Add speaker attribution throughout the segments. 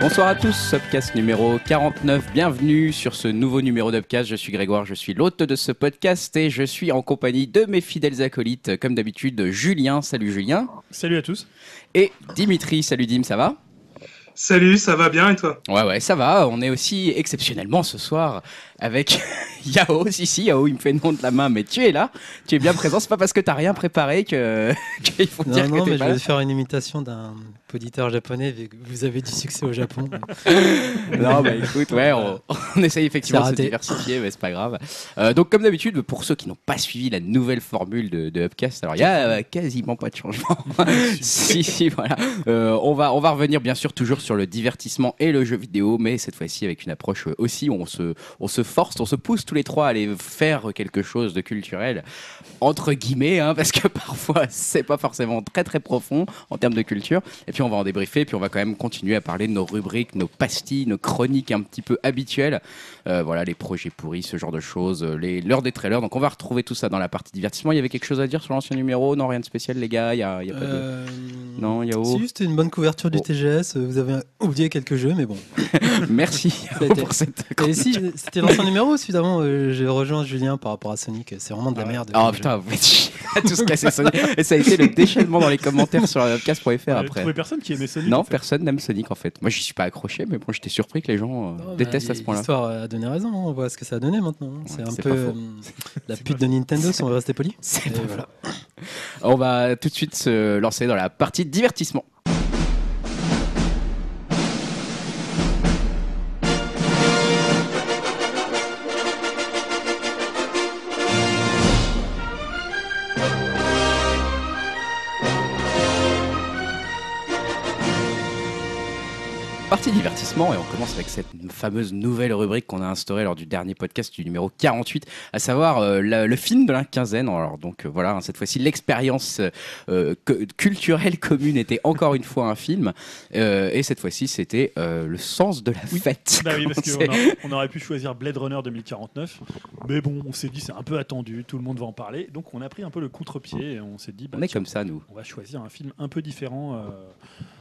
Speaker 1: Bonsoir à tous, Upcast numéro 49. Bienvenue sur ce nouveau numéro d'Upcast. Je suis Grégoire, je suis l'hôte de ce podcast et je suis en compagnie de mes fidèles acolytes, comme d'habitude, Julien. Salut Julien.
Speaker 2: Salut à tous.
Speaker 1: Et Dimitri. Salut Dim, ça va
Speaker 3: Salut, ça va bien et toi
Speaker 1: Ouais, ouais, ça va. On est aussi exceptionnellement ce soir avec Yao. Si, si, Yao, il me fait non de la main, mais tu es là. Tu es bien présent. C'est pas parce que t'as rien préparé que qu'il faut
Speaker 4: Non,
Speaker 1: dire
Speaker 4: non,
Speaker 1: que t'es
Speaker 4: mais
Speaker 1: pas
Speaker 4: je
Speaker 1: là.
Speaker 4: vais faire une imitation d'un auditeur japonais, vu que vous avez du succès au Japon.
Speaker 1: Non, bah écoute, ouais, on, on essaye effectivement
Speaker 4: C'est
Speaker 1: de se
Speaker 4: raté.
Speaker 1: diversifier, mais c'est pas grave. Euh, donc, comme d'habitude, pour ceux qui n'ont pas suivi la nouvelle formule de, de Upcast, alors il y a euh, quasiment pas de changement. si, si, voilà. Euh, on, va, on va revenir bien sûr toujours sur le divertissement et le jeu vidéo, mais cette fois-ci avec une approche euh, aussi où on se, on se force, on se pousse tous les trois à aller faire quelque chose de culturel, entre guillemets, hein, parce que parfois c'est pas forcément très très profond en termes de culture. Et puis on va en débriefer, puis on va quand même continuer à parler de nos rubriques, nos pastilles, nos chroniques un petit peu habituelles. Euh, voilà, les projets pourris, ce genre de choses, euh, les- l'heure des trailers. Donc on va retrouver tout ça dans la partie divertissement. Il y avait quelque chose à dire sur l'ancien numéro Non, rien de spécial, les gars. Il y a, il y a pas de.
Speaker 4: Euh,
Speaker 1: Non, Oh. Yao.
Speaker 4: C'est juste une bonne couverture du
Speaker 1: Bon.
Speaker 4: TGS. euh, Vous avez oublié quelques jeux, mais bon.
Speaker 1: Merci
Speaker 4: Ça a été-
Speaker 1: pour cette.
Speaker 4: Et si, c'était l'ancien numéro, évidemment. euh, J'ai rejoint Julien par rapport à Sonic. euh, C'est vraiment de la merde.
Speaker 1: Oh
Speaker 4: comme jeu.
Speaker 1: putain, vous êtes chiés à tous casser Sonic. Et ça a été le déchaînement dans les commentaires sur la webcast.fr
Speaker 2: J'ai
Speaker 1: après.
Speaker 2: trouvé personne qui aimait Sonic.
Speaker 1: Non,
Speaker 2: en fait.
Speaker 1: personne n'aime Sonic en fait. Moi, j'y suis pas accroché, mais bon, j'étais surpris que les gens euh,
Speaker 2: bah,
Speaker 4: Non, mais
Speaker 1: détestent à ce point-là.
Speaker 4: L'histoire a donné raison, on voit ce que ça a donné maintenant. c'est un
Speaker 1: c'est
Speaker 4: peu
Speaker 1: pas faux.
Speaker 4: euh, la pute de Nintendo, si on veut rester poli.
Speaker 1: C'est
Speaker 4: Et
Speaker 1: pas
Speaker 4: voilà.
Speaker 1: On va tout de suite se lancer dans la partie divertissement. Partie divertissement et on commence avec cette fameuse nouvelle rubrique qu'on a instaurée lors du dernier podcast du numéro 48, à savoir euh, la- le film de la quinzaine. Alors donc euh, voilà, hein, cette fois-ci l'expérience euh, euh, que- culturelle commune était encore une fois un film Euh, et cette fois-ci c'était euh, le sens de la fête.
Speaker 2: Bah oui, parce
Speaker 1: C'est-
Speaker 2: qu'on a- on aurait pu choisir Blade Runner 2049, mais bon, on s'est dit c'est un peu attendu, tout le monde va en parler, donc on a pris un peu le contre-pied et on s'est dit bah,
Speaker 1: On est
Speaker 2: tiens,
Speaker 1: comme ça nous.
Speaker 2: on va choisir un film un peu différent. euh,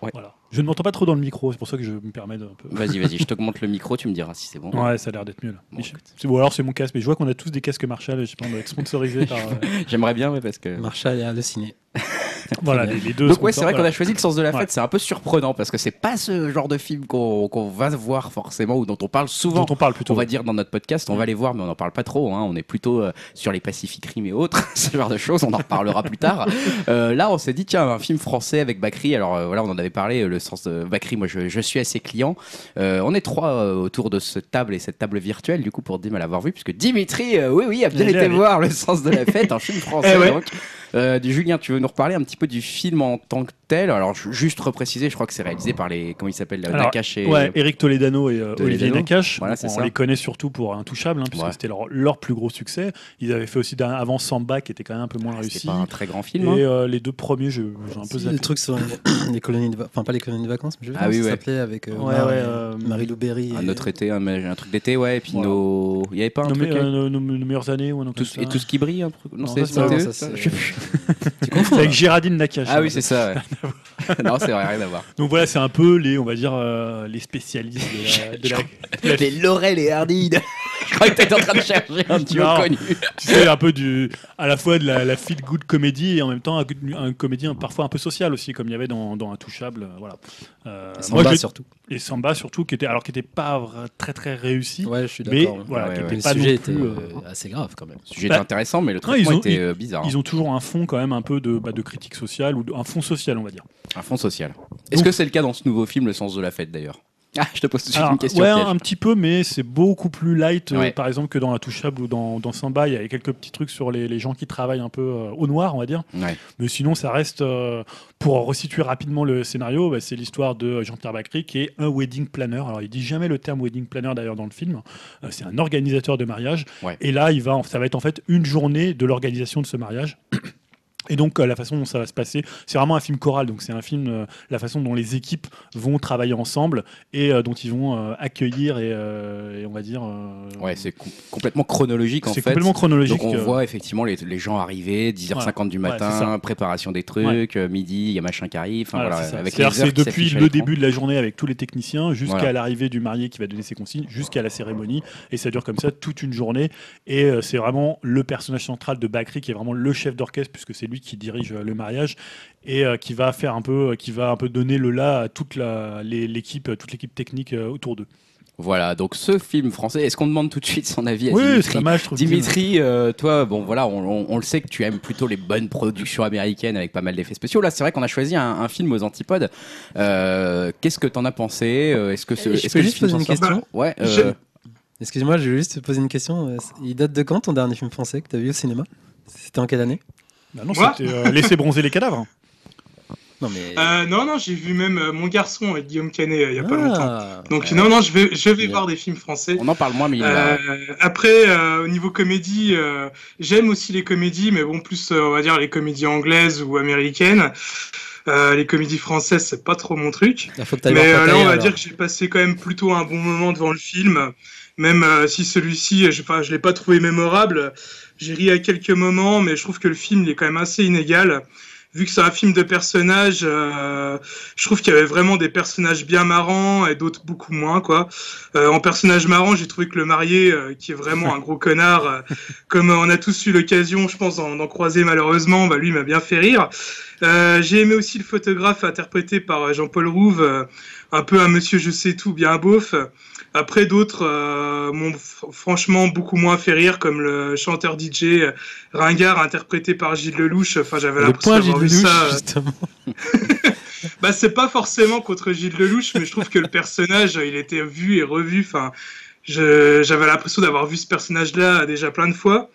Speaker 1: Ouais.
Speaker 2: Voilà. Je ne m'entends pas trop dans le micro, c'est pour ça que je me permets de un peu.
Speaker 1: Vas-y, vas-y, je t'augmente le micro, tu me diras si c'est bon.
Speaker 2: Ouais, ça a l'air d'être mieux là.
Speaker 1: Bon,
Speaker 2: Mais je- c'est- Ou alors c'est mon casque, mais je vois qu'on a tous des casques Marshall, je sais pas, on doit être sponsorisé par. euh,
Speaker 1: J'aimerais bien mais parce que
Speaker 2: Bah,
Speaker 4: Marshall est halluciné.
Speaker 2: voilà, les, les deux.
Speaker 1: Donc ouais, c'est
Speaker 2: sponsors,
Speaker 1: vrai qu'on
Speaker 2: voilà.
Speaker 1: a choisi le sens de la fête.
Speaker 2: Ouais.
Speaker 1: C'est un peu surprenant parce que c'est pas ce genre de film qu'on qu'on va voir forcément ou dont on parle souvent.
Speaker 2: Dont on parle plutôt.
Speaker 1: On va dire dans notre podcast, on va les voir, mais on n'en parle pas trop. hein. On est plutôt euh, sur les Pacific Rim et autres, ce genre de choses. On en reparlera plus tard. Euh, là, on s'est dit, tiens, un film français avec Bakri. Alors euh, voilà, on en avait parlé, euh, le sens de Bakri. Moi, je, je suis assez client. Euh, on est trois euh, autour de cette table et cette table virtuelle, du coup, pour Dim à l'avoir vu, puisque Dimitri, euh, oui, oui, a bien
Speaker 2: Il est
Speaker 1: été
Speaker 2: allé.
Speaker 1: voir le sens de la fête, un film français.
Speaker 3: Eh ouais.
Speaker 1: donc. Euh, du Julien, tu veux nous reparler un petit peu du film en tant que tel Alors, ju- juste repréciser, je crois que c'est réalisé par les. Comment il s'appelle là,
Speaker 2: Alors,
Speaker 1: Nakache et.
Speaker 2: Ouais, Eric Toledano et euh,
Speaker 1: Toledano.
Speaker 2: Olivier Nakache.
Speaker 1: Voilà, c'est
Speaker 2: on
Speaker 1: ça.
Speaker 2: les connaît surtout pour Intouchables, hein, puisque
Speaker 1: Ouais.
Speaker 2: c'était leur, leur plus gros succès. Ils avaient fait aussi d'un- avant Samba, qui était quand même un peu moins
Speaker 1: Ah, C'était
Speaker 2: réussi.
Speaker 1: pas un très grand
Speaker 2: Et
Speaker 1: film. hein.
Speaker 2: euh, les deux premiers, je- j'ai un peu
Speaker 4: le
Speaker 2: zappé.
Speaker 4: truc sur les, les colonies de va- enfin pas les colonies de vacances mais je sais
Speaker 1: Ah
Speaker 4: pas comment
Speaker 1: oui,
Speaker 4: ça
Speaker 1: ouais.
Speaker 4: s'appelait avec euh,
Speaker 2: Ouais,
Speaker 4: Omar
Speaker 2: ouais,
Speaker 4: et
Speaker 2: euh,
Speaker 4: Marie Louberry
Speaker 1: Un
Speaker 4: et-
Speaker 1: autre été, un, un truc d'été, ouais. Et puis
Speaker 2: Voilà.
Speaker 1: nos. Il n'y avait pas un
Speaker 2: Nos,
Speaker 1: truc.
Speaker 2: me-
Speaker 1: avec-
Speaker 2: euh, nos- nos- nos meilleures années ou un truc
Speaker 1: tout-
Speaker 2: comme
Speaker 1: et
Speaker 2: ça.
Speaker 1: tout ce qui brille, un truc. Non,
Speaker 2: Non,
Speaker 1: c'est
Speaker 2: ça,
Speaker 1: c'était
Speaker 4: non,
Speaker 1: eux,
Speaker 4: euh, ça,
Speaker 1: ça
Speaker 4: c'est-
Speaker 1: Je sais plus.
Speaker 2: C'est avec Géraldine Nakache.
Speaker 1: Ah oui, c'est ça. ouais. non, c'est vrai, rien à voir.
Speaker 2: Donc voilà, c'est un peu les, on va dire, euh, les spécialistes de la. de la-
Speaker 1: Les Laurel et Hardy. de- je crois que t'étais en train de chercher un duo
Speaker 2: Non.
Speaker 1: connu.
Speaker 2: tu sais, un peu du, à la fois de la, la feel good comédie et en même temps un, un comédien parfois un peu social aussi, comme il y avait dans, dans Intouchables. euh, Voilà. Euh,
Speaker 1: Bah,
Speaker 4: Samba
Speaker 2: je-
Speaker 4: surtout
Speaker 2: et Samba surtout, qui était alors qui était pas vra- très très réussi.
Speaker 4: ouais je suis
Speaker 2: Mais
Speaker 4: d'accord
Speaker 2: voilà,
Speaker 1: Ouais,
Speaker 2: qui
Speaker 1: ouais.
Speaker 2: était
Speaker 4: le
Speaker 2: pas non
Speaker 4: sujet était
Speaker 2: plus, euh,
Speaker 4: euh, assez grave quand même
Speaker 1: Sujet
Speaker 2: Bah,
Speaker 1: intéressant, mais le
Speaker 2: non, ils
Speaker 1: traitement
Speaker 2: ont-
Speaker 1: était euh, bizarre. hein.
Speaker 2: Ils ont toujours un fond quand même un peu de, bah, de critique sociale ou de- un fond social, on va dire.
Speaker 1: Un fond social. Est-ce que c'est le cas dans ce nouveau film, Le sens de la fête d'ailleurs Ah, je te pose tout de suite
Speaker 2: Alors,
Speaker 1: une question.
Speaker 2: ouais,
Speaker 1: piège.
Speaker 2: un petit peu, mais c'est beaucoup plus light, euh,
Speaker 1: Ouais.
Speaker 2: par exemple, que dans Intouchable ou dans, dans Samba. Il y a quelques petits trucs sur les, les gens qui travaillent un peu euh, au noir, on va dire.
Speaker 1: Ouais.
Speaker 2: Mais sinon, ça reste, euh, pour resituer rapidement le scénario, bah, c'est l'histoire de Jean-Pierre Bacry qui est un wedding planner. Alors, il dit jamais le terme wedding planner d'ailleurs dans le film. Euh, c'est un organisateur de mariage.
Speaker 1: Ouais.
Speaker 2: Et là, il va, en- ça va être en fait une journée de l'organisation de ce mariage. Et donc, euh, la façon dont ça va se passer, c'est vraiment un film choral. Donc, c'est un film, euh, la façon dont les équipes vont travailler ensemble et euh, dont ils vont euh, accueillir et, euh, et on va dire. euh,
Speaker 1: Ouais, c'est com- complètement chronologique en
Speaker 2: c'est
Speaker 1: fait.
Speaker 2: complètement chronologique.
Speaker 1: Donc on
Speaker 2: euh,
Speaker 1: voit effectivement les, les gens arriver, 10h50 du
Speaker 2: Ouais, c'est
Speaker 1: matin,
Speaker 2: ça.
Speaker 1: préparation des trucs,
Speaker 2: Ouais.
Speaker 1: euh, midi, il y a machin qui arrive. Enfin,
Speaker 2: voilà,
Speaker 1: voilà,
Speaker 2: c'est ça.
Speaker 1: avec
Speaker 2: C'est-à-dire
Speaker 1: les
Speaker 2: que c'est
Speaker 1: heures qui
Speaker 2: depuis
Speaker 1: s'affichent à
Speaker 2: le
Speaker 1: l'écran.
Speaker 2: début de la journée avec tous les techniciens jusqu'à
Speaker 1: Voilà.
Speaker 2: l'arrivée du marié qui va donner ses consignes, jusqu'à la cérémonie. Et ça dure comme ça toute une journée. Et euh, c'est vraiment le personnage central de Bakri qui est vraiment le chef d'orchestre puisque c'est lui qui dirige euh, le mariage et euh, qui va faire un peu, qui va un peu donner le là à toute la- les- l'équipe, toute l'équipe technique euh, autour d'eux.
Speaker 1: Voilà, donc ce film français, est-ce qu'on demande tout de suite son avis à
Speaker 2: Oui, c'est
Speaker 1: Dimitri
Speaker 2: dommage. je trouve que-
Speaker 1: Dimitri, euh, toi, bon voilà, on, on- on le sait que tu aimes plutôt les bonnes productions américaines avec pas mal d'effets spéciaux. Là, c'est vrai qu'on a choisi un, un film aux antipodes. Euh, Qu'est-ce que t'en as pensé Euh, Est-ce que ce,
Speaker 4: Je
Speaker 1: est-ce que
Speaker 4: peux
Speaker 1: ce
Speaker 4: juste
Speaker 1: film
Speaker 4: poser
Speaker 1: s'en
Speaker 4: une
Speaker 1: sort
Speaker 4: question
Speaker 1: Ouais. euh,
Speaker 3: Je-
Speaker 4: Excuse-moi, je vais juste te poser une question. Euh, c- Il date de quand ton dernier film français que t'as vu au cinéma C'était en quelle année
Speaker 2: Bah non,
Speaker 3: Moi
Speaker 2: c'était euh, laisser bronzer les cadavres.
Speaker 4: Non mais.
Speaker 3: Euh, non, non, j'ai vu même euh, Mon Garçon avec Guillaume Canet euh, il y a pas
Speaker 4: Ah,
Speaker 3: longtemps. Donc
Speaker 4: ouais.
Speaker 3: non, non, je vais, je vais
Speaker 1: Bien.
Speaker 3: voir des films français.
Speaker 1: On en parle moins, mais il a-
Speaker 3: Euh, après, euh, au niveau comédie, euh, j'aime aussi les comédies, mais bon, plus euh, on va dire les comédies anglaises ou américaines. Euh, les comédies françaises, c'est pas trop mon truc.
Speaker 4: Il faut que t'ailles
Speaker 3: Mais
Speaker 4: voir
Speaker 3: euh, là,
Speaker 4: Fataille,
Speaker 3: on va
Speaker 4: alors.
Speaker 3: dire que j'ai passé quand même plutôt un bon moment devant le film, même euh, si celui-ci, euh, je, enfin, je l'ai pas trouvé mémorable. J'ai ri à quelques moments, mais je trouve que le film il est quand même assez inégal. Vu que c'est un film de personnages, euh, je trouve qu'il y avait vraiment des personnages bien marrants et d'autres beaucoup moins, quoi. Euh, en personnage marrant, j'ai trouvé que le marié, euh, qui est vraiment un gros connard, euh, comme euh, on a tous eu l'occasion, je pense, d'en d'en croiser malheureusement, bah, lui m'a bien fait rire. Euh, j'ai aimé aussi le photographe interprété par euh, Jean-Paul Rouve, euh, un peu un monsieur je sais tout, bien un beauf. Après d'autres euh, m'ont fr- franchement beaucoup moins fait rire, comme le chanteur DJ euh, Ringard interprété par Gilles Lelouch. Enfin, j'avais
Speaker 4: Le
Speaker 3: l'impression
Speaker 4: point Gilles
Speaker 3: d'avoir vu ça.
Speaker 4: Lelouch,
Speaker 3: euh,
Speaker 4: justement.
Speaker 3: bah, c'est pas forcément contre Gilles Lelouch, mais je trouve que le personnage, euh, il était vu et revu. Enfin, je- j'avais l'impression d'avoir vu ce personnage-là euh, déjà plein de fois.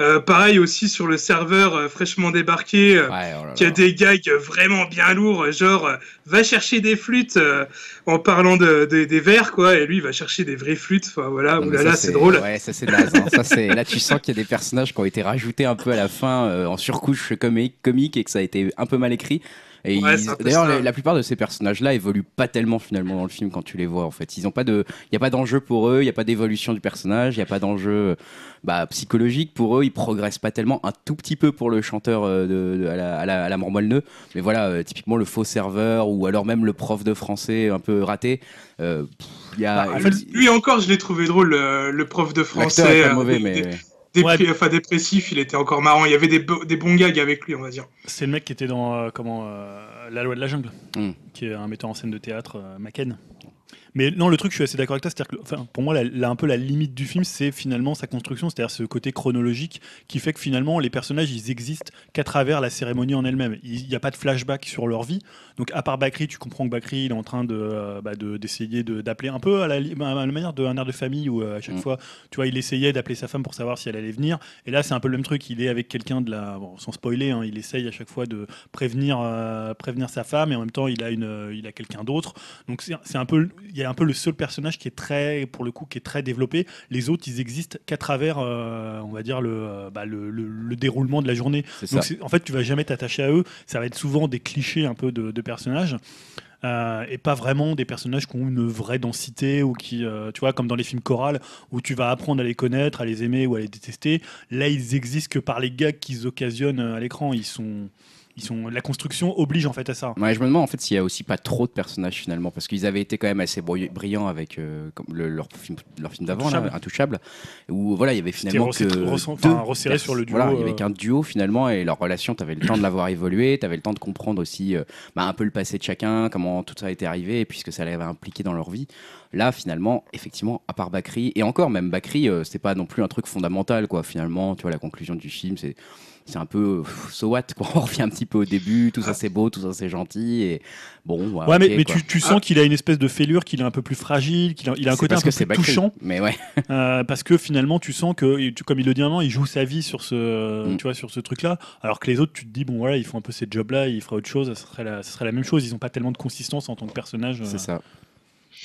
Speaker 3: Euh, pareil aussi sur le serveur euh, fraîchement débarqué. euh,
Speaker 1: ouais, oh là
Speaker 3: qui a
Speaker 1: là.
Speaker 3: des gags vraiment bien lourds, genre euh, va chercher des flûtes euh, en parlant de, de- des verres, quoi, et lui il va chercher des vraies flûtes, enfin voilà,
Speaker 1: Non, mais ça,
Speaker 3: oulala, c'est drôle.
Speaker 1: Ouais, ça c'est naze. hein. Ça, c'est... Là, tu sens qu'il y a des personnages qui ont été rajoutés un peu à la fin euh, en surcouche comique, comique et que ça a été un peu mal écrit. Et
Speaker 3: Ouais,
Speaker 1: ils-
Speaker 3: c'est un peu
Speaker 1: D'ailleurs,
Speaker 3: ça.
Speaker 1: la, la plupart de ces personnages-là évoluent pas tellement finalement dans le film quand tu les vois. En fait, ils ont pas de, il y a pas d'enjeu pour eux, il y a pas d'évolution du personnage, il y a pas d'enjeu bah, psychologique pour eux. Ils progressent pas tellement, un tout petit peu pour le chanteur euh, de, de- à la, à la, à la Mormoleneux. Mais voilà, euh, typiquement le faux serveur ou alors même le prof de français un peu raté. euh, pff, il y a,
Speaker 2: Bah, en fait,
Speaker 1: il-
Speaker 3: Lui encore, je l'ai trouvé drôle, le, le prof de
Speaker 1: l'acteur est
Speaker 3: français,
Speaker 1: pas
Speaker 3: euh,
Speaker 1: mauvais,
Speaker 3: dé-
Speaker 1: mais
Speaker 3: dé- dé-
Speaker 2: Ouais.
Speaker 3: dé- enfin, dépressif, il était encore marrant, il y avait des, bo- des bons gags avec lui, on va dire.
Speaker 2: C'est le mec qui était dans euh, comment euh, La loi de la jungle,
Speaker 1: Hmm.
Speaker 2: qui est un metteur en scène de théâtre, euh, Macken. Mais non, le truc, je suis assez d'accord avec toi. C'est-à-dire que, enfin, pour moi, la, la- un peu la limite du film, c'est finalement sa construction, c'est-à-dire ce côté chronologique qui fait que finalement, les personnages, ils existent qu'à travers la cérémonie en elle-même. Il n'y a pas de flashback sur leur vie. Donc, à part Bakri, tu comprends que Bakri, il est en train de, euh, bah, de- d'essayer de- d'appeler un peu à la, li- à la manière d'un air de famille où, euh, à chaque
Speaker 1: Mm.
Speaker 2: fois, tu vois, il essayait d'appeler sa femme pour savoir si elle allait venir. Et là, c'est un peu le même truc. Il est avec quelqu'un de la. bon, sans spoiler, hein, il essaye à chaque fois de prévenir, euh, prévenir sa femme et en même temps, il a, une, euh, il a quelqu'un d'autre. Donc, c'est c'est un peu. Il y a un peu le seul personnage qui est très, pour le coup, qui est très développé. Les autres, ils existent qu'à travers, euh, on va dire, le, euh, bah, le- le- le déroulement de la journée.
Speaker 1: c'est ça.
Speaker 2: Donc c'est- en fait, tu vas jamais t'attacher à eux. Ça va être souvent des clichés un peu de, de personnages. euh, et pas vraiment des personnages qui ont une vraie densité ou qui, euh, tu vois, comme dans les films chorales, où tu vas apprendre à les connaître, à les aimer ou à les détester. Là, ils existent que par les gags qu'ils occasionnent euh, à l'écran. Ils sont, ils sont, la construction oblige en fait à ça.
Speaker 1: Ouais, je me demande en fait s'il y a aussi pas trop de personnages finalement parce qu'ils avaient été quand même assez brouill- brillants avec euh, comme le- leur film, leur film d'avant, là,
Speaker 2: Intouchable.
Speaker 1: Intouchable, où voilà il y avait finalement que
Speaker 2: resserré- ressent-
Speaker 1: deux
Speaker 2: enfin, resserré
Speaker 1: pers-
Speaker 2: sur le duo,
Speaker 1: Voilà, il y
Speaker 2: euh.
Speaker 1: avait qu'un duo finalement et leur relation, t'avais le temps de l'avoir évolué, t'avais le temps de comprendre aussi euh, bah, un peu le passé de chacun, comment tout ça était arrivé et puisque ça l'avait impliqué dans leur vie. Là finalement, effectivement, à part Bakri et encore même Bakri, euh, c'est pas non plus un truc fondamental quoi. Finalement, tu vois la conclusion du film, c'est c'est un peu euh, so what quoi. On revient un petit peu au début, tout ça c'est beau, tout ça c'est gentil et bon.
Speaker 2: ouais,
Speaker 1: Ah, ok,
Speaker 2: mais, mais
Speaker 1: quoi.
Speaker 2: tu, tu sens qu'il a une espèce de fêlure, qu'il est un peu plus fragile, qu'il a, il a un
Speaker 1: C'est
Speaker 2: côté un
Speaker 1: parce
Speaker 2: peu
Speaker 1: que c'est
Speaker 2: plus
Speaker 1: Bakri,
Speaker 2: touchant.
Speaker 1: Mais ouais,
Speaker 2: Euh, parce que finalement tu sens que et tu- comme il le dit avant il joue sa vie sur ce
Speaker 1: Mm.
Speaker 2: tu vois sur ce truc là alors que les autres tu te dis bon voilà ils font un peu ces jobs là ils feraient autre chose ça serait la, ça serait la même chose ils ont pas tellement de consistance en tant que personnage euh.
Speaker 1: c'est ça.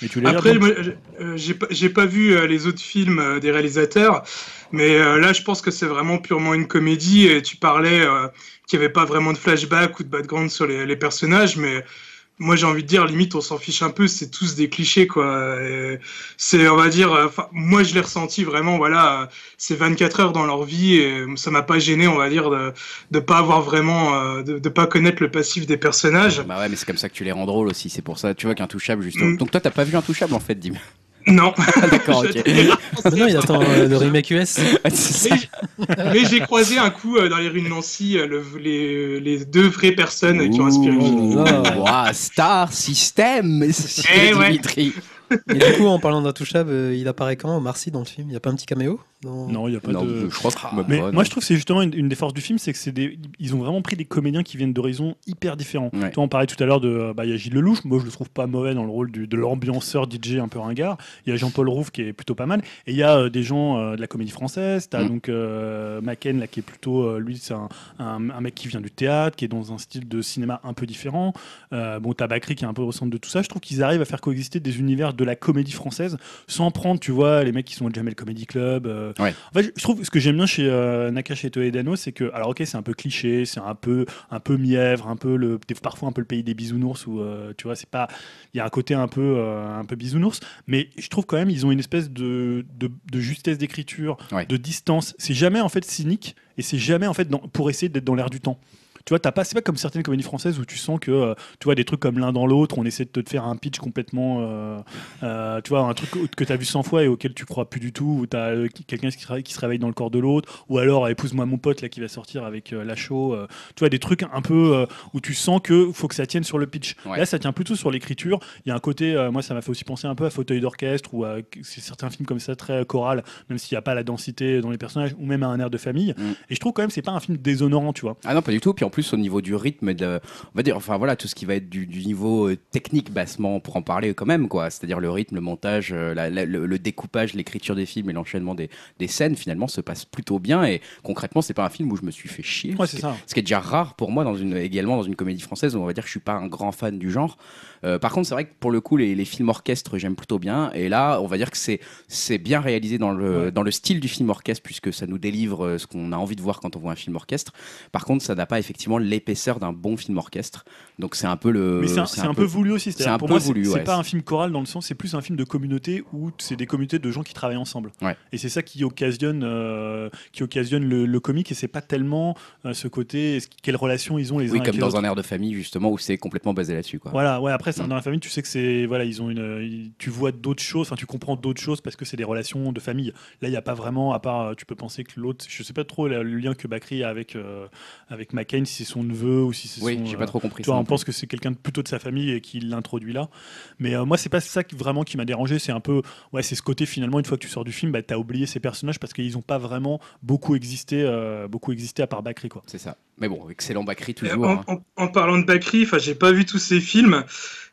Speaker 2: Mais tu l'as
Speaker 3: Après,
Speaker 2: l'air,
Speaker 3: moi, j'ai- euh, j'ai pas- j'ai pas vu euh, les autres films euh, des réalisateurs, mais euh, là, je pense que c'est vraiment purement une comédie. Et tu parlais euh, qu'il n'y avait pas vraiment de flashback ou de background sur les, les personnages, mais moi, j'ai envie de dire, limite, on s'en fiche un peu. C'est tous des clichés, quoi. Et C'est, on va dire, euh, enfin, moi, je l'ai ressenti vraiment. Voilà, euh, c'est 24 heures dans leur vie, et ça m'a pas gêné, on va dire, de de pas avoir vraiment, euh, de, de pas connaître le passif des personnages.
Speaker 1: Bah ouais, mais c'est comme ça que tu les rends drôles aussi. C'est pour ça, tu vois, qu'Intouchable, justement.
Speaker 3: Mm.
Speaker 1: Donc toi, t'as pas vu Intouchable en fait, Dim.
Speaker 3: Non.
Speaker 1: Ah, D'accord, ok.
Speaker 4: Ah non, il attend euh, le remake US.
Speaker 1: Ah, c'est ça.
Speaker 3: Mais j'ai- Mais j'ai croisé un coup euh, dans les rues de Nancy euh, le- les, les deux vraies personnes euh, qui ont inspiré le film.
Speaker 1: Ouh,
Speaker 4: film.
Speaker 1: ouah, Star System,
Speaker 3: Eh ouais.
Speaker 1: Dimitri.
Speaker 4: Et du coup, en parlant d'Intouchable, euh, il apparaît quand Marcy dans le film Il n'y a pas un petit caméo dans-
Speaker 2: Non, il n'y a pas
Speaker 1: Non,
Speaker 2: de.
Speaker 1: je crois que même
Speaker 2: Mais
Speaker 1: pas,
Speaker 2: moi,
Speaker 1: non.
Speaker 2: je trouve que c'est justement une, une des forces du film, c'est que c'est des, ils ont vraiment pris des comédiens qui viennent d'horizons hyper différents.
Speaker 1: Ouais.
Speaker 2: Toi, on parlait tout à l'heure de, euh, bah, il y a Gilles Lelouch. Moi, je le trouve pas mauvais dans le rôle du- de l'ambianceur DJ un peu ringard. Il y a Jean-Paul Rouve qui est plutôt pas mal. Et il y a euh, des gens euh, de la comédie française. T'as
Speaker 1: Mm.
Speaker 2: donc euh, Macken là qui est plutôt, euh, lui, c'est un, un- un mec qui vient du théâtre, qui est dans un style de cinéma un peu différent. Euh, bon, t'as Bakri qui est un peu au centre de tout ça. Je trouve qu'ils arrivent à faire coexister des univers de la comédie française sans prendre, tu vois, les mecs qui sont au Jamel Comedy Club, euh, en fait, je- je trouve ce que j'aime bien chez euh, Nakash et Toedano, c'est que, alors ok, c'est un peu cliché, c'est un peu, un peu mièvre, un peu le, des- parfois un peu le pays des bisounours où euh, tu vois, c'est pas, il y a un côté un peu, euh, un peu bisounours, mais je trouve quand même ils ont une espèce de, de, de justesse d'écriture,
Speaker 1: Ouais.
Speaker 2: de distance. C'est jamais en fait cynique et c'est jamais en fait dans- pour essayer d'être dans l'air du temps. Tu vois, t'as pas, c'est pas comme certaines comédies françaises où tu sens que, euh, tu vois, des trucs comme l'un dans l'autre, on essaie de te faire un pitch complètement, euh, euh, tu vois, un truc que tu as vu 100 fois et auquel tu crois plus du tout, ou tu as quelqu'un qui, se ré- qui se réveille dans le corps de l'autre, ou alors euh, épouse-moi mon pote là qui va sortir avec euh, la show, euh, tu vois, des trucs un peu euh, où tu sens que faut que ça tienne sur le pitch.
Speaker 1: Ouais.
Speaker 2: Là, ça tient plutôt sur l'écriture. Il y a un côté, euh, moi, ça m'a fait aussi penser un peu à Fauteuil d'orchestre ou à c- certains films comme ça, très euh, choral, même s'il n'y a pas la densité dans les personnages, ou même à un air de famille.
Speaker 1: Mm.
Speaker 2: Et je trouve quand même, c'est pas un film déshonorant, tu vois.
Speaker 1: Ah non, pas du tout. Puis en plus, au niveau du rythme, et de la- on va dire, enfin voilà, tout ce qui va être du, du niveau euh, technique bassement pour en parler quand même, quoi. C'est-à-dire le rythme, le montage, euh, la- la- le, le découpage, l'écriture des films et l'enchaînement des, des scènes, finalement, se passe plutôt bien. Et concrètement, c'est pas un film où je me suis fait chier.
Speaker 2: Ouais,
Speaker 1: ce,
Speaker 2: c'est
Speaker 1: qui,
Speaker 2: ça.
Speaker 1: ce qui est déjà rare pour moi, dans une, également dans une comédie française, où on va dire que je suis pas un grand fan du genre. Euh, par contre, c'est vrai que pour le coup, les, les films orchestres, j'aime plutôt bien. Et là, on va dire que c'est c'est bien réalisé dans le,
Speaker 2: Ouais.
Speaker 1: dans le style du film orchestre, puisque ça nous délivre euh, ce qu'on a envie de voir quand on voit un film orchestre. Par contre, ça n'a pas effectivement l'épaisseur d'un bon film orchestre. Donc Euh, c'est un peu le.
Speaker 2: Mais c'est un, c'est un peu voulu aussi.
Speaker 1: c'est
Speaker 2: C'est
Speaker 1: un
Speaker 2: pour
Speaker 1: peu
Speaker 2: moi, c'est-
Speaker 1: voulu,
Speaker 2: c'est
Speaker 1: ouais.
Speaker 2: pas un film choral dans le sens, c'est plus un film de communauté où t- c'est des communautés de gens qui travaillent ensemble.
Speaker 1: Ouais.
Speaker 2: Et c'est ça qui occasionne, euh, qui occasionne le, le comique. Et c'est pas tellement euh, ce côté, est-ce- quelle relation ils ont les
Speaker 1: Oui,
Speaker 2: uns
Speaker 1: comme
Speaker 2: avec les
Speaker 1: dans
Speaker 2: autres.
Speaker 1: un air de famille, justement, où c'est complètement basé là-dessus. quoi.
Speaker 2: Voilà, ouais, après, c'est
Speaker 1: Mm.
Speaker 2: dans la famille, tu sais que c'est. Voilà, ils ont une. euh, ils- Tu vois d'autres choses, enfin, tu comprends d'autres choses parce que c'est des relations de famille. Là, il n'y a pas vraiment, à part, euh, tu peux penser que l'autre. Je sais pas trop la- le lien que Bakri a avec, euh, avec McCain, si c'est son neveu ou si c'est
Speaker 1: Oui,
Speaker 2: son.
Speaker 1: j'ai
Speaker 2: euh,
Speaker 1: pas trop compris
Speaker 2: tu vois,
Speaker 1: ça.
Speaker 2: on pense que c'est quelqu'un de- plutôt de sa famille et qui l'introduit là. Mais euh, moi, c'est pas ça qui, vraiment qui m'a dérangé. C'est un peu, ouais, c'est ce côté finalement, une fois que tu sors du film, bah, t'as oublié ces personnages parce qu'ils ont pas vraiment beaucoup existé, euh, beaucoup existé à part Bakri, quoi.
Speaker 1: C'est ça. Mais bon, excellent Bakri
Speaker 3: Mais
Speaker 1: toujours.
Speaker 3: en,
Speaker 1: hein.
Speaker 3: en- en parlant de Bakri, enfin, j'ai pas vu tous ces films,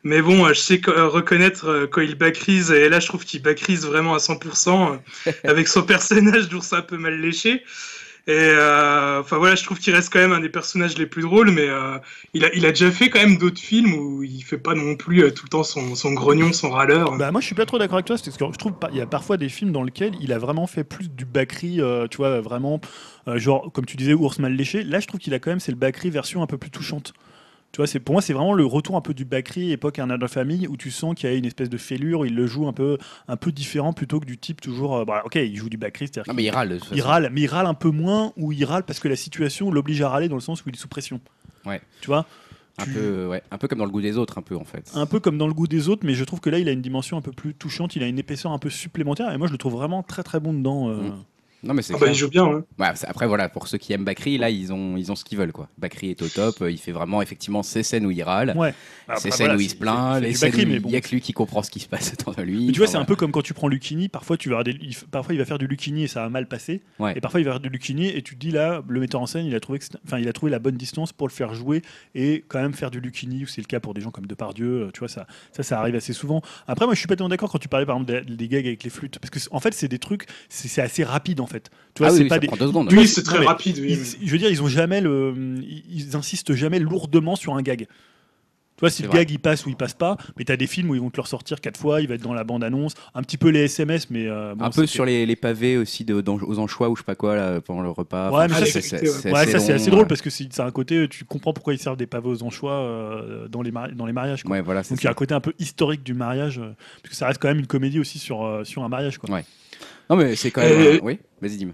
Speaker 3: mais bon, euh, je sais co- euh, reconnaître euh, quand il Bakrise, et là, je trouve qu'il Bakrise vraiment à 100%, euh, avec son personnage d'ours un peu mal léché. Et euh, enfin voilà, je trouve qu'il reste quand même un des personnages les plus drôles, mais euh, il, a, il a déjà fait quand même d'autres films où il fait pas non plus euh, tout le temps son, son grognon, son râleur.
Speaker 2: Bah, moi, je suis pas trop d'accord avec toi parce que je trouve pas- il y a parfois des films dans lesquels il a vraiment fait plus du Bakri, euh, tu vois, vraiment, euh, genre, comme tu disais, ours mal léché. Là, je trouve qu'il a quand même, c'est le Bakri version un peu plus touchante. Tu vois, c'est, pour moi, c'est vraiment le retour un peu du Bakri époque un de famille où tu sens qu'il y a une espèce de fêlure, il le joue un peu, un peu différent plutôt que du type toujours. euh, bah, ok, il joue du Bakri, c'est-à-dire
Speaker 1: Non,
Speaker 2: qu'il-
Speaker 1: mais il râle. de toute
Speaker 2: il
Speaker 1: façon.
Speaker 2: râle, mais il râle un peu moins ou il râle parce que la situation l'oblige à râler dans le sens où il est sous pression.
Speaker 1: Ouais.
Speaker 2: Tu vois
Speaker 1: Un
Speaker 2: tu-
Speaker 1: peu, ouais, un peu comme dans le goût des autres, un peu en fait.
Speaker 2: un peu comme dans le goût des autres, mais je trouve que là, il a une dimension un peu plus touchante, il a une épaisseur un peu supplémentaire, et moi, je le trouve vraiment très très bon dedans. euh.
Speaker 1: Mm. Non, mais c'est.
Speaker 3: Ah bah,
Speaker 1: clair.
Speaker 3: il joue bien. hein.
Speaker 1: Ouais, c'est- après, voilà, pour ceux qui aiment Bakri, là, ils ont, ils ont ce qu'ils veulent, quoi. Bakri est au top, euh, il fait vraiment, effectivement, ces scènes où il râle,
Speaker 2: Ouais.
Speaker 1: ces
Speaker 2: Après,
Speaker 1: scènes
Speaker 2: voilà,
Speaker 1: où il se
Speaker 2: c'est-
Speaker 1: plaint,
Speaker 2: c'est- c'est
Speaker 1: les
Speaker 2: du
Speaker 1: scènes
Speaker 2: Bakri,
Speaker 1: où
Speaker 2: mais
Speaker 1: il
Speaker 2: bon,
Speaker 1: n'y a que lui qui comprend ce qui se passe autour de lui.
Speaker 2: Mais tu vois,
Speaker 1: Enfin,
Speaker 2: c'est un
Speaker 1: voilà.
Speaker 2: peu comme quand tu prends Lucini, parfois tu vas avoir des- il f- parfois il va faire du Lucini et ça va mal passer,
Speaker 1: Ouais.
Speaker 2: et parfois il va faire du Lucini et tu te dis là, le metteur en scène, il a trouvé, que c'était- enfin, il a trouvé la bonne distance pour le faire jouer et quand même faire du Lucini, ou c'est le cas pour des gens comme Depardieu, euh, tu vois, ça, ça, ça arrive assez souvent. Après, moi, je suis pas tellement d'accord quand tu parlais par exemple des, des gags avec les flûtes, parce que c'est- en fait, c'est des trucs, c'est c'est assez rapide en fait. Tu vois,
Speaker 1: Ah oui,
Speaker 2: c'est
Speaker 1: oui,
Speaker 2: pas
Speaker 1: ça
Speaker 2: des,
Speaker 1: prend deux secondes.
Speaker 2: Tu vois,
Speaker 3: Oui, c'est
Speaker 2: non,
Speaker 3: très
Speaker 2: mais
Speaker 3: rapide. Oui,
Speaker 2: ils- je veux dire, ils ont jamais le, ils insistent jamais lourdement sur un gag. Tu vois, si
Speaker 1: C'est
Speaker 2: le
Speaker 1: vrai.
Speaker 2: gag il passe ou il passe pas, mais t'as des films où ils vont te le ressortir quatre fois, il va être dans la bande-annonce, un petit peu les SMS, mais. euh, bon,
Speaker 1: un peu
Speaker 2: c'est-
Speaker 1: sur les, les pavés aussi de, dans- aux anchois ou je sais pas quoi là, pendant le repas.
Speaker 2: Ouais, mais
Speaker 3: ça,
Speaker 1: c'est-
Speaker 3: c'est-
Speaker 1: c'est-
Speaker 2: Ouais, ça c'est
Speaker 1: long,
Speaker 2: assez drôle
Speaker 1: euh.
Speaker 2: parce que c'est c'est un côté, tu comprends pourquoi ils servent des pavés aux anchois euh, dans, les mari- dans les mariages. quoi.
Speaker 1: Ouais, voilà, c'est
Speaker 2: Donc il y a
Speaker 1: ça.
Speaker 2: un côté un peu historique du mariage, euh, parce que ça reste quand même une comédie aussi sur, euh, sur un mariage. Quoi.
Speaker 1: Non, mais c'est quand même.
Speaker 3: Euh,
Speaker 1: euh, Oui, vas-y, dis-moi.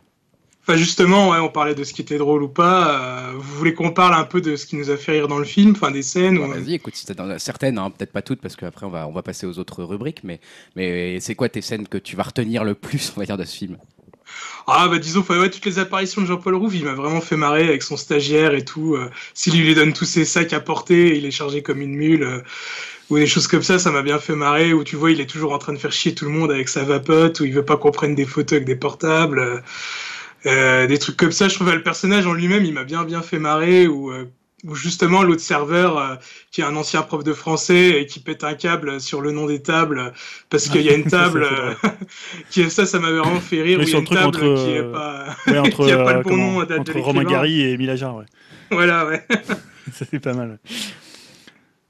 Speaker 3: Enfin, justement, ouais, on parlait de ce qui était drôle ou pas. euh, vous voulez qu'on parle un peu de ce qui nous a fait rire dans le film, enfin des scènes
Speaker 1: Bah,
Speaker 3: ou-
Speaker 1: vas-y, écoute, si t'as dans- certaines, hein, peut-être pas toutes, parce qu'après on va, on va passer aux autres rubriques, mais, mais c'est quoi tes scènes que tu vas retenir le plus, on va dire, de ce film
Speaker 3: Ah bah disons, enfin, ouais, toutes les apparitions de Jean-Paul Rouve, il m'a vraiment fait marrer avec son stagiaire et tout. euh, S'il lui donne tous ses sacs à porter, il est chargé comme une mule. euh, ou des choses comme ça, ça m'a bien fait marrer. Où tu vois, il est toujours en train de faire chier tout le monde avec sa vapote, où il veut pas qu'on prenne des photos avec des portables. euh, euh, des trucs comme ça, je trouve euh, le personnage en lui-même, il m'a bien bien fait marrer. Ou euh, ou justement l'autre serveur euh, qui est un ancien prof de français et qui pète un câble sur le nom des tables euh, parce qu'il y a une table
Speaker 2: Ça, c'est
Speaker 3: euh, qui est ça ça m'avait vraiment fait rire
Speaker 2: Mais
Speaker 3: où il y
Speaker 2: sur
Speaker 3: a
Speaker 2: le
Speaker 3: une
Speaker 2: truc
Speaker 3: table
Speaker 2: entre,
Speaker 3: qui est
Speaker 2: euh,
Speaker 3: pas
Speaker 2: Ouais, entre
Speaker 3: Il y a pas le
Speaker 2: euh,
Speaker 3: bon
Speaker 2: comment-
Speaker 3: nom à date de
Speaker 2: entre
Speaker 3: l'écrivain.
Speaker 2: Romain Gary et Émile Ajar, ouais.
Speaker 3: voilà ouais
Speaker 2: Ça c'est pas mal.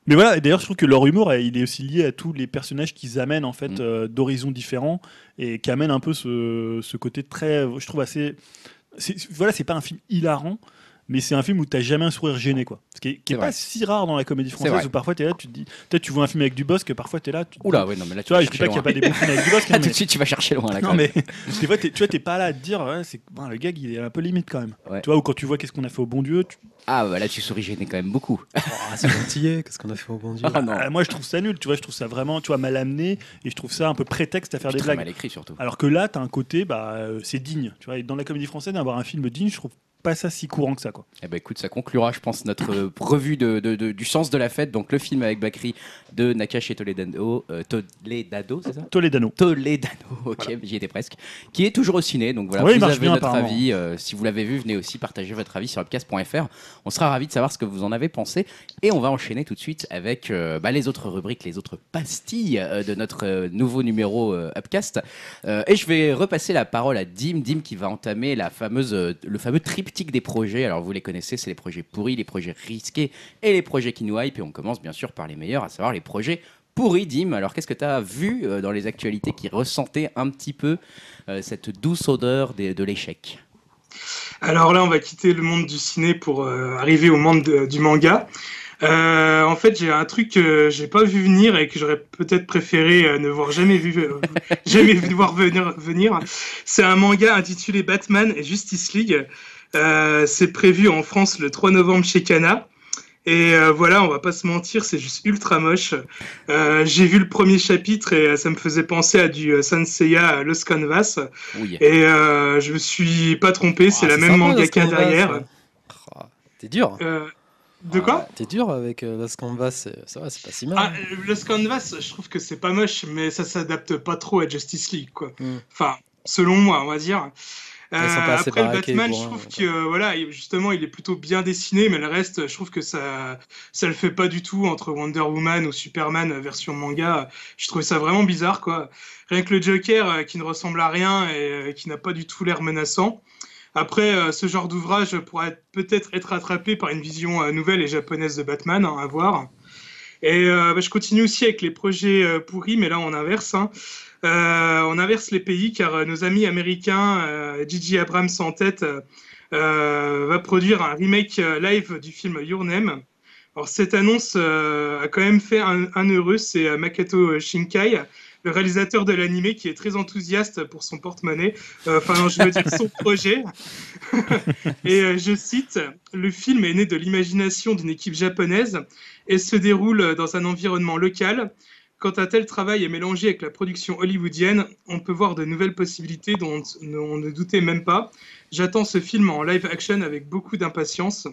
Speaker 2: Mais voilà, et d'ailleurs, je trouve que leur humour, eh, il est aussi lié à tous les personnages qu'ils amènent en fait
Speaker 1: Mm.
Speaker 2: euh, d'horizons différents et qui amènent un peu ce, ce côté très, je trouve assez. c'est- Voilà, c'est pas un film hilarant, mais c'est un film où t'as jamais un sourire gêné, quoi. Ce qui est, qui est
Speaker 1: C'est vrai.
Speaker 2: pas si rare dans la comédie
Speaker 1: vrai.
Speaker 2: française où parfois t'es là, tu te dis, peut-être tu vois un film avec du boss que parfois t'es là. Tu,
Speaker 1: Oula, ouais, non, mais là
Speaker 2: Tu vois, je
Speaker 1: vas
Speaker 2: dis pas
Speaker 1: chercher
Speaker 2: qu'il n'y a pas des bons films avec du boss,
Speaker 1: loin. Ah, tout de suite, tu vas chercher loin là. quand
Speaker 2: non
Speaker 1: même.
Speaker 2: mais des fois t'es- tu vois t'es pas là à te dire ouais, c'est ben, le gag il est un peu limite quand même
Speaker 1: Ouais.
Speaker 2: tu vois ou quand tu vois qu'est-ce qu'on a fait au bon Dieu tu-
Speaker 1: Ah, bah là, tu souris gêné quand même beaucoup.
Speaker 4: Ah, c'est gentillet, qu'est-ce qu'on a fait au bon Dieu
Speaker 1: Ah non,
Speaker 2: Ah, moi je trouve ça nul tu vois je trouve ça vraiment tu vois mal amené et je trouve ça un peu prétexte à faire
Speaker 1: Puis
Speaker 2: des
Speaker 1: très
Speaker 2: blagues
Speaker 1: mal écrit surtout.
Speaker 2: alors que là t'as un côté bah euh, c'est digne tu vois et dans la comédie française d'avoir un film digne je trouve pas ça si courant que ça quoi
Speaker 1: Eh ben écoute, ça conclura, je pense, notre euh, revue de, de- de- du sens de la fête. Donc le film avec Bakri de Nakash et Toledano, euh, Toledado, c'est ça
Speaker 2: Toledano
Speaker 1: Toledano, ok, j'y étais presque, qui est toujours au ciné. Donc voilà,
Speaker 2: Oui, il
Speaker 1: vous
Speaker 2: marche
Speaker 1: avez
Speaker 2: bien,
Speaker 1: notre
Speaker 2: apparemment.
Speaker 1: avis. Euh, si vous l'avez vu, venez aussi partager votre avis sur upcast.fr. On sera ravis de savoir ce que vous en avez pensé. Et on va enchaîner tout de suite avec euh, bah, les autres rubriques, les autres pastilles euh, de notre euh, nouveau numéro euh, Upcast. Euh, et je vais repasser la parole à Dim, Dim qui va entamer la fameuse, euh, le fameux triptyque des projets. Alors vous les connaissez, c'est les projets pourris, les projets risqués et les projets qui nous hype. Et on commence bien sûr par les meilleurs, à savoir les projets pourris, Dim. Alors qu'est-ce que tu as vu euh, dans les actualités qui ressentait un petit peu euh, cette douce odeur des- de l'échec
Speaker 3: Alors là, on va quitter le monde du ciné pour euh, arriver au monde de- du manga. Euh, en fait, j'ai un truc que j'ai pas vu venir et que j'aurais peut-être préféré euh, ne voir jamais vu, euh, jamais vu voir venir. venir. C'est un manga intitulé Batman et Justice League. Euh, c'est prévu en France le 3 novembre chez Kana. Et euh, voilà, on va pas se mentir, c'est juste ultra moche. Euh, j'ai vu le premier chapitre et euh, ça me faisait penser à du euh, Sanseiya Los Canvas.
Speaker 1: Oui.
Speaker 3: Et euh, je me suis pas trompé, c'est
Speaker 4: Ah,
Speaker 3: la même
Speaker 4: sympa,
Speaker 3: mangaka
Speaker 4: Las Canvas,
Speaker 3: derrière.
Speaker 4: ouais. Oh, T'es dur.
Speaker 3: Euh, de quoi
Speaker 4: Ah, T'es dur avec euh, Las Canvas, c'est- ça va, c'est pas si mal.
Speaker 3: ah, euh, Le Canvas, je trouve que c'est pas moche, mais ça s'adapte pas trop à Justice League, quoi.
Speaker 4: Mm.
Speaker 3: Enfin, selon moi, on va dire.
Speaker 4: Ouais, ils sont
Speaker 3: Euh,
Speaker 4: pas assez hein,
Speaker 3: après le
Speaker 4: baraqués,
Speaker 3: Batman,
Speaker 4: bourrins,
Speaker 3: je trouve
Speaker 4: ouais.
Speaker 3: que euh, voilà, il- justement, il est plutôt bien dessiné, mais le reste, je trouve que ça, ça le fait pas du tout entre Wonder Woman ou Superman euh, version manga. Je trouvais ça vraiment bizarre, quoi. Rien que le Joker, euh, qui ne ressemble à rien et euh, qui n'a pas du tout l'air menaçant. Après, euh, ce genre d'ouvrage pourrait être- peut-être être rattrapé par une vision euh, nouvelle et japonaise de Batman, hein, à voir. Et euh, bah, je continue aussi avec les projets euh, pourris, mais là on inverse. hein. Euh, on inverse les pays car euh, nos amis américains, euh, Gigi Abrams en tête, euh, euh, va produire un remake euh, live du film Your Name. Alors cette annonce euh, a quand même fait un, un heureux, c'est euh, Makoto Shinkai, le réalisateur de l'animé qui est très enthousiaste pour son porte-monnaie, Euh, enfin non, je veux dire son projet. Et euh, je cite, le film est né de l'imagination d'une équipe japonaise et se déroule dans un environnement local. Quand un tel travail est mélangé avec la production hollywoodienne, on peut voir de nouvelles possibilités dont on ne- on ne doutait même pas. J'attends ce film en live action avec beaucoup d'impatience.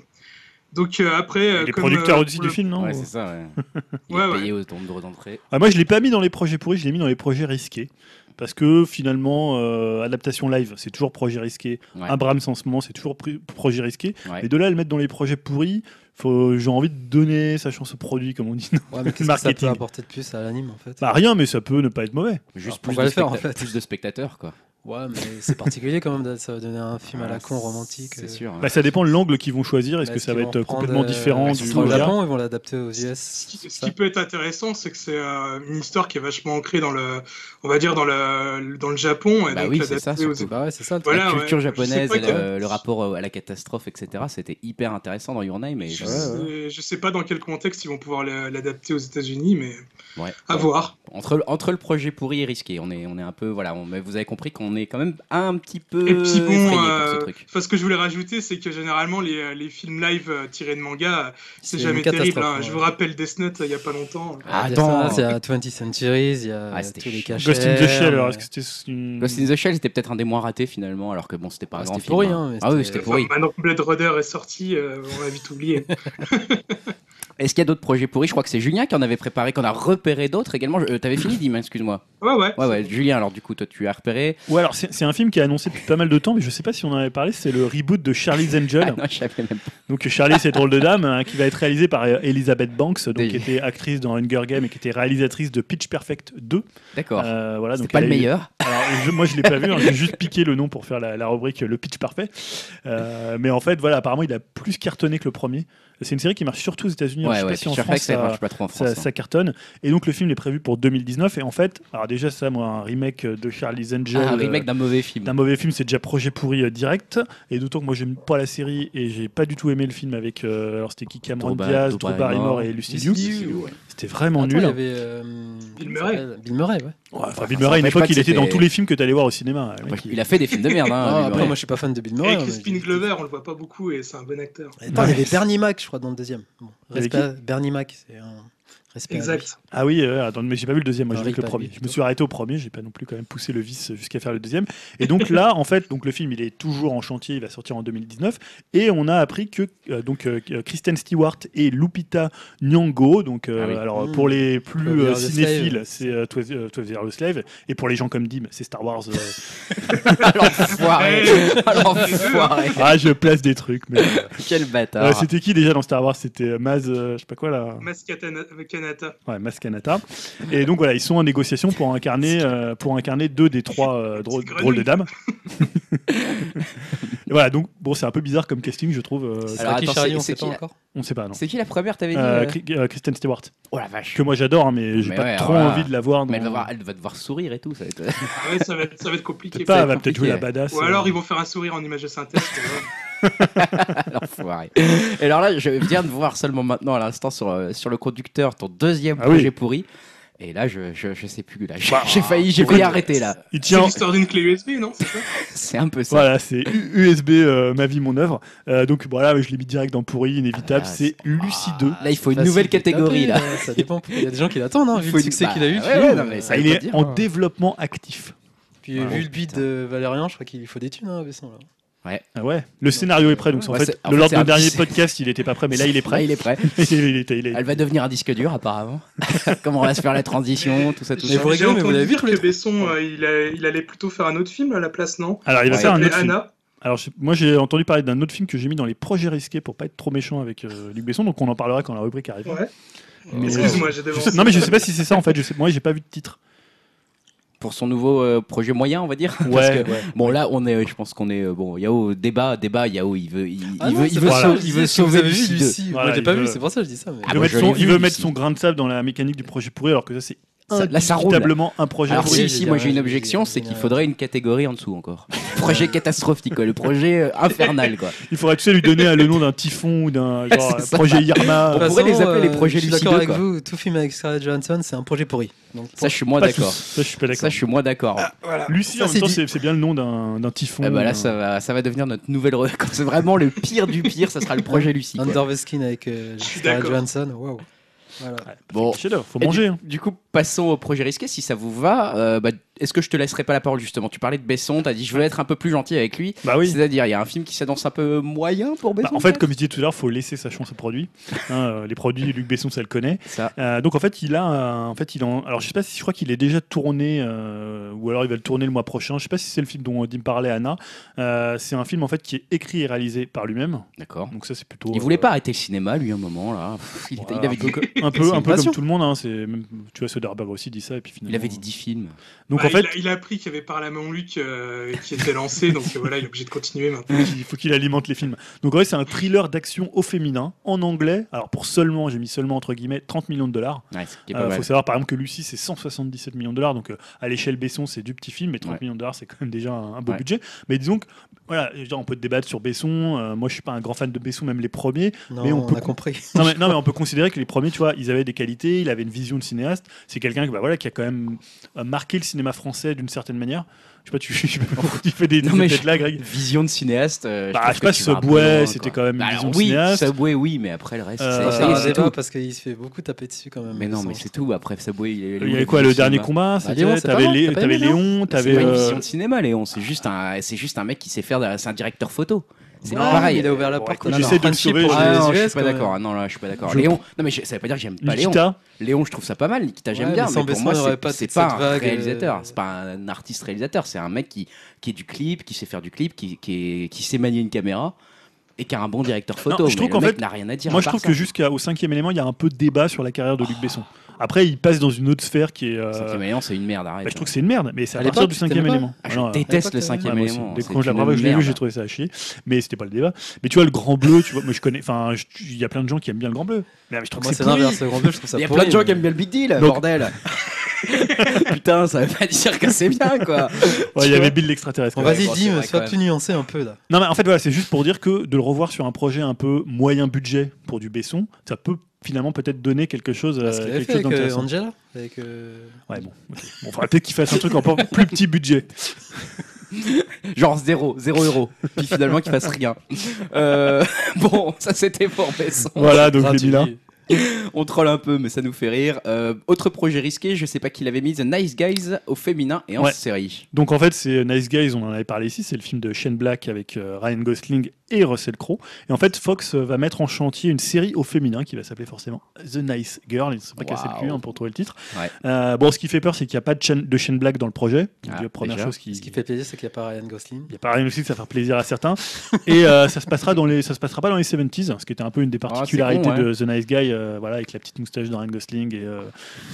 Speaker 3: Donc euh, après, euh,
Speaker 2: les
Speaker 3: comme,
Speaker 2: producteurs
Speaker 3: euh,
Speaker 2: aussi
Speaker 3: pour
Speaker 2: du
Speaker 3: le-
Speaker 2: film non
Speaker 1: Ouais, c'est ça. Ouais. Il
Speaker 3: Ouais,
Speaker 1: est
Speaker 3: ouais.
Speaker 1: payé au nombre d'entrées.
Speaker 2: Ah, moi je l'ai pas mis dans les projets pourris je l'ai mis dans les projets risqués parce que finalement euh, adaptation live c'est toujours projet risqué
Speaker 1: Ouais.
Speaker 2: Abrams en ce moment c'est toujours pri- projet risqué
Speaker 1: Ouais.
Speaker 2: et de là à le mettre dans les projets pourris faut j'ai envie de donner sa chance au produit comme on dit
Speaker 4: Ouais, mais qu'est-ce que ça
Speaker 2: marketing.
Speaker 4: peut apporter de plus à l'anime en fait
Speaker 2: Bah rien, mais ça peut ne pas être mauvais.
Speaker 1: Juste
Speaker 4: pourquoi
Speaker 1: plus, de
Speaker 4: le faire, en
Speaker 1: specta-
Speaker 4: fait
Speaker 1: plus de spectateurs, quoi.
Speaker 4: Ouais, mais c'est particulier quand même, de- ça va donner un film
Speaker 3: Ah,
Speaker 4: à la con romantique.
Speaker 1: C'est
Speaker 4: euh.
Speaker 1: sûr. hein.
Speaker 2: Bah, ça dépend de l'angle qu'ils vont choisir. Est-ce
Speaker 4: Bah,
Speaker 2: que ça va
Speaker 4: qu'ils vont
Speaker 2: être
Speaker 4: reprendre,
Speaker 2: complètement
Speaker 4: euh,
Speaker 2: différent
Speaker 4: ce
Speaker 2: du
Speaker 4: sera au
Speaker 2: manga
Speaker 4: Japon, ils vont l'adapter aux US.
Speaker 3: Ce qui,
Speaker 4: c'est
Speaker 3: ce
Speaker 4: ça.
Speaker 3: qui peut être intéressant, c'est que c'est euh, une histoire qui est vachement ancrée dans le, on va dire dans le, dans le Japon et
Speaker 1: Bah
Speaker 3: donc
Speaker 1: oui,
Speaker 3: l'adapter
Speaker 1: c'est ça,
Speaker 3: aux-
Speaker 1: surtout.
Speaker 4: Bah ouais, c'est ça. le
Speaker 3: Voilà,
Speaker 1: la
Speaker 3: ouais.
Speaker 1: culture
Speaker 3: Je sais
Speaker 1: japonaise,
Speaker 3: pas
Speaker 1: et le,
Speaker 3: quel-
Speaker 1: le rapport à la catastrophe, etc. C'était hyper intéressant dans Your Name. Et
Speaker 3: Je,
Speaker 1: je-
Speaker 3: sais, je sais pas dans quel contexte ils vont pouvoir le- l'adapter aux États-Unis, mais
Speaker 1: Ouais.
Speaker 3: à voir.
Speaker 1: Entre, le- entre le projet pourri et risqué, on est, on est un peu. Voilà, on- mais vous avez compris qu'on est quand même un petit peu.
Speaker 3: Et puis
Speaker 1: effrayé
Speaker 3: bon,
Speaker 1: par ce
Speaker 3: euh,
Speaker 1: truc.
Speaker 3: enfin, ce que je voulais rajouter, c'est que généralement les, euh, les films live euh, tirés de manga, euh, c'est
Speaker 4: C'est
Speaker 3: jamais
Speaker 4: une
Speaker 3: terrible.
Speaker 4: catastrophe,
Speaker 3: hein. Je
Speaker 4: ouais.
Speaker 3: vous rappelle Death Note euh, il y a pas longtemps.
Speaker 4: Ah,
Speaker 1: Attends.
Speaker 4: il y a 20 Centuries, il y a
Speaker 1: Ah, c'était
Speaker 4: tous les
Speaker 1: chiant.
Speaker 4: cachets.
Speaker 2: Ghost in the Shell, alors
Speaker 4: euh,
Speaker 2: est-ce que c'était une.
Speaker 1: Lost in the Shell, c'était peut-être un des moins ratés finalement, alors que bon, c'était pas un
Speaker 4: Ah,
Speaker 1: grand
Speaker 4: c'était
Speaker 1: film.
Speaker 4: pourri, hein, mais
Speaker 1: ah oui, c'était
Speaker 4: c'était-
Speaker 3: Enfin,
Speaker 1: pourri.
Speaker 3: maintenant que Blade Runner est sorti, euh, on l'a vite oublié.
Speaker 1: Est-ce qu'il y a d'autres projets pourris Je crois que c'est Julien qui en avait préparé, qu'on a repéré d'autres également. Je- euh, T'avais fini, Dim, excuse-moi.
Speaker 3: Ouais, ouais.
Speaker 1: Ouais, ouais, Julien, alors du coup, toi, tu as repéré.
Speaker 2: Ou alors, c'est c'est un film qui est annoncé depuis pas mal de temps, mais je sais pas si on en avait parlé. C'est le reboot de Charlie's
Speaker 1: Ah,
Speaker 2: Angel.
Speaker 1: non, je savais même pas.
Speaker 2: Donc Charlie, c'est drôle de dame, hein, qui va être réalisé par euh, Elizabeth Banks, donc,
Speaker 1: Des-
Speaker 2: qui était actrice dans Hunger Games et qui était réalisatrice de Pitch Perfect 2.
Speaker 1: D'accord.
Speaker 2: Euh, voilà,
Speaker 1: c'est
Speaker 2: donc
Speaker 1: pas
Speaker 2: elle
Speaker 1: le
Speaker 2: a eu-
Speaker 1: meilleur.
Speaker 2: Alors, je- moi, je l'ai pas vu. hein, J'ai juste piqué le nom pour faire la, la rubrique euh, le pitch parfait. Euh, mais en fait, voilà, apparemment, il a plus cartonné que le premier. C'est une série qui marche surtout aux États-Unis. alors
Speaker 1: ouais,
Speaker 2: je sais
Speaker 1: ouais,
Speaker 2: pas si en
Speaker 1: Pitch
Speaker 2: France,
Speaker 1: Perfect, ça
Speaker 2: ça-
Speaker 1: marche pas trop en France.
Speaker 2: ça,
Speaker 1: hein.
Speaker 2: ça cartonne. Et donc le film est prévu pour 2019. Et en fait, alors déjà ça, moi, un remake euh, de Charlie's Angel.
Speaker 1: Ah, un
Speaker 2: euh,
Speaker 1: remake d'un mauvais film.
Speaker 2: d'un mauvais film, c'est déjà projet pourri euh, direct. Et d'autant que moi, j'aime pas la série et j'ai pas du tout aimé le film avec. euh, alors, c'était qui Cameron
Speaker 1: Drew Ba-
Speaker 2: Diaz,
Speaker 1: Drew
Speaker 2: Drew
Speaker 1: Barrymore
Speaker 2: Barrymore et Lucy Liu.
Speaker 4: Lucy Liu, ouais.
Speaker 2: C'était vraiment
Speaker 1: Ah,
Speaker 4: Attends,
Speaker 2: nul.
Speaker 4: Il y
Speaker 2: hein.
Speaker 4: avait, euh,
Speaker 3: Bill
Speaker 4: comment ça
Speaker 3: Murray.
Speaker 4: s'appelle Bill Murray, ouais.
Speaker 2: Ouais, enfin, Bill
Speaker 1: ça
Speaker 2: Murray, à une
Speaker 1: empêche pas
Speaker 2: époque,
Speaker 1: que
Speaker 2: il était dans
Speaker 1: c'était-
Speaker 2: tous les films hein. que t'allais voir au cinéma. Le mec, il-
Speaker 1: Il a fait des films de merde. hein,
Speaker 4: Ah,
Speaker 1: Bill
Speaker 4: après,
Speaker 1: Murray.
Speaker 4: moi, je suis pas fan de Bill Murray. hein,
Speaker 3: Et
Speaker 4: mais-
Speaker 3: Crispin Glover, on le voit pas beaucoup et c'est un bon acteur.
Speaker 4: Attends, il y avait Bernie Mac, je crois, dans le deuxième. Bon,
Speaker 2: Il y avait
Speaker 4: respect à- Bernie Mac, c'est un respect. à lui.
Speaker 3: Exact.
Speaker 2: Ah oui, euh, attends, mais j'ai pas vu le deuxième, moi j'ai
Speaker 4: Ah
Speaker 2: vu
Speaker 4: oui,
Speaker 2: que le
Speaker 4: pas
Speaker 2: premier.
Speaker 4: lui,
Speaker 2: Je me
Speaker 4: plutôt.
Speaker 2: suis arrêté au premier, j'ai pas non plus quand même poussé le vice jusqu'à faire le deuxième. Et donc là, en fait, donc le film il est toujours en chantier, il va sortir en 2019. Et on a appris que euh, donc euh, Kristen Stewart et Lupita Nyong'o, donc euh,
Speaker 1: Ah oui.
Speaker 2: alors
Speaker 4: Mmh.
Speaker 2: pour les plus
Speaker 4: Twelve
Speaker 2: euh,
Speaker 4: Years a
Speaker 2: cinéphiles,
Speaker 4: Slave.
Speaker 2: c'est euh, Twelve euh, Twelve Years a Slave, et pour les gens comme Dim, c'est Star Wars. euh.
Speaker 1: L'enfoiré. Oh, L'enfoiré.
Speaker 2: ah, je place des trucs. Mais euh,
Speaker 1: Quel
Speaker 2: ouais,
Speaker 1: bâtard.
Speaker 2: c'était qui déjà dans Star Wars C'était euh, Maz, euh, je sais pas quoi là.
Speaker 3: Mascatana- Kanata.
Speaker 2: Ouais, Mascanata. Et donc voilà, ils sont en négociation pour incarner, euh, pour incarner deux des trois euh, drôles,
Speaker 3: Petite grenouille.
Speaker 2: drôles de dames. Et voilà, donc bon, c'est un peu bizarre comme casting, je trouve. euh,
Speaker 4: C'est
Speaker 1: Alors,
Speaker 4: Rocky
Speaker 1: attends,
Speaker 4: Chariot,
Speaker 1: c'est-
Speaker 4: on
Speaker 1: c'est
Speaker 4: sait
Speaker 1: qui
Speaker 4: pas
Speaker 1: la-
Speaker 4: encore.
Speaker 2: on sait pas, non.
Speaker 1: C'est qui la première, t'avais dit
Speaker 2: Euh,
Speaker 1: euh,
Speaker 2: Cri- euh, Kristen Stewart,
Speaker 1: Oh la vache.
Speaker 2: que moi j'adore, hein, mais j'ai
Speaker 1: Mais
Speaker 2: pas
Speaker 1: ouais,
Speaker 2: trop
Speaker 1: alors là-
Speaker 2: envie de la voir.
Speaker 1: Mais elle
Speaker 2: dans-
Speaker 1: va, voir- elle va devoir sourire et tout. Ça va être...
Speaker 3: Ah ouais, ça va être, ça va être compliqué.
Speaker 2: Peut-être pas, elle va
Speaker 1: compliqué.
Speaker 2: peut-être jouer la badass.
Speaker 3: Ou
Speaker 2: euh.
Speaker 3: alors ils vont faire un sourire en image de synthèse. tu vois.
Speaker 1: L'enfoiré. Et alors là, je viens de voir seulement maintenant, à l'instant, sur, euh, sur le conducteur, ton deuxième
Speaker 2: Ah oui.
Speaker 1: projet pourri. Et là, je, je, je sais plus. Là, j'ai j'ai failli, j'ai failli arrêter là.
Speaker 2: Il
Speaker 3: C'est
Speaker 2: tient,
Speaker 3: l'histoire d'une clé USB, non C'est ça
Speaker 1: C'est un peu ça.
Speaker 2: Voilà, c'est U- USB, euh, ma vie, mon œuvre. Euh, donc voilà, je l'ai mis direct dans pourri, inévitable.
Speaker 1: Ah,
Speaker 2: c'est Lucideux.
Speaker 1: Là, il faut une
Speaker 4: Facile
Speaker 1: nouvelle
Speaker 4: de taper,
Speaker 1: catégorie là.
Speaker 4: euh, Ça dépend. Il y a des gens qui l'attendent, hein,
Speaker 1: Il
Speaker 4: vu
Speaker 1: faut
Speaker 4: le
Speaker 1: une-
Speaker 4: succès
Speaker 1: bah,
Speaker 4: qu'il a eu. le
Speaker 1: ouais,
Speaker 4: film,
Speaker 1: ouais, non, mais
Speaker 4: euh,
Speaker 1: ça-
Speaker 2: il
Speaker 1: veut
Speaker 2: est
Speaker 1: dire,
Speaker 2: en
Speaker 1: hein.
Speaker 2: développement actif.
Speaker 4: Puis
Speaker 1: Ouais.
Speaker 4: vu le bid de Valérian, je crois qu'il faut des thunes, hein, Besson. Là.
Speaker 2: Ah ouais. Le scénario est prêt, donc en
Speaker 1: Ouais,
Speaker 2: fait,
Speaker 1: c'est- en
Speaker 2: de
Speaker 1: fait,
Speaker 2: lors
Speaker 1: c'est
Speaker 2: du
Speaker 1: un-
Speaker 2: dernier podcast, il était pas prêt, mais là, il est
Speaker 1: Là,
Speaker 2: prêt.
Speaker 1: il est prêt.
Speaker 2: Il était- il est-
Speaker 1: Elle va devenir un disque dur apparemment. Comment on va se faire la transition, tout ça, tout
Speaker 4: Mais
Speaker 1: ça.
Speaker 4: vous
Speaker 3: J'ai
Speaker 4: rigolez, mais vous
Speaker 3: entendu
Speaker 4: l'avez vu
Speaker 3: dire
Speaker 4: tous les
Speaker 3: que
Speaker 4: trois
Speaker 3: Besson, euh, il, a- il allait plutôt faire un autre film à la place, non
Speaker 2: Alors, il va
Speaker 1: Ouais.
Speaker 2: faire un
Speaker 3: s'appelait
Speaker 2: autre film.
Speaker 3: Anna.
Speaker 2: Alors, je- moi, j'ai entendu parler d'un autre film que j'ai mis dans les projets risqués pour pas être trop méchant avec euh, Luc Besson, donc on en parlera quand la rubrique arrive.
Speaker 3: Ouais.
Speaker 2: Mais-
Speaker 3: Excuse-moi, j'ai
Speaker 2: Je
Speaker 3: devancé.
Speaker 2: sais- non, mais je sais pas si c'est ça en fait. Je sais, moi, j'ai pas vu de titre.
Speaker 1: Pour son nouveau euh, projet moyen, on va dire. Parce
Speaker 2: Ouais,
Speaker 1: que,
Speaker 2: ouais.
Speaker 1: Bon là, on est, je pense qu'on est euh, bon. Yao débat, débat. Yao, il veut, il,
Speaker 4: Ah
Speaker 1: il
Speaker 4: non,
Speaker 1: veut,
Speaker 4: c'est
Speaker 1: il veut, sau-
Speaker 4: pas ça, je
Speaker 1: il
Speaker 4: disais,
Speaker 1: veut
Speaker 4: est-ce que vous
Speaker 1: sauver
Speaker 4: avez vu
Speaker 1: Lucie.
Speaker 4: Lucy
Speaker 2: Voilà,
Speaker 4: Moi, j'ai pas
Speaker 2: il
Speaker 4: vu,
Speaker 2: veut-
Speaker 4: c'est pour ça que je dis ça. mais-
Speaker 1: Ah
Speaker 2: il veut,
Speaker 1: bon,
Speaker 2: mettre
Speaker 1: je
Speaker 2: son,
Speaker 1: l'ai
Speaker 2: il
Speaker 1: vu,
Speaker 2: veut
Speaker 1: lui,
Speaker 2: mettre
Speaker 1: si.
Speaker 2: son grain de sable dans la mécanique du projet pourri, alors que ça, c'est
Speaker 1: Ça- là, ça roule.
Speaker 2: indiscutablement un projet
Speaker 1: Alors
Speaker 2: pourri.
Speaker 1: si,
Speaker 4: oui,
Speaker 1: si,
Speaker 4: j'ai-
Speaker 1: moi j'ai une
Speaker 4: j'ai-
Speaker 1: objection,
Speaker 4: j'ai-
Speaker 1: c'est qu'il
Speaker 4: j'ai-
Speaker 1: faudrait une catégorie en dessous encore. projet catastrophique, quoi, le projet euh, infernal, quoi.
Speaker 2: Il faudrait, tu sais, lui donner euh, le nom d'un typhon ou d'un genre,
Speaker 1: C'est
Speaker 2: euh,
Speaker 1: ça.
Speaker 2: projet Irma.
Speaker 1: On
Speaker 2: euh,
Speaker 1: pourrait les appeler les
Speaker 4: euh,
Speaker 1: projets
Speaker 4: Je suis
Speaker 1: lucideux,
Speaker 4: d'accord avec
Speaker 1: quoi.
Speaker 4: vous, tout film avec Scarlett Johansson, c'est un projet pourri. Donc,
Speaker 1: Ça, je suis moins
Speaker 2: pas tous.
Speaker 1: d'accord.
Speaker 2: Ça, je suis pas
Speaker 1: Ça,
Speaker 2: d'accord. Ah.
Speaker 1: je suis moins d'accord.
Speaker 2: Lucie,
Speaker 4: Ça,
Speaker 2: en même
Speaker 4: c'est
Speaker 2: temps,
Speaker 4: dit.
Speaker 2: c'est c'est bien le nom d'un d'un typhon.
Speaker 1: Ah bah là,
Speaker 2: euh,
Speaker 1: ça va, ça va devenir notre nouvelle. re- Quand c'est vraiment le pire du pire, ça sera le projet Lucie. quoi.
Speaker 4: Under the Skin avec euh,
Speaker 3: suis
Speaker 4: Scarlett
Speaker 3: d'accord.
Speaker 4: Johansson, waouh. Voilà.
Speaker 1: Bon,
Speaker 2: chef-d'œuvre, faut
Speaker 1: Et
Speaker 2: manger.
Speaker 1: Du,
Speaker 2: hein.
Speaker 1: du coup, passons au projet risqué. Si ça vous va, euh, bah, est-ce que je te laisserai pas la parole justement Tu parlais de Besson, t'as dit je veux être un peu plus gentil avec lui.
Speaker 2: Bah oui.
Speaker 1: C'est-à-dire, il y a un film qui s'annonce un peu moyen pour Besson.
Speaker 2: Bah, en fait,
Speaker 1: peut-être
Speaker 2: comme je disais tout à l'heure, faut laisser sa chance au produit. Hein, euh, les produits, Luc Besson, ça le connaît.
Speaker 1: ça.
Speaker 2: Euh, donc en fait, il a, un- en fait, il en, alors je sais pas si je crois qu'il est déjà tourné, euh, ou alors il va le tourner le mois prochain. Je sais pas si c'est le film dont Dim parlait Anna. Euh, c'est un film en fait qui est écrit et réalisé par lui-même.
Speaker 1: D'accord.
Speaker 2: Donc ça, c'est plutôt.
Speaker 1: Il
Speaker 2: euh,
Speaker 1: voulait pas arrêter le cinéma, lui, un moment là. Pff, il,
Speaker 2: ouais,
Speaker 1: il avait
Speaker 2: un peu,
Speaker 1: dit,
Speaker 2: co- un
Speaker 4: C'est
Speaker 2: peu,
Speaker 4: une
Speaker 2: un peu comme
Speaker 4: passion.
Speaker 2: tout le monde. hein, c'est même- tu vois, Soderbergh aussi dit ça et puis finalement.
Speaker 1: il avait dit 10 films.
Speaker 2: Donc Donc en fait,
Speaker 3: Bah, il, a, il a appris qu'il y avait par la main Luc euh, qui était lancé, donc euh, voilà, il est obligé de continuer maintenant.
Speaker 2: il faut qu'il alimente les films. Donc ouais, c'est un thriller d'action au féminin en anglais. Alors pour seulement, j'ai mis seulement entre guillemets 30 millions de dollars.
Speaker 1: Ouais, ce qui est
Speaker 2: Il
Speaker 1: pas mal.
Speaker 2: Euh, faut savoir par exemple que Lucie c'est 177 millions de dollars, donc euh, à l'échelle Besson c'est du petit film, mais 30
Speaker 1: Ouais.
Speaker 2: millions de dollars c'est quand même déjà un, un beau
Speaker 1: Ouais.
Speaker 2: budget. Mais disons que voilà, je veux dire, on peut débattre sur Besson. euh, moi je suis pas un grand fan de Besson, même les premiers.
Speaker 4: Non,
Speaker 2: Mais on
Speaker 4: on,
Speaker 2: peut
Speaker 4: a compris.
Speaker 2: Non mais, non, mais on peut considérer que les premiers, tu vois, ils avaient des qualités, il avait une vision de cinéaste. C'est quelqu'un que, bah, voilà, qui a quand même euh, marqué le cinéma français d'une certaine manière. Je sais pas, tu, je sais pas pourquoi tu fais des,
Speaker 1: Non,
Speaker 2: des
Speaker 1: mais
Speaker 2: têtes
Speaker 1: je-
Speaker 2: là, Greg.
Speaker 1: Vision de cinéaste. euh,
Speaker 2: Bah,
Speaker 1: trouve
Speaker 2: je sais
Speaker 1: que
Speaker 2: pas,
Speaker 1: tu vas un peu
Speaker 2: Subway,
Speaker 1: loin, quoi.
Speaker 2: c'était quand même une
Speaker 1: Bah, alors,
Speaker 2: vision de
Speaker 1: oui,
Speaker 2: cinéaste.
Speaker 1: Subway, oui, mais après le reste,
Speaker 2: Euh,
Speaker 1: c'est-
Speaker 4: Ça,
Speaker 1: ça y est,
Speaker 4: ça,
Speaker 1: c'est
Speaker 4: pas
Speaker 1: tout.
Speaker 4: parce qu'il se fait beaucoup taper dessus quand même.
Speaker 1: Mais non, mais
Speaker 4: sans-
Speaker 1: c'est tout. Après Subway, il est-
Speaker 2: Il y avait quoi, le dernier combat
Speaker 1: Bah, Léon,
Speaker 2: C'était,
Speaker 1: c'est
Speaker 2: t'avais
Speaker 1: pas mal,
Speaker 2: Lé-
Speaker 1: t'as pas
Speaker 2: t'avais
Speaker 1: aimé, non
Speaker 2: Léon,
Speaker 1: C'est
Speaker 2: t'avais.
Speaker 1: pas une
Speaker 2: euh,
Speaker 1: vision de cinéma, Léon. C'est juste un, c'est juste un mec qui sait faire. de- C'est un directeur photo. C'est
Speaker 4: Ouais,
Speaker 1: pas pareil.
Speaker 4: Il a ouvert la
Speaker 2: Bon,
Speaker 4: porte. hein.
Speaker 2: écoute,
Speaker 4: à la
Speaker 2: j'essaie de le
Speaker 4: friendship
Speaker 2: sauver,
Speaker 4: pour
Speaker 1: Ah
Speaker 4: les
Speaker 1: non, je
Speaker 4: US,
Speaker 1: suis pas
Speaker 4: quand même.
Speaker 1: d'accord. Ah non, là, je suis pas d'accord.
Speaker 2: Je-
Speaker 1: Léon, non mais je- ça veut pas dire que j'aime pas Léon.
Speaker 2: Nikita,
Speaker 1: Léon, je trouve ça pas mal. Nikita, j'aime
Speaker 4: Ouais,
Speaker 1: bien,
Speaker 4: mais
Speaker 1: mais
Speaker 4: sans
Speaker 1: pour
Speaker 4: Besson,
Speaker 1: moi,
Speaker 4: il aurait
Speaker 1: c'est
Speaker 4: pas
Speaker 1: c'est
Speaker 4: toute
Speaker 1: pas
Speaker 4: cette
Speaker 1: un
Speaker 4: vague, euh,
Speaker 1: réalisateur. C'est pas un artiste réalisateur. C'est un mec qui qui est du clip, qui sait faire du clip, qui qui est- qui sait manier une caméra et qui a un bon directeur photo.
Speaker 2: Non, je
Speaker 1: mais
Speaker 2: trouve
Speaker 1: le
Speaker 2: qu'en
Speaker 1: mec
Speaker 2: fait,
Speaker 1: n'a rien à dire. à
Speaker 2: moi je
Speaker 1: part
Speaker 2: trouve
Speaker 1: ça.
Speaker 2: que jusqu'au cinquième élément, il y a un peu de débat sur la carrière de Luc Besson. Après, il passe dans une autre sphère qui est. euh,
Speaker 1: Cinquième
Speaker 2: bah,
Speaker 1: élément, c'est une merde. Arrête.
Speaker 2: je trouve que c'est une merde, mais c'est à,
Speaker 4: À
Speaker 2: partir
Speaker 4: l'époque,
Speaker 2: du cinquième
Speaker 4: t'aimais pas
Speaker 2: élément.
Speaker 1: Ah, je
Speaker 2: Non, euh,
Speaker 1: déteste le
Speaker 4: l'époque,
Speaker 1: cinquième
Speaker 2: Ouais, moi aussi.
Speaker 1: élément.
Speaker 2: Dès
Speaker 1: c'est
Speaker 2: que je la
Speaker 1: une
Speaker 2: première fois que je l'ai vu,
Speaker 1: merde.
Speaker 2: j'ai trouvé ça à chier. Mais c'était pas le débat. Mais tu vois, le grand bleu, tu vois, moi je connais. Enfin, je- il y a plein de gens qui aiment bien le grand bleu. Mais, je trouve
Speaker 4: Moi,
Speaker 2: que c'est
Speaker 4: c'est
Speaker 2: pourri.
Speaker 4: l'inverse. le Grand Bleu, je trouve ça
Speaker 1: Il y a
Speaker 4: pourri,
Speaker 1: plein de gens
Speaker 4: mais-
Speaker 1: qui aiment bien le Big Deal,
Speaker 2: Donc-
Speaker 1: bordel. Putain, ça veut pas dire que c'est bien, quoi.
Speaker 2: Ouais, Il y avait Bill l'extraterrestre.
Speaker 4: Bon,
Speaker 1: Ouais,
Speaker 4: Vas-y,
Speaker 1: bon, c'est
Speaker 4: dis,
Speaker 1: vrai
Speaker 4: sois
Speaker 1: quand
Speaker 4: plus nuancé un peu là.
Speaker 2: Non, mais en fait, voilà, c'est juste pour dire que de le revoir sur un projet un peu moyen budget pour du Besson, ça peut finalement peut-être donner quelque chose.
Speaker 1: Ah,
Speaker 2: euh,
Speaker 4: Parce qu'il avait
Speaker 2: quelque
Speaker 4: fait
Speaker 2: chose
Speaker 4: avec euh,
Speaker 2: d'intéressant.
Speaker 4: Angela. Avec, euh,
Speaker 2: Ouais, bon, ok. Bon, faudrait peut-être qu'il fasse un truc en plus petit budget.
Speaker 1: Genre zéro, zéro euro. Puis finalement, qu'il fasse rien. Euh, bon, ça c'était pour Besson.
Speaker 2: Voilà, donc
Speaker 4: Ah,
Speaker 2: les
Speaker 4: tu
Speaker 2: Milins.
Speaker 4: dis-
Speaker 1: On troll un peu, mais ça nous fait rire. Euh, autre projet risqué, je sais pas qui l'avait mis, The Nice Guys au féminin et en
Speaker 2: Ouais.
Speaker 1: série.
Speaker 2: Donc en fait, c'est euh, Nice Guys, on en avait parlé ici, c'est le film de Shane Black avec euh, Ryan Gosling et Russell Crowe. Et en fait, Fox euh, va mettre en chantier une série au féminin qui va s'appeler forcément The Nice Girl. Ils ne se sont pas cassés le cul
Speaker 1: Waouh.
Speaker 2: hein, pour trouver le titre.
Speaker 1: Ouais.
Speaker 2: Euh, bon, ce qui fait peur, c'est qu'il n'y a pas de Shane, de Shane Black dans le projet. Donc,
Speaker 1: Ah,
Speaker 2: la première
Speaker 1: déjà.
Speaker 2: chose qui,
Speaker 4: Ce qui fait plaisir, c'est qu'il n'y a pas Ryan Gosling.
Speaker 2: Il n'y a pas rien aussi que ça va faire plaisir à certains. Et euh, ça se passera dans les, ça se passera pas dans les 70s, hein, ce qui était un peu une des particularités
Speaker 1: con, Ah, ouais.
Speaker 2: de The Nice Guy, euh, voilà, avec la petite moustache de Ryan Gosling et, euh,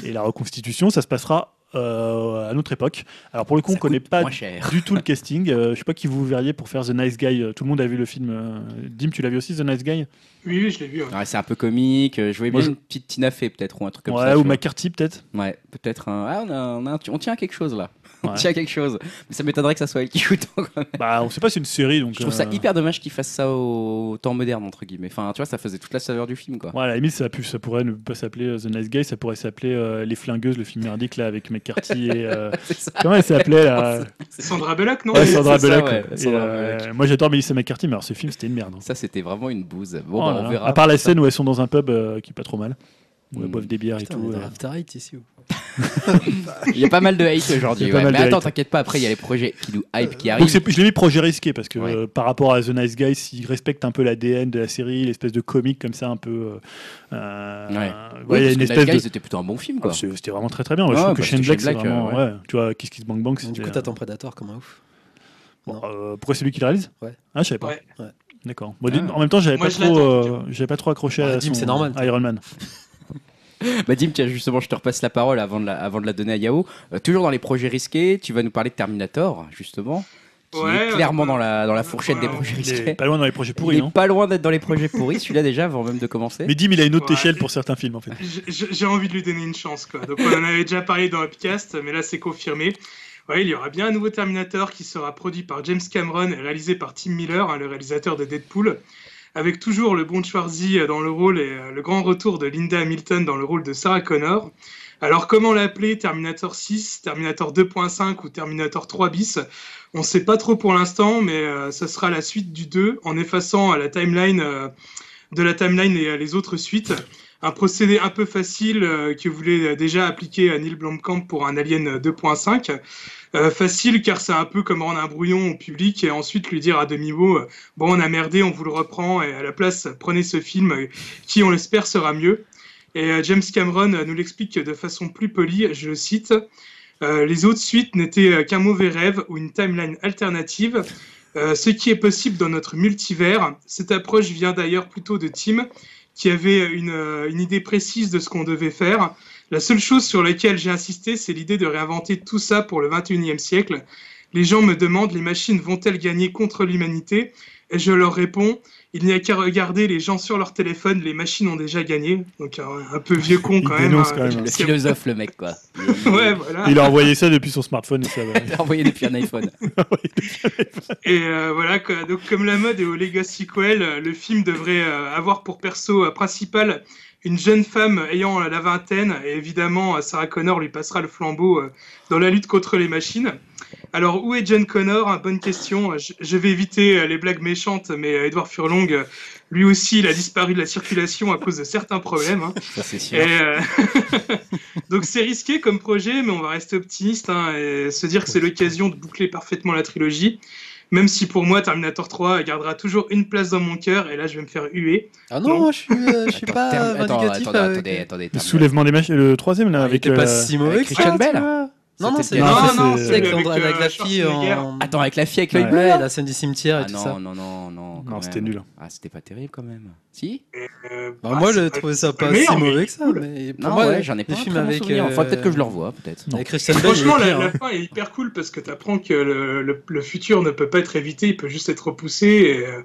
Speaker 2: et la reconstitution. Ça se passera euh, à notre époque. Alors pour le coup, on
Speaker 1: Ça
Speaker 2: ne connaît
Speaker 1: coûte
Speaker 2: pas
Speaker 1: moins cher.
Speaker 2: du tout le casting. Euh, je sais pas qui vous verriez pour faire The Nice Guy. Euh, Tout le monde a vu le film. euh, Dim, tu l'as vu aussi, The Nice Guy
Speaker 3: Oui, oui, je l'ai vu. ouais.
Speaker 1: Ouais, c'est un peu comique. euh, Je voyais
Speaker 2: Moi,
Speaker 1: bien une petite Tina Fey peut-être ou un truc comme
Speaker 2: Ouais,
Speaker 1: ça. tu
Speaker 2: ou
Speaker 1: vois.
Speaker 2: McCarthy peut-être.
Speaker 1: Ouais, peut-être un. Ah, on, a- on a un- on tient à quelque chose là. On
Speaker 2: Ouais.
Speaker 1: tient à quelque chose. Mais ça m'étonnerait que ça soit elle qui joue tant.
Speaker 2: Bah, on sait pas, c'est une série donc.
Speaker 1: Je trouve ça
Speaker 2: euh,
Speaker 1: hyper dommage qu'ils fassent ça au temps moderne, entre guillemets. Enfin, tu vois, ça faisait toute la saveur du film, quoi.
Speaker 2: Ouais, à la limite, ça, a pu- ça pourrait ne pas s'appeler euh, The Nice Guy, ça pourrait s'appeler euh, Les Flingueuses, le film merdique là avec McCarthy et. euh,
Speaker 1: C'est ça.
Speaker 2: Comment elle s'appelait là
Speaker 3: C'est Sandra Bullock, non
Speaker 2: Ouais, Sandra
Speaker 1: c'est ça,
Speaker 2: Bullock.
Speaker 1: ouais,
Speaker 2: ouais. Et,
Speaker 1: Sandra
Speaker 2: euh,
Speaker 1: Bullock.
Speaker 2: moi j'adore Melissa McCarthy, mais alors ce film c'était une merde. hein.
Speaker 1: Ça, c'était vraiment une bouse. Bon,
Speaker 2: Oh
Speaker 1: bah,
Speaker 2: là
Speaker 1: on
Speaker 2: là.
Speaker 1: verra.
Speaker 2: À part la scène où elles sont dans un pub euh, qui est pas trop mal, où elles
Speaker 1: Mm.
Speaker 2: boivent des bières
Speaker 4: Putain,
Speaker 2: et
Speaker 4: on
Speaker 2: tout.
Speaker 4: est
Speaker 2: euh.
Speaker 4: dans After Eight, ici. ou-
Speaker 1: Il y a pas mal de hate
Speaker 2: Il
Speaker 1: aujourd'hui.
Speaker 2: y a pas
Speaker 1: ouais.
Speaker 2: mal
Speaker 1: Mais
Speaker 2: de
Speaker 1: attends,
Speaker 2: hate.
Speaker 1: t'inquiète pas, après, il y a les projets qui nous hype qui
Speaker 2: Donc
Speaker 1: arrivent.
Speaker 2: c'est- je l'ai mis projet risqué parce que
Speaker 1: Ouais.
Speaker 2: euh, par rapport à The Nice Guy, s'ils respectent un peu l'ADN de la série, l'espèce de comique comme ça un peu. euh, euh,
Speaker 1: Ouais. Oui,
Speaker 2: ouais, il y a
Speaker 1: parce
Speaker 2: une
Speaker 1: que
Speaker 2: espèce
Speaker 1: Nice Guys,
Speaker 2: de.
Speaker 1: c'était plutôt un bon film,
Speaker 2: Ah,
Speaker 1: quoi.
Speaker 2: c'est- c'était vraiment très très bien.
Speaker 1: Ouais,
Speaker 2: je trouve
Speaker 1: bah,
Speaker 2: que Shane
Speaker 1: c'était
Speaker 2: Black,
Speaker 1: Shane
Speaker 2: c'est
Speaker 1: Black, euh,
Speaker 2: vraiment. ouais, Tu vois, Kiss Kiss Bang Bang,
Speaker 4: Du
Speaker 2: c'était,
Speaker 4: coup,
Speaker 2: euh,
Speaker 4: t'attends Predator comme un ouf.
Speaker 2: bon,
Speaker 4: non.
Speaker 2: euh, Pourquoi c'est lui qui le réalise
Speaker 4: Ouais.
Speaker 2: Ah, je savais pas.
Speaker 3: Ouais.
Speaker 4: Ouais.
Speaker 2: D'accord. Bon,
Speaker 1: Ah.
Speaker 2: Dim, En même temps, j'avais
Speaker 3: Moi,
Speaker 2: pas,
Speaker 3: je
Speaker 2: trop,
Speaker 3: l'attends, tu
Speaker 2: euh, j'avais pas trop accroché
Speaker 4: Ouais,
Speaker 2: à
Speaker 4: Dim,
Speaker 2: son-
Speaker 4: c'est normal.
Speaker 2: Iron Man.
Speaker 1: Bah, Dim, tiens, justement, je te repasse la parole avant de la, avant de la donner à Yao. Euh, toujours dans les projets risqués, tu vas nous parler de Terminator, justement. Qui
Speaker 3: Ouais,
Speaker 1: est clairement
Speaker 3: euh,
Speaker 1: dans la, dans la fourchette
Speaker 3: ouais,
Speaker 1: des projets
Speaker 2: Il est
Speaker 1: risqués.
Speaker 2: pas loin dans les projets
Speaker 1: il
Speaker 2: pourris,
Speaker 1: est
Speaker 2: non
Speaker 1: pas loin d'être dans les projets pourris, celui-là déjà, avant même de commencer.
Speaker 2: Mais Dim, il a une autre
Speaker 3: Ouais.
Speaker 2: échelle pour certains films, en fait.
Speaker 3: J- j- J'ai envie de lui donner une chance. Quoi. Donc, on en avait déjà parlé dans Upcast, mais là, c'est confirmé. Ouais, il y aura bien un nouveau Terminator qui sera produit par James Cameron et réalisé par Tim Miller, hein, le réalisateur de Deadpool, avec toujours le bon Schwarzy euh, dans le rôle et euh, le grand retour de Linda Hamilton dans le rôle de Sarah Connor. Alors, comment l'appeler Terminator 6, Terminator 2.5 ou Terminator 3 bis On ne sait pas trop pour l'instant, mais euh, ça sera la suite du 2 en effaçant euh, la timeline euh, de la timeline et euh, les autres suites un procédé un peu facile euh, que voulait euh, déjà appliquer à Neil Blomkamp pour un Alien euh, 2.5. Euh, facile car c'est un peu comme rendre un brouillon au public et ensuite lui dire à demi-mot euh, Bon, on a merdé, on vous le reprend, et à la place, prenez ce film euh, qui, on l'espère, sera mieux. Et euh, James Cameron euh, nous l'explique de façon plus polie, je cite Euh, Les autres suites n'étaient euh, qu'un mauvais rêve ou une timeline alternative. Euh, ce qui est possible dans notre multivers, cette approche vient d'ailleurs plutôt de Tim, qui avait une, euh, une idée précise de ce qu'on devait faire. La seule chose sur laquelle j'ai insisté, c'est l'idée de réinventer tout ça pour le 21e siècle. Les gens me demandent les machines vont-elles gagner contre l'humanité Et je leur réponds il n'y a qu'à regarder les gens sur leur téléphone, les machines ont déjà gagné. Donc un, un peu vieux con
Speaker 2: Il
Speaker 3: quand même.
Speaker 2: dénonce
Speaker 3: hein.
Speaker 2: quand même.
Speaker 1: Le philosophe, le mec, quoi.
Speaker 3: Ouais, voilà.
Speaker 2: Il a envoyé ça depuis son smartphone. et ça euh, va.
Speaker 1: Il a envoyé depuis un iPhone.
Speaker 3: Et euh, voilà, quoi. donc comme la mode est au Legacy Quell, euh, le film devrait euh, avoir pour perso euh, principal une jeune femme ayant la vingtaine, et évidemment euh, Sarah Connor lui passera le flambeau euh, dans la lutte contre les machines. Alors où est John Connor Hein, Bonne question, je, je vais éviter euh, les blagues méchantes, mais euh, Edward Furlong, euh, lui aussi, il a disparu de la circulation à cause de certains problèmes. hein.
Speaker 1: Ça, c'est sûr.
Speaker 3: Et, euh, Donc c'est risqué comme projet, mais on va rester optimiste hein, et se dire que c'est l'occasion de boucler parfaitement la trilogie. Même si pour moi, Terminator 3 gardera toujours une place dans mon cœur, et là je vais me faire huer.
Speaker 4: Ah non, moi, je suis, euh, je suis
Speaker 1: Attends,
Speaker 4: pas
Speaker 1: terme- attends,
Speaker 4: vindicatif.
Speaker 1: attendez,
Speaker 4: avec-
Speaker 1: attendez, attendez.
Speaker 2: Le
Speaker 1: terme-
Speaker 2: soulèvement des machines, le troisième là,
Speaker 4: Ah, Il
Speaker 2: avec.
Speaker 4: était pas
Speaker 2: euh,
Speaker 4: si mauvais
Speaker 1: avec
Speaker 4: que
Speaker 1: Christian
Speaker 4: ça, tu
Speaker 1: Bell.
Speaker 4: vois. Non, non,
Speaker 1: C'était
Speaker 4: c'est
Speaker 1: le-
Speaker 2: Non,
Speaker 4: non,
Speaker 2: non,
Speaker 4: c'est
Speaker 2: c'est
Speaker 4: avec,
Speaker 3: avec,
Speaker 4: André- avec
Speaker 3: euh,
Speaker 4: la fille
Speaker 3: Schwarzenegger.
Speaker 4: en...
Speaker 1: Attends, avec la fille avec l'œil
Speaker 4: Ouais,
Speaker 1: bleu. là
Speaker 4: la scène du cimetière et
Speaker 1: Ah
Speaker 4: tout
Speaker 1: non,
Speaker 4: ça.
Speaker 1: non, non, non. quand
Speaker 2: Non, c'était
Speaker 1: même.
Speaker 2: nul.
Speaker 1: Ah, c'était pas terrible quand même. Si
Speaker 3: Euh,
Speaker 4: Bah,
Speaker 3: bah,
Speaker 4: moi,
Speaker 3: c'est
Speaker 4: je
Speaker 3: pas-
Speaker 4: trouvais ça
Speaker 3: c'est
Speaker 4: pas
Speaker 3: meilleur,
Speaker 4: si
Speaker 3: mais
Speaker 4: mauvais que ça.
Speaker 3: cool.
Speaker 4: Mais pour
Speaker 1: Non,
Speaker 4: moi,
Speaker 1: ouais, j'en ai
Speaker 4: les
Speaker 1: pas un
Speaker 4: films
Speaker 1: très bon
Speaker 4: avec,
Speaker 1: souvenir. Faudrait
Speaker 4: euh,
Speaker 1: peut-être que je le revoie, peut-être.
Speaker 4: avec Christian Bale,
Speaker 3: Franchement,
Speaker 4: il est
Speaker 3: la,
Speaker 4: pire,
Speaker 3: la
Speaker 4: hein.
Speaker 3: fin est hyper cool parce que tu apprends que le, le- le futur ne peut pas être évité, il peut juste être repoussé. et, euh,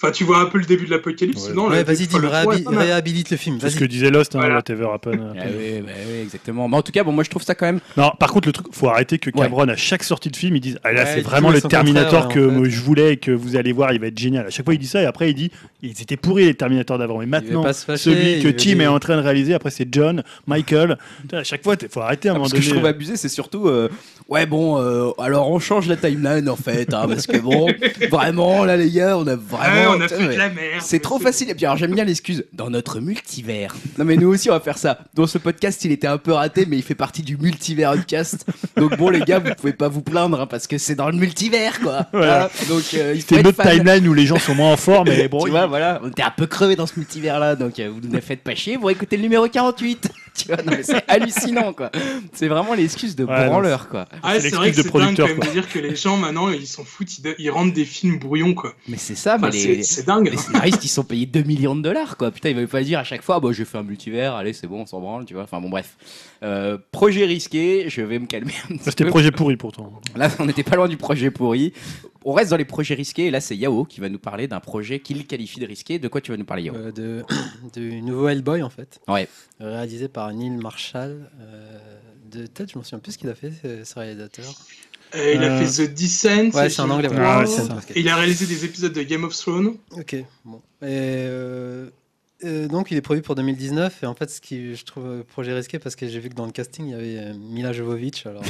Speaker 3: Enfin, tu vois un peu le début de l'apocalypse.
Speaker 2: Ouais.
Speaker 3: sinon,
Speaker 4: Ouais,
Speaker 3: le-
Speaker 4: vas-y, dis,
Speaker 3: le trois est
Speaker 4: réhabi-
Speaker 3: pas mal.
Speaker 4: réhabilite le film.
Speaker 2: C'est
Speaker 4: Vas-y.
Speaker 2: ce que disait Lost, hein,
Speaker 3: Voilà.
Speaker 2: Whatever Happened.
Speaker 1: Ah oui, bah oui, exactement. Mais en tout cas, bon, moi je trouve ça quand même.
Speaker 2: Non, par contre, le truc, faut arrêter que
Speaker 1: Ouais.
Speaker 2: Cameron, à chaque sortie de film, il dise Ah là,
Speaker 4: Ouais,
Speaker 2: c'est
Speaker 4: il dit
Speaker 2: vraiment
Speaker 4: tout et
Speaker 2: le
Speaker 4: son
Speaker 2: Terminator que
Speaker 4: contraire, ouais, en fait.
Speaker 2: je voulais et que vous allez voir, il va être génial. À chaque fois, il dit ça et après, il dit Ils étaient pourris les Terminators d'avant. Et
Speaker 4: Il veut
Speaker 2: maintenant,
Speaker 4: pas se fâcher,
Speaker 2: celui
Speaker 4: il
Speaker 2: que
Speaker 4: veut
Speaker 2: Tim
Speaker 4: dire-
Speaker 2: est en train de réaliser, après, c'est John, Michael. Putain, À chaque fois, il faut arrêter à un moment
Speaker 1: ce Ah, que je trouve
Speaker 2: donné. euh.
Speaker 1: abusé, c'est surtout. euh, ouais, bon, euh, alors on change la timeline en fait. hein, parce que bon, vraiment, là les gars, on a
Speaker 3: Ouais,
Speaker 2: Ah,
Speaker 1: vraiment.
Speaker 3: Ah, on a
Speaker 1: Putain,
Speaker 3: fait de
Speaker 1: mais-
Speaker 3: la merde.
Speaker 1: C'est trop facile. Et puis, alors, j'aime bien l'excuse. Dans notre multivers. Non, mais nous aussi, on va faire ça. Dans ce podcast, il était un peu raté, mais il fait partie du multivers podcast. Donc, bon, les gars, vous pouvez pas vous plaindre, hein, parce que c'est dans le multivers, quoi.
Speaker 2: Voilà.
Speaker 1: Hein donc, euh, il faut
Speaker 2: C'était
Speaker 1: être
Speaker 2: une autre
Speaker 1: fan.
Speaker 2: timeline où les gens sont moins en forme, mais bon,
Speaker 1: tu
Speaker 2: il-
Speaker 1: vois, voilà, on était un peu crevé dans ce multivers-là, donc euh, vous ne faites pas chier, vous écoutez le numéro 48. tu vois, non, mais c'est hallucinant, quoi. C'est vraiment l'excuse de
Speaker 2: Ouais, non,
Speaker 1: branleur, quoi.
Speaker 3: Ah,
Speaker 2: C'est
Speaker 3: c'est vrai que
Speaker 2: l'excuse de
Speaker 3: c'est dingue
Speaker 2: producteur,
Speaker 3: quand même de dire que les gens maintenant ils s'en foutent, ils, ils rentrent des films brouillons quoi.
Speaker 1: Mais c'est ça, Ah, mais
Speaker 3: Enfin,
Speaker 1: les-
Speaker 3: c'est- c'est dingue.
Speaker 1: Les
Speaker 3: hein.
Speaker 1: scénaristes, ils sont payés 2 millions de dollars, quoi. Putain, ils veulent pas dire à chaque fois, bon, je fais un multivers, allez, c'est bon, on s'en branle, tu vois. Enfin, bon, bref. Euh, projet risqué, je vais me calmer un petit
Speaker 2: c'était
Speaker 1: peu.
Speaker 2: projet pourri pourtant.
Speaker 1: Là, on n'était pas loin du projet pourri. On reste dans les projets risqués, et là, c'est Yao qui va nous parler d'un projet qu'il qualifie de risqué. De quoi tu vas nous parler, Yao
Speaker 4: euh, de, du nouveau Hellboy en fait.
Speaker 1: Ouais.
Speaker 4: Réalisé par Neil Marshall. euh, de tête, je me souviens plus ce qu'il a fait, ce, ce réalisateur.
Speaker 3: Euh, il a
Speaker 2: Euh,
Speaker 3: fait The Descent.
Speaker 4: Ouais, c'est un anglais.
Speaker 3: Wow.
Speaker 4: voilà.
Speaker 2: Ah ouais, c'est
Speaker 4: un
Speaker 2: ça.
Speaker 4: basket.
Speaker 3: Et il a réalisé des épisodes de Game of Thrones.
Speaker 4: Ok, bon. Et euh, euh, donc, il est prévu pour 2019. Et en fait, ce qui, je trouve euh, projet risqué, parce que j'ai vu que dans le casting, il y avait euh, Mila Jovovich. Alors,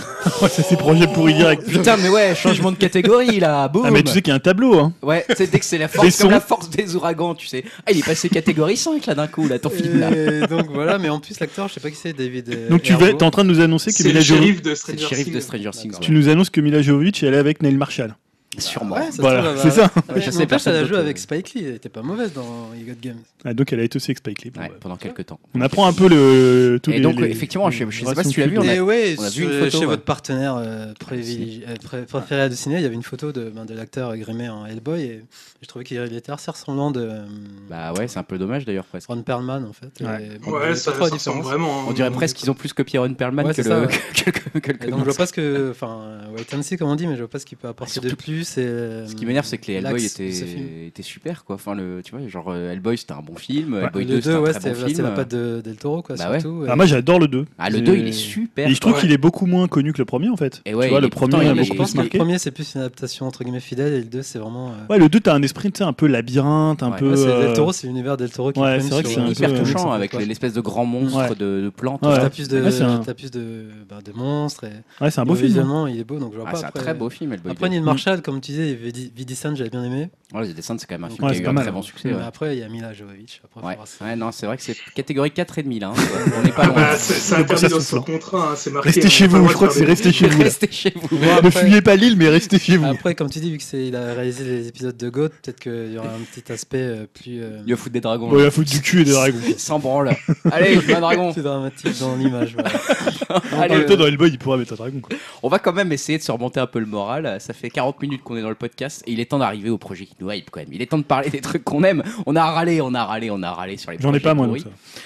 Speaker 2: Ça, c'est projet pourri direct.
Speaker 1: Putain, mais ouais, changement de catégorie, là, boum
Speaker 2: Euh, Ah, mais tu sais qu'il y a un tableau, hein.
Speaker 1: Ouais, tu sais, dès que c'est la
Speaker 2: Les
Speaker 1: force,
Speaker 2: sons.
Speaker 1: comme la force des ouragans, tu sais. Ah, il est passé catégorie 5, là, d'un coup, là, ton film, là.
Speaker 4: Et donc voilà, mais en plus, l'acteur, je sais pas qui c'est, David. euh,
Speaker 2: Donc tu vas-
Speaker 4: Herbo.
Speaker 2: t'es en train de nous annoncer que
Speaker 3: C'est
Speaker 2: Mila
Speaker 3: le
Speaker 2: Jovovich-
Speaker 3: shérif de
Speaker 1: C'est le
Speaker 3: Stranger
Speaker 1: shérif de
Speaker 3: Things.
Speaker 1: Stranger Things,
Speaker 4: D'accord.
Speaker 2: tu nous annonces que Mila Jovovich elle est avec Neil Marshall.
Speaker 1: ouais. sûrement.
Speaker 4: Ouais, ça se
Speaker 2: Voilà,
Speaker 4: trouve, elle
Speaker 2: c'est
Speaker 4: va-
Speaker 2: ça.
Speaker 4: Ouais,
Speaker 1: Je sais,
Speaker 4: n'empêche,
Speaker 1: personne
Speaker 4: elle a
Speaker 1: d'autre,
Speaker 4: joué
Speaker 1: euh,
Speaker 4: avec Spike Lee, elle était pas mauvaise dans You Got Game.
Speaker 2: Ah, donc elle a été aussi avec Spike Lee. Bon,
Speaker 1: Ouais,
Speaker 2: bah.
Speaker 1: pendant quelques temps.
Speaker 2: On apprend un peu le. tous
Speaker 1: Et
Speaker 2: les-
Speaker 1: donc,
Speaker 2: les-
Speaker 1: effectivement, je- je sais pas si tu l'as vu,
Speaker 2: les-
Speaker 1: on a-
Speaker 4: Et ouais,
Speaker 1: on a vu
Speaker 4: sur-
Speaker 1: une photo,
Speaker 4: chez
Speaker 1: ouais.
Speaker 4: votre partenaire euh, privilégié- euh, pré- préféré à dessiner, il y avait une photo de, ben, de l'acteur grimé en Hellboy et je trouvais qu'il était assez ressemblant de euh,
Speaker 1: Bah ouais, c'est un peu dommage d'ailleurs, presque.
Speaker 4: Ron Perlman en fait.
Speaker 2: Ouais.
Speaker 4: Et bon, il y avait
Speaker 3: Ouais,
Speaker 4: pas
Speaker 3: ça,
Speaker 4: trop la
Speaker 3: ça ressemble
Speaker 4: différence.
Speaker 3: vraiment. hein.
Speaker 1: On dirait presque qu'ils ont plus copié Ron Perlman
Speaker 4: Ouais,
Speaker 1: que, le...
Speaker 4: c'est ça, ouais.
Speaker 1: que, que- que le
Speaker 4: Et donc je vois pas ce que, enfin, euh, White and See comment on dit, mais je vois pas ce qu'il peut apporter de
Speaker 1: surtout-
Speaker 4: plus. Et, euh,
Speaker 1: Ce qui m'énerve, c'est que les Hellboy
Speaker 4: l'axe de
Speaker 1: étaient,
Speaker 4: ce film.
Speaker 1: étaient super, quoi. Enfin, le, tu vois, genre euh, Hellboy c'était un bon film,
Speaker 2: Ouais.
Speaker 1: Hellboy
Speaker 4: Le
Speaker 1: 2 c'était un
Speaker 4: ouais,
Speaker 1: très
Speaker 4: c'était
Speaker 1: bon
Speaker 4: la- c'était
Speaker 1: film.
Speaker 4: la patte de Del Toro quoi,
Speaker 1: Bah ouais.
Speaker 4: surtout. euh. et-
Speaker 2: Ah, moi j'adore le 2.
Speaker 1: Ah, le 2 il est super.
Speaker 2: Et je trouve
Speaker 1: quoi.
Speaker 2: qu'il est beaucoup moins connu que le premier en fait.
Speaker 1: Et ouais,
Speaker 2: tu vois,
Speaker 1: il est-
Speaker 2: le premier
Speaker 1: pourtant, il
Speaker 2: a
Speaker 1: est-
Speaker 2: beaucoup
Speaker 4: je
Speaker 1: il
Speaker 4: pense
Speaker 2: plus
Speaker 4: que le
Speaker 2: marqué.
Speaker 4: premier c'est plus une adaptation entre guillemets fidèle et le deux c'est vraiment. euh,
Speaker 2: Ouais, le 2 t'as un esprit, tu sais, un peu labyrinthe, un
Speaker 1: Ouais.
Speaker 2: peu.
Speaker 4: ouais, c'est Del
Speaker 2: euh,
Speaker 4: Toro, c'est l'univers Del Toro qui
Speaker 2: ouais,
Speaker 4: prime
Speaker 2: c'est vrai que
Speaker 4: sur,
Speaker 2: c'est un
Speaker 4: euh,
Speaker 1: hyper
Speaker 2: peu, euh,
Speaker 1: touchant
Speaker 4: sur-
Speaker 1: avec
Speaker 4: quoi.
Speaker 1: l'espèce de grand monstre
Speaker 2: Ouais.
Speaker 1: de, de plantes.
Speaker 2: Ouais.
Speaker 4: T'as plus de,
Speaker 2: Ouais, c'est un-
Speaker 4: t'as plus de, bah, de monstres. Et,
Speaker 2: Ouais, c'est un beau
Speaker 4: niveau
Speaker 2: film. hein. Mm.
Speaker 4: Visuellement, il est beau, donc je vois
Speaker 1: Ah,
Speaker 4: pas.
Speaker 1: c'est un
Speaker 4: après-
Speaker 1: très beau film, Hellboy.
Speaker 4: Après,
Speaker 1: 2.
Speaker 4: Neil Marshall, comme tu disais, Vidissan, j'avais bien aimé.
Speaker 1: Ouais, les dessins, c'est quand même Bah, un film
Speaker 2: Ouais,
Speaker 1: qui
Speaker 2: c'est
Speaker 1: a eu
Speaker 2: pas
Speaker 1: un
Speaker 2: mal. hein.
Speaker 1: très bon succès.
Speaker 4: Mais
Speaker 1: Ouais.
Speaker 4: après, il y a Mila Jovovich. Après,
Speaker 1: Ouais.
Speaker 4: faudra se-
Speaker 1: Ouais, non, c'est vrai que c'est catégorie 4,5 là. hein. On n'est pas
Speaker 3: Ah
Speaker 1: loin.
Speaker 3: bah, c'est c'est
Speaker 2: C'est pour ça
Speaker 3: interdit
Speaker 2: que ça
Speaker 3: dans
Speaker 2: se
Speaker 3: son
Speaker 2: sent.
Speaker 3: contrat, hein, c'est marqué.
Speaker 2: Restez
Speaker 3: hein,
Speaker 2: chez
Speaker 3: on a
Speaker 2: vous,
Speaker 3: pas
Speaker 2: je
Speaker 3: le
Speaker 2: crois
Speaker 3: droit
Speaker 2: que c'est
Speaker 3: de faire
Speaker 2: restez chez vous. là.
Speaker 1: Restez chez vous.
Speaker 4: Ouais,
Speaker 2: Ne
Speaker 4: après-
Speaker 2: fuyez pas l'île, mais restez chez vous.
Speaker 4: Après, comme tu dis, vu que c'est il a réalisé les épisodes de Goat, peut-être qu'il y aura un petit aspect euh, plus, euh,
Speaker 1: Il va foutre des dragons.
Speaker 2: Ouais, la faute du cul et des dragons.
Speaker 1: Sans branle. Allez, je veux un dragon.
Speaker 4: plus dramatique dans l'image. euh, voilà.
Speaker 2: En
Speaker 1: Allez,
Speaker 2: même temps, dans Hellboy, il pourrait mettre un dragon. quoi.
Speaker 1: On va quand même essayer de se remonter un peu le moral. Ça fait 40 minutes qu'on est dans le podcast et il est temps d'arriver au projet qui nous hype quand même. Il est temps de parler des trucs qu'on aime. On a râlé, on a râlé, on a râlé sur les
Speaker 2: J'en ai
Speaker 1: projets
Speaker 2: pas, moi.
Speaker 1: pourris.
Speaker 2: donc, ça.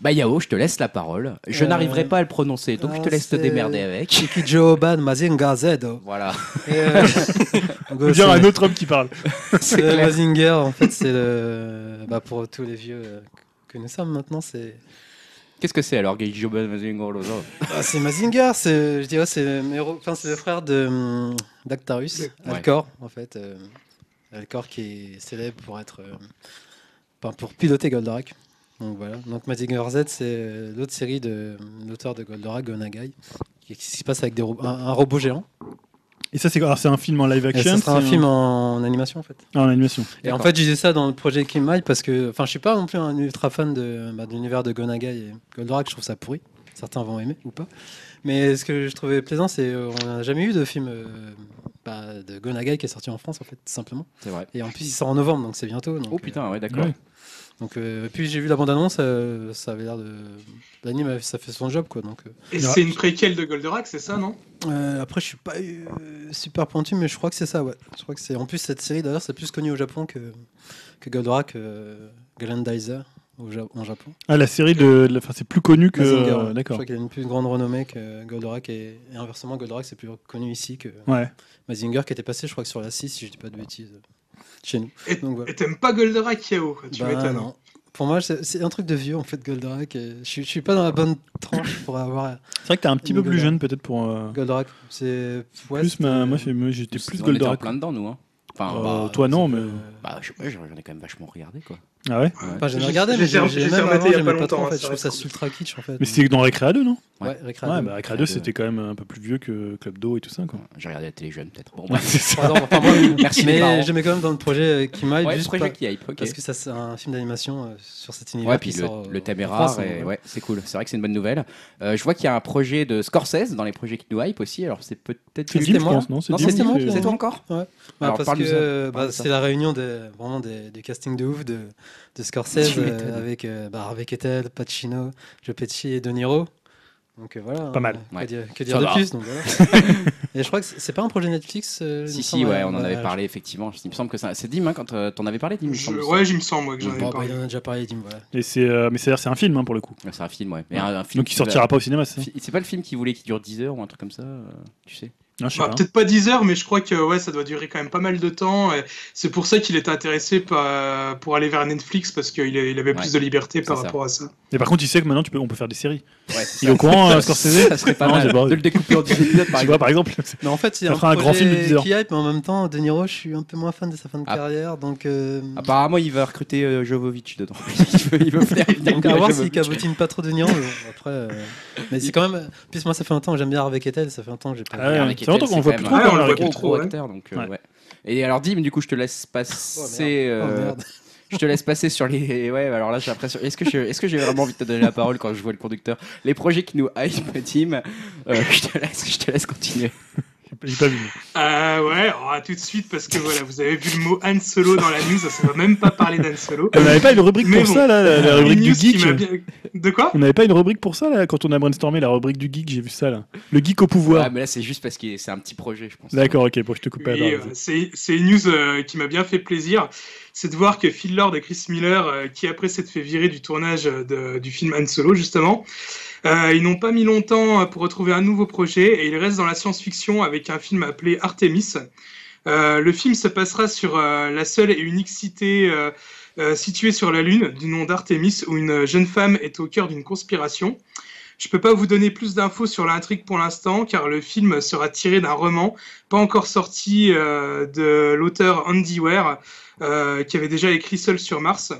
Speaker 1: Bah Yao, je te laisse la parole. Je
Speaker 4: Euh,
Speaker 1: n'arriverai pas à le prononcer, donc je te
Speaker 4: ah,
Speaker 1: laisse te
Speaker 4: c'est-
Speaker 1: démerder avec.
Speaker 4: Kijoban Mazinga Z.
Speaker 1: Voilà,
Speaker 4: Et, euh, en
Speaker 2: On
Speaker 4: gros,
Speaker 2: peut dire
Speaker 4: c'est-
Speaker 2: un autre homme qui parle.
Speaker 1: c'est
Speaker 4: Euh,
Speaker 1: clair.
Speaker 4: Mazinger, en fait, c'est le- bah, pour tous les vieux euh, que nous sommes maintenant, c'est
Speaker 1: Qu'est-ce que c'est alors, Guy Joban Mazingorlozo
Speaker 4: Ah, c'est Mazinger. C'est, je dirais, c'est mes ro- enfin, c'est le frère de hum, d'Actarus, Alcor, en fait, euh, Alcor qui est célèbre pour être, euh, enfin, pour piloter Goldorak. Donc voilà. Donc Mazinger Z, c'est euh, l'autre série de hum, l'auteur de Goldorak, Gonagai, qui, qui se passe avec des ro- un, un robot géant.
Speaker 2: Et ça, c'est alors, c'est un film en live
Speaker 4: Et
Speaker 2: action
Speaker 4: ça sera un
Speaker 2: c'est
Speaker 4: film en animation, en fait.
Speaker 2: Ah, En animation.
Speaker 4: Et en
Speaker 1: D'accord.
Speaker 4: fait, je disais ça dans le projet Kimai parce que, enfin, je suis pas non plus un ultra fan de, bah, de l'univers de Gonagai et Goldorak, je trouve ça pourri. Certains vont aimer ou pas. Mais ce que je trouvais plaisant, c'est euh, on n'a jamais eu de film euh, bah, de Gonagai qui est sorti en France, en fait, tout simplement.
Speaker 1: C'est vrai.
Speaker 4: Et en plus, il sort en novembre, donc c'est bientôt. Donc,
Speaker 1: Oh putain, ouais, d'accord.
Speaker 2: Ouais.
Speaker 4: euh, donc, euh, et puis j'ai vu la bande-annonce, euh, ça avait l'air de. L'anime, ça fait son job, quoi. Donc, euh.
Speaker 3: Et
Speaker 2: Non.
Speaker 3: c'est une préquelle de Goldorak, c'est ça, non
Speaker 4: Euh, après, je suis pas euh, super pointu, mais je crois que c'est ça, ouais. Je crois que c'est. En plus, cette série d'ailleurs, c'est plus connu au Japon que que Goldorak, euh, Glendizer au Ja- en Japon.
Speaker 2: Ah, la série de. de- Enfin, c'est plus connu que.
Speaker 4: Mazinger, ouais.
Speaker 2: euh,
Speaker 4: Je
Speaker 2: D'accord.
Speaker 4: crois qu'il a une plus grande renommée que Goldorak et, et inversement, Goldorak c'est plus connu ici que
Speaker 2: Ouais.
Speaker 4: Mazinger qui était passé, je crois que sur la 6, si je dis pas de bêtises, euh, chez nous.
Speaker 3: Et
Speaker 4: Donc voilà.
Speaker 3: et t'aimes pas Goldorak, Yao quoi, Tu
Speaker 4: Bah,
Speaker 3: m'étonnes. hein.
Speaker 4: non. Pour moi, c'est c'est un truc de vieux en fait, Goldorak. et Je, suis- je suis pas dans la bonne tranche pour avoir
Speaker 2: C'est vrai que t'es un petit peu plus
Speaker 4: Goldorak.
Speaker 2: jeune, peut-être, pour. euh,
Speaker 4: Goldorak. C'est Ah ouais,
Speaker 2: Plus, ma-
Speaker 4: c'était-
Speaker 2: moi, j'ai- moi, j'étais
Speaker 1: C'est-
Speaker 2: plus
Speaker 1: on était en
Speaker 2: Goldorak.
Speaker 1: plein dedans, nous. Hein. Enfin,
Speaker 2: Euh,
Speaker 1: bah,
Speaker 2: toi, non, mais.
Speaker 4: euh,
Speaker 1: bah, je sais pas, j'en j'en ai quand même vachement regardé, quoi.
Speaker 2: Ah ouais
Speaker 4: Enfin, j'ai
Speaker 3: J'ai-
Speaker 4: regardé, mais
Speaker 3: j'ai-
Speaker 4: j'ai
Speaker 3: j'ai
Speaker 4: j'ai même
Speaker 3: remetté
Speaker 4: avant,
Speaker 3: il y a
Speaker 4: j'aimais
Speaker 3: pas
Speaker 4: pas trop, en
Speaker 3: longtemps, hein,
Speaker 4: fait.
Speaker 3: c'est
Speaker 4: Je trouve
Speaker 3: vrai,
Speaker 4: ça
Speaker 3: c'est
Speaker 4: ultra kitsch, en fait.
Speaker 2: Mais c'était dans Récréa 2, non
Speaker 1: Ouais.
Speaker 4: Ouais, Recra
Speaker 2: Ouais,
Speaker 4: deux.
Speaker 2: bah Récréa 2,
Speaker 1: Récréa 2,
Speaker 2: c'était quand même un peu plus vieux que Club Do et tout ça, quoi.
Speaker 1: J'ai regardé la télé jeune, peut-être. Bon,
Speaker 2: Ouais,
Speaker 1: bah,
Speaker 2: c'est ça.
Speaker 4: Pardon, enfin, bref.
Speaker 1: Merci, les parents.
Speaker 4: Mais j'aimais quand même dans le projet euh, qui m'aille,
Speaker 1: ouais,
Speaker 4: juste
Speaker 1: juste projet
Speaker 4: pas-
Speaker 1: qui hype, ok.
Speaker 4: parce que ça c'est un film d'animation euh, sur cet univers.
Speaker 1: Ouais, puis
Speaker 4: qui
Speaker 1: le,
Speaker 4: sort, euh,
Speaker 1: le thème est
Speaker 4: en
Speaker 1: rare,
Speaker 4: France,
Speaker 1: et
Speaker 4: donc,
Speaker 1: ouais, c'est cool. C'est vrai que c'est une bonne nouvelle. Euh, je vois qu'il y a un projet de Scorsese dans les projets qui nous hype aussi, alors c'est peut-être.
Speaker 2: C'est
Speaker 4: C'était
Speaker 2: Dim, je
Speaker 4: moi
Speaker 2: pense, non
Speaker 1: Non,
Speaker 4: Dim,
Speaker 1: c'est
Speaker 2: Dim
Speaker 4: c'était
Speaker 1: toi,
Speaker 4: moi,
Speaker 2: qui fait-
Speaker 1: c'est toi encore
Speaker 4: Ouais,
Speaker 1: Alors,
Speaker 4: parce
Speaker 1: parle-nous
Speaker 4: que
Speaker 1: ça,
Speaker 4: euh, bah,
Speaker 1: parle-nous ça.
Speaker 4: c'est la réunion des, vraiment des, du casting de ouf de, de Scorsese
Speaker 1: Tu m'étonnes.
Speaker 4: euh, avec euh, bah, Harvey Keitel, Pacino, Joe Pesci et De Niro. Donc euh, voilà.
Speaker 2: Pas mal.
Speaker 4: hein,
Speaker 1: Ouais.
Speaker 4: Que dire, que dire
Speaker 1: Ça
Speaker 4: de
Speaker 1: va.
Speaker 4: plus donc, voilà. Et je crois que c'est c'est pas un projet Netflix. euh, il
Speaker 1: Si,
Speaker 4: me
Speaker 1: si,
Speaker 4: semble,
Speaker 1: ouais, on en
Speaker 4: bah,
Speaker 1: avait parlé, effectivement. Il me semble que ça. C'est Dim, hein, quand euh, t'en avais parlé, Dim, il me
Speaker 3: Je-
Speaker 1: semble.
Speaker 3: Ouais, il me semble moi, que j'en
Speaker 4: Bon,
Speaker 3: avais
Speaker 4: bah,
Speaker 3: parlé.
Speaker 4: il en a déjà parlé, Dim. Voilà.
Speaker 2: Et c'est, euh, mais c'est-à-dire, c'est un film hein, pour le coup.
Speaker 1: Ouais, C'est un film, ouais. Mais
Speaker 2: Ouais.
Speaker 1: un, un film
Speaker 2: Donc il sortira pas au cinéma, c'est ça
Speaker 1: Fi- C'est pas le film qui voulait qui dure 10 heures ou un truc comme ça, euh, tu sais.
Speaker 2: Non, je sais
Speaker 3: Bah,
Speaker 2: pas.
Speaker 3: peut-être pas 10 heures, mais je crois que ouais, ça doit durer quand même pas mal de temps. et C'est pour ça qu'il était intéressé par- pour aller vers Netflix, parce qu'il a- il avait plus
Speaker 1: Ouais,
Speaker 3: de liberté par
Speaker 1: c'est ça.
Speaker 3: rapport à ça.
Speaker 2: Et par contre, il sait que maintenant, tu peux, on peut faire des séries.
Speaker 1: Ouais, c'est
Speaker 2: Il est au
Speaker 1: ça.
Speaker 2: courant, euh, Scorsese
Speaker 1: ça serait pas
Speaker 2: Non,
Speaker 1: mal
Speaker 2: j'ai pas-
Speaker 1: de le découper en 10 épisodes par
Speaker 2: Tu vois,
Speaker 1: exemple.
Speaker 2: par exemple.
Speaker 4: Mais en fait, il y a
Speaker 2: Ça
Speaker 4: un
Speaker 2: fera un grand film de
Speaker 4: projet
Speaker 2: 10 heures.
Speaker 4: qui hype, mais en même temps, De Niro, je suis un peu moins fan de sa fin de
Speaker 1: Ah.
Speaker 4: carrière, donc. euh,
Speaker 1: Apparemment, il va recruter euh, Jovovic dedans. il, veut, il veut faire venir
Speaker 4: Donc à voir s'il
Speaker 1: Jovovic.
Speaker 4: cabotine pas trop De Niro, mais bon, après. euh, Mais c'est quand même. Puis moi, ça fait longtemps que j'aime bien Harvey Keitel, ça fait longtemps que j'ai pas.
Speaker 2: Ah ouais.
Speaker 1: Ouais, Harvey
Speaker 4: vu.
Speaker 2: c'est longtemps
Speaker 1: Keitel, c'est
Speaker 2: qu'on voit
Speaker 1: quand
Speaker 2: plus
Speaker 1: même
Speaker 3: trop,
Speaker 1: un
Speaker 3: hein,
Speaker 1: gros,
Speaker 3: on le voit
Speaker 1: gros,
Speaker 3: plus trop, ouais.
Speaker 1: acteur, donc, euh,
Speaker 2: Ouais.
Speaker 1: ouais. Et alors, Dim, du coup, je te laisse passer.
Speaker 4: Oh,
Speaker 1: euh,
Speaker 4: merde.
Speaker 1: Je te laisse passer sur les. Ouais, alors là, j'ai l'impression. Est-ce que, je... Est-ce que j'ai vraiment envie de te donner la parole quand je vois le conducteur Les projets qui nous hype, Dim, euh, je, te laisse, je te laisse continuer.
Speaker 2: J'ai pas vu. mais-
Speaker 3: Euh, ouais, alors, à tout de suite, parce que voilà, vous avez vu le mot Han Solo dans la news, ça ne va même pas parler d'Han Solo.
Speaker 2: On n'avait pas une rubrique
Speaker 3: Mais
Speaker 2: pour
Speaker 3: bon.
Speaker 2: ça, là, la, la
Speaker 3: Une
Speaker 2: rubrique du
Speaker 3: news qui
Speaker 2: geek.
Speaker 3: m'a bien- De quoi
Speaker 2: On n'avait pas une rubrique pour ça, là, quand on a brainstormé la rubrique du geek, j'ai vu ça, là. Le geek au
Speaker 1: Ouais,
Speaker 2: pouvoir.
Speaker 1: mais là, c'est juste parce que c'est un petit projet, je pense.
Speaker 2: D'accord, ok, bon, je te coupe pas
Speaker 3: Oui,
Speaker 2: la
Speaker 3: euh,
Speaker 2: parole.
Speaker 3: c'est c'est une news euh, qui m'a bien fait plaisir. C'est de voir que Phil Lord et Chris Miller, euh, qui après s'être fait virer du tournage euh, de- du film Han Solo, justement, euh, ils n'ont pas mis longtemps euh, pour retrouver un nouveau projet et ils restent dans la science-fiction avec un film appelé Artemis. Euh, le film se passera sur euh, la seule et unique cité euh, euh, située sur la Lune, du nom d'Artemis, où une jeune femme est au cœur d'une conspiration. Je peux pas vous donner plus d'infos sur l'intrigue pour l'instant, car le film sera tiré d'un roman pas encore sorti euh, de l'auteur Andy Ware, euh, qui avait déjà écrit Seul sur Mars.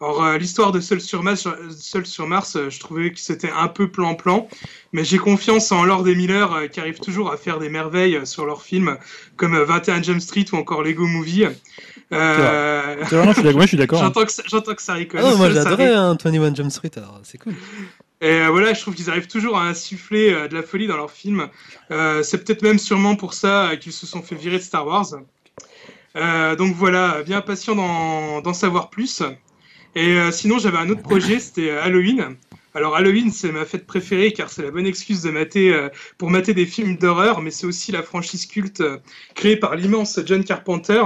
Speaker 3: Alors, euh, l'histoire de Seul sur, Mars, Seul sur Mars, euh, je trouvais que c'était un peu plan-plan, mais j'ai confiance en Lord et Miller, euh, qui arrivent toujours à faire des merveilles euh, sur leurs films, comme euh, 21 Jump Street ou encore Lego Movie. Euh,
Speaker 2: C'est vrai, non, je suis d'accord- ouais, je suis d'accord. hein.
Speaker 3: J'entends que, ça- j'entends que ça
Speaker 4: Ah
Speaker 3: rigole.
Speaker 4: non, moi
Speaker 3: ça- ça
Speaker 4: j'adorais un 21 Jump Street, alors c'est cool.
Speaker 3: et euh, voilà, je trouve qu'ils arrivent toujours à insuffler euh, de la folie dans leurs films. Euh, c'est peut-être même sûrement pour ça euh, qu'ils se sont fait virer de Star Wars. Euh, donc voilà, bien patient d'en d'en savoir plus. Et euh, sinon, j'avais un autre projet, c'était euh, Halloween. Alors Halloween, c'est ma fête préférée car c'est la bonne excuse de mater, euh, pour mater des films d'horreur, mais c'est aussi la franchise culte euh, créée par l'immense John Carpenter.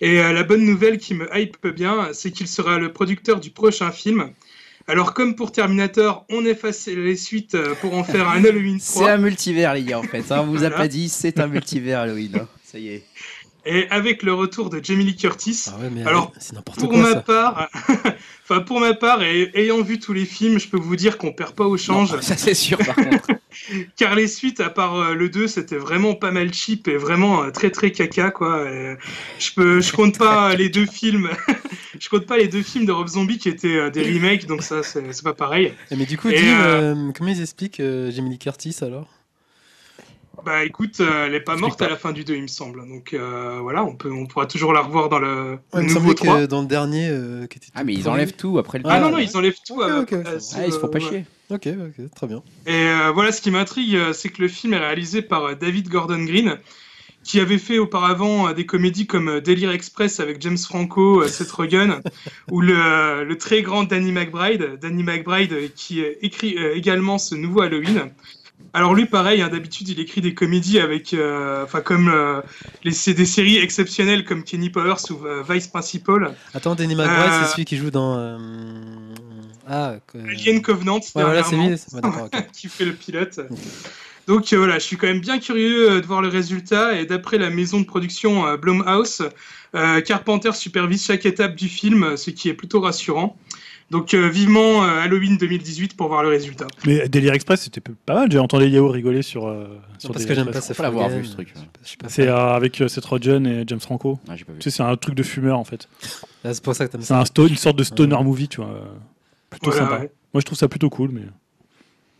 Speaker 3: Et euh, la bonne nouvelle qui me hype bien, c'est qu'il sera le producteur du prochain film, Alors, comme pour Terminator, on efface les suites euh, pour en faire un Halloween 3.
Speaker 1: C'est un multivers, les gars, en fait. hein. on vous a
Speaker 3: Voilà.
Speaker 1: pas dit, c'est un multivers, Halloween. hein. Ça y est.
Speaker 3: Et avec le retour de Jamie Lee Curtis,
Speaker 4: Ah ouais, mais
Speaker 3: Alors,
Speaker 4: euh, c'est n'importe
Speaker 3: pour
Speaker 4: quoi.
Speaker 3: ma
Speaker 4: ça.
Speaker 3: part, enfin pour ma part et ayant vu tous les films, je peux vous dire qu'on perd pas au change,
Speaker 1: Non, ça, c'est sûr, par contre.
Speaker 3: car les suites, à part euh, le 2, c'était vraiment pas mal cheap et vraiment euh, très très caca quoi. Et je peux, je compte pas euh, les deux films, je compte pas les deux films de Rob Zombie qui étaient euh, des remakes, donc ça c'est c'est pas pareil.
Speaker 4: Eh, Mais du coup,
Speaker 3: Et,
Speaker 4: dis,
Speaker 3: euh,
Speaker 4: euh, comment ils expliquent euh, Jamie Lee Curtis alors
Speaker 3: Bah écoute, euh, elle est pas
Speaker 1: Explique
Speaker 3: morte
Speaker 1: pas.
Speaker 3: à la fin du 2, il me semble. Donc euh, voilà, on peut, on pourra toujours la revoir dans le,
Speaker 4: Ouais,
Speaker 3: le
Speaker 4: Il me
Speaker 3: nouveau
Speaker 4: semblait
Speaker 3: 3.
Speaker 4: que dans le dernier. euh, qui était
Speaker 1: Ah,
Speaker 4: tout
Speaker 1: mais ils
Speaker 4: pourri.
Speaker 1: enlèvent tout après le
Speaker 3: Ah
Speaker 4: Ah,
Speaker 3: non non,
Speaker 4: ouais.
Speaker 3: ils enlèvent tout.
Speaker 4: Ok,
Speaker 3: euh,
Speaker 4: ok,
Speaker 3: euh,
Speaker 4: ça
Speaker 1: Ah, ils se font pas
Speaker 3: ouais.
Speaker 1: chier.
Speaker 4: Ok, ok, très bien.
Speaker 3: Et euh, voilà, ce qui m'intrigue, euh, c'est que le film est réalisé par euh, David Gordon Green, qui avait fait auparavant euh, des comédies comme euh, Délire Express avec James Franco, euh, Seth Rogen, ou le, euh, le très grand Danny McBride, Danny McBride euh, qui euh, écrit euh, également ce nouveau Halloween. Alors lui, pareil, hein, d'habitude, il écrit des comédies avec, euh, enfin comme euh, les, c'est des séries exceptionnelles comme Kenny Powers ou euh, Vice Principal,
Speaker 4: Attends, Danny McBride,
Speaker 3: Euh,
Speaker 4: c'est celui qui joue dans. euh, Ah, quoi, euh,
Speaker 3: Alien Covenant.
Speaker 4: Ouais, voilà, c'est
Speaker 3: dernièrement.
Speaker 4: lui. c'est- ouais, d'accord, ok.
Speaker 3: qui fait le pilote. Donc euh, voilà, je suis quand même bien curieux euh, de voir le résultat. Et d'après la maison de production euh, Blumhouse, euh, Carpenter supervise chaque étape du film, euh, ce qui est plutôt rassurant. Donc euh, vivement euh, Halloween 2018 pour voir le résultat.
Speaker 2: Mais Délire Express, c'était pas mal. J'ai entendu Yao rigoler sur. euh, sur
Speaker 4: Non, parce
Speaker 2: Délire
Speaker 4: que j'aime pas
Speaker 2: Express.
Speaker 4: ça.
Speaker 1: Faut l'avoir vu, ce truc.
Speaker 2: C'est euh, avec euh, Seth Rogen et James Franco.
Speaker 1: Ah, j'ai pas vu.
Speaker 2: Tu sais, c'est un truc de fumeur en fait.
Speaker 4: C'est pour ça que t'aimes
Speaker 2: C'est
Speaker 4: ça.
Speaker 2: un sto- une sorte de stoner movie, tu vois. euh, Plutôt
Speaker 3: Voilà,
Speaker 2: sympa.
Speaker 3: ouais.
Speaker 2: Moi, je trouve ça plutôt cool, mais.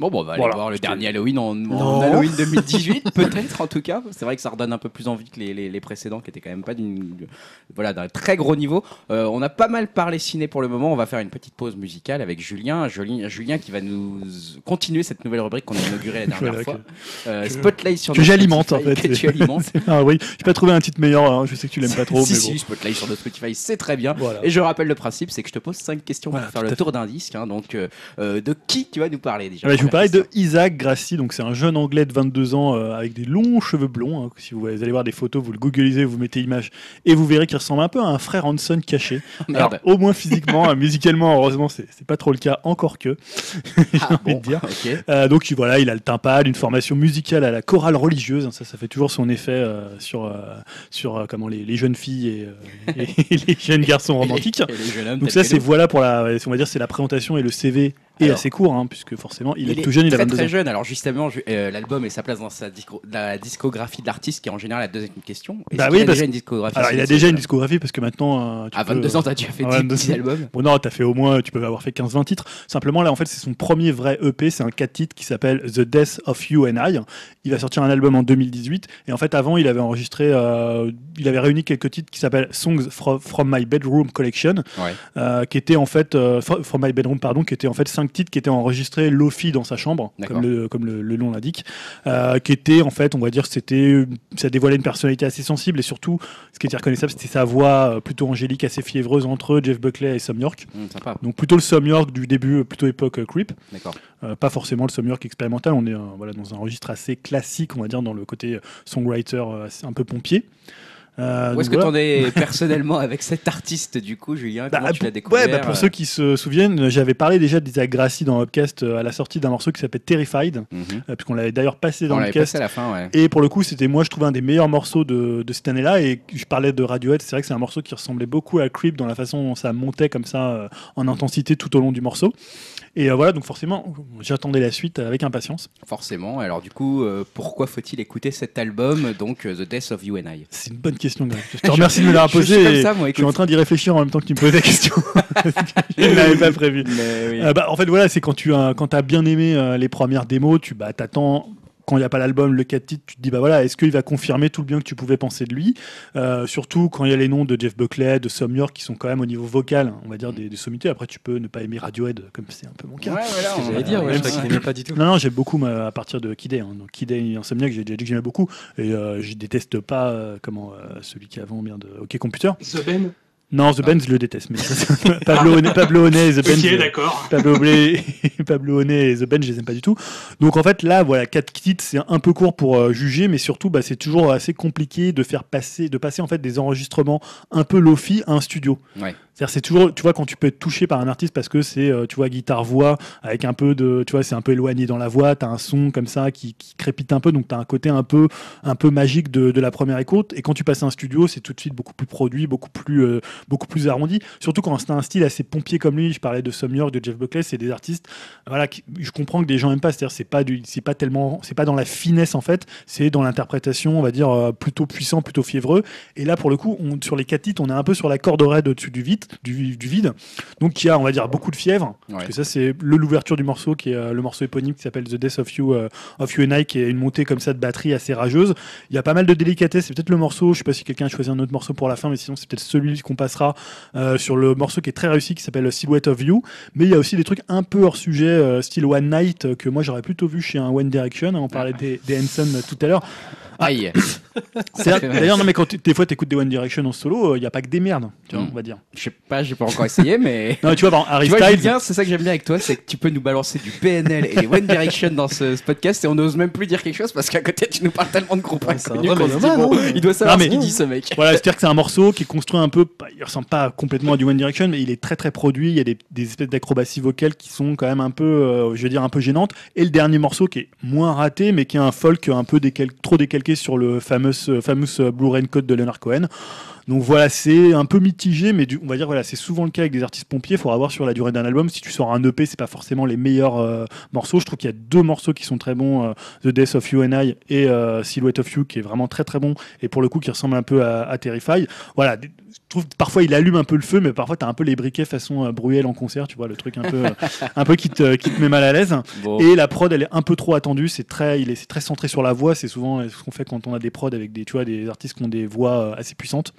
Speaker 1: Bon, bon, on va aller
Speaker 2: Voilà.
Speaker 1: voir le
Speaker 2: Parce que-
Speaker 1: dernier Halloween en, en
Speaker 4: Non.
Speaker 1: Halloween 2018, peut-être en tout cas. C'est vrai que ça redonne un peu plus envie que les, les- les précédents qui étaient quand même pas d'une, de- voilà, d'un très gros niveau. Euh, on a pas mal parlé ciné pour le moment. On va faire une petite pause musicale avec Julien. Julien, Julien qui va nous continuer cette nouvelle rubrique qu'on a inaugurée la dernière
Speaker 2: Voilà,
Speaker 1: fois.
Speaker 2: que-
Speaker 1: Euh, Spotlight sur
Speaker 2: que
Speaker 1: notre
Speaker 2: j'alimente,
Speaker 1: Spotify,
Speaker 2: en fait.
Speaker 1: Que tu alimentes.
Speaker 2: Ah oui, j'ai pas trouvé un titre meilleur. hein. Je sais que tu l'aimes pas trop,
Speaker 1: si,
Speaker 2: mais
Speaker 1: si,
Speaker 2: bon.
Speaker 1: Spotlight sur notre Spotify, c'est très bien.
Speaker 2: Voilà.
Speaker 1: Et je rappelle le principe, c'est que je te pose cinq questions
Speaker 2: Voilà,
Speaker 1: pour faire
Speaker 2: tout
Speaker 1: le
Speaker 2: à
Speaker 1: tour d'un disque. hein. donc, euh, euh, de qui tu vas nous parler déjà
Speaker 2: Ah bah, je vous
Speaker 1: Première
Speaker 2: parlais
Speaker 1: question.
Speaker 2: de Isaac Grassi, donc c'est un jeune anglais de 22 ans euh, avec des longs cheveux blonds. hein. Si vous allez voir des photos, vous le googlisez, vous mettez image et vous verrez qu'il ressemble un peu à un frère Hanson caché. Alors,
Speaker 1: Merde.
Speaker 2: au moins physiquement, hein, musicalement, heureusement, c'est c'est pas trop le cas, encore que. J'ai
Speaker 1: Ah,
Speaker 2: envie
Speaker 1: bon,
Speaker 2: de dire.
Speaker 1: ok.
Speaker 2: Euh, donc voilà, il a le teint pâle, une formation musicale à la chorale religieuse. hein, ça, ça fait toujours son effet euh, sur, euh, sur euh, comment les, les jeunes filles et, euh, et les jeunes garçons romantiques.
Speaker 1: Et les jeunes hommes
Speaker 2: Donc
Speaker 1: tels
Speaker 2: ça,
Speaker 1: que
Speaker 2: c'est
Speaker 1: nous.
Speaker 2: voilà pour la, on va dire, c'est la présentation et le CV est
Speaker 1: Alors.
Speaker 2: assez court, hein, puisque forcément, il, est
Speaker 1: est
Speaker 2: tout jeune, il a
Speaker 1: très,
Speaker 2: 22
Speaker 1: très
Speaker 2: ans.
Speaker 1: jeune. Alors justement, je- euh, l'album et sa place dans sa disco- la discographie de l'artiste, qui est en général la deuxième question. Est-ce
Speaker 2: Bah
Speaker 1: qu'il
Speaker 2: oui,
Speaker 1: a
Speaker 2: parce
Speaker 1: déjà
Speaker 2: que-
Speaker 1: une discographie
Speaker 2: Alors, il a
Speaker 1: solide,
Speaker 2: déjà
Speaker 1: ce
Speaker 2: une
Speaker 1: jeune
Speaker 2: discographie parce que maintenant. euh, tu
Speaker 1: homme À
Speaker 2: peux,
Speaker 1: 22
Speaker 2: euh,
Speaker 1: ans, t'as déjà fait
Speaker 2: à
Speaker 1: 10
Speaker 2: 22
Speaker 1: petits
Speaker 2: ans.
Speaker 1: albums.
Speaker 2: Bon, non, t'as fait au moins, tu peux avoir fait 15-20 titres. Simplement, là, en fait, c'est son premier vrai EP. C'est un 4 titres qui s'appelle The Death of You and I. Il va sortir un album en 2018. Et en fait, avant, il avait enregistré, euh, il avait réuni quelques titres qui s'appellent Songs Fro- from My Bedroom Collection.
Speaker 1: Ouais.
Speaker 2: euh, qui était en fait, euh, Fro- from My Bedroom, pardon, qui était en fait 5 titres qui étaient enregistrés Lofi dans sa chambre,
Speaker 1: D'accord.
Speaker 2: comme le, comme le, le nom l'indique. euh, qui était, en fait, on va dire, c'était, ça dévoilait une personnalité assez sensible. Et surtout, ce qui était reconnaissable, c'était sa voix euh, plutôt angélique, assez fiévreuse entre Jeff Buckley et Sam York.
Speaker 1: Hum, sympa,
Speaker 2: Donc plutôt le Sam York du début, euh, plutôt époque euh, creep,
Speaker 1: d'accord.
Speaker 2: Euh, pas forcément le Sam York expérimental. On est euh, voilà dans un registre assez classique, on va dire dans le côté euh, songwriter euh, assez- un peu pompier. Euh,
Speaker 1: Où est-ce
Speaker 2: donc
Speaker 1: que t'en
Speaker 2: voilà.
Speaker 1: es personnellement avec cet artiste du coup, Julien Comment
Speaker 2: Bah,
Speaker 1: tu l'as
Speaker 2: pour-
Speaker 1: découvert
Speaker 2: ouais, bah, pour
Speaker 1: euh,
Speaker 2: ceux qui se souviennent, j'avais parlé déjà d'Isaac Grassi dans Upcast euh, à la sortie d'un morceau qui s'appelle Terrified,
Speaker 1: mhm.
Speaker 2: euh, puisqu'on l'avait d'ailleurs passé dans
Speaker 1: On l'avait
Speaker 2: Upcast.
Speaker 1: passé à la fin, ouais.
Speaker 2: Et pour le coup, c'était moi, je trouvais un des meilleurs morceaux de, de cette année-là. Et je parlais de Radiohead, c'est vrai que c'est un morceau qui ressemblait beaucoup à Creep dans la façon dont ça montait comme ça euh, en intensité tout au long du morceau. Et euh, voilà, donc forcément, j'attendais la suite avec impatience.
Speaker 1: Forcément. Alors du coup, euh, pourquoi faut-il écouter cet album, donc euh, The Death of You and I
Speaker 2: C'est une bonne question, Greg. Je te remercie de me l'avoir
Speaker 1: Je suis comme
Speaker 2: posée. et
Speaker 1: ça, moi,
Speaker 2: Je suis en
Speaker 1: écoute.
Speaker 2: train d'y réfléchir en même temps que tu me posais la question. je ne l'avais pas prévu.
Speaker 1: Mais oui.
Speaker 2: Euh, bah, en fait, voilà, c'est quand tu as, quand as bien aimé euh, les premières démos, tu bah, t'attends. Quand il n'y a pas l'album, le 4 titres, tu te dis, bah voilà, est-ce qu'il va confirmer tout le bien que tu pouvais penser de lui Euh, Surtout quand il y a les noms de Jeff Buckley, de Sam York, qui sont quand même au niveau vocal, hein, on va dire,
Speaker 3: Mm.
Speaker 2: des, des sommités. Après, tu peux ne pas aimer Radiohead, comme c'est un peu mon
Speaker 1: Ouais,
Speaker 2: cas.
Speaker 1: voilà,
Speaker 4: C'est ce que
Speaker 1: on-
Speaker 4: j'allais dire,
Speaker 1: on
Speaker 4: ouais, je
Speaker 1: aime
Speaker 4: crois
Speaker 1: ça.
Speaker 4: qu'il aimait pas du tout.
Speaker 2: Non, non, j'aime beaucoup ma- à partir de Kid Day. hein. Donc, Kid Day et Insomniac, j'ai déjà dit que j'aimais beaucoup. Et euh, je déteste pas euh, comment, euh, celui qui est avant, merde, OK Computer.
Speaker 3: The Ben.
Speaker 2: Non, The Benz, je le déteste. Mais ça, c'est- Pablo, Honey- Pablo Honey, The Benz.
Speaker 3: Ok,
Speaker 2: euh,
Speaker 3: d'accord.
Speaker 2: Pablo, Oblé- Pablo Honey et The Benz, je les aime pas du tout. Donc en fait, là, voilà, 4 kits, c'est un peu court pour euh, juger, mais surtout, bah, c'est toujours assez compliqué de faire passer, de passer en fait des enregistrements un peu lofi à un studio.
Speaker 1: Ouais.
Speaker 2: C'est-à-dire, c'est toujours, tu vois, quand tu peux être touché par un artiste parce que c'est, euh, tu vois, guitare-voix, avec un peu de, tu vois, c'est un peu éloigné dans la voix, t'as un son comme ça qui, qui crépite un peu, donc t'as un côté un peu, un peu magique de, de la première écoute. Et quand tu passes à un studio, c'est tout de suite beaucoup plus produit, beaucoup plus, euh, beaucoup plus arrondi. Surtout quand c'est un style assez pompier comme lui, je parlais de Sommier, de Jeff Buckley, c'est des artistes, voilà, qui- je comprends que des gens aiment pas, c'est-à-dire, c'est pas du, c'est pas tellement, c'est pas dans la finesse en fait, c'est dans l'interprétation, on va dire, euh, plutôt puissant, plutôt fiévreux. Et là, pour le coup, on, sur les quatre titres, on est un peu sur la corde raide au-dessus du, vide, du, du vide. Donc, qui a, on va dire, beaucoup de fièvre. Parce
Speaker 1: Ouais.
Speaker 2: que ça, c'est le l'ouverture du morceau, qui est euh, le morceau éponyme qui s'appelle The Death of You, euh, of You and I, qui est une montée comme ça de batterie assez rageuse. Il y a pas mal de délicatesse. C'est peut-être le morceau, je sais pas si quelqu'un a choisi un autre morceau pour la fin, mais sinon, c'est peut-être celui qu'on passera euh, sur le morceau qui est très réussi, qui s'appelle Silhouette of You. Mais il y a aussi des trucs un peu hors sujet, euh, style One Night, euh, que moi, j'aurais plutôt vu chez un One Direction. hein. on parlait des, des Hanson euh, tout à l'heure.
Speaker 1: Aïe.
Speaker 2: C'est- D'ailleurs, non, mais quand t- des fois t'écoutes des One Direction en solo, euh, il n'y a pas que des merdes, tu vois,
Speaker 1: Mm.
Speaker 2: on va dire.
Speaker 1: Je sais pas, j'ai pas encore essayé, mais.
Speaker 2: Non, mais tu vois, par exemple, Harry
Speaker 1: Tu vois,
Speaker 2: Styles,
Speaker 1: Julien, c'est ça que j'aime bien avec toi, c'est que tu peux nous balancer du PNL et des One Direction dans ce, ce podcast et on n'ose même plus dire quelque chose parce qu'à côté tu nous parles tellement de
Speaker 2: Oh,
Speaker 1: groupes
Speaker 4: Ouais, c'est
Speaker 1: inconnus
Speaker 4: un vrai
Speaker 1: qu'on se dit,
Speaker 4: mélomane,
Speaker 1: bon,
Speaker 4: hein.
Speaker 1: il doit savoir
Speaker 2: Non, mais-
Speaker 1: ce qu'il dit ce mec.
Speaker 2: Voilà, c'est-à-dire que c'est un morceau qui est construit un peu, pas- il ressemble pas complètement à du One Direction, mais il est très très produit. Il y a des, des espèces d'acrobaties vocales qui sont quand même un peu, euh, je vais dire, un peu gênantes. Et le dernier morceau qui est moins raté, mais qui est un folk un peu décal- trop décalqué sur le fameux, euh, fameux euh, Blue Raincoat de Leonard Cohen. Donc voilà, c'est un peu mitigé, mais du- on va dire, voilà, c'est souvent le cas avec des artistes pompiers. Il faudra voir sur la durée d'un album. Si tu sors un EP, c'est pas forcément les meilleurs euh, morceaux. Je trouve qu'il y a deux morceaux qui sont très bons euh, The Death of You and I et euh, Silhouette of You, qui est vraiment très très bon et pour le coup qui ressemble un peu à, à Terrify. Voilà, des- je trouve que parfois il allume un peu le feu, mais parfois t'as un peu les briquets façon euh, Bruel en concert, tu vois, le truc un peu, euh, un peu qui, te, qui te met mal à l'aise.
Speaker 1: Bon.
Speaker 2: Et la prod, elle est un peu trop attendue. C'est très, il est, c'est très centré sur la voix. C'est souvent euh, ce qu'on fait quand on a des prods avec des, tu vois, des artistes qui ont des voix euh, assez puissantes.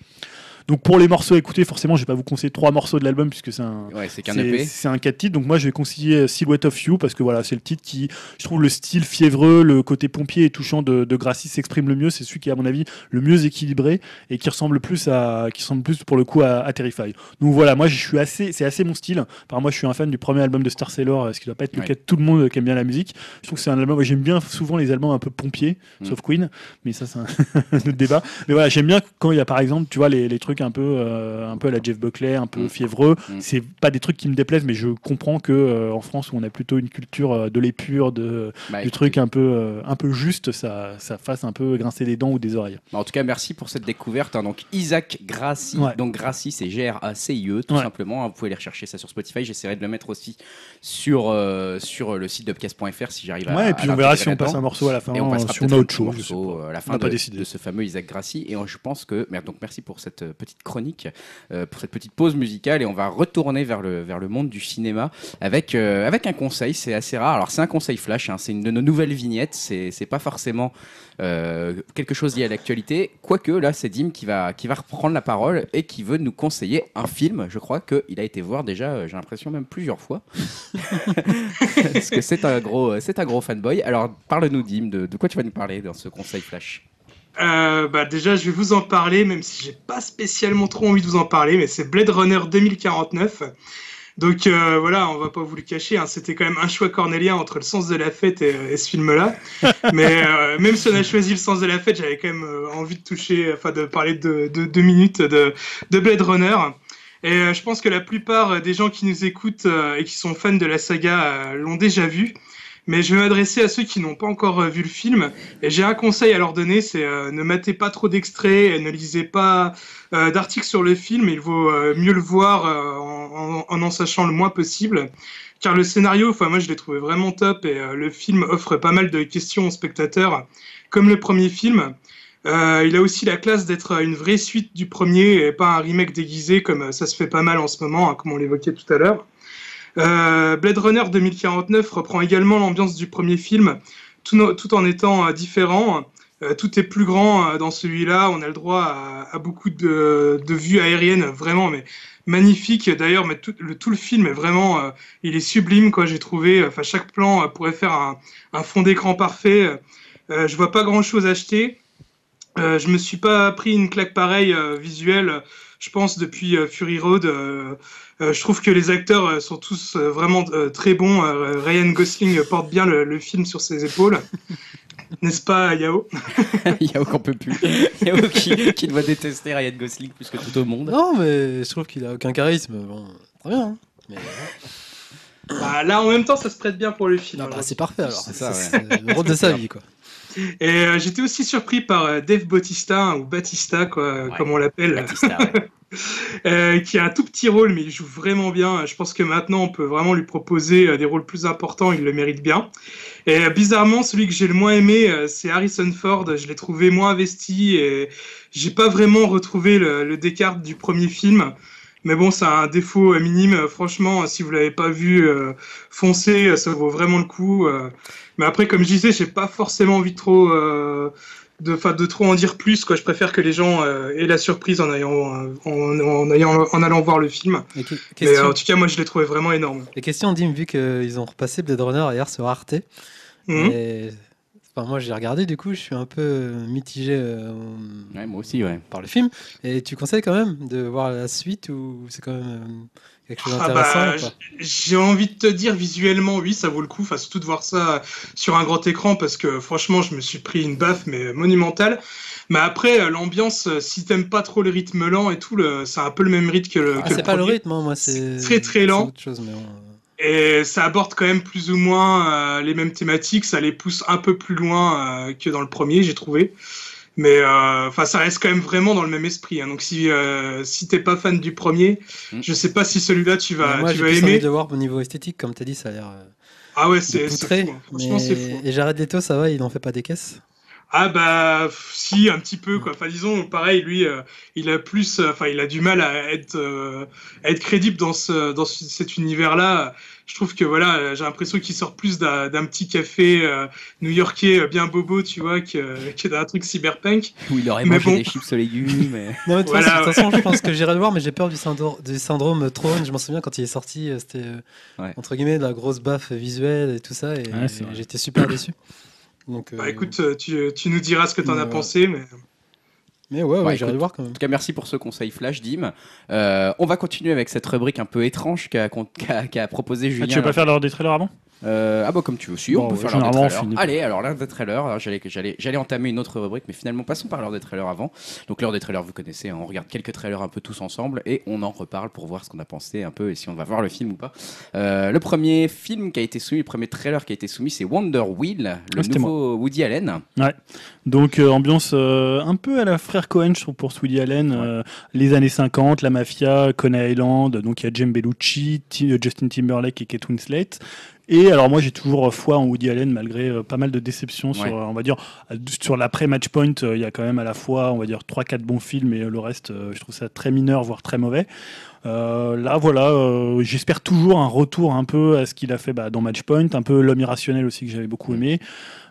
Speaker 2: Donc pour les morceaux, écoutez, forcément, je vais pas vous conseiller trois morceaux de l'album puisque c'est un,
Speaker 1: Ouais, c'est qu'un
Speaker 2: c'est
Speaker 1: EP.
Speaker 2: c'est un 4 titres, donc moi je vais conseiller euh, Silhouette of You parce que voilà, c'est le titre qui, je trouve, le style fiévreux, le côté pompier et touchant de, de Grassi s'exprime le mieux. C'est celui qui, est, à mon avis, le mieux équilibré et qui ressemble plus à, qui ressemble plus pour le coup à, à Terrify. Donc voilà, moi je suis assez, c'est assez mon style. Par moi, je suis un fan du premier album de Star Sailor, euh, ce qui doit pas être le
Speaker 1: Ouais.
Speaker 2: cas de tout le monde euh, qui aime bien la musique. Je trouve que c'est un album, moi, j'aime bien souvent les albums un peu pompiers,
Speaker 1: Mm.
Speaker 2: sauf Queen, mais ça c'est un un autre débat. Mais voilà, j'aime bien quand il y a par exemple, tu vois, les, les trucs un peu, euh, un peu à la Jeff Buckley, un peu
Speaker 1: Mm.
Speaker 2: fiévreux.
Speaker 1: Mm.
Speaker 2: C'est pas des trucs qui me déplaisent, mais je comprends que euh, en France où on a plutôt une culture euh, de l'épure, de
Speaker 1: Bah,
Speaker 2: du
Speaker 1: écoutez,
Speaker 2: truc un peu, euh, un peu juste, ça, ça fasse un peu grincer des dents ou des oreilles.
Speaker 1: bah, En tout cas, merci pour cette découverte. hein. Donc, Isaac Grassi.
Speaker 2: Ouais.
Speaker 1: Donc, Grassi, c'est G-R-A-C-I-E, tout
Speaker 2: Ouais.
Speaker 1: simplement. hein. Vous pouvez aller rechercher ça sur Spotify. J'essaierai de le mettre aussi sur, euh, sur le site d'upcast.fr si j'arrive à.
Speaker 2: ouais, et puis on verra si on
Speaker 1: passe
Speaker 2: passe un morceau à la fin,
Speaker 1: Et on
Speaker 2: euh,
Speaker 1: passera
Speaker 2: si on
Speaker 1: peut-être
Speaker 2: a
Speaker 1: un
Speaker 2: autre
Speaker 1: petit
Speaker 2: chose. je sais pas.
Speaker 1: morceau euh, à la
Speaker 2: On
Speaker 1: fin
Speaker 2: n'a
Speaker 1: de,
Speaker 2: pas décidé.
Speaker 1: de ce fameux Isaac Grassi. Et on- je pense que. merde, donc merci pour cette euh, petite chronique, euh, pour cette petite pause musicale. Et on va retourner vers le, vers le monde du cinéma avec, euh, avec un conseil. C'est assez rare. Alors, c'est un conseil flash. hein, c'est une de nos nouvelles vignettes. C'est c'est pas forcément euh, quelque chose lié à l'actualité. Quoique, là, c'est Dim qui va, qui va reprendre la parole et qui veut nous conseiller un film. Je crois qu'il a été voir déjà, euh, j'ai l'impression, même plusieurs fois. Parce que c'est un gros, euh, c'est un gros fanboy. Alors parle-nous, Dim, de, de quoi tu vas nous parler dans ce conseil flash
Speaker 3: Euh, bah déjà, je vais vous en parler, même si j'ai pas spécialement trop envie de vous en parler, mais c'est Blade Runner 2049. Donc euh, voilà, on va pas vous le cacher, hein, c'était quand même un choix cornélien entre le sens de la fête et, et ce film-là. Mais euh, même si on a choisi le sens de la fête, j'avais quand même euh, envie de toucher, enfin de parler de, de- deux minutes de, de Blade Runner. Et euh, je pense que la plupart euh, des gens qui nous écoutent euh, et qui sont fans de la saga euh, l'ont déjà vu. Mais je vais m'adresser à ceux qui n'ont pas encore euh, vu le film. Et j'ai un conseil à leur donner, c'est euh, ne matez pas trop d'extraits, et ne lisez pas euh, d'articles sur le film. Il vaut euh, mieux le voir euh, en, en en en sachant le moins possible. Car le scénario, enfin moi je l'ai trouvé vraiment top et euh, le film offre pas mal de questions aux spectateurs, comme le premier film. Euh, il a aussi la classe d'être euh, une vraie suite du premier et pas un remake déguisé comme euh, ça se fait pas mal en ce moment, hein, comme on l'évoquait tout à l'heure. Euh, Blade Runner 2049 reprend également l'ambiance du premier film, tout, no- tout en étant euh, différent. Euh, tout est plus grand euh, dans celui-là. On a le droit à, à beaucoup de, de vues aériennes, vraiment, mais magnifiques. D'ailleurs, mais tout le, tout le film est vraiment, euh, il est sublime, quoi. J'ai trouvé. Enfin, chaque plan euh, pourrait faire un, un fond d'écran parfait. Euh, je vois pas grand-chose acheter. Euh, je me suis pas pris une claque pareille euh, visuelle, je pense, depuis euh, Fury Road. Euh, euh, je trouve que les acteurs euh, sont tous euh, vraiment euh, très bons. Euh, Ryan Gosling euh, porte bien le, le film sur ses épaules. N'est-ce pas, Yao
Speaker 1: Yao qu'on peut plus. Yao qui, qui doit détester Ryan Gosling plus que tout au monde.
Speaker 4: Non, mais je trouve qu'il a aucun charisme. Bon, très bien. hein. Mais,
Speaker 3: Bah, Là, en même temps, ça se prête bien pour le film.
Speaker 4: non, bah,
Speaker 3: alors.
Speaker 4: c'est parfait alors.
Speaker 1: C'est ça,
Speaker 4: C'est le rôle de sa vie, quoi.
Speaker 3: Et euh, j'étais aussi surpris par euh, Dave Bautista, hein, ou Batista, quoi,
Speaker 1: Ouais.
Speaker 3: comme on l'appelle,
Speaker 1: Batista, ouais.
Speaker 3: euh, qui a un tout petit rôle, mais il joue vraiment bien. Je pense que maintenant, on peut vraiment lui proposer euh, des rôles plus importants, il le mérite bien. Et euh, bizarrement, celui que j'ai le moins aimé, euh, c'est Harrison Ford. Je l'ai trouvé moins investi et j'ai pas vraiment retrouvé le, le Descartes du premier film. Mais bon, c'est un défaut euh, minime. Euh, Franchement, euh, si vous l'avez pas vu, euh, foncez, euh, ça vaut vraiment le coup. euh. Mais après, comme je disais, j'ai pas forcément envie de trop, euh, de, 'fin, de trop en dire plus. Quoi. Je préfère que les gens euh, aient la surprise en, ayant, euh, en, en ayant, en allant voir le film.
Speaker 4: Et que-
Speaker 3: Mais euh,
Speaker 4: question,
Speaker 3: en tout cas, moi, je l'ai trouvé vraiment énorme.
Speaker 4: et question, Dim, vu qu'ils ont repassé Blade Runner hier sur Arte,
Speaker 3: Mhm.
Speaker 4: et- enfin, moi j'ai regardé, du coup, je suis un peu euh, mitigé euh, en-
Speaker 1: Ouais, moi aussi, ouais.
Speaker 4: par le film. Et tu conseilles quand même de voir la suite ou c'est quand même euh, quelque chose
Speaker 3: Ah bah,
Speaker 4: d'intéressant ou
Speaker 3: j-
Speaker 4: pas
Speaker 3: J'ai envie de te dire visuellement, oui, ça vaut le coup, enfin, surtout de voir ça sur un grand écran, parce que franchement, je me suis pris une baffe, mais monumentale. Mais après, euh, l'ambiance, euh, si t'aimes pas trop le rythme lent et tout, le- c'est un peu le même rythme que le.
Speaker 4: Ah,
Speaker 3: que
Speaker 4: C'est pas le
Speaker 3: premier.
Speaker 4: rythme, hein, moi c'est.
Speaker 3: c'est très, très
Speaker 4: c'est
Speaker 3: lent.
Speaker 4: autre chose, mais bon, euh,
Speaker 3: Et ça aborde quand même plus ou moins euh, les mêmes thématiques, ça les pousse un peu plus loin euh, que dans le premier, j'ai trouvé. Mais euh, enfin, ça reste quand même vraiment dans le même esprit. hein. Donc si euh, si t'es pas fan du premier,
Speaker 1: Mm.
Speaker 3: je sais pas si celui-là tu vas
Speaker 4: mais Bah, moi
Speaker 3: Bah, tu
Speaker 4: j'ai
Speaker 3: vas
Speaker 4: plus envie
Speaker 3: aimer.
Speaker 4: de le voir au niveau esthétique, comme t'as dit, ça a l'air. euh,
Speaker 3: Ah ouais,
Speaker 4: de
Speaker 3: c'est c'est
Speaker 4: poutrer,
Speaker 3: fou, hein. Franchement,
Speaker 4: mais-
Speaker 3: c'est fou.
Speaker 4: Et Jared Leto, ça va, il en fait pas des caisses.
Speaker 3: Ah bah pff, si un petit peu quoi. Enfin disons pareil lui euh, il a plus euh, enfin il a du mal à être euh, à être crédible dans ce dans ce- cet univers là. Je trouve que voilà euh, j'ai l'impression qu'il sort plus d'un d'un petit café euh, new-yorkais euh, bien bobo tu vois que, que d'un truc cyberpunk.
Speaker 1: Où il aurait
Speaker 3: Mais
Speaker 1: mangé
Speaker 3: bon.
Speaker 1: des chips aux légumes. et-
Speaker 4: Non, mais de toute
Speaker 3: Voilà,
Speaker 4: façon- de toute façon, je pense que j'irai le voir, mais j'ai peur du syndrome, du syndrome Throne. Je m'en souviens quand il est sorti, euh, c'était euh,
Speaker 1: Ouais.
Speaker 4: entre guillemets de la grosse baffe visuelle et tout ça, et
Speaker 2: Ouais, c'est vrai.
Speaker 4: j'étais super déçu. Donc, euh,
Speaker 3: Bah écoute euh, tu, tu nous diras ce que t'en
Speaker 4: Mais
Speaker 3: as
Speaker 4: ouais.
Speaker 3: pensé mais
Speaker 4: mais ouais, ouais,
Speaker 1: Bah,
Speaker 4: j'irai
Speaker 1: écoute.
Speaker 4: le voir quand même.
Speaker 1: En tout cas, merci pour ce conseil Flash, Dim. Euh, on va continuer avec cette rubrique un peu étrange qu'a qu'on- qu'a- qu'a proposé Julien.
Speaker 2: Ah, tu veux pas faire l'heure des trailers avant
Speaker 1: Euh, ah bah comme tu veux, si, on
Speaker 2: Bon,
Speaker 1: peut
Speaker 2: ouais,
Speaker 1: faire l'heure des
Speaker 2: généralement, on
Speaker 1: trailers.
Speaker 2: finit.
Speaker 1: Allez, alors l'heure des trailers, hein, j'allais, j'allais, j'allais entamer une autre rubrique, mais finalement passons par l'heure des trailers avant. Donc l'heure des trailers, vous connaissez, hein, on regarde quelques trailers un peu tous ensemble et on en reparle pour voir ce qu'on a pensé un peu et si on va voir le film ou pas. Euh, le premier film qui a été soumis, le premier trailer qui a été soumis, c'est Wonder Wheel, le
Speaker 2: Ah, c'était
Speaker 1: nouveau Woody Allen.
Speaker 2: Donc euh, ambiance euh, un peu à la frère Cohen je trouve, pour Woody Allen, euh, les années 50, la mafia, Coney Island, donc il y a Jim Bellucci, Ti- euh, Justin Timberlake et Kate Winslet. Et alors moi j'ai toujours euh, foi en Woody Allen malgré euh, pas mal de déceptions sur
Speaker 1: Ouais.
Speaker 2: euh, on va dire euh, sur l'après match point, euh, il y a quand même à la fois on va dire trois quatre bons films et euh, le reste euh, je trouve ça très mineur voire très mauvais. Euh, là voilà, euh, j'espère toujours un retour un peu à ce qu'il a fait bah, dans match point, un peu l'homme irrationnel aussi que j'avais beaucoup aimé.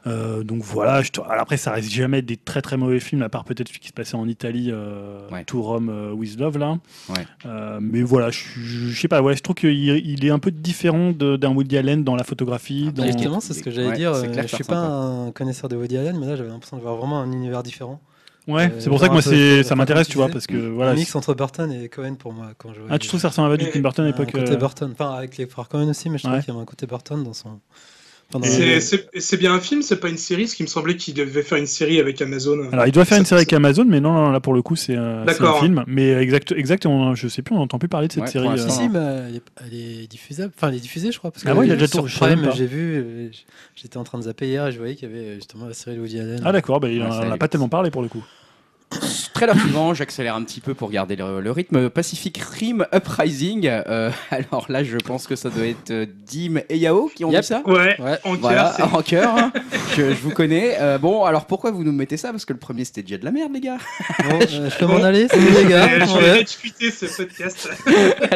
Speaker 2: Euh, donc voilà, je te- alors après ça reste jamais des très très mauvais films, à part peut-être celui qui se passait en Italie, euh,
Speaker 1: Ouais.
Speaker 2: To Rome euh, with Love là.
Speaker 1: Ouais.
Speaker 2: Euh, mais voilà, je, je- je sais pas, ouais, je trouve qu'il il est un peu différent de- d'un Woody Allen dans la photographie.
Speaker 1: Ah,
Speaker 2: dans-
Speaker 1: bah, il-
Speaker 4: Justement, c'est ce que j'allais
Speaker 1: Ouais,
Speaker 4: dire.
Speaker 1: c'est
Speaker 4: euh,
Speaker 1: clair,
Speaker 4: je
Speaker 1: ça
Speaker 4: suis pas
Speaker 1: ressemble
Speaker 4: un connaisseur de Woody Allen, mais là j'avais l'impression de voir vraiment un univers différent.
Speaker 2: Ouais,
Speaker 4: euh,
Speaker 2: c'est pour ça que moi
Speaker 4: un peu
Speaker 2: c'est-
Speaker 4: photo-
Speaker 2: ça m'intéresse, tu vois, parce
Speaker 4: photographie.
Speaker 2: que voilà.
Speaker 4: un mix entre Burton et Cohen pour moi quand je.
Speaker 2: Ah, tu trouves que ça ressemble à du Tim Burton à
Speaker 4: un
Speaker 2: l'époque
Speaker 4: côté
Speaker 2: euh,
Speaker 4: Burton, enfin avec les frères Cohen aussi, mais je trouve
Speaker 2: Ouais.
Speaker 4: qu'il y avait un côté Burton dans son. enfin, dans
Speaker 2: Et-
Speaker 3: c'est-
Speaker 4: la-
Speaker 3: c'est c'est bien un film c'est pas une série ce qui me semblait qu'il devait faire une série avec Amazon.
Speaker 2: Alors, il doit faire une
Speaker 3: Ça-
Speaker 2: série avec Amazon, mais non, non, là pour le coup, c'est euh, c'est un
Speaker 3: D'accord.
Speaker 2: film. Mais exact, exact, on- je sais plus, on n'entend plus parler de cette
Speaker 1: Ouais, pour
Speaker 2: série. euh.
Speaker 1: l'instant,
Speaker 4: Si,
Speaker 1: Ah.
Speaker 4: si, mais elle est, elle est diffusable. Enfin, elle est diffusée, je crois. Parce que
Speaker 2: Ah ouais, il a déjà
Speaker 4: sur
Speaker 2: tout- je savais
Speaker 4: Prime,
Speaker 2: même pas.
Speaker 4: j'ai vu. euh, j- J'étais en train de zapper hier et je voyais qu'il y avait euh, justement la série de Woody Allen.
Speaker 2: Ah d'accord, bah, il
Speaker 1: hein. Ouais,
Speaker 2: en
Speaker 1: ça
Speaker 2: on en a
Speaker 1: allait
Speaker 2: pas
Speaker 1: vite.
Speaker 2: tellement parlé pour le coup.
Speaker 1: Trailer suivant, j'accélère un petit peu pour garder le, le rythme. Pacific Rim Uprising. Euh, alors là, je pense que ça doit être euh, Dim et Yao qui ont
Speaker 4: Yep.
Speaker 1: dit ça.
Speaker 3: Ouais,
Speaker 4: Ouais.
Speaker 3: en
Speaker 1: Voilà,
Speaker 3: clair, c'est-
Speaker 1: en cœur, hein, que je vous connais. Euh, bon, alors pourquoi vous nous mettez ça Parce que le premier c'était déjà de la merde, les gars.
Speaker 4: Bon, euh, je peux m'en aller, salut les
Speaker 3: Euh,
Speaker 4: gars.
Speaker 3: je vais
Speaker 4: Ouais.
Speaker 3: réfuter ce podcast.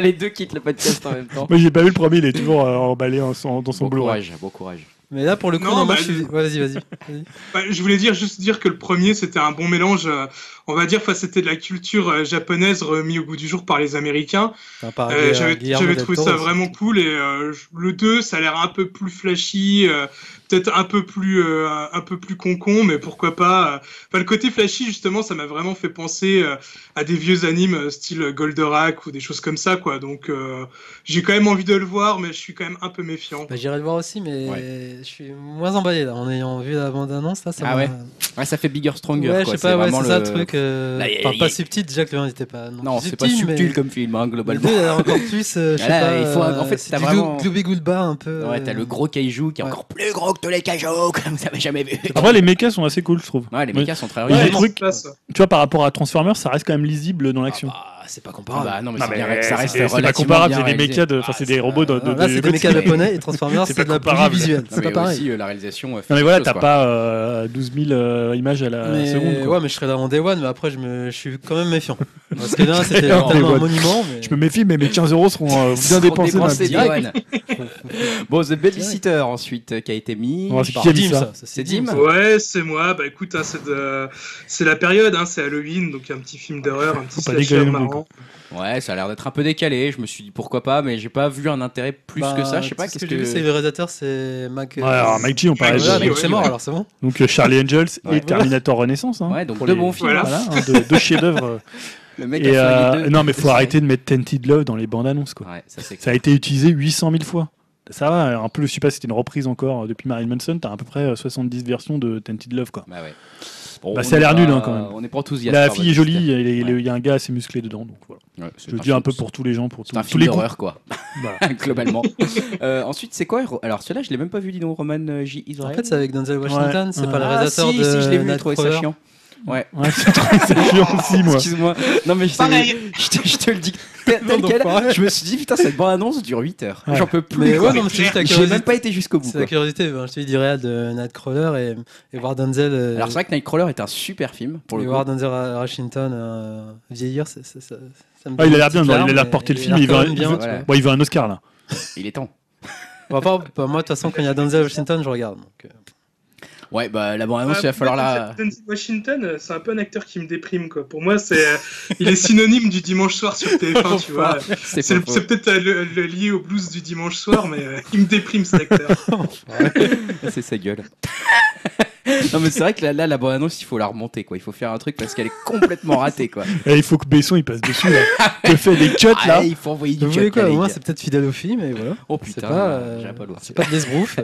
Speaker 1: les deux quittent le podcast en même temps.
Speaker 2: Moi j'ai pas vu le premier, il est toujours euh, emballé en son- dans son hein.
Speaker 1: Bon
Speaker 2: Blu-ray.
Speaker 1: courage, bon courage.
Speaker 4: Mais là, pour le coup,
Speaker 3: Non,
Speaker 4: non, moi,
Speaker 3: bah,
Speaker 4: je suis. Ouais, vas-y, vas-y. Vas-y.
Speaker 3: Bah, je voulais dire juste dire que le premier c'était un bon mélange euh, on va dire, enfin, c'était de la culture euh, japonaise remis au goût du jour par les Américains.
Speaker 4: Enfin,
Speaker 2: Ah,
Speaker 4: par
Speaker 3: Euh,
Speaker 4: Guilla-
Speaker 3: J'avais
Speaker 4: Guillermo
Speaker 3: j'avais
Speaker 4: del
Speaker 3: trouvé
Speaker 4: Toro,
Speaker 3: ça
Speaker 4: c'est-
Speaker 3: vraiment cool et euh, je- le 2, ça a l'air un peu plus flashy, euh, peut-être un peu plus euh, un peu plus concon, mais pourquoi pas. euh. Enfin, le côté flashy justement, ça m'a vraiment fait penser euh, à des vieux animes euh, style Goldorak ou des choses comme ça quoi. Donc euh, j'ai quand même envie de le voir, mais je suis quand même un peu méfiant.
Speaker 4: Bah, J'irai le voir aussi, mais je suis moins emballé là, en ayant vu la bande-annonce. Là, ça
Speaker 1: Ah
Speaker 4: m'a-
Speaker 1: ouais, Ouais, ça fait bigger, stronger.
Speaker 4: Ouais, je
Speaker 1: quoi.
Speaker 4: sais pas, ouais,
Speaker 1: vraiment
Speaker 4: c'est ça le
Speaker 1: le-
Speaker 4: truc. euh,
Speaker 1: Là, y a-
Speaker 4: enfin,
Speaker 1: y a-
Speaker 4: pas subtil, déjà que le 1 n'était pas. Non,
Speaker 1: Non,
Speaker 4: plus
Speaker 1: c'est pas subtil
Speaker 4: mais-
Speaker 1: comme film, hein, globalement.
Speaker 4: Le 2 a encore plus, euh, je sais
Speaker 1: Là,
Speaker 4: pas.
Speaker 1: il faut un- en
Speaker 4: euh,
Speaker 1: fait,
Speaker 4: c'est
Speaker 1: t'as
Speaker 4: du
Speaker 1: vraiment-
Speaker 4: gloubi-goulba un peu.
Speaker 1: Ouais, t'as
Speaker 4: euh,
Speaker 1: le gros kaiju qui est
Speaker 4: ouais.
Speaker 1: encore plus gros que tous les kaijus, comme vous avez jamais vu.
Speaker 2: Après, les mechas sont assez cool, je trouve.
Speaker 1: Ouais, les
Speaker 2: Ah Oui.
Speaker 1: mechas sont très
Speaker 2: Il y a
Speaker 3: Ouais,
Speaker 2: des
Speaker 1: riches.
Speaker 3: non,
Speaker 2: trucs-
Speaker 3: c'est pas ça.
Speaker 2: Tu vois, par rapport à Transformers, ça reste quand même lisible dans l'action.
Speaker 4: Ah, c'est pas
Speaker 1: Ah
Speaker 4: comparable.
Speaker 1: bah non, mais
Speaker 2: Non,
Speaker 1: c'est
Speaker 2: mais
Speaker 1: bien, ré- ça reste
Speaker 2: c'est- c'est pas
Speaker 1: relativement
Speaker 2: comparable,
Speaker 1: bien
Speaker 2: c'est des
Speaker 1: réalisé.
Speaker 2: mechas, de- enfin,
Speaker 1: Ah,
Speaker 2: c'est des robots de.
Speaker 4: Alors
Speaker 2: de-
Speaker 4: là,
Speaker 2: de-
Speaker 4: c'est des mécas japonais et Transformers,
Speaker 2: C'est
Speaker 4: c'est
Speaker 2: pas
Speaker 4: de la pluie
Speaker 2: comparable.
Speaker 4: visuelle.
Speaker 1: Non,
Speaker 4: C'est
Speaker 1: mais
Speaker 4: pas pareil.
Speaker 1: aussi, euh, la réalisation. euh, fait
Speaker 2: Non, mais voilà,
Speaker 1: quelque
Speaker 2: t'as
Speaker 1: chose,
Speaker 2: pas euh, 12 000 euh, images à la
Speaker 4: mais
Speaker 2: seconde. quoi.
Speaker 4: ouais, mais je serais là en day one, mais après, je, me... je suis quand même méfiant. Parce que là, c'était
Speaker 2: en day
Speaker 4: tellement un
Speaker 2: one.
Speaker 4: monument. Mais...
Speaker 2: Je me méfie, mais mes 15 euros seront euh, bien
Speaker 1: Sans
Speaker 2: dépensés dans la
Speaker 1: dépenser,
Speaker 2: boutique.
Speaker 1: Diane. bon, The Babysitter ensuite euh, qui a été mis.
Speaker 2: Ouais, c'est
Speaker 1: par-
Speaker 2: qui a mis
Speaker 4: Dim,
Speaker 2: ça
Speaker 4: ça, ça,
Speaker 1: C'est
Speaker 4: Dim,
Speaker 1: Dim.
Speaker 4: ça.
Speaker 3: Ouais, c'est moi. Bah écoute, hein, c'est de- c'est la période, hein, c'est Halloween, donc un petit film d'horreur, un petit
Speaker 2: Faut pas
Speaker 3: slasher
Speaker 2: déconner non plus,
Speaker 3: marrant.
Speaker 1: Ouais, ça a l'air d'être un peu décalé. Je me suis dit pourquoi pas, mais j'ai pas vu un intérêt plus
Speaker 4: Bah,
Speaker 1: que ça. Je sais pas
Speaker 4: tout ce
Speaker 1: qu'est-ce
Speaker 4: j'ai vu, c'est
Speaker 1: que.
Speaker 4: le réalisateur, c'est Mac.
Speaker 2: Ouais, alors, Mike G, on parlait
Speaker 3: Ouais,
Speaker 2: de.
Speaker 3: voilà,
Speaker 4: donc
Speaker 3: ouais,
Speaker 4: c'est mort,
Speaker 3: ouais.
Speaker 4: alors c'est bon.
Speaker 2: Donc euh, Charlie Angels
Speaker 1: Ouais.
Speaker 2: et Terminator Renaissance. Hein,
Speaker 1: Ouais, donc
Speaker 2: pour
Speaker 1: deux
Speaker 2: les-
Speaker 1: bons films.
Speaker 3: Voilà.
Speaker 1: hein.
Speaker 2: Voilà, hein, deux, deux chefs-d'œuvre.
Speaker 1: Le mec
Speaker 2: Et
Speaker 1: a flingué
Speaker 2: euh,
Speaker 1: deux.
Speaker 2: non, mais faut arrêter de mettre Tented Love dans les bandes annonces. Quoi.
Speaker 1: Ouais, ça c'est.
Speaker 2: Ça a été utilisé 800 000 fois. Ça va, un peu, je sais pas si c'était une reprise encore euh, depuis Marilyn Manson, t'as à peu près euh, 70 versions de Tented Love. Quoi.
Speaker 1: Bah ouais. Bon,
Speaker 2: Bah,
Speaker 1: on
Speaker 2: ça a
Speaker 1: est
Speaker 2: l'air
Speaker 1: pas-
Speaker 2: nul, hein, quand même.
Speaker 1: On est pas tous
Speaker 2: La fille est jolie, il est- il est- il y a un gars assez musclé dedans. Donc, voilà. Je le dis un peu pour tous les gens, pour
Speaker 1: C'est
Speaker 2: tous
Speaker 1: un
Speaker 2: tous
Speaker 1: film
Speaker 2: les goûts.
Speaker 1: d'horreur quoi,
Speaker 2: Voilà.
Speaker 1: globalement. Euh, ensuite, c'est quoi Alors celui-là, je l'ai même pas vu, dis donc, Roman euh, J. Israel.
Speaker 4: En fait, c'est avec Denzel Washington, c'est
Speaker 2: Ouais.
Speaker 4: pas le
Speaker 1: Ah,
Speaker 4: réalisateur
Speaker 1: si,
Speaker 4: de.
Speaker 1: si, je l'ai vu, j'ai
Speaker 4: Night
Speaker 1: trouvé ça
Speaker 4: Crawler.
Speaker 1: chiant. Ouais.
Speaker 2: Ouais, c'est c'est chiant aussi, moi.
Speaker 1: Excuse-moi. Non, mais je,
Speaker 3: Pareil.
Speaker 1: te- je te, je te le dis tel, tel
Speaker 4: Non, donc,
Speaker 1: quel.
Speaker 4: pareil.
Speaker 1: Je me suis dit, putain, cette bande-annonce dure 8 heures.
Speaker 2: Ouais.
Speaker 1: J'en peux plus.
Speaker 4: Mais
Speaker 1: quoi.
Speaker 4: ouais, non, mais c'est juste la
Speaker 1: J'ai même
Speaker 4: curiosité.
Speaker 1: pas été jusqu'au bout.
Speaker 4: C'est
Speaker 1: quoi.
Speaker 4: la curiosité, ben, je te dis, du réel de Nightcrawler et, et voir Denzel. euh,
Speaker 1: Alors, c'est vrai que Nightcrawler est un super film pour
Speaker 4: et
Speaker 1: le coup.
Speaker 4: voir Denzel à- à Washington euh, vieillir, c'est- c'est- ça, ça me
Speaker 2: Ah, il
Speaker 4: donne
Speaker 2: a l'air
Speaker 4: une petite
Speaker 2: bien, non, il a
Speaker 4: larme,
Speaker 2: l'air
Speaker 4: mais
Speaker 2: porté le
Speaker 4: il a
Speaker 2: film,
Speaker 4: l'air
Speaker 2: il veut
Speaker 4: quand
Speaker 2: un-
Speaker 4: même
Speaker 2: il
Speaker 4: bien,
Speaker 1: veut-
Speaker 4: tu
Speaker 1: voilà.
Speaker 4: vois.
Speaker 2: Bon, il veut un Oscar là.
Speaker 1: Il est temps.
Speaker 4: Bon, à part- bah, moi, de toute façon, quand il y a Denzel Washington, je regarde. donc, euh.
Speaker 1: Ouais, bah la bande-annonce,
Speaker 3: Ah,
Speaker 1: il va
Speaker 3: pour moi,
Speaker 1: falloir la.
Speaker 3: Denzel Washington, euh, c'est un peu un acteur qui me déprime. Quoi. Pour moi, c'est, euh, il est synonyme du dimanche soir sur TF1, tu vois.
Speaker 1: C'est
Speaker 3: C'est,
Speaker 1: pas faux.
Speaker 3: c'est peut-être euh, le, le lié au blues du dimanche soir, mais euh, il me déprime cet acteur.
Speaker 1: C'est sa gueule. non, mais c'est vrai que là, là, la bande-annonce, il faut la remonter quoi. Il faut faire un truc parce qu'elle est complètement ratée quoi.
Speaker 2: Eh, il faut que Besson il passe dessus là. Te fait des cuts là.
Speaker 1: Ah, il faut envoyer du
Speaker 4: Vous voulez
Speaker 1: cut, là,
Speaker 4: quoi
Speaker 1: les
Speaker 4: Au moins,
Speaker 1: gars.
Speaker 4: c'est peut-être fidèle au film, et voilà.
Speaker 1: Oh
Speaker 4: C'est
Speaker 1: putain,
Speaker 4: pas, euh,
Speaker 1: j'irai pas le voir.
Speaker 4: c'est pas de l'esbrouf.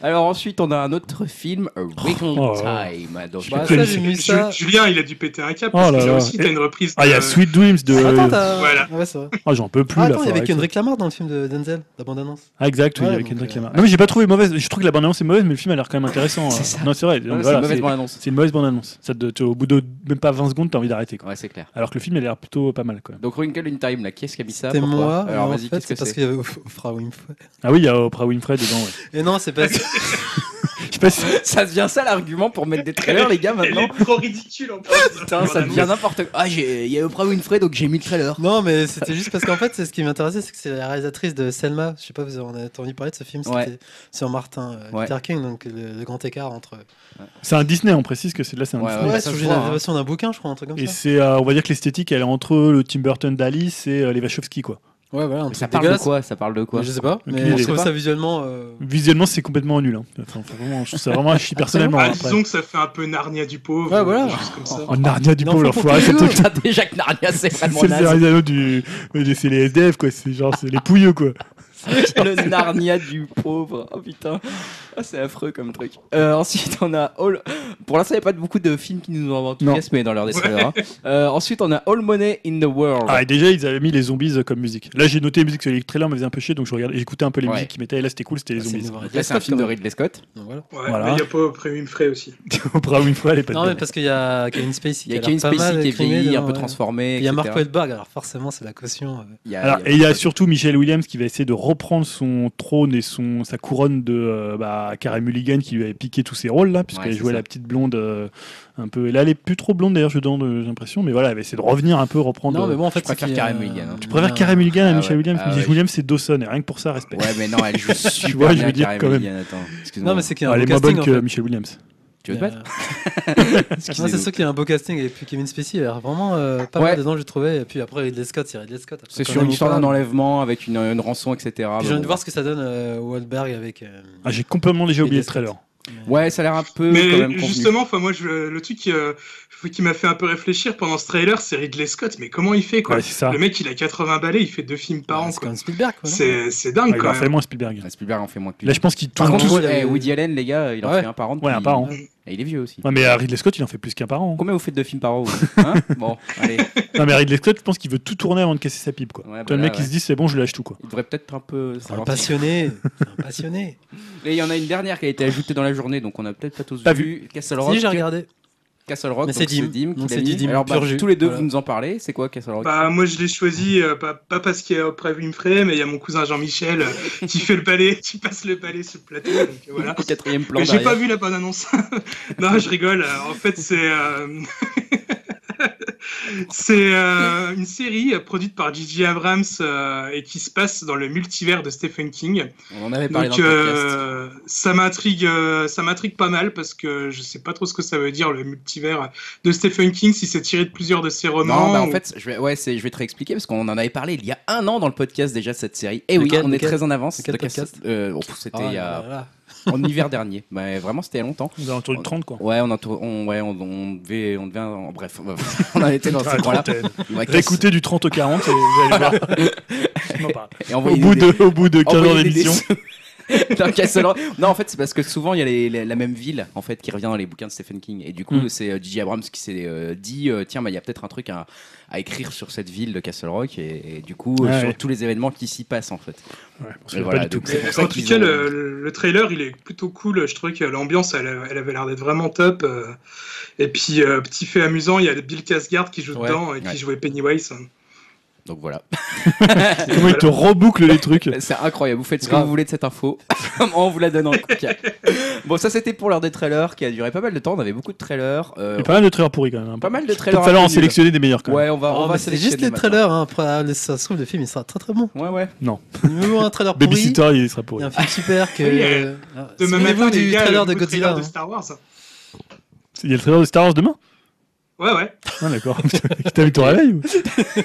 Speaker 1: Alors ensuite, on a un autre film, A Wrinkle
Speaker 2: Oh.
Speaker 1: Time. Donc,
Speaker 4: bah,
Speaker 1: je-
Speaker 4: ça, j'ai mis
Speaker 3: Ju-
Speaker 4: ça.
Speaker 3: Julien, il a dû péter un cap,
Speaker 2: Oh
Speaker 3: parce
Speaker 2: là
Speaker 3: que là
Speaker 2: là.
Speaker 3: aussi, t'as une reprise.
Speaker 2: Ah, il y
Speaker 1: Euh,
Speaker 2: a
Speaker 3: de-
Speaker 2: Sweet Dreams de.
Speaker 4: Attends, t'as.
Speaker 3: Voilà.
Speaker 4: Ouais, c'est vrai.
Speaker 2: Ah, j'en peux plus
Speaker 4: Ah,
Speaker 2: là.
Speaker 4: attends, il y
Speaker 2: faut
Speaker 4: avait
Speaker 2: arrêter.
Speaker 4: Kendrick Lamar dans le film de Denzel, la bande-annonce.
Speaker 2: Ah, exact, oui,
Speaker 4: Ouais,
Speaker 2: il y avait
Speaker 4: donc,
Speaker 2: Kendrick
Speaker 4: euh,
Speaker 2: Lamar. Non, mais j'ai pas trouvé mauvaise. Je trouve que la bande annonce est mauvaise, mais le film a l'air quand même intéressant.
Speaker 1: C'est
Speaker 2: hein.
Speaker 1: ça.
Speaker 2: Non, c'est vrai.
Speaker 1: Non,
Speaker 2: Donc,
Speaker 1: mais c'est
Speaker 2: voilà,
Speaker 1: une mauvaise
Speaker 2: c'est-
Speaker 1: bande annonce.
Speaker 2: c'est une mauvaise bande annonce. Ça te, te- au bout de même pas 20 secondes, t'as envie d'arrêter. quoi.
Speaker 1: Ouais, c'est clair.
Speaker 2: Alors que le film, il a l'air plutôt pas mal. Quoi.
Speaker 1: Donc Wrinkle in Time, là, qui est-ce qui a mis ça
Speaker 4: C'était
Speaker 1: Pourquoi
Speaker 4: moi, mais
Speaker 1: Alors
Speaker 4: en
Speaker 1: vas-y,
Speaker 4: fait,
Speaker 1: qu'est-ce que
Speaker 4: c'est parce
Speaker 1: c'est
Speaker 4: qu'il y avait Oprah Winfrey.
Speaker 2: Ah oui, il y a Oprah Winfrey dedans. Ouais.
Speaker 4: Et non, c'est pas.
Speaker 2: Je sais pas si-
Speaker 1: Ça devient ça l'argument pour mettre des trailers, les gars,
Speaker 3: Elle
Speaker 1: maintenant
Speaker 3: est trop ridicule en plus.
Speaker 1: Putain, ça devient n'importe quoi. Ah, j'ai- il y a Oprah Winfrey, donc j'ai mis le trailer.
Speaker 4: Non, mais c'était juste parce qu'en fait, c'est ce qui m'intéressait, c'est que c'est la réalisatrice de Selma. Je sais pas, vous en avez entendu parler de ce film,
Speaker 1: Ouais.
Speaker 4: c'était sur Martin euh,
Speaker 1: Ouais.
Speaker 4: Luther King, donc le, le grand écart entre.
Speaker 2: C'est un Disney, on précise que c'est là, c'est un
Speaker 1: Ouais,
Speaker 2: Disney.
Speaker 1: ouais,
Speaker 4: Ouais,
Speaker 1: ça
Speaker 4: c'est
Speaker 1: se
Speaker 4: une
Speaker 1: voit, hein.
Speaker 4: adaptation d'un bouquin, je crois, un truc comme
Speaker 2: Et
Speaker 4: ça.
Speaker 2: c'est, euh, on va dire que l'esthétique, elle est entre le Tim Burton d'Alice et euh, les Wachowski. Quoi.
Speaker 4: Ouais, voilà, un
Speaker 1: Mais
Speaker 4: truc
Speaker 1: ça parle de
Speaker 4: dégueulasse.
Speaker 1: quoi Ça parle de quoi
Speaker 4: Je sais pas,
Speaker 2: idée.
Speaker 4: mais je
Speaker 2: Je sais
Speaker 4: trouve
Speaker 1: pas.
Speaker 4: ça visuellement. euh,
Speaker 2: Visuellement, c'est complètement nul. hein. Enfin, faut vraiment- je trouve ça vraiment un chi personnellement.
Speaker 3: Ah,
Speaker 2: hein, après.
Speaker 3: disons que ça fait un peu Narnia du pauvre.
Speaker 4: Ouais, voilà.
Speaker 3: des choses comme ça.
Speaker 2: Oh, Narnia du
Speaker 4: Non,
Speaker 2: pauvre,
Speaker 4: faut
Speaker 2: leur
Speaker 4: pas
Speaker 2: faut arrêter de-
Speaker 1: Putain, déjà que Narnia, c'est
Speaker 2: C'est
Speaker 1: vraiment
Speaker 2: c'est
Speaker 1: naze.
Speaker 2: les anneaux du. ouais, C'est les SDF, quoi. C'est genre, c'est les pouilleux, quoi.
Speaker 1: Le Narnia du pauvre. Oh putain. Ah, c'est affreux comme truc. Euh, ensuite, on a. All- Pour l'instant, il n'y a pas de- beaucoup de films qui nous ont
Speaker 2: Non.
Speaker 1: enthousiasmés dans leur des trailers, hein. Euh, ensuite, on a All Money in the World.
Speaker 2: Ah, et déjà, ils avaient mis les zombies euh, comme musique. Là, j'ai noté les musiques sur les trailers, me faisait un peu chier, donc je regardais, j'écoutais un peu les
Speaker 1: Ouais.
Speaker 2: musiques qu'ils mettaient, et là, c'était cool, c'était les
Speaker 4: Ah, c'est
Speaker 2: zombies.
Speaker 4: une vraie
Speaker 1: Donc là, c'est un film de Ridley Scott.
Speaker 4: Donc voilà.
Speaker 3: Ouais,
Speaker 2: Voilà.
Speaker 3: mais il n'y a pas Oprah Winfrey aussi.
Speaker 2: Oprah Winfrey, elle est pas
Speaker 4: Non, mais
Speaker 2: dedans.
Speaker 4: parce qu'il y a Kevin Spacey
Speaker 1: Il y a
Speaker 4: qui
Speaker 1: Kevin
Speaker 4: l'air pas mal
Speaker 1: Spacey qui est
Speaker 4: crimé
Speaker 1: vieilli, un
Speaker 4: dedans,
Speaker 1: peu
Speaker 4: ouais.
Speaker 1: transformé.
Speaker 4: Puis Il y a
Speaker 1: etc.
Speaker 4: Mark Wahlberg, alors forcément, c'est la caution. euh.
Speaker 1: Il y a-
Speaker 2: Alors, et il y a surtout Michelle Williams qui va essayer de reprendre son trône et son, sa couronne de euh, bah, Carey Mulligan qui lui avait piqué tous ses rôles là, puisqu'elle
Speaker 1: Ouais, c'est
Speaker 2: jouait
Speaker 1: ça.
Speaker 2: la petite blonde euh, un peu. Et là, elle est plus trop blonde d'ailleurs, je donne euh, j'ai l'impression, mais voilà, elle va essayer de revenir un peu, reprendre.
Speaker 4: Non, mais
Speaker 2: euh,
Speaker 4: bon, en fait,
Speaker 1: je préfère
Speaker 4: c'est qu'il y a-
Speaker 1: Carey Mulligan, hein.
Speaker 2: Je préfère Carey Mulligan à
Speaker 1: Ah
Speaker 2: Michelle
Speaker 1: ouais,
Speaker 2: Williams,
Speaker 1: ah
Speaker 2: mais
Speaker 1: ouais.
Speaker 2: Williams c'est Dawson, et rien que pour ça, respect.
Speaker 1: Ouais, mais non, elle joue super
Speaker 2: vois, je
Speaker 1: bien,
Speaker 2: veux dire,
Speaker 1: Carey
Speaker 2: quand même.
Speaker 1: Mulligan, attends, excuse-moi.
Speaker 4: Non, mais c'est qu'il y a
Speaker 2: Ah,
Speaker 4: un
Speaker 2: elle
Speaker 4: beau
Speaker 2: est moins
Speaker 4: casting.
Speaker 2: bonne
Speaker 4: en
Speaker 2: que
Speaker 4: fait.
Speaker 2: Michelle Williams.
Speaker 1: tu veux te
Speaker 4: Mais,
Speaker 1: battre
Speaker 4: Moi, Ah, c'est sûr qu'il y a un beau casting et puis Kevin Spacey, il a l'air vraiment euh, pas
Speaker 1: Ouais.
Speaker 4: mal dedans, je trouvais. Et puis après, Ridley Scott, c'est Ridley Scott. après,
Speaker 1: C'est
Speaker 4: qu'on
Speaker 1: sur
Speaker 4: aime
Speaker 1: une
Speaker 4: ou
Speaker 1: histoire
Speaker 4: pas.
Speaker 1: d'un enlèvement avec une, une rançon, etc.
Speaker 4: Puis
Speaker 1: Bon,
Speaker 4: je viens de
Speaker 1: bon.
Speaker 4: voir ce que ça donne euh, Wahlberg avec. euh,
Speaker 2: Ah, j'ai complètement déjà oublié le
Speaker 4: Ridley
Speaker 2: trailer.
Speaker 4: Scott.
Speaker 1: Ouais, ça a l'air un peu quand même
Speaker 3: Mais
Speaker 1: convenu.
Speaker 3: justement, enfin moi, je- le truc qui, euh, qui m'a fait un peu réfléchir pendant ce trailer, c'est Ridley Scott. Mais comment il fait quoi
Speaker 2: Ouais, c'est ça.
Speaker 3: Le mec, il a 80 balais, il fait deux films par
Speaker 4: Ouais,
Speaker 3: an.
Speaker 4: C'est
Speaker 3: quoi.
Speaker 4: comme Spielberg, quoi. non
Speaker 3: C'est c'est
Speaker 2: Ah,
Speaker 3: dingue
Speaker 2: il
Speaker 3: quand
Speaker 2: en fait
Speaker 3: même.
Speaker 2: moins Spielberg.
Speaker 1: Ah, Spielberg en fait moins que lui.
Speaker 2: Là, je pense qu'il
Speaker 1: Par
Speaker 2: tourne
Speaker 1: contre,
Speaker 2: tous.
Speaker 4: il y a-
Speaker 1: eh, Woody Allen, les gars, il en
Speaker 4: Ouais.
Speaker 1: fait un par an.
Speaker 2: Ouais, un
Speaker 1: depuis-
Speaker 2: par an.
Speaker 1: Et il est vieux aussi.
Speaker 2: Ouais, mais euh, Ridley Scott, il en fait plus qu'un par an. hein.
Speaker 1: Combien vous faites de films par an vous Hein Bon, allez.
Speaker 2: Non, mais Ridley Scott, je pense qu'il veut tout tourner avant de casser sa pipe. Quoi.
Speaker 1: Ouais, bah
Speaker 2: Toi, le
Speaker 1: là,
Speaker 2: mec, il se
Speaker 1: ouais.
Speaker 2: dit, c'est bon, je lâche tout. Quoi.
Speaker 1: Il devrait peut-être un peu
Speaker 4: C'est un
Speaker 1: s'alentir.
Speaker 4: passionné. c'est un passionné.
Speaker 1: Et il y en a une dernière qui a été ajoutée dans la journée, donc on a peut-être pas tous
Speaker 2: Pas
Speaker 1: vu. Castle Rock.
Speaker 4: Si, j'ai regardé.
Speaker 1: Castle Rock,
Speaker 4: Mais
Speaker 1: donc
Speaker 4: c'est Dim.
Speaker 1: Dim. qui
Speaker 4: Donc
Speaker 1: l'a
Speaker 4: c'est
Speaker 1: mis.
Speaker 4: du Dim
Speaker 1: Alors, bah,
Speaker 4: pur jus.
Speaker 1: tous les deux,
Speaker 4: Voilà.
Speaker 1: vous nous en parlez. C'est quoi Castle Rock
Speaker 3: Bah, moi, je l'ai choisi, euh, pas, pas parce qu'il y a Oprah Winfrey, mais il y a mon cousin Jean-Michel euh, qui fait le palais, qui passe le palais sur le plateau. Donc, euh, voilà.
Speaker 1: Au quatrième plan
Speaker 3: Mais j'ai pas
Speaker 1: derrière.
Speaker 3: vu la bonne annonce. non, je rigole. Euh, En fait, c'est euh, c'est euh, une série euh, produite par Gigi Abrams euh, et qui se passe dans le multivers de Stephen King.
Speaker 1: On en avait parlé
Speaker 3: Donc
Speaker 1: dans le podcast.
Speaker 3: euh, ça m'intrigue, euh, ça m'intrigue pas mal parce que je sais pas trop ce que ça veut dire le multivers de Stephen King si c'est tiré de plusieurs de ses romans.
Speaker 1: Non, bah, en
Speaker 3: ou-
Speaker 1: fait, je vais, ouais, c'est- je vais te réexpliquer parce qu'on en avait parlé il y a un an dans le podcast déjà de cette série. Et oui,
Speaker 4: Lequel-
Speaker 1: on est
Speaker 4: lequel-
Speaker 1: très en avance.
Speaker 4: lequel
Speaker 1: De Castle-
Speaker 4: podcast
Speaker 1: euh, oh, C'était
Speaker 4: Oh
Speaker 1: il y
Speaker 4: là
Speaker 1: a-
Speaker 4: là là.
Speaker 1: en hiver dernier. Mais vraiment, c'était il y a longtemps.
Speaker 2: Aux alentours de 30, quoi.
Speaker 1: Ouais, on, a tour- on, ouais, on, on devait, on devait, en bref, on a été dans
Speaker 2: Ah,
Speaker 1: ces coins-là.
Speaker 2: trentaine.
Speaker 1: Ouais, Cass-
Speaker 2: Réécoutez du 30 au 40 et vous allez voir. Non, pas.
Speaker 1: et
Speaker 2: Au
Speaker 1: envoyer
Speaker 2: bout,
Speaker 1: des-
Speaker 2: de, au bout de 15 ans
Speaker 1: envoyer des
Speaker 2: d'émission.
Speaker 1: dessous. Dans Castle Rock. Non, en fait, c'est parce que souvent il y a les- les- la même ville en fait qui revient dans les bouquins de Stephen King. Et du coup,
Speaker 2: Mm.
Speaker 1: c'est euh, J.J. Abrams qui s'est euh, dit euh, tiens, bah, il y a peut-être un truc à, à écrire sur cette ville de Castle Rock et, et du coup euh,
Speaker 2: Ouais,
Speaker 1: sur
Speaker 2: ouais.
Speaker 1: tous les événements qui s'y passent en fait.
Speaker 2: Ouais, on se
Speaker 1: Et
Speaker 2: fait
Speaker 1: voilà,
Speaker 2: pas du tout.
Speaker 1: donc c'est pour ça
Speaker 3: En
Speaker 1: qu'ils
Speaker 3: tout cas,
Speaker 1: ont-
Speaker 3: le, le trailer, il est plutôt cool. Je trouvais que l'ambiance, elle, elle avait l'air d'être vraiment top. euh. Et puis, euh, petit fait amusant, il y a Bill Casgard qui joue
Speaker 4: Ouais.
Speaker 3: dedans et
Speaker 1: Ouais.
Speaker 3: qui jouait Pennywise.
Speaker 1: Donc voilà,
Speaker 2: Comment il te reboucle les trucs
Speaker 1: c'est incroyable. Vous faites ce que
Speaker 4: Grave.
Speaker 1: vous voulez de cette info. on vous la donne en tout cas. Bon, ça c'était pour l'heure des trailers qui a duré pas mal de temps. On avait beaucoup de trailers. euh,
Speaker 2: Il y a pas mal de trailers pourris quand même. hein.
Speaker 1: pas mal de
Speaker 2: Peut-être
Speaker 1: trailers.
Speaker 2: falloir
Speaker 1: un
Speaker 2: en
Speaker 1: peu nuls.
Speaker 2: sélectionner des meilleurs quand même.
Speaker 1: Ouais, on va, on
Speaker 4: Oh,
Speaker 1: va
Speaker 4: mais C'est juste
Speaker 1: sélectionner
Speaker 4: les
Speaker 1: maintenant.
Speaker 4: trailers. hein. Après, le- Ça se trouve, le film, il sera très très bon.
Speaker 1: Ouais, ouais.
Speaker 4: Numéro un trailer pourri.
Speaker 2: Babysitter, il sera
Speaker 4: Il y
Speaker 2: pourri.
Speaker 4: a un film super que.
Speaker 3: Oui, euh,
Speaker 4: Ah,
Speaker 3: Demain
Speaker 4: souvenez-vous
Speaker 3: matin,
Speaker 4: du
Speaker 3: les gars,
Speaker 4: trailer
Speaker 3: le
Speaker 4: de
Speaker 3: nouveau trailer
Speaker 4: Godzilla.
Speaker 3: de
Speaker 4: hein.
Speaker 3: Star Wars.
Speaker 2: Il y a le trailer de Star Wars demain
Speaker 3: Ouais, ouais.
Speaker 2: Ah, d'accord. T'as mis ton réveil ou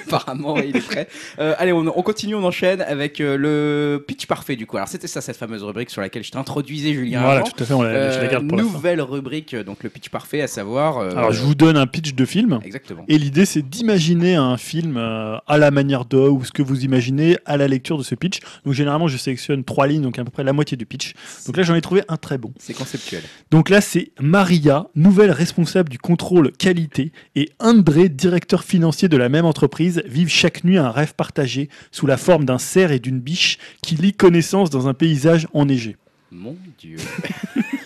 Speaker 1: Apparemment, il est prêt. Euh, allez, on, on continue, on enchaîne avec euh, le pitch parfait du coup. Alors, c'était ça, cette fameuse rubrique sur laquelle je t'introduisais, Julien.
Speaker 2: Voilà,
Speaker 1: avant.
Speaker 2: tout à fait, on la, je la
Speaker 1: Euh,
Speaker 2: garde pour la fin.
Speaker 1: nouvelle rubrique, euh, donc le pitch parfait, à savoir. euh,
Speaker 2: Alors, je vous donne un pitch de film.
Speaker 1: Exactement.
Speaker 2: Et l'idée, c'est d'imaginer un film euh, à la manière de ou ce que vous imaginez à la lecture de ce pitch. Donc, généralement, je sélectionne trois lignes, donc à peu près la moitié du pitch. Donc là, j'en ai trouvé un très bon.
Speaker 1: C'est conceptuel.
Speaker 2: Donc là, c'est Maria, nouvelle responsable du contrôle qualité, et André, directeur financier de la même entreprise, vivent chaque nuit un rêve partagé sous la forme d'un cerf et d'une biche qui lie connaissance dans un paysage enneigé.
Speaker 1: Mon Dieu.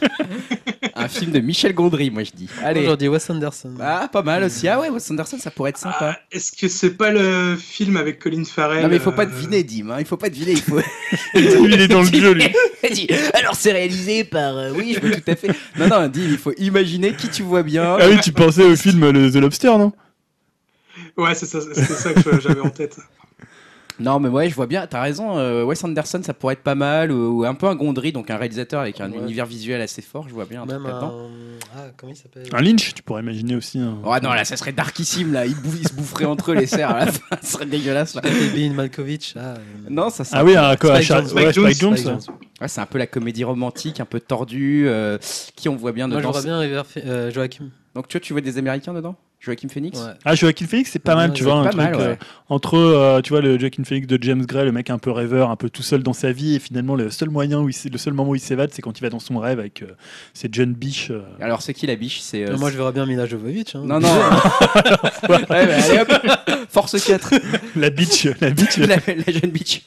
Speaker 1: Un film de Michel Gondry, moi je dis. Allez.
Speaker 4: Aujourd'hui, Wes Anderson.
Speaker 1: Ah, pas mal aussi. Ah ouais, Wes Anderson, ça pourrait être sympa.
Speaker 3: Ah, Est-ce que c'est pas le film avec Colin Farrell
Speaker 1: non mais il faut pas
Speaker 3: euh,
Speaker 1: deviner, Dim. hein, Il faut pas deviner. Il faut.
Speaker 2: Lui, il est dans le jeu, lui.
Speaker 1: Elle dit, Alors c'est réalisé par. euh, oui, je peux tout à fait. Non, non, Dim, il faut imaginer qui tu vois bien.
Speaker 2: Ah oui, tu pensais au film euh, le- The Lobster, non
Speaker 3: Ouais, c'est ça, c'est ça que j'avais en tête.
Speaker 1: Non, mais ouais, je vois bien, t'as raison. euh, Wes Anderson, ça pourrait être pas mal, ou, ou un peu un Gondry, donc un réalisateur avec un
Speaker 4: Ouais.
Speaker 1: univers visuel assez fort, je vois bien un
Speaker 4: Même
Speaker 1: truc là-dedans.
Speaker 4: un. Ah, comment il s'appelle
Speaker 1: Hein?
Speaker 2: Un Lynch, tu pourrais imaginer aussi. hein. Un...
Speaker 1: Oh non, là, ça serait darkissime, là. Ils, bou- ils se boufferaient entre eux, les cerfs, à la fin, ça serait dégueulasse, là.
Speaker 4: C'était Bill Malkovich. Ah, euh,
Speaker 1: Non, ça, c'est
Speaker 2: Ah oui, un, quoi,
Speaker 4: Spike
Speaker 2: Char-
Speaker 4: Jones.
Speaker 2: ouais,
Speaker 3: Spike Jones,
Speaker 2: Spike Jones.
Speaker 4: Spike Jones.
Speaker 1: ouais, c'est un peu la comédie romantique, un peu tordue, euh, qui on voit bien
Speaker 4: Moi, je
Speaker 1: dedans.
Speaker 4: vois bien River Ph- euh, Joachim. Donc,
Speaker 1: Donc, tu vois, tu vois des Américains dedans Joachim Phoenix
Speaker 4: ouais.
Speaker 2: Ah, Joaquin Phoenix, c'est pas mal,
Speaker 4: Ouais,
Speaker 2: tu vois, un
Speaker 1: Pas
Speaker 2: truc
Speaker 1: mal, ouais.
Speaker 2: euh, entre, euh, tu vois, le Joaquin Phoenix de James Gray, le mec un peu rêveur, un peu tout seul dans sa vie, et finalement le seul moyen où il s'é- le seul moment où il s'évade, c'est quand il va dans son rêve avec euh, cette jeune biche. euh.
Speaker 1: Alors, c'est qui la biche C'est. euh,
Speaker 4: Moi, je verrais bien Mila Jovovich. hein.
Speaker 1: Non, non. ouais, mais allez, hop. Force 4.
Speaker 2: La bitch, la bitch.
Speaker 1: la, la jeune bitch.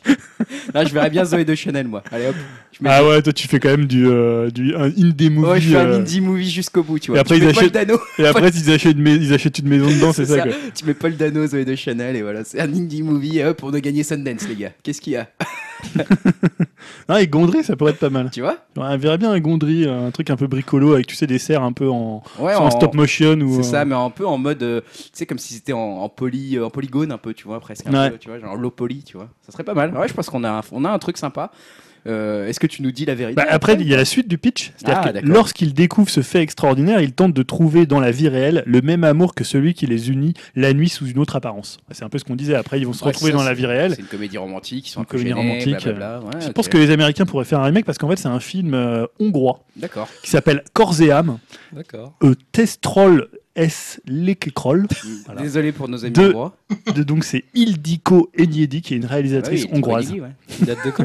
Speaker 1: Là, je verrais bien Zoé de Chanel, moi. Allez, hop. Je mets-
Speaker 2: Ah ouais, toi tu fais quand même du, euh, du un indie movie.
Speaker 1: Ouais, je fais un
Speaker 2: euh,
Speaker 1: indie movie jusqu'au bout, tu vois.
Speaker 2: Et après,
Speaker 1: tu
Speaker 2: ils
Speaker 1: mets Paul
Speaker 2: achètent-
Speaker 1: Dano,
Speaker 2: et après ils achètent, une mais- ils achètent une maison dedans, c'est
Speaker 1: c'est
Speaker 2: ça,
Speaker 1: ça.
Speaker 2: quoi.
Speaker 1: tu mets Paul Dano, Zoé de Chanel, et voilà, c'est un indie movie et hop, on a gagné Sundance, les gars. Qu'est-ce qu'il y a
Speaker 2: Non, et Gondry, ça pourrait être pas mal.
Speaker 1: Tu vois
Speaker 2: On verrait bien un Gondry, euh, un truc un peu bricolo avec, tu sais, des serres un peu en,
Speaker 1: Ouais,
Speaker 2: soit en stop motion ou.
Speaker 1: C'est ça,
Speaker 2: euh,
Speaker 1: mais un peu en mode, euh, tu sais, comme si c'était en, en poly, euh, en polygone un peu, tu vois, presque. un
Speaker 2: Ouais.
Speaker 1: peu, tu vois, genre low poly, tu vois. Ça serait pas mal. Ouais, je pense qu'on a, un- on a un truc sympa. Euh, Est-ce que tu nous dis la vérité
Speaker 2: Bah, après, il y a la suite du pitch. C'est-à-dire
Speaker 1: Ah,
Speaker 2: que
Speaker 1: d'accord.
Speaker 2: lorsqu'ils découvrent ce fait extraordinaire, ils tentent de trouver dans la vie réelle le même amour que celui qui les unit la nuit sous une autre apparence. C'est un peu ce qu'on disait. Après, ils vont se
Speaker 1: Ouais,
Speaker 2: retrouver
Speaker 1: ça,
Speaker 2: dans la vie réelle.
Speaker 1: C'est une comédie romantique, ils sont
Speaker 2: Une
Speaker 1: un peu
Speaker 2: comédie
Speaker 1: gênés,
Speaker 2: romantique,
Speaker 1: blablabla. Ouais,
Speaker 2: Je
Speaker 1: ok.
Speaker 2: pense que les Américains pourraient faire un remake parce qu'en fait, c'est un film euh, hongrois
Speaker 1: D'accord.
Speaker 2: qui s'appelle Corps et âme,
Speaker 4: D'accord.
Speaker 2: euh, Testrol S. Lekekrol. Voilà.
Speaker 1: Désolé pour nos amis
Speaker 2: Deux
Speaker 1: hongrois.
Speaker 2: De- donc, c'est Ildiko Enyedi, qui est une
Speaker 1: Ah oui,
Speaker 2: réalisatrice
Speaker 1: Tony
Speaker 2: hongroise.
Speaker 1: Lee, ouais.
Speaker 4: Il date de quand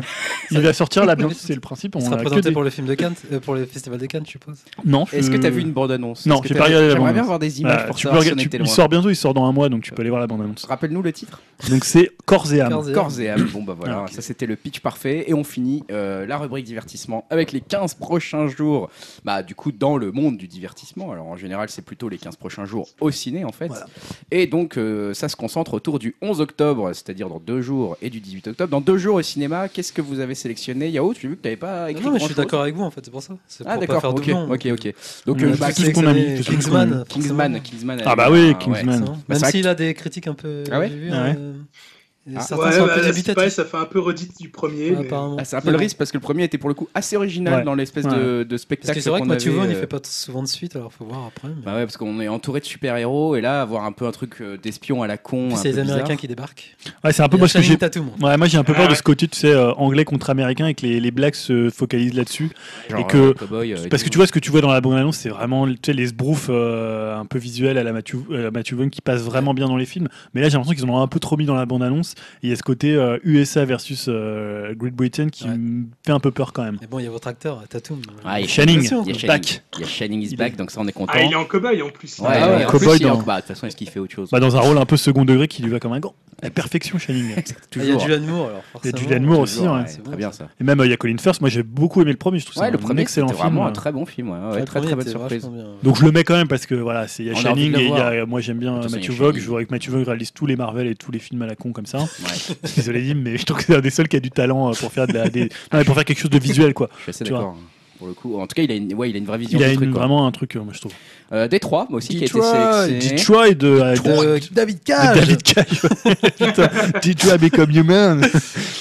Speaker 2: Il va sortir là, bien c'est le principe.
Speaker 4: Il
Speaker 2: On
Speaker 4: sera
Speaker 2: a que
Speaker 4: présenté
Speaker 2: des-
Speaker 4: pour le film de Cannes, euh, pour le festival de Cannes, je suppose.
Speaker 2: Non, je-
Speaker 1: Est-ce que t'as vu une bande-annonce
Speaker 2: Hmm. Non,
Speaker 1: Est-ce que
Speaker 2: j'ai
Speaker 1: t'as
Speaker 2: pas
Speaker 1: vu-
Speaker 2: regardé la
Speaker 1: J'aimerais bien
Speaker 2: bande-annonce.
Speaker 1: voir des
Speaker 2: Bah,
Speaker 1: images pour
Speaker 2: tu peux
Speaker 1: savoir si on
Speaker 2: regarder- tu-
Speaker 1: était
Speaker 2: il
Speaker 1: loin.
Speaker 2: sort bientôt, il sort dans un mois, donc tu peux aller voir la bande-annonce.
Speaker 1: Rappelle-nous le titre.
Speaker 2: Donc c'est Corps et âme.
Speaker 4: Corps et âme.
Speaker 1: Corps et âme. Bon, bah voilà,
Speaker 2: Ah, ok.
Speaker 1: ça c'était le pitch parfait. Et on finit euh, la rubrique divertissement avec les 15 prochains jours. Bah, du coup, dans le monde du divertissement. Alors, en général, c'est plutôt les 15 prochains jours au ciné, en fait.
Speaker 2: Voilà.
Speaker 1: Et donc, euh, ça se concentre autour du 11 octobre, c'est-à-dire dans deux jours, et du 18 octobre. Dans deux jours au cinéma, qu'est-ce que vous avez sélectionné Yao, tu as vu que tu n'avais pas écrit
Speaker 4: Non, mais je suis
Speaker 1: grand-chose.
Speaker 4: d'accord avec vous en fait, c'est pour ça. C'est
Speaker 1: Ah,
Speaker 4: pour pas
Speaker 1: d'accord,
Speaker 4: faire
Speaker 1: ok,
Speaker 4: doublon.
Speaker 1: ok, ok. Donc,
Speaker 2: On
Speaker 1: euh,
Speaker 2: a
Speaker 1: bah,
Speaker 2: tous
Speaker 1: Kings-
Speaker 2: les qu'on a mis, tous ceux qu'on a
Speaker 4: Kingsman.
Speaker 1: Kingsman, Kingsman.
Speaker 2: Mmh. Ah bah
Speaker 1: euh,
Speaker 2: oui,
Speaker 1: ouais.
Speaker 2: Kingsman.
Speaker 4: forcément.
Speaker 1: Bah,
Speaker 4: Même
Speaker 1: c'est vrai
Speaker 4: s'il a des critiques un peu.
Speaker 1: Ah ouais
Speaker 4: j'ai vu,
Speaker 2: Ah ouais.
Speaker 4: euh, et
Speaker 1: Ah.
Speaker 4: certains
Speaker 3: Ouais,
Speaker 4: sont un
Speaker 3: bah,
Speaker 4: peu
Speaker 3: là, c'est
Speaker 4: débutatifs,
Speaker 3: pareil, ça fait un peu redite du premier. mais-
Speaker 4: apparemment.
Speaker 1: Ah, c'est un peu
Speaker 4: Mais
Speaker 1: le
Speaker 4: bon.
Speaker 1: risque parce que le premier était pour le coup assez original
Speaker 2: Ouais.
Speaker 1: dans l'espèce
Speaker 2: Ouais.
Speaker 1: de, de spectacle.
Speaker 4: Parce que c'est vrai que
Speaker 1: qu'on
Speaker 4: Mathieu Vaughn,
Speaker 1: avait,
Speaker 4: il
Speaker 1: euh,
Speaker 4: fait pas souvent de suite, alors faut voir après. mais-
Speaker 1: Bah ouais, parce qu'on est entouré de super-héros et là, avoir un peu un truc euh, d'espion à la con.
Speaker 4: Puis
Speaker 1: un
Speaker 4: c'est
Speaker 1: peu
Speaker 4: les
Speaker 1: bizarre.
Speaker 4: Américains qui débarquent.
Speaker 2: Ouais, c'est un peu
Speaker 4: Il y a
Speaker 2: moi ce que j'ai.
Speaker 4: Channing Tatum.
Speaker 2: Ouais, moi j'ai un peu
Speaker 3: Ah
Speaker 2: peur de
Speaker 3: ouais.
Speaker 2: ce côté, tu sais, euh, anglais contre américain et que les, les blacks se focalisent là-dessus.
Speaker 1: Genre,
Speaker 2: et que-
Speaker 1: euh, Cowboy, euh,
Speaker 2: Parce
Speaker 1: et
Speaker 2: que tu
Speaker 1: tout.
Speaker 2: vois, ce que tu vois dans la bonne annonce, c'est vraiment tu sais, les sbroufs euh, un peu visuels à la Matthew, euh, Matthew Vaughn qui passent vraiment bien dans les films. Mais là, j'ai l'impression qu'ils en ont un peu trop mis dans la bande annonce. Il y a ce côté euh, USA versus euh, Great Britain qui
Speaker 4: Ouais.
Speaker 2: me fait un peu peur quand même.
Speaker 4: Mais bon, il y a votre acteur, Tatum.
Speaker 1: Ah, il y a Shining, il
Speaker 2: Shining,
Speaker 1: y a
Speaker 2: quoi.
Speaker 1: Shining,
Speaker 2: Back.
Speaker 1: il y a Shining is
Speaker 2: Il
Speaker 1: back,
Speaker 2: est-
Speaker 1: donc ça on est content.
Speaker 3: Ah, il est en cobaye en plus.
Speaker 1: Ouais,
Speaker 2: Ah,
Speaker 1: ouais,
Speaker 2: ouais,
Speaker 1: en
Speaker 2: en
Speaker 1: plus,
Speaker 2: cowboy
Speaker 1: il est en-
Speaker 2: dans-
Speaker 1: bah, de toute façon, est-ce qu'il fait autre chose
Speaker 2: Bah, dans un rôle un peu second degré qui lui va comme un gant. La perfection, Shining.
Speaker 4: Il y a
Speaker 1: Toujours.
Speaker 4: Julianne Moore, alors
Speaker 2: Il y a
Speaker 4: forcément.
Speaker 2: Julianne Moore aussi. hein.
Speaker 1: Toujours,
Speaker 2: ouais.
Speaker 1: ouais,
Speaker 4: hein, c'est
Speaker 1: très
Speaker 4: bon,
Speaker 1: bien
Speaker 4: ça.
Speaker 1: ça.
Speaker 2: Et même, euh, il y a Colin Firth. Moi, j'ai beaucoup aimé le premier. Je trouve
Speaker 1: Ouais,
Speaker 2: ça
Speaker 1: le
Speaker 2: un
Speaker 1: premier,
Speaker 2: excellent
Speaker 1: c'était
Speaker 2: film.
Speaker 1: vraiment
Speaker 2: euh.
Speaker 1: un très bon film. ouais, ouais,
Speaker 4: Ouais, le
Speaker 1: très
Speaker 4: premier
Speaker 1: très belle
Speaker 4: était
Speaker 1: surprise.
Speaker 4: vachement bien.
Speaker 2: Donc je le mets quand même parce que voilà, c'est il y a
Speaker 1: On a envie de
Speaker 2: Shining
Speaker 1: le
Speaker 2: et il y a,
Speaker 1: voir.
Speaker 2: moi j'aime
Speaker 1: De
Speaker 2: bien
Speaker 1: toute façon,
Speaker 2: Matthew
Speaker 1: il y a
Speaker 2: Vogue,
Speaker 1: Shining.
Speaker 2: je vois que Matthew Vogue réalise tous les Marvel et tous les films à la con comme ça.
Speaker 1: Ouais,
Speaker 2: Désolé Dim, mais je trouve que c'est un des seuls qui a du talent euh, pour faire de la, des- non, mais pour faire quelque chose de visuel quoi.
Speaker 1: je suis assez
Speaker 2: Tu vois.
Speaker 1: d'accord. hein, Pour le coup, en tout cas, il a une, ouais, il a une vraie vision
Speaker 2: Il a
Speaker 1: du
Speaker 2: une-
Speaker 1: truc. quoi.
Speaker 2: vraiment un truc euh, moi je trouve.
Speaker 1: Euh, Détroit, moi aussi, qui a été sélectionné.
Speaker 2: Detroit de, euh, de-
Speaker 4: De David
Speaker 2: de
Speaker 4: Cage
Speaker 2: David Cage. Putain, Detroit Become Human.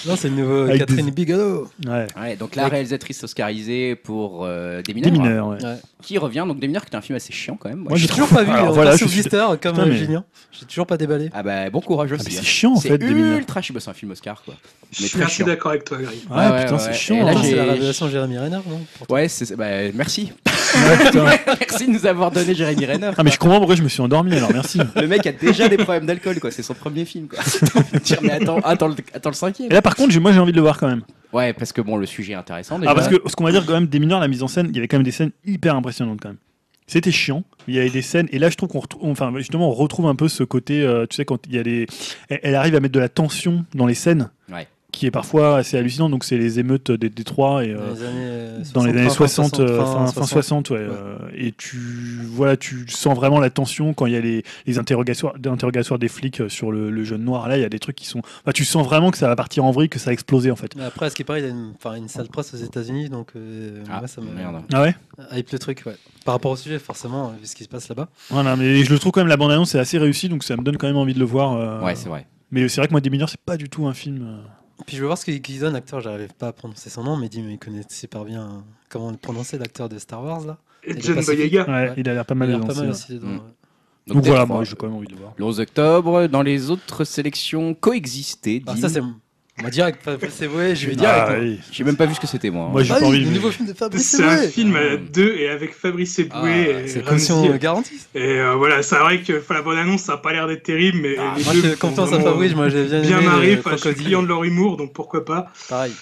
Speaker 4: Non, c'est le nouveau
Speaker 2: Avec
Speaker 4: Catherine
Speaker 2: des-
Speaker 4: Bigelow.
Speaker 2: Ouais.
Speaker 1: Ouais, donc la
Speaker 4: Avec-
Speaker 1: réalisatrice oscarisée pour euh, Des
Speaker 2: Des
Speaker 1: mineurs,
Speaker 2: mineurs. ouais.
Speaker 1: qui revient. Donc Des mineurs, qui est un film assez chiant quand même.
Speaker 2: Moi,
Speaker 4: J'ai
Speaker 2: j'ai
Speaker 4: toujours pas vu.
Speaker 2: Alors,
Speaker 4: euh,
Speaker 2: voilà,
Speaker 4: Pass
Speaker 2: je
Speaker 4: of
Speaker 2: suis-
Speaker 4: Lister comme
Speaker 2: Putain,
Speaker 4: euh,
Speaker 2: mais-
Speaker 4: Gignan. J'ai toujours pas déballé.
Speaker 1: Ah bah bon courage
Speaker 2: Ah, mais
Speaker 1: aussi.
Speaker 2: c'est
Speaker 1: hein.
Speaker 2: chiant en
Speaker 1: C'est
Speaker 2: fait. Des mineurs.
Speaker 1: ultra chiant, bah, c'est un film Oscar quoi.
Speaker 3: Je suis
Speaker 1: très
Speaker 3: assez
Speaker 1: chiant.
Speaker 3: d'accord avec toi, Gary.
Speaker 2: Ouais,
Speaker 1: Ouais,
Speaker 2: putain
Speaker 1: ouais,
Speaker 2: c'est
Speaker 1: ouais.
Speaker 2: chiant.
Speaker 1: Et là,
Speaker 2: hein.
Speaker 4: Attends,
Speaker 1: j'ai-
Speaker 4: c'est la révélation Jérémy Renner, non
Speaker 2: Ah,
Speaker 1: Ouais, c'est bah, merci.
Speaker 2: Ouais, putain.
Speaker 1: merci de nous avoir donné Jérémy Renner.
Speaker 2: Ah mais je comprends pourquoi je me suis endormi alors merci.
Speaker 1: Le mec a déjà des problèmes d'alcool quoi, c'est son premier film quoi. T'as envie de dire, mais attends, attends le, attends le
Speaker 2: Et
Speaker 1: cinquième.
Speaker 2: là par contre j'ai- moi j'ai envie de le voir quand même.
Speaker 1: Ouais, parce que bon, le sujet est intéressant déjà.
Speaker 2: Ah, parce que ce qu'on va dire quand même, des mineurs, la mise en scène, il y avait quand même des scènes hyper impressionnantes quand même. C'était chiant, il y avait des scènes, et là je trouve qu'on retrouve, enfin justement on retrouve un peu ce côté, euh, tu sais, quand il y a des. Elle, elle arrive à mettre de la tension dans les scènes,
Speaker 1: Ouais.
Speaker 2: qui est parfois assez hallucinant, donc c'est les émeutes des Détroits et. euh,
Speaker 4: Dans les années
Speaker 2: dans les années 60, euh, fin, fin 60,
Speaker 4: 60.
Speaker 2: ouais, euh, et tu voilà, tu sens vraiment la tension quand il y a les, les interrogatoires, des interrogatoires des flics euh, sur le, le jeune noir. Là, il y a des trucs qui sont, enfin, tu sens vraiment que ça va partir en vrille, que ça va exploser en fait.
Speaker 4: Mais après, à ce qui paraît, il a une, enfin, une sale presse aux États-Unis, donc euh,
Speaker 1: Ah,
Speaker 4: moi, ça me
Speaker 1: merde.
Speaker 2: Ah ouais.
Speaker 4: hype le truc, ouais. Par rapport au sujet, forcément, vu ce qui se passe là-bas.
Speaker 2: Voilà, mais je le trouve quand même la bande annonce est assez réussie, donc ça me donne quand même envie de le voir. euh,
Speaker 1: Ouais, c'est vrai.
Speaker 2: mais c'est vrai que moi, Des mineurs, c'est pas du tout un film. euh.
Speaker 4: Puis je veux voir ce que Gleason, acteur, j'arrive pas à prononcer son nom, mais dis, mais il connaissait pas bien euh, comment le prononcer, l'acteur de Star Wars là.
Speaker 3: Et
Speaker 4: le
Speaker 3: John
Speaker 4: Pacifique.
Speaker 3: Boyega.
Speaker 2: Ouais,
Speaker 4: Ouais.
Speaker 2: il a l'air pas mal.
Speaker 4: il a l'air
Speaker 2: lancé,
Speaker 4: pas mal
Speaker 2: ouais.
Speaker 4: aussi dedans.
Speaker 1: Mm.
Speaker 4: ouais.
Speaker 2: Donc, voilà,
Speaker 1: Détroit,
Speaker 2: moi, j'ai quand même envie de le voir.
Speaker 1: Le 11 octobre, dans les autres sélections, coexister.
Speaker 4: Alors
Speaker 1: Dim.
Speaker 4: Bah, ça, c'est. Moi, direct, Fabrice Eboué, je vais dire.
Speaker 2: Ah,
Speaker 4: avec moi.
Speaker 2: oui.
Speaker 1: J'ai même pas vu ce que c'était moi. hein.
Speaker 2: Moi, j'ai
Speaker 4: Ah
Speaker 2: pas
Speaker 4: oui,
Speaker 2: envie
Speaker 4: le
Speaker 2: mais-
Speaker 4: nouveau film de Fabrice
Speaker 3: C'est un
Speaker 4: Eboué
Speaker 3: film à
Speaker 1: Ah.
Speaker 3: deux et avec Fabrice Eboué
Speaker 1: Ah,
Speaker 3: et
Speaker 4: C'est comme
Speaker 3: Ramsey.
Speaker 4: si on le garantisse.
Speaker 3: Et euh, voilà, c'est vrai que enfin, la bonne annonce, ça a pas l'air d'être terrible, mais
Speaker 1: Ah,
Speaker 3: les
Speaker 4: Moi,
Speaker 3: deux
Speaker 4: je fais
Speaker 3: font
Speaker 4: confiance à
Speaker 3: vraiment
Speaker 4: Fabrice, moi, j'ai bien aimé.
Speaker 3: Bien marré,
Speaker 4: le
Speaker 3: enfin, je suis
Speaker 4: euh, Crocodile.
Speaker 3: client de leur humour, donc pourquoi pas.
Speaker 4: Pareil.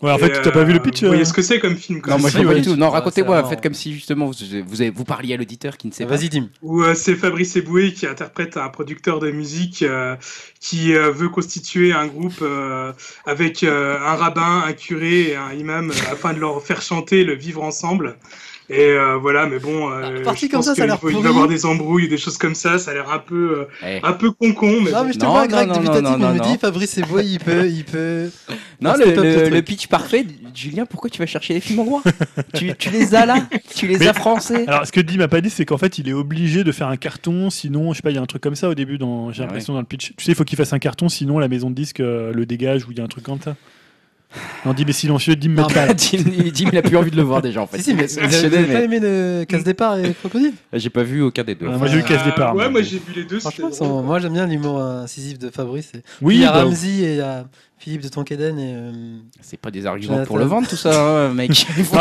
Speaker 2: Ouais, en fait,
Speaker 3: Et,
Speaker 2: t'as pas vu le
Speaker 3: euh,
Speaker 2: pitch
Speaker 3: Vous voyez
Speaker 2: euh,
Speaker 3: ce que c'est comme film quoi.
Speaker 1: Non, moi je
Speaker 2: Si,
Speaker 1: vois pas
Speaker 2: oui.
Speaker 1: du tout. Non,
Speaker 4: Ah,
Speaker 1: racontez-moi.
Speaker 4: c'est marrant.
Speaker 1: Faites comme si justement vous, vous, avez- vous parliez à l'auditeur qui ne sait pas.
Speaker 4: Ah, Vas-y, Dim.
Speaker 3: où euh, c'est Fabrice Eboué qui interprète un producteur de musique euh, qui euh, veut constituer un groupe euh, avec euh, un rabbin, un curé et un imam euh, afin de leur faire chanter le vivre ensemble. Et euh, voilà, mais bon, euh,
Speaker 4: Ah, parti
Speaker 3: je
Speaker 4: comme
Speaker 3: pense
Speaker 4: ça, ça a
Speaker 3: qu'il
Speaker 4: l'air
Speaker 3: va- il va y
Speaker 4: pourri.
Speaker 3: avoir des embrouilles, des choses comme ça, ça a l'air un peu, euh,
Speaker 1: Eh.
Speaker 3: un peu concon, mais
Speaker 4: Non,
Speaker 3: bon.
Speaker 4: mais je te
Speaker 1: Non,
Speaker 4: vois,
Speaker 1: non,
Speaker 4: Greg,
Speaker 1: non,
Speaker 4: dubitatif,
Speaker 1: non,
Speaker 4: il
Speaker 1: non,
Speaker 4: me
Speaker 1: non.
Speaker 4: dit Fabrice Eboué, il peut. il peut...
Speaker 1: Non,
Speaker 4: Parce
Speaker 1: le,
Speaker 4: que top,
Speaker 1: le-
Speaker 4: le truc.
Speaker 1: le pitch parfait, Julien, pourquoi tu vas chercher les films hongrois tu, tu les as là Tu les as
Speaker 2: Mais-
Speaker 1: français
Speaker 2: Alors, ce que Dim m'a pas dit, c'est qu'en fait, il est obligé de faire un carton, sinon, je sais pas, il y a un truc comme ça au début, dans... j'ai
Speaker 1: Ah
Speaker 2: l'impression, dans le pitch. Tu sais, il faut qu'il fasse un carton, sinon la maison de disque euh, le dégage ou il y a un truc comme ça. Non, Dim est silencieux, Dim me
Speaker 4: Non,
Speaker 2: parle.
Speaker 4: bah,
Speaker 1: Jim, Jim, il a plus envie de le voir déjà en fait.
Speaker 4: Si, si, mais vous
Speaker 1: C'est
Speaker 4: avez, vous
Speaker 1: exceptionnel,
Speaker 4: avez pas aimé le casse départ et Crocodile
Speaker 1: mais j'ai pas vu aucun des deux.
Speaker 2: Ah, Moi, j'ai eu
Speaker 3: Euh,
Speaker 2: casse départ.
Speaker 3: Ouais,
Speaker 2: moi.
Speaker 3: moi j'ai vu les deux.
Speaker 4: Franchement,
Speaker 3: c'était
Speaker 4: ils sont-
Speaker 3: drôle.
Speaker 4: moi j'aime bien l'humour incisif de Fabrice. et- il
Speaker 2: Oui,
Speaker 4: y a
Speaker 2: bah,
Speaker 4: Ramsey et il y a Philippe de Tonquéden et. euh,
Speaker 1: C'est pas des arguments
Speaker 4: Jonathan.
Speaker 1: pour le vendre tout ça, hein, mec. Il faut,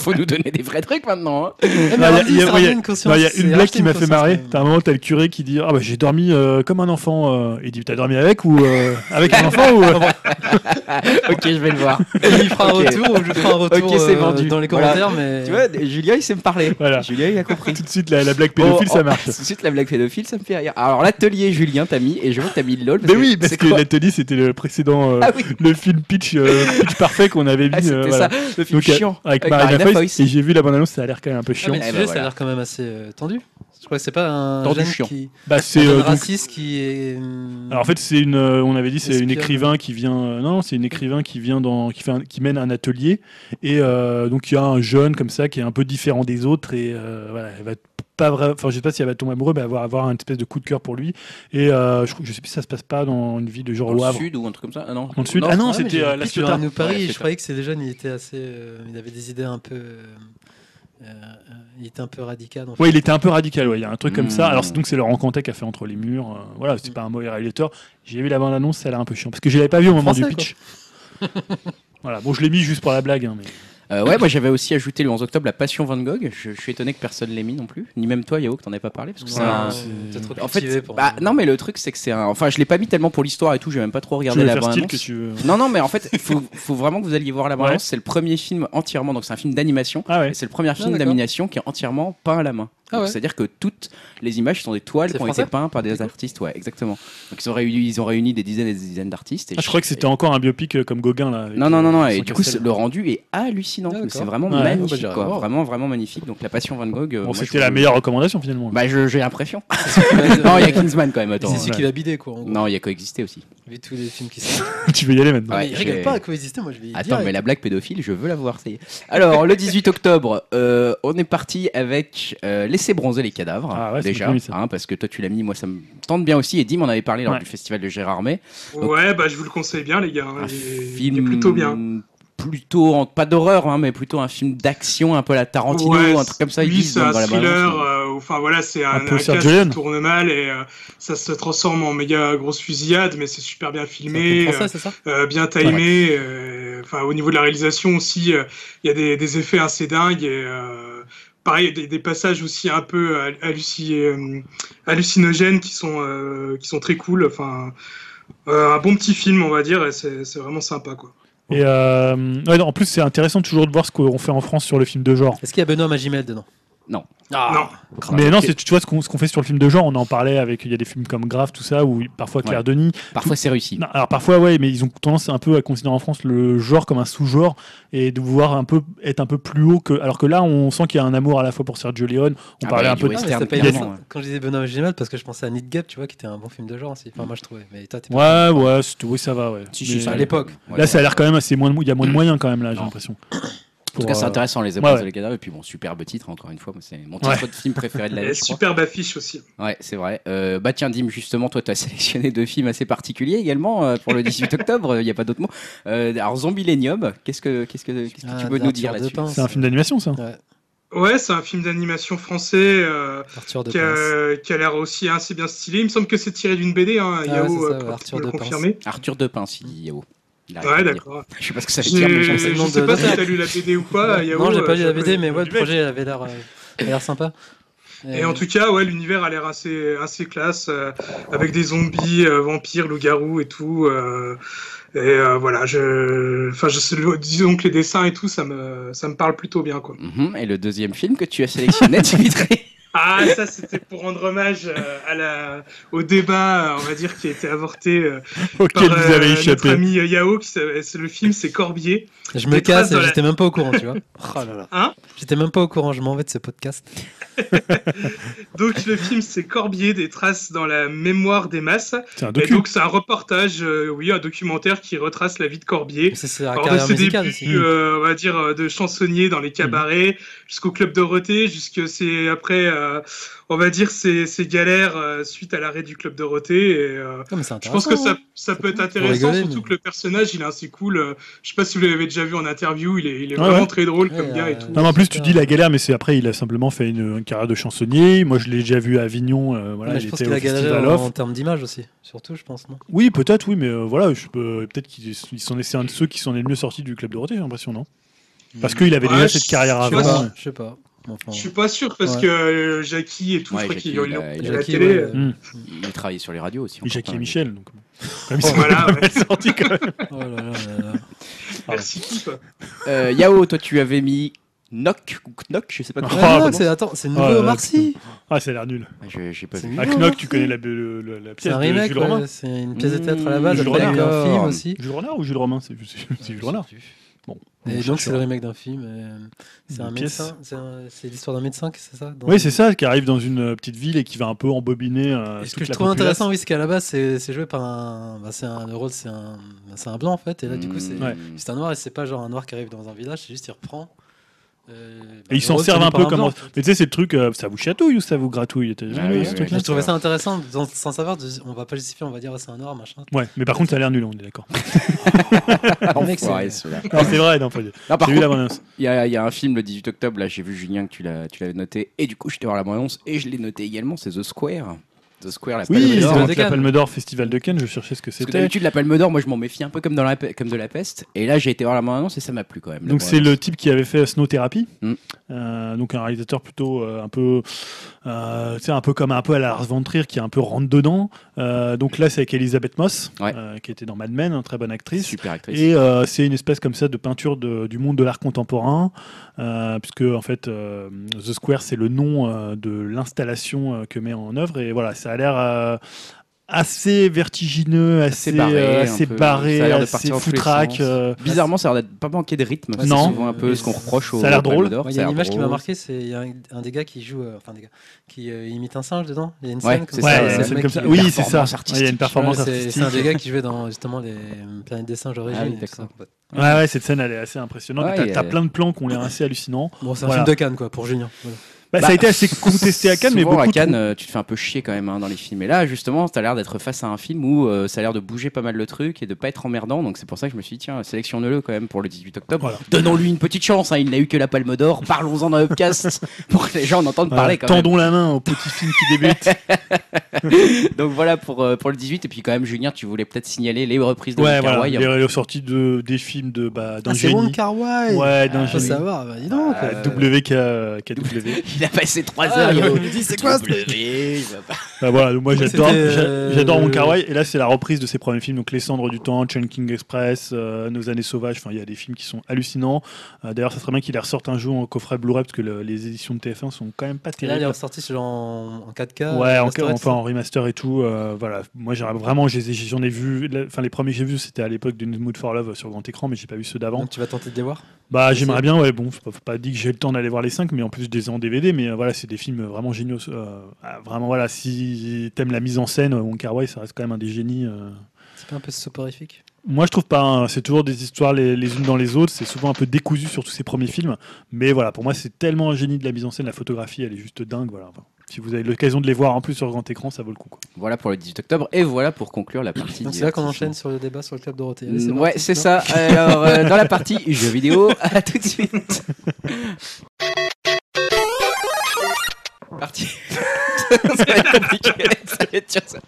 Speaker 1: faut nous donner des vrais trucs maintenant. hein.
Speaker 4: Eh, mais
Speaker 2: il y a-
Speaker 4: Ramsey,
Speaker 2: il y a- ouais, il y
Speaker 4: ça
Speaker 2: a-
Speaker 4: ramène une conscience,
Speaker 2: Non, il y a
Speaker 4: c'est
Speaker 2: une blague
Speaker 4: racheter
Speaker 2: qui m'a fait
Speaker 4: conscience,
Speaker 2: marré.
Speaker 4: quand
Speaker 2: T'as un moment, t'as le curé qui dit Ah bah j'ai dormi euh, comme un enfant. euh. Il dit T'as dormi avec ou euh, avec un enfant ou euh
Speaker 1: ok, je vais le voir.
Speaker 4: même. Il fera un
Speaker 1: Ok.
Speaker 4: retour ou je ferai un retour
Speaker 1: Ok, c'est
Speaker 4: euh,
Speaker 1: vendu.
Speaker 4: dans les
Speaker 1: Voilà.
Speaker 4: commentaires, mais.
Speaker 1: Tu vois, Euh, Julien, il sait me parler.
Speaker 2: Voilà.
Speaker 1: Julien, il a compris.
Speaker 2: Tout de suite, la, la blague pédophile,
Speaker 1: Oh, oh,
Speaker 2: ça marche.
Speaker 1: Tout de suite, la blague pédophile, ça me fait rire. Alors, l'atelier Julien, t'as mis, et je vois que t'as mis LOL.
Speaker 2: Mais oui, parce
Speaker 1: c'est
Speaker 2: que
Speaker 1: quoi
Speaker 2: l'atelier, c'était le précédent, euh,
Speaker 1: Ah oui,
Speaker 2: le film Pitch, euh, Pitch Parfait qu'on avait vu.
Speaker 1: ah, c'était
Speaker 2: euh,
Speaker 1: ça,
Speaker 2: voilà.
Speaker 1: le film
Speaker 2: Donc, euh,
Speaker 1: chiant.
Speaker 2: avec, Marina, Foïs.
Speaker 1: Foïs.
Speaker 2: Et j'ai vu la bande-annonce, ça a l'air quand même un peu
Speaker 4: Ah,
Speaker 2: chiant.
Speaker 4: mais
Speaker 1: Eh ben
Speaker 4: le sujet, ça
Speaker 1: voilà.
Speaker 4: a l'air quand même assez euh, tendu. Je crois que c'est pas un
Speaker 1: Tendu,
Speaker 4: jeune
Speaker 1: chiant.
Speaker 4: qui.
Speaker 2: Bah,
Speaker 4: un
Speaker 2: c'est
Speaker 4: jeune
Speaker 2: euh, donc-
Speaker 4: raciste qui est. euh,
Speaker 1: Mm.
Speaker 2: Alors en fait, c'est une. euh, on avait dit c'est une
Speaker 4: Espionne.
Speaker 2: écrivain qui vient. euh, non, c'est une écrivain qui vient dans, qui fait, un- qui mène un atelier et euh, donc il y a un jeune comme ça qui est un peu différent des autres et euh, voilà, elle va pas vra- Enfin, je sais pas si elle va tomber amoureuse, mais elle va avoir un espèce de coup de cœur pour lui. Et euh, je, crois- je sais plus si ça se passe pas dans une ville de genre
Speaker 1: Dans
Speaker 2: au
Speaker 1: le
Speaker 2: Havre.
Speaker 1: sud ou un truc comme ça Ah non.
Speaker 2: Dans le sud. Ah non, c'était euh, la Ciotat.
Speaker 4: Nous
Speaker 1: Ouais,
Speaker 4: Paris,
Speaker 1: c'est
Speaker 4: je
Speaker 1: ça.
Speaker 4: croyais que ces jeunes, il était assez, euh, il avait des idées un peu, euh, euh, il était un peu radical. en fait.
Speaker 2: Ouais, il était un peu radical, ouais, il y a un truc comme ça.
Speaker 1: Mmh.
Speaker 2: Alors c'est- donc c'est Laurent Cantet qui a fait Entre les murs. euh, voilà, c'est pas un mauvais réalisateur. J'ai vu la bande-annonce, ça a l'air un peu chiant parce que je l'avais pas vu au moment
Speaker 4: Français,
Speaker 2: du pitch. voilà, bon, je l'ai mis juste pour la blague, hein, mais.
Speaker 1: Euh, ouais, moi j'avais aussi ajouté le 11 octobre la passion Van Gogh. Je, je suis étonné que personne l'ait mis non plus. Ni même toi, Yao, que t'en as pas parlé. Parce que Ah, c'est
Speaker 4: Ouais,
Speaker 1: un-
Speaker 4: c'est-
Speaker 2: c'est-
Speaker 4: t'es trop
Speaker 1: En fait,
Speaker 4: cultivé pour-
Speaker 1: bah, non, mais le truc, c'est que c'est un. Enfin, je l'ai pas mis tellement pour l'histoire et tout, j'ai même pas trop
Speaker 2: Tu
Speaker 1: regardé
Speaker 2: veux
Speaker 1: la
Speaker 2: faire style
Speaker 1: bande
Speaker 2: que tu veux.
Speaker 1: Non, non, mais en fait, il faut, faut vraiment que vous alliez voir la bande
Speaker 2: Ouais.
Speaker 1: C'est le premier film entièrement, donc c'est un film d'animation.
Speaker 2: Ah ouais.
Speaker 1: Et c'est le premier film
Speaker 4: d'accord.
Speaker 1: d'animation qui est entièrement peint à la main.
Speaker 4: Ah
Speaker 1: Donc,
Speaker 4: ouais.
Speaker 1: C'est-à-dire que toutes les images sont des toiles
Speaker 4: C'est
Speaker 1: qui ont été
Speaker 4: français
Speaker 1: peintes par des artistes. Ouais, exactement. Donc ils ont réuni, ils ont réuni des dizaines et des dizaines d'artistes. et
Speaker 2: Ah, je crois que c'était encore un biopic euh, comme Gauguin là. avec,
Speaker 1: Non, non, non, non,
Speaker 2: euh,
Speaker 1: et
Speaker 2: Vincent
Speaker 1: du coup, c'est-
Speaker 2: Cassel.
Speaker 1: le rendu est hallucinant.
Speaker 4: Ah,
Speaker 1: mais
Speaker 4: d'accord.
Speaker 1: c'est vraiment
Speaker 2: Ouais.
Speaker 4: Ah, bah,
Speaker 1: magnifique,
Speaker 4: j'irai
Speaker 1: quoi.
Speaker 4: voir.
Speaker 1: Vraiment, vraiment magnifique. Donc, La Passion Van Gogh. euh,
Speaker 2: Bon,
Speaker 1: moi,
Speaker 2: c'était
Speaker 1: je-
Speaker 2: la meilleure recommandation finalement.
Speaker 1: Bah, je- j'ai l'impression. non,
Speaker 4: non,
Speaker 1: il y a Kingsman quand même, attends.
Speaker 4: C'est celui
Speaker 2: ouais.
Speaker 4: qui l'a bidé, quoi. en gros.
Speaker 1: Non, il y a coexisté aussi.
Speaker 4: Vu tous les films qui sont.
Speaker 2: tu veux y aller maintenant.
Speaker 1: Ouais,
Speaker 4: Mais il rigole
Speaker 1: j'ai-
Speaker 4: pas à coexister, moi je vais y
Speaker 1: Attends,
Speaker 4: direct.
Speaker 1: mais la blague pédophile, je veux la voir. ça y est. Alors, le 18 octobre, euh, on est parti avec euh, Laissez bronzer les cadavres.
Speaker 2: Ah ouais, c'est
Speaker 1: déjà,
Speaker 2: bien mis, ça.
Speaker 1: hein, parce que toi, tu l'as mis, moi, ça me tente bien aussi. Et Dim en avait parlé lors
Speaker 2: Ouais.
Speaker 1: du festival de Gérardmer. Donc-
Speaker 3: Ouais, bah je vous le conseille bien, les gars. hein,
Speaker 1: Un
Speaker 3: il est- il est
Speaker 1: film
Speaker 3: plutôt bien.
Speaker 1: Plutôt, en- pas d'horreur, hein, mais plutôt un film d'action, un peu à la Tarantino,
Speaker 3: Ouais,
Speaker 1: un truc comme ça. ils
Speaker 3: Oui,
Speaker 1: disent
Speaker 3: c'est
Speaker 1: dans-
Speaker 3: un
Speaker 1: dans la
Speaker 3: thriller.
Speaker 1: balance, mais-
Speaker 3: euh, enfin voilà, c'est un,
Speaker 2: Un peu
Speaker 3: un
Speaker 2: Sergio
Speaker 3: casque qui
Speaker 2: Leone.
Speaker 3: tourne mal et euh, ça se transforme en méga grosse fusillade, mais c'est super bien
Speaker 4: C'est
Speaker 3: filmé,
Speaker 4: un film français, c'est ça
Speaker 3: euh, euh, bien timé. euh, Enfin, au niveau de la réalisation aussi, euh, il y a des, des effets assez dingues et euh, pareil, des, des passages aussi un peu hal- halluci- euh, hallucinogènes qui sont euh, qui sont très cool. Enfin, euh, un bon petit film, on va dire, et c'est c'est vraiment sympa quoi.
Speaker 2: Et euh, ouais, non, en plus, c'est intéressant toujours de voir ce qu'on fait en France sur le film de genre.
Speaker 4: Est-ce qu'il y a Benoît Magimel dedans
Speaker 1: Non.
Speaker 4: Ah,
Speaker 2: Mais non,
Speaker 1: ok.
Speaker 2: c'est- tu vois ce qu'on ce qu'on fait sur le film de genre, on en parlait avec il y a des films comme Grave, tout ça, où parfois Claire
Speaker 1: Ouais.
Speaker 2: Denis.
Speaker 1: Parfois, c'est réussi.
Speaker 2: Non, alors parfois, ouais, mais ils ont tendance un peu à considérer en France le genre comme un sous-genre et de vouloir un peu être un peu plus haut que. Alors que là, on sent qu'il y a un amour à la fois pour Sergio Leone. On
Speaker 1: Ah
Speaker 2: parlait
Speaker 1: bah,
Speaker 2: un
Speaker 1: du
Speaker 2: peu de
Speaker 4: Non, mais
Speaker 1: Western,
Speaker 4: ça paye
Speaker 1: clairement,
Speaker 4: vraiment.
Speaker 1: ouais.
Speaker 4: Quand je disais Benoît Magimel, parce que je pensais à Need Gap, tu vois, qui était un bon film de genre aussi. Enfin, moi je trouvais. Mais toi, t'es pas.
Speaker 2: Ouais, ouais, c'est- oui, ça va, ouais.
Speaker 1: Si, si,
Speaker 2: Mais-
Speaker 1: ça
Speaker 4: À l'époque.
Speaker 1: Ouais,
Speaker 2: Là,
Speaker 1: ouais.
Speaker 2: ça a l'air quand même assez moins de, il y a
Speaker 3: Mm.
Speaker 2: moins de moyens quand même là, j'ai
Speaker 1: Non.
Speaker 2: l'impression. euh,
Speaker 1: En tout cas, c'est intéressant, les
Speaker 2: ouais,
Speaker 1: Abrams
Speaker 2: ouais.
Speaker 1: et les cadavres. Et puis, bon, superbe titre, encore une fois. moi, C'est mon titre
Speaker 2: Ouais.
Speaker 1: de film préféré de l'année.
Speaker 3: Et
Speaker 1: je crois.
Speaker 3: superbe affiche aussi.
Speaker 1: Ouais, c'est vrai. Euh, bah, tiens, Dim, justement, toi, tu as sélectionné deux films assez particuliers également euh, pour le 18 octobre. Il n'y a pas d'autre mot. Euh, alors, Zombielenium, qu'est-ce que, qu'est-ce que, qu'est-ce que
Speaker 4: Ah,
Speaker 1: tu peux nous
Speaker 4: d'Arthur
Speaker 1: dire là-dessus
Speaker 4: Depin,
Speaker 2: C'est un film d'animation, ça.
Speaker 4: Ouais,
Speaker 3: Ouais, c'est un film d'animation français. euh,
Speaker 4: Arthur de
Speaker 3: qui a, qui a l'air aussi assez bien stylé. Il me semble que c'est tiré d'une BD, hein,
Speaker 4: Ah ouais,
Speaker 3: Yao
Speaker 4: c'est ça,
Speaker 3: euh,
Speaker 4: ouais,
Speaker 3: peut-
Speaker 4: Arthur
Speaker 3: peut le
Speaker 4: de Pince. Ah,
Speaker 3: confirmer.
Speaker 1: Arthur Depin, si dit Yao. Il arrête
Speaker 3: Ouais,
Speaker 1: de le
Speaker 3: d'accord.
Speaker 1: dire. Je sais pas ce que ça veut dire, mais
Speaker 3: J'ai-
Speaker 1: j'en sais
Speaker 4: le nom
Speaker 3: Je sais
Speaker 4: de-
Speaker 3: pas
Speaker 4: de-
Speaker 3: si t'as lu la BD ou pas, Yao.
Speaker 4: Non, j'ai pas
Speaker 3: euh,
Speaker 4: lu
Speaker 3: je
Speaker 4: la BD,
Speaker 3: connais
Speaker 4: mais
Speaker 3: pas
Speaker 4: ouais,
Speaker 3: du
Speaker 4: le
Speaker 3: mec.
Speaker 4: projet avait l'air, euh, avait l'air sympa.
Speaker 3: Et
Speaker 4: Euh,
Speaker 3: en tout cas, ouais, l'univers a l'air assez, assez classe, euh, avec des zombies, euh, vampires, loups-garous et tout. euh, et euh, voilà, je, enfin, je sais- disons que les dessins et tout, ça me, ça me parle plutôt bien, quoi.
Speaker 1: Mhm, Et le deuxième film que tu as sélectionné, Dimitri
Speaker 3: Ah, ça, c'était pour rendre hommage euh, à la, au débat, euh, on va dire, qui a été avorté euh, par
Speaker 2: Auquel vous
Speaker 3: euh,
Speaker 2: avez
Speaker 3: notre
Speaker 2: échappé.
Speaker 3: ami Yao. Qui, s'appelle- c'est- euh, le film, c'est Corbier.
Speaker 4: Je me
Speaker 3: des traces
Speaker 4: casse,
Speaker 3: dans la-
Speaker 4: j'étais même pas au courant, tu vois. Oh là là.
Speaker 3: Hein
Speaker 4: J'étais même pas au courant, je m'en vais de ce podcast.
Speaker 3: Donc le film c'est Corbier, des traces dans la mémoire des masses.
Speaker 2: C'est un
Speaker 3: Et
Speaker 2: docu.
Speaker 3: donc c'est un reportage, euh, oui, un documentaire qui retrace la vie de Corbier.
Speaker 4: C'est sa
Speaker 3: Alors, de
Speaker 4: carrière
Speaker 3: ses
Speaker 4: musicale
Speaker 3: débuts,
Speaker 4: aussi.
Speaker 3: euh, on va dire, euh, de chansonnier dans les cabarets, jusqu'au Club Dorothée, jusque c'est après, euh, on va dire, ses, ses galères euh, suite à l'arrêt du Club Dorothée. Et, euh,
Speaker 4: Comme c'est
Speaker 3: je pense que ça,
Speaker 4: intéressant,
Speaker 3: ça peut être
Speaker 4: Faut
Speaker 3: intéressant,
Speaker 4: rigoler,
Speaker 3: surtout
Speaker 4: mais-
Speaker 3: que le personnage, il est assez cool. euh, je sais pas si vous l'avez déjà vu en interview, il est, il est
Speaker 2: Ouais,
Speaker 3: vraiment
Speaker 2: ouais.
Speaker 3: très drôle
Speaker 4: Ouais,
Speaker 3: comme gars
Speaker 4: euh,
Speaker 3: et tout.
Speaker 2: Non, mais en plus, tu dis la galère, mais c'est après, il a simplement fait une, une carrière de chansonnier. Moi, je l'ai déjà vu à Avignon. euh,
Speaker 4: hein.
Speaker 2: voilà,
Speaker 4: Mais
Speaker 2: il
Speaker 4: je pense
Speaker 2: était
Speaker 4: qu'il
Speaker 2: au
Speaker 4: a galéré
Speaker 2: Festival
Speaker 4: en,
Speaker 2: Off.
Speaker 4: en termes d'image aussi, surtout, je pense. Non
Speaker 2: Oui, peut-être, oui, mais euh, voilà, je peux- peut-être qu'il est- il s'en est, c'est un de ceux qui s'en est le mieux sorti du club Dorothée, j'ai l'impression, non Parce qu'il avait
Speaker 3: Mm. Ouais,
Speaker 2: déjà
Speaker 3: je-
Speaker 2: cette carrière
Speaker 3: je
Speaker 4: je sais,
Speaker 2: avant.
Speaker 3: sais pas
Speaker 4: pas,
Speaker 2: Ah ouais.
Speaker 4: je sais pas. Enfin,
Speaker 3: Je suis pas sûr parce
Speaker 4: Ouais.
Speaker 3: que euh, Jackie et tout,
Speaker 1: Ouais,
Speaker 3: je crois qu'ils
Speaker 1: Jackie,
Speaker 3: ont eu
Speaker 1: il a- il a-
Speaker 3: la
Speaker 4: Jackie,
Speaker 3: télé. euh.
Speaker 4: ouais,
Speaker 2: Hum.
Speaker 1: Il travaillait sur les radios aussi.
Speaker 2: Et
Speaker 1: encore,
Speaker 2: Jackie
Speaker 1: quand
Speaker 2: et
Speaker 1: même.
Speaker 2: Michel. Donc, comme ils
Speaker 3: Bon,
Speaker 2: sont
Speaker 3: Oh, voilà,
Speaker 2: pas
Speaker 3: ouais.
Speaker 2: mal sortis, quand même.
Speaker 4: oh là là là là.
Speaker 3: Merci qui, quoi.
Speaker 1: Euh, Yao, toi, tu avais mis Knock ou Knock, je sais pas
Speaker 2: Ah,
Speaker 1: comment.
Speaker 4: Ah,
Speaker 2: bah
Speaker 4: non,
Speaker 2: bon.
Speaker 4: c'est- attends, c'est
Speaker 2: Ah,
Speaker 4: nouveau
Speaker 2: là,
Speaker 4: au
Speaker 2: là,
Speaker 4: Marcy
Speaker 2: Ah, ça a l'air nul.
Speaker 1: Je- J'ai pas
Speaker 4: C'est
Speaker 1: vu.
Speaker 4: nul.
Speaker 2: À
Speaker 4: Non,
Speaker 2: Knock, tu
Speaker 4: Marcy.
Speaker 2: connais la, le- le- la
Speaker 4: C'est
Speaker 2: pièce
Speaker 4: un
Speaker 2: de
Speaker 4: remake,
Speaker 2: Jules Romain.
Speaker 4: ouais, c'est une pièce de théâtre à la
Speaker 1: Mmh,
Speaker 4: base,
Speaker 2: Jules
Speaker 4: après il y a eu un
Speaker 1: Renard.
Speaker 4: film aussi.
Speaker 2: Jules Renard ou Jules Romain C'est je sais- c'est Jules Renard. Bon. on
Speaker 4: Et donc c'est le
Speaker 2: cherchera.
Speaker 4: remake d'un film. euh, C'est
Speaker 2: Une
Speaker 4: un
Speaker 2: pièce.
Speaker 4: médecin, c'est un- c'est l'histoire d'un médecin, c'est ça dans-
Speaker 2: Oui, c'est ça, qui arrive dans une euh, petite ville et qui va un peu embobiner. euh,
Speaker 4: Et ce
Speaker 2: toute
Speaker 4: que je
Speaker 2: la
Speaker 4: trouve
Speaker 2: populace.
Speaker 4: intéressant, oui, c'est qu'à Bah, la base, c'est c'est joué par un. bah, c'est un, le rôle, c'est un, bah, c'est un blanc, en fait. Et là, du coup, c'est
Speaker 1: Mmh.
Speaker 2: Ouais.
Speaker 4: c'est un noir. Et c'est pas genre un noir qui arrive dans un village, c'est juste il reprend. euh, bah,
Speaker 2: Et
Speaker 4: le
Speaker 2: ils s'en
Speaker 4: rôle
Speaker 2: servent
Speaker 4: tenu
Speaker 2: un
Speaker 4: par
Speaker 2: peu comme.
Speaker 4: blanc,
Speaker 2: en-
Speaker 4: en fait.
Speaker 2: Mais tu sais, c'est le truc, euh, ça vous chatouille ou ça vous gratouille T'as jamais
Speaker 1: Ah
Speaker 2: vu
Speaker 1: oui,
Speaker 2: ce
Speaker 1: oui,
Speaker 2: truc-là
Speaker 1: oui.
Speaker 4: Je trouvais ça intéressant, dans- sans savoir, de- on va pas justifier, on va dire, oh, c'est un noir, machin.
Speaker 2: Ouais, mais par contre, ça a l'air nul, on est d'accord.
Speaker 4: Ah, mec, c'est-
Speaker 1: Enfoiré, ceux-là.
Speaker 2: Non, c'est vrai, non, faut dire.
Speaker 1: Non, par
Speaker 2: J'ai vu la
Speaker 1: contre,
Speaker 2: bande-annonce.
Speaker 1: il y, a- il y a un film le 18 octobre, là, j'ai vu Julien que tu l'as- tu l'avais noté, et du coup, j'étais voir la bande-annonce, et je l'ai noté également, c'est The Square. The Square, la Palme
Speaker 2: Oui,
Speaker 1: d'Or.
Speaker 4: Festival
Speaker 2: donc
Speaker 4: de
Speaker 2: la
Speaker 4: Cannes.
Speaker 2: Palme d'Or, Festival de Cannes, je cherchais ce que
Speaker 1: Parce que
Speaker 2: c'était.
Speaker 1: d'habitude, la Palme d'Or, moi, je m'en méfie un peu comme, dans la, pe- comme de la peste, et là, j'ai été voir la bande-annonce, et ça m'a plu quand même. la
Speaker 2: Donc c'est
Speaker 1: bande-annonce.
Speaker 2: le type qui avait fait Snow Therapy,
Speaker 1: Mm.
Speaker 2: Euh, donc un réalisateur plutôt euh, un peu, euh, tu sais, un peu comme un peu à la Lars von Trier, qui est un peu rentre dedans. Euh, donc là c'est avec Elisabeth Moss,
Speaker 1: Ouais.
Speaker 2: euh, qui était dans Mad Men, une très bonne actrice.
Speaker 1: Super actrice.
Speaker 2: Et euh, c'est une espèce comme ça de peinture de- du monde de l'art contemporain, euh, puisque en fait euh, The Square c'est le nom euh, de l'installation euh, que met en œuvre et voilà ça a l'air euh, assez vertigineux, assez,
Speaker 1: Assez barré,
Speaker 2: euh,
Speaker 1: un
Speaker 2: assez,
Speaker 1: peu.
Speaker 2: barré,
Speaker 1: Ça a l'air de
Speaker 2: assez
Speaker 1: partir en tous les
Speaker 2: foutraque.
Speaker 1: sens.
Speaker 2: euh,
Speaker 1: Bizarrement, ça a l'air de pas manquer de rythme.
Speaker 4: Ouais,
Speaker 1: c'est
Speaker 2: non.
Speaker 1: souvent un peu ce qu'on reproche au.
Speaker 2: Ça a l'air
Speaker 1: aux Palmes
Speaker 2: drôle.
Speaker 1: d'Or,
Speaker 4: Moi, Il y
Speaker 1: ça
Speaker 4: a
Speaker 1: a
Speaker 4: une
Speaker 1: l'air
Speaker 4: image qui m'a
Speaker 1: drôle.
Speaker 4: marqué, c'est il y a un, un des gars qui joue, euh, enfin des gars, qui euh, imite un singe dedans. Il y a une
Speaker 1: Ouais,
Speaker 4: scène comme
Speaker 1: c'est
Speaker 4: ça.
Speaker 1: ça,
Speaker 4: euh,
Speaker 1: ouais,
Speaker 4: le
Speaker 1: une
Speaker 2: scène
Speaker 4: mec
Speaker 2: comme
Speaker 4: qui-
Speaker 2: ça.
Speaker 1: une
Speaker 2: Oui, c'est ça.
Speaker 1: performance
Speaker 2: Ouais, Il y a une
Speaker 1: artistique.
Speaker 2: performance
Speaker 4: Ouais, c'est-
Speaker 2: artistique.
Speaker 4: C'est un des gars qui jouait dans justement les euh, Planètes des singes
Speaker 1: Ah
Speaker 4: origines.
Speaker 1: oui,
Speaker 4: et tout ça.
Speaker 2: Ouais, ouais, cette scène, elle est assez impressionnante.
Speaker 1: Ouais,
Speaker 2: T'as-
Speaker 1: il y a-
Speaker 2: T'as plein de plans qui ont l'air assez hallucinants.
Speaker 4: Bon, c'est un
Speaker 2: Voilà.
Speaker 4: film de Cannes quoi pour Julien. voilà.
Speaker 2: Bah,
Speaker 1: Bah,
Speaker 2: ça a été assez contesté à Cannes, mais
Speaker 1: Souvent,
Speaker 2: beaucoup.
Speaker 1: à Cannes,
Speaker 2: trop.
Speaker 1: euh, tu te fais un peu chier quand même hein, dans les films. Et là, justement, t'as l'air d'être face à un film où euh, ça a l'air de bouger pas mal le truc et de pas être emmerdant. Donc c'est pour ça que je me suis dit, tiens, sélectionne-le quand même pour le 18 octobre.
Speaker 2: Voilà.
Speaker 1: Donnons-lui une petite chance. hein, il n'a eu que la Palme d'Or. Parlons-en dans Upcast pour que les gens en entendent
Speaker 2: Voilà,
Speaker 1: parler quand même.
Speaker 2: tendons la main au petit film qui débute.
Speaker 1: Donc voilà pour, euh, pour le 18. Et puis quand même, Julien, tu voulais peut-être signaler les reprises de
Speaker 2: ouais,
Speaker 1: Wong
Speaker 2: voilà.
Speaker 1: Kar-wai.
Speaker 2: Il est sorti de, des films de, bah, d'un
Speaker 4: Ah, c'est Ah,
Speaker 2: génie.
Speaker 4: Wong Kar Wai.
Speaker 2: Ouais, d'un
Speaker 4: Faut
Speaker 2: génie.
Speaker 4: savoir, bah, dis donc. quoi.
Speaker 1: Ah, euh,
Speaker 2: WK, KW.
Speaker 1: Il a passé 3
Speaker 4: Ah,
Speaker 1: heures.
Speaker 4: mais
Speaker 1: il-
Speaker 4: on me dit, c'est quoi ce truc
Speaker 1: Doublé, il va pas-
Speaker 2: Bah, voilà, moi j'adore,
Speaker 4: C'était, euh,
Speaker 2: j'a- j'adore Wong Kar-wai et là c'est la reprise de ses premiers films, donc Les Cendres du Temps, Chunking Express, euh, Nos Années Sauvages. Enfin, il y a des films qui sont hallucinants. Euh, d'ailleurs, ça serait bien qu'il les ressorte un jour en coffret Blu-ray parce que le- les éditions de TF1 sont quand même pas
Speaker 4: Et là,
Speaker 2: terribles.
Speaker 4: il est ressorti sur- en, en 4K.
Speaker 2: Ouais, en,
Speaker 4: restauré,
Speaker 2: enfin en remaster et tout. euh, voilà, moi j'ai- vraiment, j'ai- j'en ai vu. la- Enfin, les premiers que j'ai vus, c'était à l'époque de Mood for Love sur grand écran, mais j'ai pas vu ceux
Speaker 4: tout ça.
Speaker 2: d'avant.
Speaker 4: Donc tu vas tenter de les voir.
Speaker 2: Bah,
Speaker 4: c'est-
Speaker 2: j'aimerais bien, ouais, bon, faut pas, faut pas dire que j'ai le temps d'aller voir les 5, mais en plus, je les ai en DVD. Mais euh, voilà, c'est des films vraiment géniaux. euh, ah, vraiment, voilà, si t'aimes la mise en scène, euh, Wong Kar-wai, ça reste quand même un des génies. euh.
Speaker 4: C'est pas un peu soporifique.
Speaker 2: Moi, je trouve pas, hein, c'est toujours des histoires les, les unes dans les autres, c'est souvent un peu décousu sur tous ces premiers films. Mais voilà, pour moi, c'est tellement un génie de la mise en scène, la photographie, elle est juste dingue. Voilà, Enfin, si vous avez l'occasion de les voir en plus sur grand écran, ça vaut le coup. quoi.
Speaker 1: Voilà pour le 18 octobre. Et voilà pour conclure la partie.
Speaker 4: Donc c'est là qu'on
Speaker 1: divertissement.
Speaker 4: enchaîne sur le débat sur le club Dorothée. Allez,
Speaker 1: Mm,
Speaker 4: parti.
Speaker 1: Ouais, c'est
Speaker 4: Non
Speaker 1: ça. Alors, euh, dans la partie jeux vidéo, à tout de suite. Partie. ça va être compliqué. Ça va être dur, ça.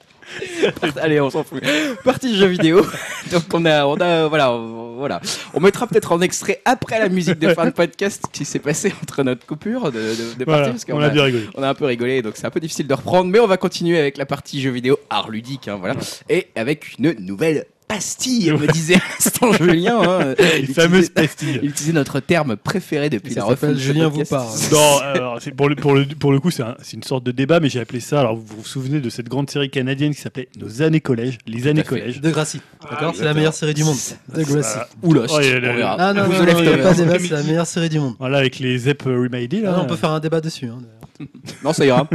Speaker 1: Part- Allez, on s'en fout. Partie jeux vidéo. Donc on a, on a, voilà, on- voilà. On mettra peut-être en extrait après la musique de fin de podcast qui s'est passée entre notre coupure de, de, de partie
Speaker 2: Voilà,
Speaker 1: parce qu'on
Speaker 2: on a
Speaker 1: a-
Speaker 2: bien rigolé.
Speaker 1: on a un peu rigolé, donc c'est un peu difficile de reprendre, mais on va continuer avec la partie jeux vidéo art ludique, hein, voilà, et avec une nouvelle pastilles, me disait à l'instant Julien. hein.
Speaker 2: Les
Speaker 1: Il
Speaker 2: fameuses
Speaker 1: utilisait-
Speaker 2: pastilles.
Speaker 1: Il utilisait notre terme préféré depuis
Speaker 4: Ça
Speaker 1: la
Speaker 4: s'appelle
Speaker 1: refonte. de ce
Speaker 4: Julien
Speaker 1: podcast.
Speaker 4: vous parle.
Speaker 2: Non, alors, c'est- pour, le, pour, le, pour le coup, c'est un- c'est une sorte de débat, mais j'ai appelé ça. Alors, vous vous souvenez de cette grande série canadienne qui s'appelait Nos années collège, les années
Speaker 1: fait. Bah,
Speaker 2: collège.
Speaker 4: De Gracie. D'accord C'est la
Speaker 2: Ah, exactement.
Speaker 4: meilleure série du monde. De Gracie.
Speaker 2: Voilà.
Speaker 1: Ou Lost,
Speaker 2: Oh, il y a
Speaker 1: on
Speaker 2: le-
Speaker 1: verra.
Speaker 4: Ah non,
Speaker 1: Vous
Speaker 4: non,
Speaker 1: enlève ta
Speaker 4: non, il y a
Speaker 1: mère.
Speaker 4: pas de débat, c'est la meilleure série du monde.
Speaker 2: Voilà, avec les Zep euh, Remade.
Speaker 4: Ah
Speaker 2: Là,
Speaker 4: non, on peut faire un débat dessus. hein, d'ailleurs.
Speaker 1: Non, ça ira.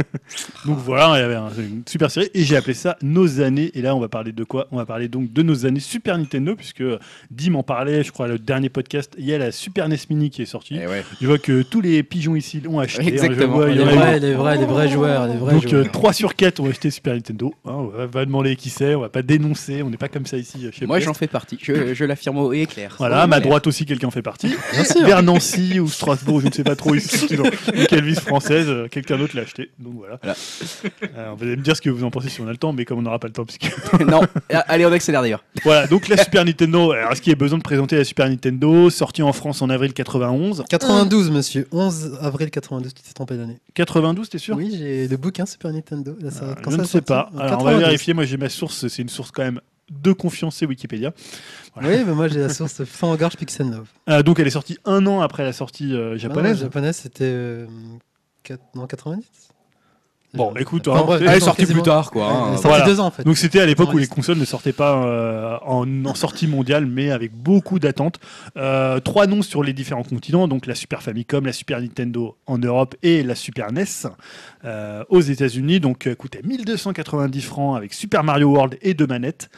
Speaker 2: Donc voilà, il y avait un- une super série et j'ai appelé ça Nos années. Et là, on va parler de quoi On va parler donc de nos années Super Nintendo, puisque euh, Dim en parlait, je crois, le dernier podcast. Il y a la Super NES Mini qui est sortie.
Speaker 1: Eh ouais.
Speaker 2: Je vois que tous les pigeons ici l'ont acheté. hein, je
Speaker 1: Exactement.
Speaker 2: vois, il y
Speaker 4: Les
Speaker 2: en a eu- euh.
Speaker 4: vrais, les vrais, les vrais joueurs, les vrais
Speaker 2: Donc
Speaker 4: joueurs.
Speaker 2: 3 sur 4 ont acheté Super Nintendo. Hein, on va, va demander qui c'est, on va pas dénoncer, on n'est pas comme ça ici euh, chez
Speaker 1: Moi,
Speaker 2: Brest.
Speaker 1: j'en fais partie. Je, je l'affirme haut et clair.
Speaker 2: Voilà, à ma droite aussi quelqu'un en fait partie.
Speaker 4: Bien sûr.
Speaker 2: Vers Nancy ou Strasbourg, je ne sais pas trop, ici, dans une Elvis française, euh, quelqu'un d'autre l'a acheté. Donc voilà.
Speaker 1: Voilà.
Speaker 2: Alors, vous allez me dire ce que vous en pensez si on a le temps, mais comme on n'aura pas le temps, parce que
Speaker 1: non, Ah, allez, on accélère d'ailleurs.
Speaker 2: voilà. Donc la Super Nintendo. Alors est-ce qu'il y a besoin de présenter la Super Nintendo, sortie en France en avril 91
Speaker 4: 92, monsieur. 11 avril 92, tu t'es trompé d'année.
Speaker 2: 92, t'es sûr
Speaker 4: Oui, j'ai le bouquin Super Nintendo. Là, ça,
Speaker 2: Alors,
Speaker 4: quand
Speaker 2: je
Speaker 4: ça
Speaker 2: ne
Speaker 4: a
Speaker 2: sais
Speaker 4: sorti,
Speaker 2: pas.
Speaker 4: en
Speaker 2: Alors, on va
Speaker 4: 92.
Speaker 2: vérifier. Moi, j'ai ma source. C'est une source quand même de confiance, c'est Wikipédia. Voilà.
Speaker 4: Oui, mais moi j'ai la source Sans Gorge Pixel Love.
Speaker 2: Euh, donc, elle est sortie un an après la sortie euh, japonaise.
Speaker 4: japonaise, c'était. euh, quatre- Non, 90
Speaker 2: Bon,
Speaker 4: Je-
Speaker 2: écoute,
Speaker 4: Enfin,
Speaker 2: hein,
Speaker 4: bref,
Speaker 2: c'est-
Speaker 1: Elle
Speaker 4: ils
Speaker 1: est
Speaker 4: sont
Speaker 1: sortie plus
Speaker 4: quasiment-
Speaker 1: tard, quoi.
Speaker 4: Ouais,
Speaker 1: hein.
Speaker 4: elle est sortie
Speaker 2: Voilà.
Speaker 4: deux ans en fait.
Speaker 2: donc c'était à l'époque où les
Speaker 4: journaliste.
Speaker 2: consoles ne sortaient pas euh, en, en sortie mondiale, mais avec beaucoup d'attentes. Euh, trois noms sur les différents continents, donc la Super Famicom, la Super Nintendo en Europe et la Super NES euh, aux États-Unis. Donc euh, coûtait 1290 francs avec Super Mario World et deux manettes.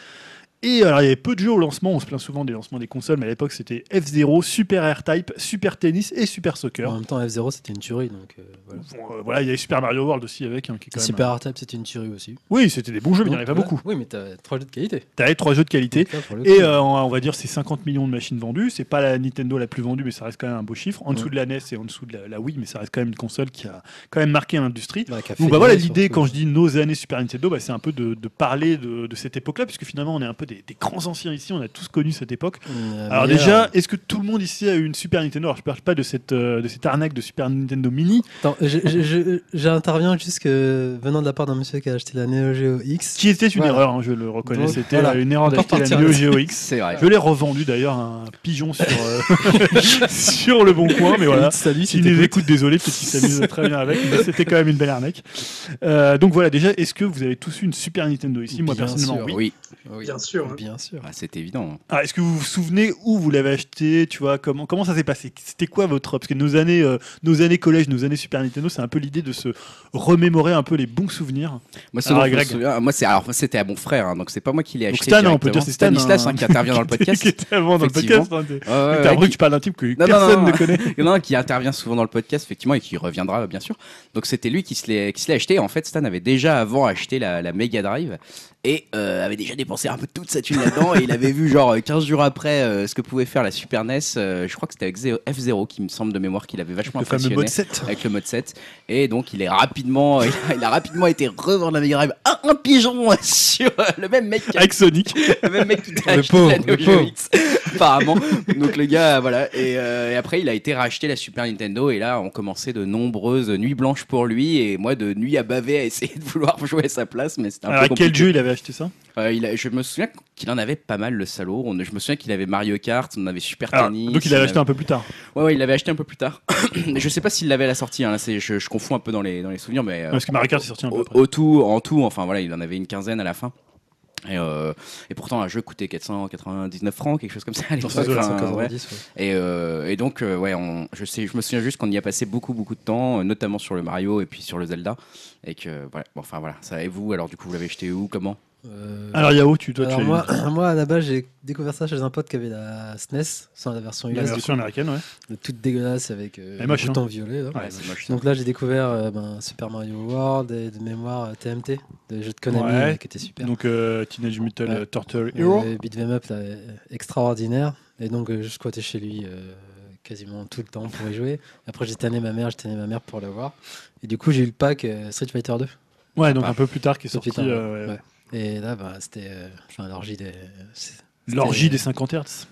Speaker 2: Et euh, alors, il y avait peu de jeux au lancement, on se plaint souvent des lancements des consoles, mais à l'époque c'était F-Zero, Super Air-Type, Super Tennis et Super Soccer.
Speaker 4: En même temps, F0 c'était une tuerie donc. euh, voilà.
Speaker 2: Bon, euh, voilà, il y avait Super Mario World aussi avec. hein, qui est quand même-
Speaker 4: Super Art c'était une tuerie aussi.
Speaker 2: Oui, c'était des bons jeux, mais il n'y en avait pas
Speaker 4: Donc,
Speaker 2: beaucoup.
Speaker 4: Oui, mais t'as trois jeux de qualité.
Speaker 2: T'avais trois jeux de qualité.
Speaker 4: Ça, pour le
Speaker 2: Et
Speaker 4: coup.
Speaker 2: euh, on va- on va dire c'est 50 millions de machines vendues. C'est pas la Nintendo la plus vendue, mais ça reste quand même un beau chiffre. En dessous
Speaker 4: Ouais.
Speaker 2: de la NES et en dessous de la, la Wii, mais ça reste quand même une console qui a quand même marqué l'industrie.
Speaker 4: Bah, café,
Speaker 2: Donc bah voilà
Speaker 4: surtout.
Speaker 2: l'idée quand je dis nos années Super Nintendo, bah, c'est un peu de, de parler de, de cette époque-là, puisque finalement on est un peu des, des grands anciens ici, on a tous connu cette époque.
Speaker 4: Une, euh,
Speaker 2: Alors
Speaker 4: meilleure-
Speaker 2: déjà, est-ce que tout le monde ici a eu une Super Nintendo Alors je parle pas de cette, euh, de cette arnaque de Super Nintendo Mini,
Speaker 4: Attends, je- je- je- j'interviens jusque venant de la part d'un monsieur qui a acheté la Neo Geo X.
Speaker 2: qui était une
Speaker 4: Voilà.
Speaker 2: erreur, hein, je le reconnais,
Speaker 4: Donc,
Speaker 2: c'était
Speaker 4: voilà.
Speaker 2: euh, une erreur
Speaker 4: On peut
Speaker 2: d'acheter la
Speaker 4: repartir
Speaker 2: Neo
Speaker 4: là.
Speaker 2: Geo X.
Speaker 1: C'est vrai.
Speaker 2: Je l'ai revendu d'ailleurs à un pigeon sur, euh, sur le bon coin, mais voilà.
Speaker 4: Salut,
Speaker 2: S'il les écoute, désolé, peut-être qu'il s'amuse très bien avec, mais c'était quand même une belle arnaque. Euh, donc voilà, déjà, est-ce que vous avez tous eu une Super Nintendo ici Moi,
Speaker 4: Bien
Speaker 2: personnellement,
Speaker 4: sûr.
Speaker 2: oui.
Speaker 1: Oui,
Speaker 3: Bien sûr, hein.
Speaker 4: Bien sûr.
Speaker 1: Ah, c'est évident.
Speaker 2: Ah, est-ce que vous vous souvenez où vous l'avez acheté Tu vois, comment, comment ça s'est passé C'était quoi votre. Parce que nos années, euh, nos années collège, nos années Super Nintendo, c'est un peu l'idée de se remémorer un peu les bons souvenirs.
Speaker 1: Moi, ce
Speaker 2: Alors,
Speaker 1: dont je me
Speaker 2: Ah, Greg.
Speaker 1: souviens- moi, c'est alors c'était à mon frère, hein, donc c'est pas moi qui l'ai
Speaker 2: Donc
Speaker 1: acheté.
Speaker 2: Stan, on peut dire
Speaker 1: directement.
Speaker 2: c'est Stan,
Speaker 1: Stanislas
Speaker 2: hein.
Speaker 1: hein, qui intervient dans le podcast.
Speaker 2: Qui était avant dans le
Speaker 1: Effectivement.
Speaker 2: podcast. hein, t'es-
Speaker 1: Ouais, ouais,
Speaker 2: T'as
Speaker 1: ouais,
Speaker 2: l'impression que tu parles d'un type que
Speaker 1: non,
Speaker 2: personne
Speaker 1: non,
Speaker 2: ne
Speaker 1: non.
Speaker 2: connaît.
Speaker 1: Il y en a un qui intervient souvent dans le podcast, effectivement, et qui reviendra, bien sûr. Donc, c'était lui qui se l'est qui se l'est acheté. En fait, Stan avait déjà avant acheté la, la Mega Drive et euh, avait déjà dépensé un peu toute sa thune là-dedans. et il avait vu, genre, euh, 15 jours après, euh, ce que pouvait faire la Super NES. Euh, je crois que c'était avec Zéro- F0, qui me semble de mémoire, qu'il avait vachement
Speaker 2: Le fameux
Speaker 1: impressionné.
Speaker 2: mode 7.
Speaker 1: avec le mode 7 et donc il est rapidement il a, il a rapidement été revendre la Mega Drive à un pigeon sur euh, le même mec qui a-
Speaker 2: Avec Sonic.
Speaker 1: le même mec qui t'a
Speaker 4: Le
Speaker 1: acheté
Speaker 4: pauvre,
Speaker 1: la Neo
Speaker 4: le
Speaker 1: Geo
Speaker 4: pauvre.
Speaker 1: X, apparemment donc le gars voilà et, euh, et après il a été racheté la Super Nintendo et là on commençait de nombreuses nuits blanches pour lui et moi de nuit à baver à essayer de vouloir jouer à sa place mais c'était un
Speaker 2: Alors,
Speaker 1: peu
Speaker 2: à
Speaker 1: compliqué
Speaker 2: quel jeu il avait acheté ça
Speaker 1: Euh, il a- je me souviens qu'il en avait pas mal le salaud On- je me souviens qu'il avait Mario Kart on avait Super
Speaker 2: Ah,
Speaker 1: Tennis
Speaker 2: donc il l'avait acheté un peu plus tard.
Speaker 1: Ouais, ouais, il l'avait acheté un peu plus tard. je sais pas s'il l'avait à la sortie. Hein, là, c'est- je, je confonds un peu dans les, dans les souvenirs, mais euh,
Speaker 2: Parce que Mario Kart est sorti un peu
Speaker 1: au,
Speaker 2: après.
Speaker 1: au tout, en tout, enfin voilà, il en avait une quinzaine à la fin. Et, euh, et pourtant, un jeu coûtait 499 francs, quelque chose comme ça. à l'époque.
Speaker 2: ces eaux-là,
Speaker 1: Enfin, ouais.
Speaker 4: 190, ouais.
Speaker 1: et, euh, et donc, euh, ouais, on- je, sais, je me souviens juste qu'on y a passé beaucoup, beaucoup de temps, euh, notamment sur le Mario et puis sur le Zelda. Et que, voilà, bon, enfin voilà, ça et vous, alors du coup, vous l'avez acheté où, comment
Speaker 4: Euh,
Speaker 2: Alors Yao, tu dois
Speaker 4: alors,
Speaker 2: tu
Speaker 4: moi, moi, à la base, j'ai découvert ça chez un pote qui avait la SNES, enfin la version US,
Speaker 2: la
Speaker 4: du
Speaker 2: version
Speaker 4: coup,
Speaker 2: américaine, ouais.
Speaker 4: de toute dégueulasse avec euh,
Speaker 2: Et
Speaker 4: le
Speaker 2: moche, hein.
Speaker 4: bouton violet. là.
Speaker 2: Ouais,
Speaker 1: c'est moche. ça.
Speaker 4: Donc là, j'ai découvert euh, ben, Super Mario World et de mémoire euh, TMT, des jeux de Konami
Speaker 2: Ouais.
Speaker 4: euh, qui étaient super.
Speaker 2: Donc euh, Teenage Mutant
Speaker 4: Ouais.
Speaker 2: euh, Turtle Hero.
Speaker 4: Le beat'em up là, est extraordinaire. Et donc, euh, je squattais chez lui euh, quasiment tout le temps pour y jouer. Après, j'ai tanné ma mère, j'ai tanné ma mère pour l'avoir. Et du coup, j'ai eu le pack euh, Street Fighter 2.
Speaker 2: Ouais, donc
Speaker 1: Sympa.
Speaker 2: un peu plus tard qui est
Speaker 4: Un peu
Speaker 2: sorti
Speaker 4: plus tard,
Speaker 2: euh,
Speaker 4: ouais. Et là, bah, c'était euh, enfin, l'orgie des. c'est-
Speaker 2: l'orgie
Speaker 4: c'était-
Speaker 2: des 50 Hertz.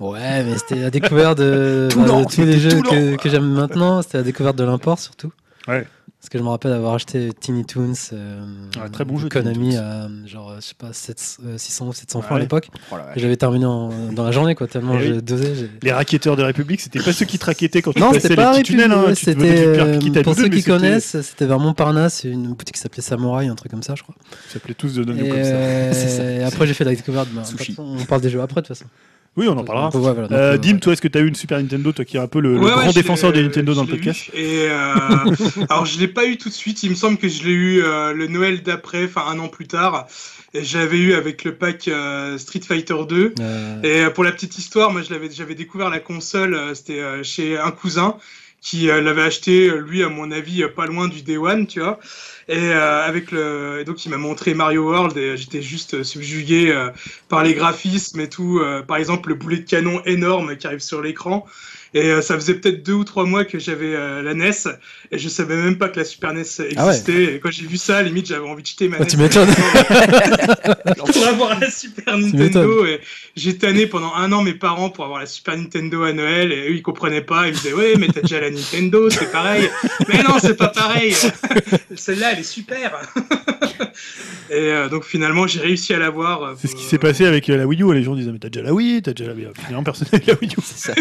Speaker 4: Ouais, mais c'était la découverte de,
Speaker 2: Tout
Speaker 4: bah, de
Speaker 2: lent,
Speaker 4: tous les
Speaker 2: c'était
Speaker 4: jeux
Speaker 2: tout
Speaker 4: que, que j'aime maintenant. C'était la découverte de l'import surtout.
Speaker 2: Ouais.
Speaker 4: Parce que je me rappelle avoir acheté Tiny Toons, euh,
Speaker 2: Ah, très bon
Speaker 4: de
Speaker 2: jeu, Tiny
Speaker 4: Konami,
Speaker 2: Toons. Ah
Speaker 4: à genre, je sais pas, 700, euh, 600 ou 700 francs
Speaker 2: Ouais.
Speaker 4: à l'époque.
Speaker 1: Oh la vache.
Speaker 4: que J'avais terminé en- dans la journée, quoi, tellement
Speaker 2: Eh
Speaker 4: je
Speaker 2: oui.
Speaker 4: dosais. j'ai-
Speaker 2: Les raquetteurs de la République, c'était pas ceux qui te raquettaient quand tu
Speaker 4: Non,
Speaker 2: passais
Speaker 4: c'était
Speaker 2: les
Speaker 4: pas
Speaker 2: petits
Speaker 4: République,
Speaker 2: tunnels. hein,
Speaker 4: ouais,
Speaker 2: tu te faisais des pierres
Speaker 4: c'était
Speaker 2: piquettes
Speaker 4: euh,
Speaker 2: à
Speaker 4: pour
Speaker 2: deux,
Speaker 4: ceux
Speaker 2: mais
Speaker 4: qui
Speaker 2: c'était-
Speaker 4: connaissent, c'était vers Montparnasse, une boutique qui s'appelait Samouraï, un truc comme ça, je crois.
Speaker 2: Ça s'appelait tous de
Speaker 4: Et
Speaker 2: nom comme ça.
Speaker 4: euh,
Speaker 1: C'est ça.
Speaker 4: et après j'ai fait la découverte. bah,
Speaker 1: Sushi.
Speaker 4: on parle des jeux après de toute façon.
Speaker 2: Oui, on en parlera.
Speaker 4: Donc, ouais, voilà, donc,
Speaker 2: Euh,
Speaker 4: euh,
Speaker 2: Dim, toi, est-ce que t'as eu une Super Nintendo, toi qui es un peu le, le
Speaker 3: Ouais, ouais,
Speaker 2: grand
Speaker 3: je
Speaker 2: défenseur
Speaker 3: l'ai-
Speaker 2: des Nintendo dans le
Speaker 3: je l'ai
Speaker 2: podcast
Speaker 3: eu. Et euh, alors, je l'ai pas eu tout de suite. Il me semble que je l'ai eu euh, le Noël d'après, enfin un an plus tard. Et j'avais eu avec le pack euh, Street Fighter 2.
Speaker 4: euh,
Speaker 3: Et euh, pour la petite histoire, moi, je l'avais, j'avais découvert la console. euh, C'était euh, chez un cousin qui euh, l'avait acheté, euh, lui, à mon avis, euh, pas loin du Day One, tu vois. Et euh, avec le, et donc il m'a montré Mario World et j'étais juste euh, subjugué euh, par les graphismes et tout. euh, par exemple, le boulet de canon énorme qui arrive sur l'écran. Et euh, ça faisait peut-être deux ou trois mois que j'avais euh, la NES et je savais même pas que la Super NES existait.
Speaker 4: Ah ouais.
Speaker 3: Et quand j'ai vu ça, à la limite, j'avais envie de jeter ma E
Speaker 4: Oh,
Speaker 3: NES.
Speaker 4: tu m'étonnes.
Speaker 3: pour avoir la Super Nintendo. Et j'ai tanné pendant un an mes parents pour avoir la Super Nintendo à Noël et eux ils comprenaient pas. Ils me disaient ouais mais t'as déjà la Nintendo, c'est pareil. mais non c'est pas pareil. Celle-là elle est super. et euh, donc finalement j'ai réussi à l'avoir. euh,
Speaker 2: C'est ce
Speaker 3: pour-
Speaker 2: qui s'est passé avec euh, la Wii U. Les gens disaient, mais t'as déjà la Wii, t'as déjà la Wii. U. Finalement, personne n'a eu la Wii U.
Speaker 1: C'est ça.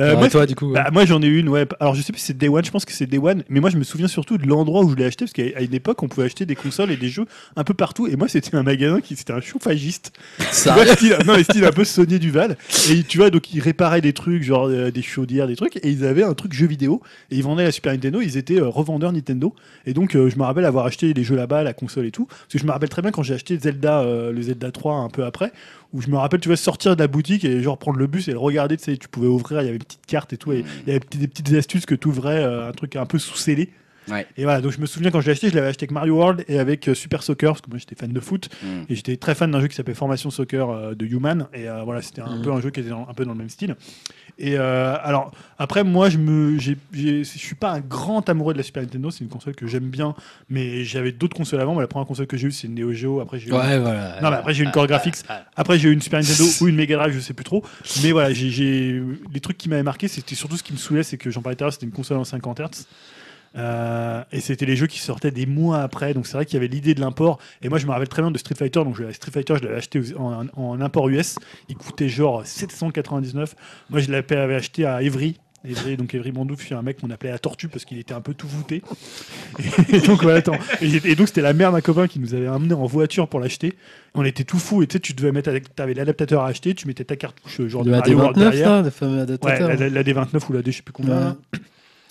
Speaker 2: Euh,
Speaker 4: Alors,
Speaker 2: moi,
Speaker 4: et toi du coup.
Speaker 2: Bah, moi j'en ai une, ouais. Alors je sais plus si c'est Day One, je pense que c'est Day One, mais moi je me souviens surtout de l'endroit où je l'ai acheté, parce qu'à à une époque on pouvait acheter des consoles et des jeux un peu partout, et moi c'était un magasin qui c'était un chauffagiste.
Speaker 1: Ça.
Speaker 2: Tu vois, style, non, mais style un peu Sonier Duval, et tu vois, donc ils réparaient des trucs, genre euh, des chaudières, des trucs, et ils avaient un truc jeu vidéo, et ils vendaient la Super Nintendo, ils étaient euh, revendeurs Nintendo, et donc euh, je me rappelle avoir acheté les jeux là-bas, la console et tout, parce que je me rappelle très bien quand j'ai acheté Zelda, euh, le Zelda 3 un peu après, où je me rappelle, tu vois, sortir de la boutique et genre prendre le bus et le regarder, tu sais, tu pouvais ouvrir, il y avait une petite carte et tout,
Speaker 1: Hmm.
Speaker 2: et il y avait p- des petites astuces que tu ouvrais, un truc un peu sous-scellé.
Speaker 1: Ouais.
Speaker 2: Et voilà, donc je me souviens quand je l'ai acheté, je l'avais acheté avec Mario World et avec euh, Super Soccer, parce que moi j'étais fan de foot,
Speaker 1: Mm.
Speaker 2: et j'étais très fan d'un jeu qui s'appelait Formation Soccer euh, de Human, et euh, voilà, c'était un
Speaker 4: Mm.
Speaker 2: peu un jeu qui était dans- un peu dans le même style. Et euh, alors, après, moi, je me, j'ai- j'ai- je suis pas un grand amoureux de la Super Nintendo, c'est une console que j'aime bien, mais j'avais d'autres consoles avant, mais la première console que j'ai eue, c'est une Neo Geo, après j'ai eu
Speaker 4: Ouais voilà.
Speaker 2: non, mais après, j'ai eu une Core Graphics. Après, j'ai eu une Super Nintendo ou une Mega Drive, je sais plus trop. Mais voilà, j'ai- j'ai les trucs qui m'avaient marqué, c'était surtout ce qui me saoulait, c'est que j'en parlais tout à l'heure, c'était une console en 50 Hz. Euh, et c'était les jeux qui sortaient des mois après, donc c'est vrai qu'il y avait l'idée de l'import. Et moi, je me rappelle très bien de Street Fighter. Donc, je- Street Fighter, je l'avais acheté aux- en, en import US. Il coûtait genre 799. Moi, je l'avais acheté à Evry. Evry, donc Evry Bandouf, c'est un mec qu'on appelait la tortue parce qu'il était un peu tout voûté. Et donc voilà, attends. Et, j'étais- et donc c'était la mère d'un copain qui nous avait amené en voiture pour l'acheter. On était tout fou et tu sais, tu devais mettre, avec- t'avais l'adaptateur à acheter, tu mettais ta cartouche euh, genre de
Speaker 4: Le
Speaker 2: Mario World
Speaker 4: AD29
Speaker 2: derrière.
Speaker 4: là, le fameux
Speaker 2: Ouais, hein.
Speaker 4: adaptateur.
Speaker 2: la, la- la D29 ou la D, je sais plus combien.
Speaker 4: Ouais.
Speaker 2: là.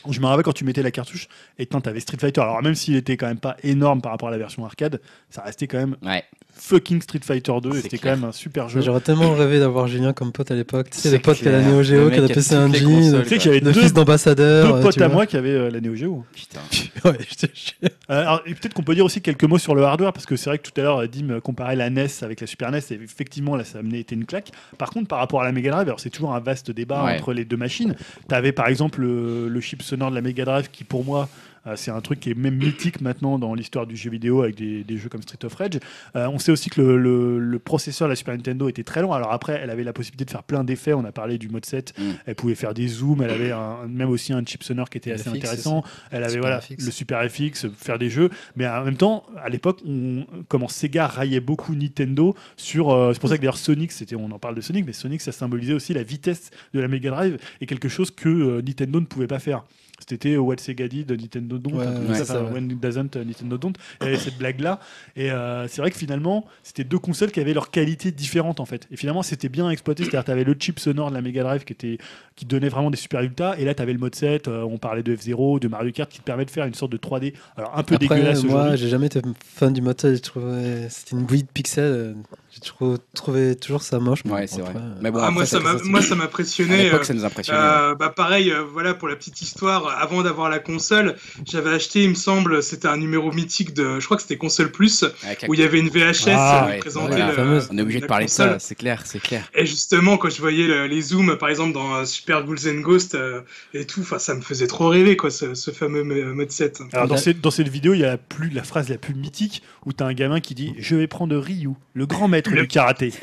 Speaker 2: Je me rappelle quand tu mettais la cartouche et tu t'avais Street Fighter. Alors même s'il était quand même pas énorme par rapport à la version arcade, ça restait quand même
Speaker 1: Ouais.
Speaker 2: fucking Street Fighter 2 et
Speaker 1: C'est
Speaker 2: c'était quand
Speaker 1: clair.
Speaker 2: même un super jeu.
Speaker 4: J'aurais tellement rêvé d'avoir Julien comme pote à l'époque. Tu sais,
Speaker 1: C'est
Speaker 4: le pote qui a la
Speaker 1: clair.
Speaker 4: Neo Geo,
Speaker 1: Le
Speaker 4: qui a la
Speaker 1: mec a
Speaker 4: PC
Speaker 1: toutes les
Speaker 4: Engine,
Speaker 1: consoles.
Speaker 2: Tu sais que j'avais
Speaker 4: le
Speaker 2: deux,
Speaker 4: fils
Speaker 2: deux
Speaker 4: d'ambassadeur. euh,
Speaker 2: potes
Speaker 4: tu
Speaker 2: à
Speaker 4: vois.
Speaker 2: moi qui avaient euh, la Neo Geo.
Speaker 1: Putain.
Speaker 4: Ouais, je te jure.
Speaker 2: Euh, alors, et peut-être qu'on peut dire aussi quelques mots sur le hardware, parce que c'est vrai que tout à l'heure, euh, Dim euh, comparait la NES avec la Super NES, et effectivement, là, ça a amené été une claque. Par contre, par rapport à la Mega Drive, alors c'est toujours un vaste débat
Speaker 1: Ouais.
Speaker 2: entre les deux machines. Tu avais par exemple le, le chip sonore de la Mega Drive, qui pour moi, euh, c'est un truc qui est même mythique maintenant dans l'histoire du jeu vidéo avec des, des jeux comme Street of Rage. Euh, on sait aussi que le, le- le processeur de la Super Nintendo était très lent. Alors après, elle avait la possibilité de faire plein d'effets. On a parlé du mode 7.
Speaker 1: Mm.
Speaker 2: Elle pouvait faire des zooms. Elle avait un- même aussi un chip sonore qui était
Speaker 4: Le
Speaker 2: assez
Speaker 4: fixe,
Speaker 2: intéressant. Elle avait
Speaker 4: Super
Speaker 2: voilà,
Speaker 4: FX.
Speaker 2: le Super FX, euh, faire des jeux. Mais en même temps, à l'époque, on, comment Sega raillait beaucoup Nintendo sur. euh, c'est pour ça que d'ailleurs Sonic, c'était, on en parle de Sonic, mais Sonic, ça symbolisait aussi la vitesse de la Mega Drive et quelque chose que euh, Nintendo ne pouvait pas faire. C'était euh, What Sega did, Nintendo don't.
Speaker 4: Ouais,
Speaker 2: un truc
Speaker 4: ouais,
Speaker 2: comme ça,
Speaker 4: c'est ça,
Speaker 2: enfin,
Speaker 4: ouais.
Speaker 2: When it doesn't, euh, Nintendo don't. Il y avait cette blague-là. Et euh, c'est vrai que finalement, c'était deux consoles qui avaient leurs qualités différentes en fait. Et finalement, c'était bien exploité. C'est-à-dire, tu avais le chip sonore de la Mega Drive qui était qui donnait vraiment des super résultats. Et là, tu avais le mode 7, euh, on parlait de F0, de Mario Kart, qui te permet de faire une sorte de 3D. Alors, un peu dégueulasse
Speaker 4: Après, moi,
Speaker 2: aujourd'hui.
Speaker 4: j'ai jamais été fan du moteur. J'ai trouvé c'était une bouillie de pixels. euh, J'ai trou- trouvé toujours ça moche.
Speaker 1: Ouais, c'est vrai. Bah
Speaker 4: Après, euh,
Speaker 1: Mais bon,
Speaker 3: Ah,
Speaker 1: après,
Speaker 3: moi, ça
Speaker 1: c'est-
Speaker 3: m'a- moi ça
Speaker 1: À
Speaker 3: m'impressionnait.
Speaker 1: l'époque, ça nous impressionnait. hein. ouais.
Speaker 3: Euh, bah pareil, euh, voilà pour la petite histoire. euh, Avant d'avoir la console, j'avais acheté, il me semble, c'était un numéro mythique de, je crois que c'était Console Plus,
Speaker 1: Avec la-
Speaker 3: où il y avait une VHS
Speaker 2: Ah,
Speaker 3: euh,
Speaker 1: ouais,
Speaker 3: présentée.
Speaker 1: voilà,
Speaker 3: le-
Speaker 4: fameuse.
Speaker 1: On est obligé de
Speaker 3: la
Speaker 1: parler de
Speaker 3: console.
Speaker 1: ça, c'est clair, c'est clair.
Speaker 3: Et justement, quand je voyais le- les zooms, par exemple, dans euh, Super Ghouls and Ghost euh, et tout, 'fin, ça me faisait trop rêver, quoi, ce, ce fameux mo- euh, mode 7.
Speaker 2: Alors, dans,
Speaker 4: Ouais.
Speaker 2: cette, dans cette vidéo, il y a la, plus, la phrase la plus mythique où tu as un gamin qui dit Je vais prendre Ryu, le grand maître
Speaker 3: Le-
Speaker 2: du karaté.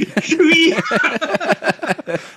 Speaker 3: Oui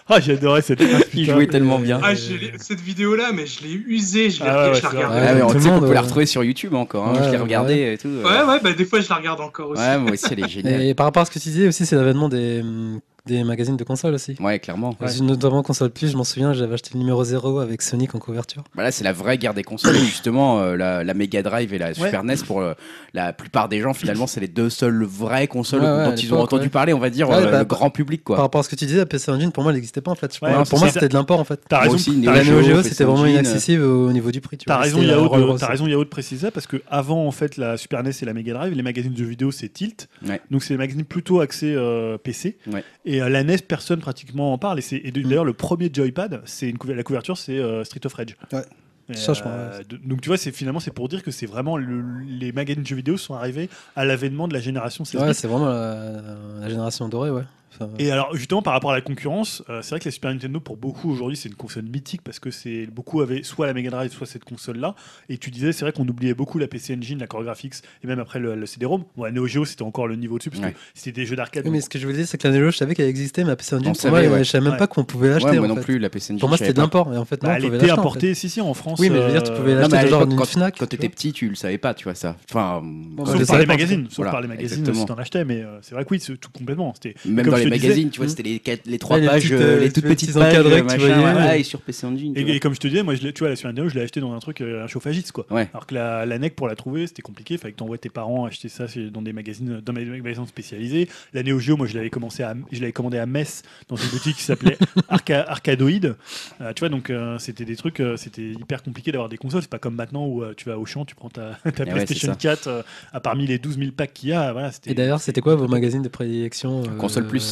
Speaker 2: Ah, j'adorais cette phrase.
Speaker 1: Il jouait tellement
Speaker 2: euh,
Speaker 1: bien.
Speaker 3: Ah, je l'ai- cette vidéo-là, mais je l'ai usée, je l'ai
Speaker 2: Ah ouais,
Speaker 3: je la
Speaker 2: c'est
Speaker 3: regardais.
Speaker 1: Ouais, mais on,
Speaker 4: tout
Speaker 1: tu
Speaker 4: le
Speaker 1: sais qu'on
Speaker 4: monde,
Speaker 1: peut la
Speaker 4: ouais.
Speaker 1: retrouver sur YouTube encore. hein.
Speaker 4: Ouais,
Speaker 1: je l'ai
Speaker 4: ouais.
Speaker 1: regardée et tout. euh.
Speaker 3: Ouais, ouais, bah des fois je la regarde encore aussi.
Speaker 1: Ouais, moi aussi, elle est géniale.
Speaker 4: Et par rapport à ce que tu disais aussi, c'est l'avènement des, hum, des magazines de consoles aussi.
Speaker 1: Ouais, clairement.
Speaker 4: Parce que Notamment console plus, je m'en souviens, j'avais acheté le numéro 0 avec Sonic en couverture.
Speaker 1: Bah là, c'est la vraie guerre des consoles. justement, euh, la, la Mega Drive et la Super NES, pour euh, la plupart des gens, finalement, c'est les deux seules vraies consoles
Speaker 4: Ouais, ouais,
Speaker 1: dont
Speaker 4: à
Speaker 1: ils ont
Speaker 4: l'époque,
Speaker 1: entendu
Speaker 4: ouais.
Speaker 1: parler, on va dire,
Speaker 4: Ouais,
Speaker 1: euh,
Speaker 4: bah,
Speaker 1: le
Speaker 4: bah,
Speaker 1: grand public,
Speaker 4: Par
Speaker 1: quoi.
Speaker 4: rapport à ce que tu disais, la PC Engine, pour moi, elle n'existait pas en fait. Je-
Speaker 2: Ouais,
Speaker 4: pour
Speaker 1: non, c'est
Speaker 4: moi,
Speaker 2: ça.
Speaker 4: c'était de l'import en fait.
Speaker 2: T'as
Speaker 1: Moi
Speaker 2: raison.
Speaker 1: aussi,
Speaker 2: t'as
Speaker 4: La
Speaker 2: raison.
Speaker 4: Neo Geo,
Speaker 1: Neo,
Speaker 4: c'était vraiment
Speaker 1: Engine,
Speaker 4: inaccessible au niveau du prix. tu
Speaker 2: T'as
Speaker 4: vois.
Speaker 2: raison,
Speaker 4: C'était la
Speaker 2: Yao,
Speaker 4: Roll
Speaker 2: de,
Speaker 4: Roll,
Speaker 2: t'as
Speaker 4: ça.
Speaker 2: raison, Yao, de préciser ça parce que avant en fait la Super NES et la Mega Drive, les magazines de jeux vidéo c'est Tilt,
Speaker 1: Ouais.
Speaker 2: donc c'est des magazines plutôt axés euh, PC.
Speaker 1: Ouais.
Speaker 2: Et euh, la NES, personne pratiquement en parle. Et, c'est, et
Speaker 4: Mm.
Speaker 2: d'ailleurs le premier joypad, c'est une couver- la couverture, c'est euh, Street of Rage.
Speaker 4: Ouais.
Speaker 2: Et,
Speaker 4: Ça,
Speaker 2: euh,
Speaker 4: je crois,
Speaker 2: de- donc tu vois, c'est finalement c'est pour dire que c'est vraiment le- les magazines de jeux vidéo sont arrivés à l'avènement de la génération 16
Speaker 4: Ouais, c'est vraiment la, la génération dorée, ouais. Enfin,
Speaker 2: Et alors justement par rapport à la concurrence, euh, c'est vrai que la Super Nintendo pour beaucoup aujourd'hui c'est une console mythique parce que c'est beaucoup avaient soit la Mega Drive soit cette console là. Et tu disais c'est vrai qu'on oubliait beaucoup la PC Engine, la Core Graphics et même après le, le CD-ROM. Bon, la Neo Geo c'était encore le niveau dessus parce
Speaker 1: Ouais.
Speaker 2: que c'était des jeux d'arcade.
Speaker 4: Oui, mais
Speaker 2: donc-
Speaker 4: ce que je voulais dire, c'est que la Neo Geo, je savais qu'elle existait, mais la PC
Speaker 1: On
Speaker 4: Engine, pour
Speaker 1: savait,
Speaker 4: moi,
Speaker 1: ouais.
Speaker 4: je savais même
Speaker 2: Ouais.
Speaker 4: pas qu'on pouvait l'acheter.
Speaker 1: Ouais,
Speaker 4: en
Speaker 1: moi non
Speaker 4: fait.
Speaker 1: plus, la PSN.
Speaker 4: Pour moi, c'était de l'import. Et en fait, non,
Speaker 2: Bah,
Speaker 4: on
Speaker 2: elle
Speaker 4: pouvait
Speaker 2: était
Speaker 4: l'acheter. en
Speaker 2: importée si si en France. euh,
Speaker 4: Oui, mais je veux dire, tu pouvais
Speaker 1: Non,
Speaker 4: l'acheter
Speaker 1: mais à
Speaker 4: dans
Speaker 1: l'époque,
Speaker 4: une
Speaker 1: quand,
Speaker 4: Fnac,
Speaker 1: quand
Speaker 4: tu
Speaker 1: t'étais
Speaker 4: vois.
Speaker 1: petit, tu le savais pas, tu vois ça. Enfin,
Speaker 4: Bon,
Speaker 1: comme-
Speaker 4: je
Speaker 2: Sauf par
Speaker 4: savais
Speaker 2: les
Speaker 4: pas, en
Speaker 2: magazines, sauf
Speaker 1: Voilà,
Speaker 2: par les magazines,
Speaker 1: exactement.
Speaker 2: si t'en achetais, mais euh, c'est vrai que oui, c'est tout complètement. C'était
Speaker 1: même
Speaker 2: comme
Speaker 1: dans
Speaker 2: je
Speaker 1: les
Speaker 2: te disais-
Speaker 1: magazines, tu vois,
Speaker 4: Hmm.
Speaker 1: c'était les, quatre- les trois
Speaker 4: les
Speaker 1: pages,
Speaker 4: petites,
Speaker 1: euh, les,
Speaker 4: euh,
Speaker 1: toutes
Speaker 4: les
Speaker 1: petites,
Speaker 4: petits
Speaker 1: pages,
Speaker 4: encadrés que tu
Speaker 1: machin,
Speaker 4: voyais.
Speaker 1: ouais, ouais, et sur PC Engine. tu
Speaker 2: Et,
Speaker 1: vois.
Speaker 2: et comme je te disais, moi, je l'ai- tu vois, la Super Nintendo, je l'ai acheté dans un truc, euh, un chauffagiste, quoi.
Speaker 1: Ouais.
Speaker 2: Alors que la, la NEC, pour la trouver, c'était compliqué. Fallait que t'envoies tes parents acheter ça chez- dans des magazines, dans des magasins spécialisés. La Neo Geo, moi, je l'avais commencé à, je l'avais commandé à Metz dans une boutique qui s'appelait Arca- Arcadoïde. Euh, tu vois, donc euh, c'était des trucs, euh, c'était hyper compliqué d'avoir des consoles. C'est pas comme maintenant où euh, tu vas au champ, tu prends ta, ta
Speaker 1: c'est
Speaker 2: PlayStation
Speaker 1: ça.
Speaker 2: 4 euh, à parmi les 12 000 packs qu'il y a. Voilà,
Speaker 4: Et d'ailleurs, c'était quoi vos magazines de prédilection euh,
Speaker 1: Console Plus.
Speaker 4: euh,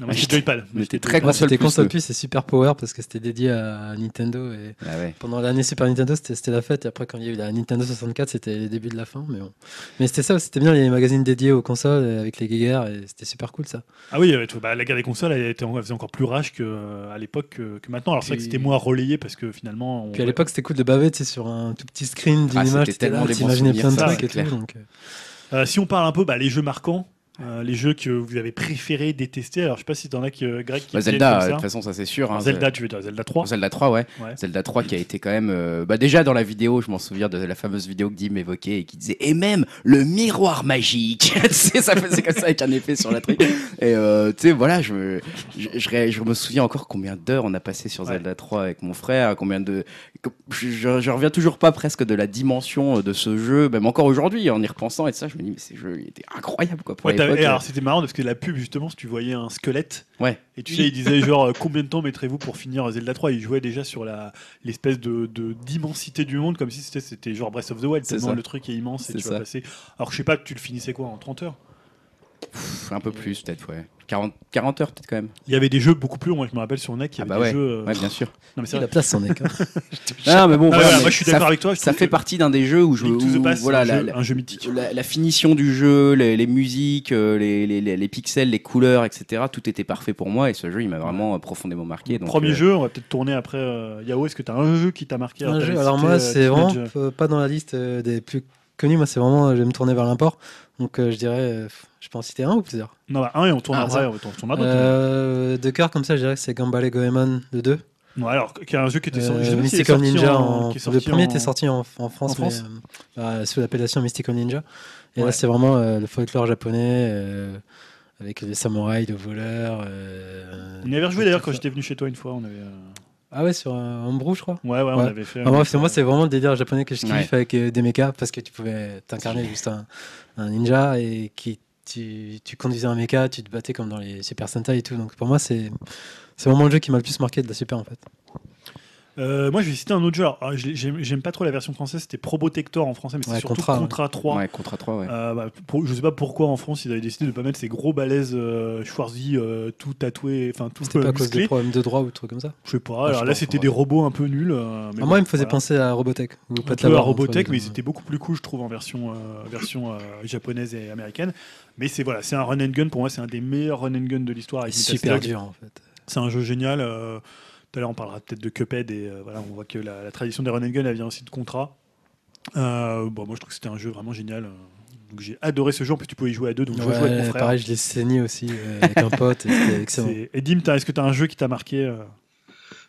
Speaker 2: Non, moi, c'était Joypad.
Speaker 1: On était
Speaker 2: C'était
Speaker 1: très
Speaker 4: ouais,
Speaker 1: console
Speaker 4: C'était
Speaker 1: plus.
Speaker 4: Console
Speaker 1: nous.
Speaker 4: Plus et Super Power parce que c'était dédié à Nintendo. Et
Speaker 1: Ah ouais.
Speaker 4: pendant l'année Super Nintendo, c'était c'était la fête. Et après, quand il y a eu la Nintendo 64, c'était les débuts de la fin. Mais, bon. mais c'était ça, c'était bien les magazines dédiés aux consoles euh, avec les guéguerres. Et c'était super cool ça.
Speaker 2: Ah oui, euh, tu vois, bah, la guerre des consoles, elle, était, elle faisait encore plus rage que, euh, à l'époque que, que maintenant. Alors c'est vrai que
Speaker 4: Puis-
Speaker 2: c'était moins relayé parce que finalement. on-
Speaker 4: Puis à l'époque, c'était cool de baver tu sais, sur un tout petit screen d'une
Speaker 1: Ah,
Speaker 4: image.
Speaker 1: c'était
Speaker 4: t'étais
Speaker 1: tellement
Speaker 4: là,
Speaker 1: des bons
Speaker 4: T'imaginais plein de
Speaker 1: souvenirs, ça,
Speaker 4: trucs
Speaker 1: c'est
Speaker 4: et tout.
Speaker 1: clair.
Speaker 4: donc, euh,
Speaker 2: Euh, si on parle un peu, bah, les jeux marquants, euh, les jeux que vous avez préférés, détestés. Alors je sais pas si t'en as qui, euh, Greg qui
Speaker 1: Bah,
Speaker 2: me viennent
Speaker 1: Zelda, euh, de
Speaker 2: comme
Speaker 1: toute
Speaker 2: ça.
Speaker 1: façon, ça c'est sûr.
Speaker 2: Alors,
Speaker 1: hein,
Speaker 2: Zelda, tu veux dire Zelda 3
Speaker 1: Zelda 3, ouais.
Speaker 2: Ouais.
Speaker 1: Zelda 3 qui a été quand même. euh, bah déjà dans la vidéo, je m'en souviens de la fameuse vidéo que Dim évoquait et qui disait Et même le miroir magique Tu sais, ça faisait comme ça avec un effet sur la truc. Et euh, tu sais, voilà, je, me- je, je ré- je me souviens encore combien d'heures on a passé sur
Speaker 2: Ouais.
Speaker 1: Zelda 3 avec mon frère, combien de. Je, je- je reviens toujours pas presque de la dimension euh, de ce jeu, même encore aujourd'hui, en y repensant et tout ça, je me dis Mais ces jeux, ils étaient incroyables quoi. Pour
Speaker 2: Ouais, t'avais-
Speaker 1: l'époque. euh,
Speaker 2: et alors c'était marrant parce que la pub justement, si tu voyais un squelette.
Speaker 1: Ouais.
Speaker 2: Et tu sais, il disait genre euh, combien de temps mettrez-vous pour finir Zelda 3 Il jouait déjà sur la l'espèce de de- d'immensité du monde, comme si c'était- c'était genre Breath of the Wild.
Speaker 1: C'est
Speaker 2: Tellement
Speaker 1: ça.
Speaker 2: le truc est immense et
Speaker 1: C'est
Speaker 2: tu vas
Speaker 1: ça.
Speaker 2: passer. Alors je sais pas que tu le finissais quoi en 30 heures.
Speaker 1: Pff, un peu plus peut-être, ouais. 40, 40 heures peut-être quand même.
Speaker 2: Il y avait des jeux beaucoup plus longs, moi je me rappelle sur NEC, il y
Speaker 1: Ah
Speaker 2: avait
Speaker 1: bah
Speaker 2: des jeux. euh,
Speaker 1: Ouais, bien sûr.
Speaker 2: Non, mais c'est
Speaker 4: et la
Speaker 2: vrai.
Speaker 4: place en est. hein.
Speaker 1: Ah, mais bon, voilà,
Speaker 2: Ah, voilà,
Speaker 1: mais
Speaker 2: moi je suis
Speaker 1: ça
Speaker 2: d'accord avec toi. Je
Speaker 1: ça
Speaker 2: trouve
Speaker 1: fait
Speaker 2: que
Speaker 1: partie d'un des jeux où je
Speaker 2: Link to the
Speaker 1: où,
Speaker 2: Past,
Speaker 1: voilà
Speaker 2: c'est un,
Speaker 1: la,
Speaker 2: jeu,
Speaker 1: la-
Speaker 2: un jeu mythique.
Speaker 1: la- la finition du jeu, les, les musiques, euh, les, les, les- les pixels, les couleurs, etc. Tout était parfait pour moi et ce jeu il m'a vraiment euh, profondément marqué. Donc,
Speaker 2: Premier
Speaker 1: euh,
Speaker 2: jeu, on va peut-être tourner après euh, Yao. Est-ce que t'as un jeu qui t'a marqué
Speaker 4: Un
Speaker 2: t'avais
Speaker 4: jeu, Alors
Speaker 2: cité, euh,
Speaker 4: moi, c'est
Speaker 2: Teenage,
Speaker 4: vraiment
Speaker 2: euh,
Speaker 4: euh, pas dans la liste euh, des plus connus. Moi, c'est vraiment, euh, je vais me tourner vers l'import. Donc, euh, je dirais, euh, je peux en citer un ou plusieurs.
Speaker 2: Non, bah, un et on tourne
Speaker 4: Ah,
Speaker 2: après.
Speaker 4: ça.
Speaker 2: On tourne- on tourne après.
Speaker 4: Euh, de cœur, comme ça, je dirais que c'est Gambale Goemon de 2.
Speaker 2: Non, alors, qu'il y a un jeu qui était sorti. je sais pas
Speaker 4: Euh,
Speaker 2: s'il est
Speaker 4: Mystical
Speaker 2: sorti
Speaker 4: Ninja.
Speaker 2: en-
Speaker 4: en-
Speaker 2: qui est
Speaker 4: Le
Speaker 2: sorti
Speaker 4: premier
Speaker 2: en-
Speaker 4: était sorti en, en France,
Speaker 2: en France
Speaker 4: mais, euh, bah, sous l'appellation Mystical Ninja. Et
Speaker 2: Ouais.
Speaker 4: là, c'est vraiment euh, le folklore japonais euh, avec les samouraïs, le voleur. euh,
Speaker 2: On y avait rejoué d'ailleurs quand
Speaker 4: tout ça.
Speaker 2: j'étais venu chez toi une fois. On avait, euh,
Speaker 4: Ah ouais, sur un Homebrew, je crois.
Speaker 2: Ouais, ouais, on
Speaker 4: Ouais.
Speaker 2: avait fait.
Speaker 4: Ah, bref, c'est- moi, c'est vraiment le délire japonais que je kiffe
Speaker 1: Ouais.
Speaker 4: avec euh, des mechas parce que tu pouvais t'incarner juste un, un ninja et qui tu, tu conduisais un mecha, tu te battais comme dans les Super Sentai et tout. Donc pour moi, c'est c'est vraiment le jeu qui m'a le plus marqué de la Super en fait.
Speaker 2: Euh, moi, je vais citer un autre jeu. Alors, ah, je l'ai- J'aime j'aime pas trop la version française. C'était Probotector en français, mais c'est
Speaker 4: Ouais,
Speaker 2: surtout
Speaker 4: Contra, ouais.
Speaker 2: Contra 3.
Speaker 1: Ouais, Contra 3, ouais.
Speaker 2: Euh, bah, pour- je sais pas pourquoi en France ils avaient décidé de pas mettre ces gros balaises euh, Schwarzy euh, tout tatoués, enfin tout
Speaker 4: C'était
Speaker 2: euh,
Speaker 4: pas à cause
Speaker 2: musclés.
Speaker 4: des Ah, problèmes de droit ou des trucs comme ça.
Speaker 2: Je sais pas,
Speaker 1: je
Speaker 2: alors là
Speaker 1: pense,
Speaker 2: c'était
Speaker 1: ouais.
Speaker 2: des robots un peu nuls. euh, mais
Speaker 4: Ah,
Speaker 2: bon,
Speaker 4: moi, il me faisait
Speaker 2: voilà.
Speaker 4: penser à Robotech. Ou
Speaker 2: un
Speaker 4: Pat
Speaker 2: peu
Speaker 4: Labor,
Speaker 2: à
Speaker 4: entre les
Speaker 2: Robotech,
Speaker 4: deux. hein.
Speaker 2: mais c'était beaucoup plus cool, je trouve, en version, euh, version euh, japonaise et américaine. Mais c'est voilà, c'est un run and gun, pour moi c'est un des meilleurs run and gun de l'histoire. avec
Speaker 4: super
Speaker 2: Metaslug.
Speaker 4: dur en fait.
Speaker 2: C'est un jeu génial. euh, Tout à l'heure on parlera peut-être de Cuphead et euh, voilà, on voit que la, la tradition des run and gun elle vient aussi de Contra. Euh, bon, moi je trouve que c'était un jeu vraiment génial. euh, Donc j'ai adoré ce jeu, en plus tu pouvais y jouer à deux, donc je jouais avec mon
Speaker 4: Ouais,
Speaker 2: frère.
Speaker 4: pareil, je l'ai saigné aussi euh, avec un pote. et C'était excellent.
Speaker 2: C'est- Et Dim, t'as- est-ce que t'as un jeu qui t'a marqué euh,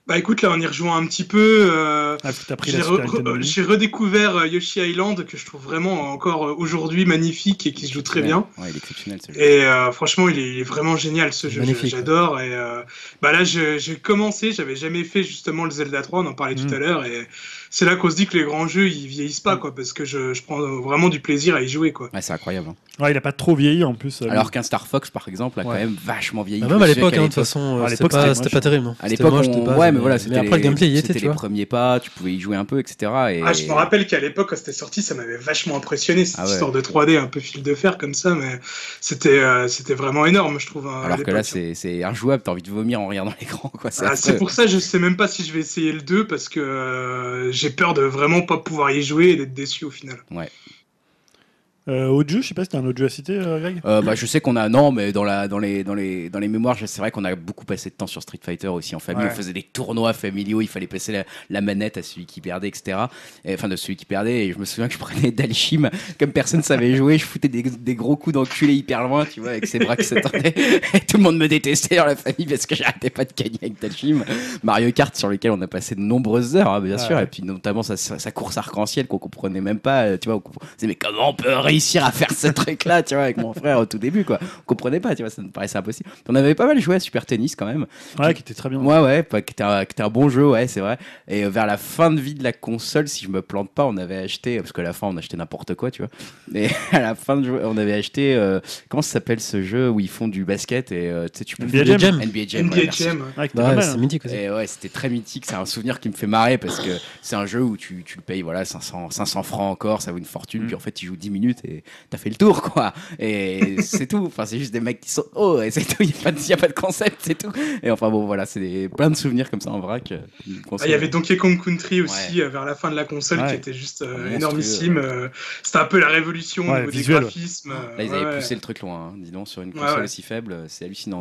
Speaker 3: Bah écoute, là, en y rejoint un petit peu. euh,
Speaker 2: ah, parce que t'as pris
Speaker 3: J'ai
Speaker 2: la
Speaker 3: re-
Speaker 2: Super
Speaker 3: re-
Speaker 2: Nintendo Mini
Speaker 3: j'ai redécouvert euh, Yoshi Island que je trouve vraiment encore euh, aujourd'hui magnifique et qui se joue très bien.
Speaker 1: Ouais, il est exceptionnel ce jeu.
Speaker 3: Et euh, franchement, il est, il est vraiment génial ce jeu.
Speaker 4: Magnifique,
Speaker 3: Je- J'adore. Et euh, bah là, je- j'ai commencé. J'avais jamais fait justement le Zelda 3. On en parlait
Speaker 2: Mm.
Speaker 3: tout à l'heure. Et c'est là qu'on se dit que les grands jeux, ils vieillissent
Speaker 1: Mm.
Speaker 3: pas, quoi, parce que je, je prends vraiment du plaisir à y jouer, quoi.
Speaker 1: Ouais, c'est incroyable. hein.
Speaker 2: Ouais, il a pas trop vieilli en plus. euh,
Speaker 1: Alors qu'un Star Fox, par exemple, a quand
Speaker 4: Ouais.
Speaker 1: même vachement vieilli.
Speaker 4: Bah,
Speaker 1: Je
Speaker 4: même
Speaker 1: me
Speaker 4: à
Speaker 1: souviens
Speaker 4: l'époque,
Speaker 1: qu'à
Speaker 4: hein, de toute façon,
Speaker 2: à
Speaker 4: euh, c'était
Speaker 2: l'époque,
Speaker 4: pas,
Speaker 2: c'était
Speaker 4: c'était
Speaker 2: moche.
Speaker 4: pas terrible.
Speaker 1: À l'époque,
Speaker 4: moi,
Speaker 1: on... ouais, mais voilà, c'était
Speaker 4: mais après
Speaker 1: les-
Speaker 4: le gameplay, il y était,
Speaker 1: c'était
Speaker 4: tu
Speaker 1: les
Speaker 4: vois.
Speaker 1: premiers pas, tu pouvais y jouer un peu, etc. Et...
Speaker 3: Ah, je me rappelle qu'à l'époque, quand c'était sorti, ça m'avait vachement impressionné cette
Speaker 1: Ah ouais.
Speaker 3: histoire de 3D un peu fil de fer comme ça, mais c'était euh, c'était vraiment énorme, je trouve. hein, à
Speaker 1: Alors que là,
Speaker 3: l'époque.
Speaker 1: c'est c'est injouable, t'as envie de vomir en regardant l'écran, quoi. C'est
Speaker 3: Ah,
Speaker 1: affreux.
Speaker 3: c'est pour ça, je sais même pas si je vais essayer le 2 parce que euh, j'ai peur de vraiment pas pouvoir y jouer et d'être déçu au final.
Speaker 2: euh, autre jeu, je sais pas si t'as un autre jeu à citer, euh, Greg
Speaker 1: Euh, bah, je sais qu'on a non mais dans la dans les dans les dans les mémoires je- c'est vrai qu'on a beaucoup passé de temps sur Street Fighter aussi en famille
Speaker 2: Ouais.
Speaker 1: on faisait des tournois familiaux il fallait passer la, la manette à celui qui perdait etc Et- enfin de celui qui perdait et je me souviens que je prenais Dalchim comme personne savait jouer je foutais des, des gros coups d'enculé hyper loin tu vois avec ses bras qui s'attendaient et tout le monde me détestait dans la famille parce que j'arrêtais pas de gagner avec Dalchim Mario Kart sur lequel on a passé de nombreuses heures hein, bien
Speaker 2: Ah
Speaker 1: sûr
Speaker 2: ouais.
Speaker 1: et puis notamment sa, sa sa course arc-en-ciel qu'on comprenait même pas euh, tu vois on comp- on disait mais comment on peut réussir à faire ce truc là tu vois avec mon frère au tout début quoi on comprenait pas tu vois ça nous paraissait impossible on avait pas mal joué à super tennis quand même
Speaker 2: Ouais, qui était très bien.
Speaker 1: ouais ouais pas- qui était un, qui était un bon jeu ouais c'est vrai et euh, vers la fin de vie de la console si je me plante pas on avait acheté parce qu'à la fin on achetait n'importe quoi tu vois mais à la fin de jeu, on avait acheté euh, comment ça s'appelle ce jeu où ils font du basket et euh, tu sais tu peux
Speaker 2: NBA
Speaker 1: faire-
Speaker 2: Jam.
Speaker 1: NBA Jam, ouais,
Speaker 3: NBA
Speaker 1: merci.
Speaker 3: Jam, ouais.
Speaker 2: Ouais, qui était pas
Speaker 4: Bah Ouais,
Speaker 2: mal,
Speaker 4: c'est
Speaker 2: hein.
Speaker 4: mythique aussi.
Speaker 1: Et ouais, c'était très mythique. C'est un souvenir qui me fait marrer parce que c'est un jeu où tu, tu le payes voilà 500, 500 francs encore, ça vaut une fortune.
Speaker 2: Mm.
Speaker 1: Puis en fait, tu joues 10 minutes et t'as fait le tour, quoi. Et c'est tout. Enfin, c'est juste des mecs qui sont oh et c'est tout. Il n'y a, pas de- y a pas de concept, c'est tout. Et enfin, bon, voilà, c'est des- plein de souvenirs comme ça en vrac. euh, une
Speaker 3: Ah, Il
Speaker 1: console.
Speaker 3: y avait Donkey Kong Country aussi euh, vers la fin de la console
Speaker 2: Ouais.
Speaker 3: qui était juste euh,
Speaker 1: Monstrueux,
Speaker 3: énormissime. euh, C'était un peu la révolution
Speaker 2: Ouais,
Speaker 3: au niveau
Speaker 2: visuel, ouais.
Speaker 3: des graphismes. euh,
Speaker 1: Là, ils
Speaker 3: ouais,
Speaker 1: avaient
Speaker 3: ouais.
Speaker 1: poussé le truc loin. hein. Dis donc, sur une
Speaker 3: Ouais,
Speaker 1: console
Speaker 3: ouais.
Speaker 1: aussi faible, c'est hallucinant.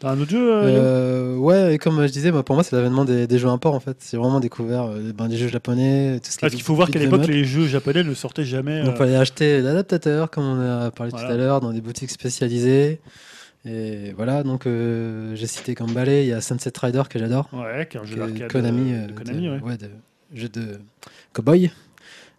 Speaker 2: T'as un autre jeu euh, Léo
Speaker 4: Euh, ouais, et comme je disais, moi, pour moi, c'est l'avènement des, des jeux imports en fait. J'ai vraiment découvert euh, ben, des jeux japonais, tout ce qui
Speaker 2: Parce Ah,
Speaker 4: est
Speaker 2: qu'il faut voir qu'à
Speaker 4: beat'em
Speaker 2: l'époque,
Speaker 4: up.
Speaker 2: les jeux japonais ne sortaient jamais.
Speaker 4: on
Speaker 2: euh,
Speaker 4: peut aller acheter l'adaptateur, comme on a parlé tout
Speaker 2: Voilà.
Speaker 4: à l'heure, dans des boutiques spécialisées. Et voilà, donc euh, j'ai cité comme balai, il y a Sunset Rider que j'adore.
Speaker 2: euh, Ouais, qui est un jeu
Speaker 4: que
Speaker 2: d'arcade.
Speaker 4: Konami,
Speaker 2: euh,
Speaker 4: euh,
Speaker 2: de Konami,
Speaker 4: de-
Speaker 2: ouais.
Speaker 4: ouais, de- jeu de cowboy.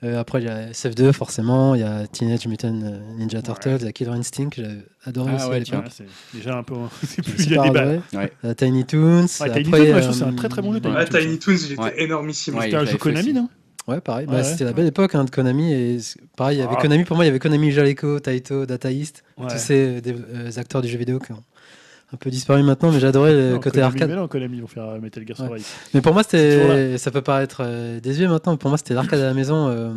Speaker 4: Euh, après, il y a SF2 forcément, il y a Teenage Mutant Ninja Turtles, il y a Killer Instinct que j'avais adoré
Speaker 1: Ah
Speaker 4: aussi
Speaker 1: ouais,
Speaker 4: à
Speaker 1: tu vois.
Speaker 4: l'époque.
Speaker 2: Ouais, c'est déjà un peu. C'est
Speaker 4: Je me
Speaker 2: plus
Speaker 4: suis
Speaker 2: il y a
Speaker 4: pas
Speaker 2: des balles.
Speaker 4: adoré.
Speaker 1: Ouais.
Speaker 4: Il y a Euh, Tiny Toons.
Speaker 2: Ouais, Tiny
Speaker 4: après,
Speaker 2: Toons, ouais, je trouve que c'est un
Speaker 4: euh,
Speaker 2: très, très bon jeu, Tiny
Speaker 3: Ah,
Speaker 1: Ouais.
Speaker 2: Toons.
Speaker 3: Tiny Toons, il était
Speaker 1: Ouais.
Speaker 3: énormissime.
Speaker 1: Ouais,
Speaker 2: C'était un
Speaker 1: il
Speaker 2: jeu
Speaker 1: l'avait fait
Speaker 2: Konami,
Speaker 1: aussi.
Speaker 2: non
Speaker 4: Ouais, pareil.
Speaker 2: Ouais,
Speaker 4: Bah, c'était
Speaker 2: ouais.
Speaker 4: la belle époque hein, de Konami. Et c'est- pareil, il y avait
Speaker 2: Ah.
Speaker 4: Konami, pour moi, il y avait Konami Jaleco, Taito, Dataist,
Speaker 2: Ouais.
Speaker 4: tous ces euh, des- euh, acteurs du jeu vidéo qui ont un peu disparu maintenant, mais j'adorais le
Speaker 2: Non,
Speaker 4: côté
Speaker 2: Konami,
Speaker 4: arcade.
Speaker 2: Mais non, Konami, ils vont faire euh, Metal Gear Solid.
Speaker 4: Mais pour moi,
Speaker 2: C'est toujours
Speaker 4: c'était. Ça peut paraître euh, désuet maintenant, mais pour moi, c'était l'arcade à la maison, euh,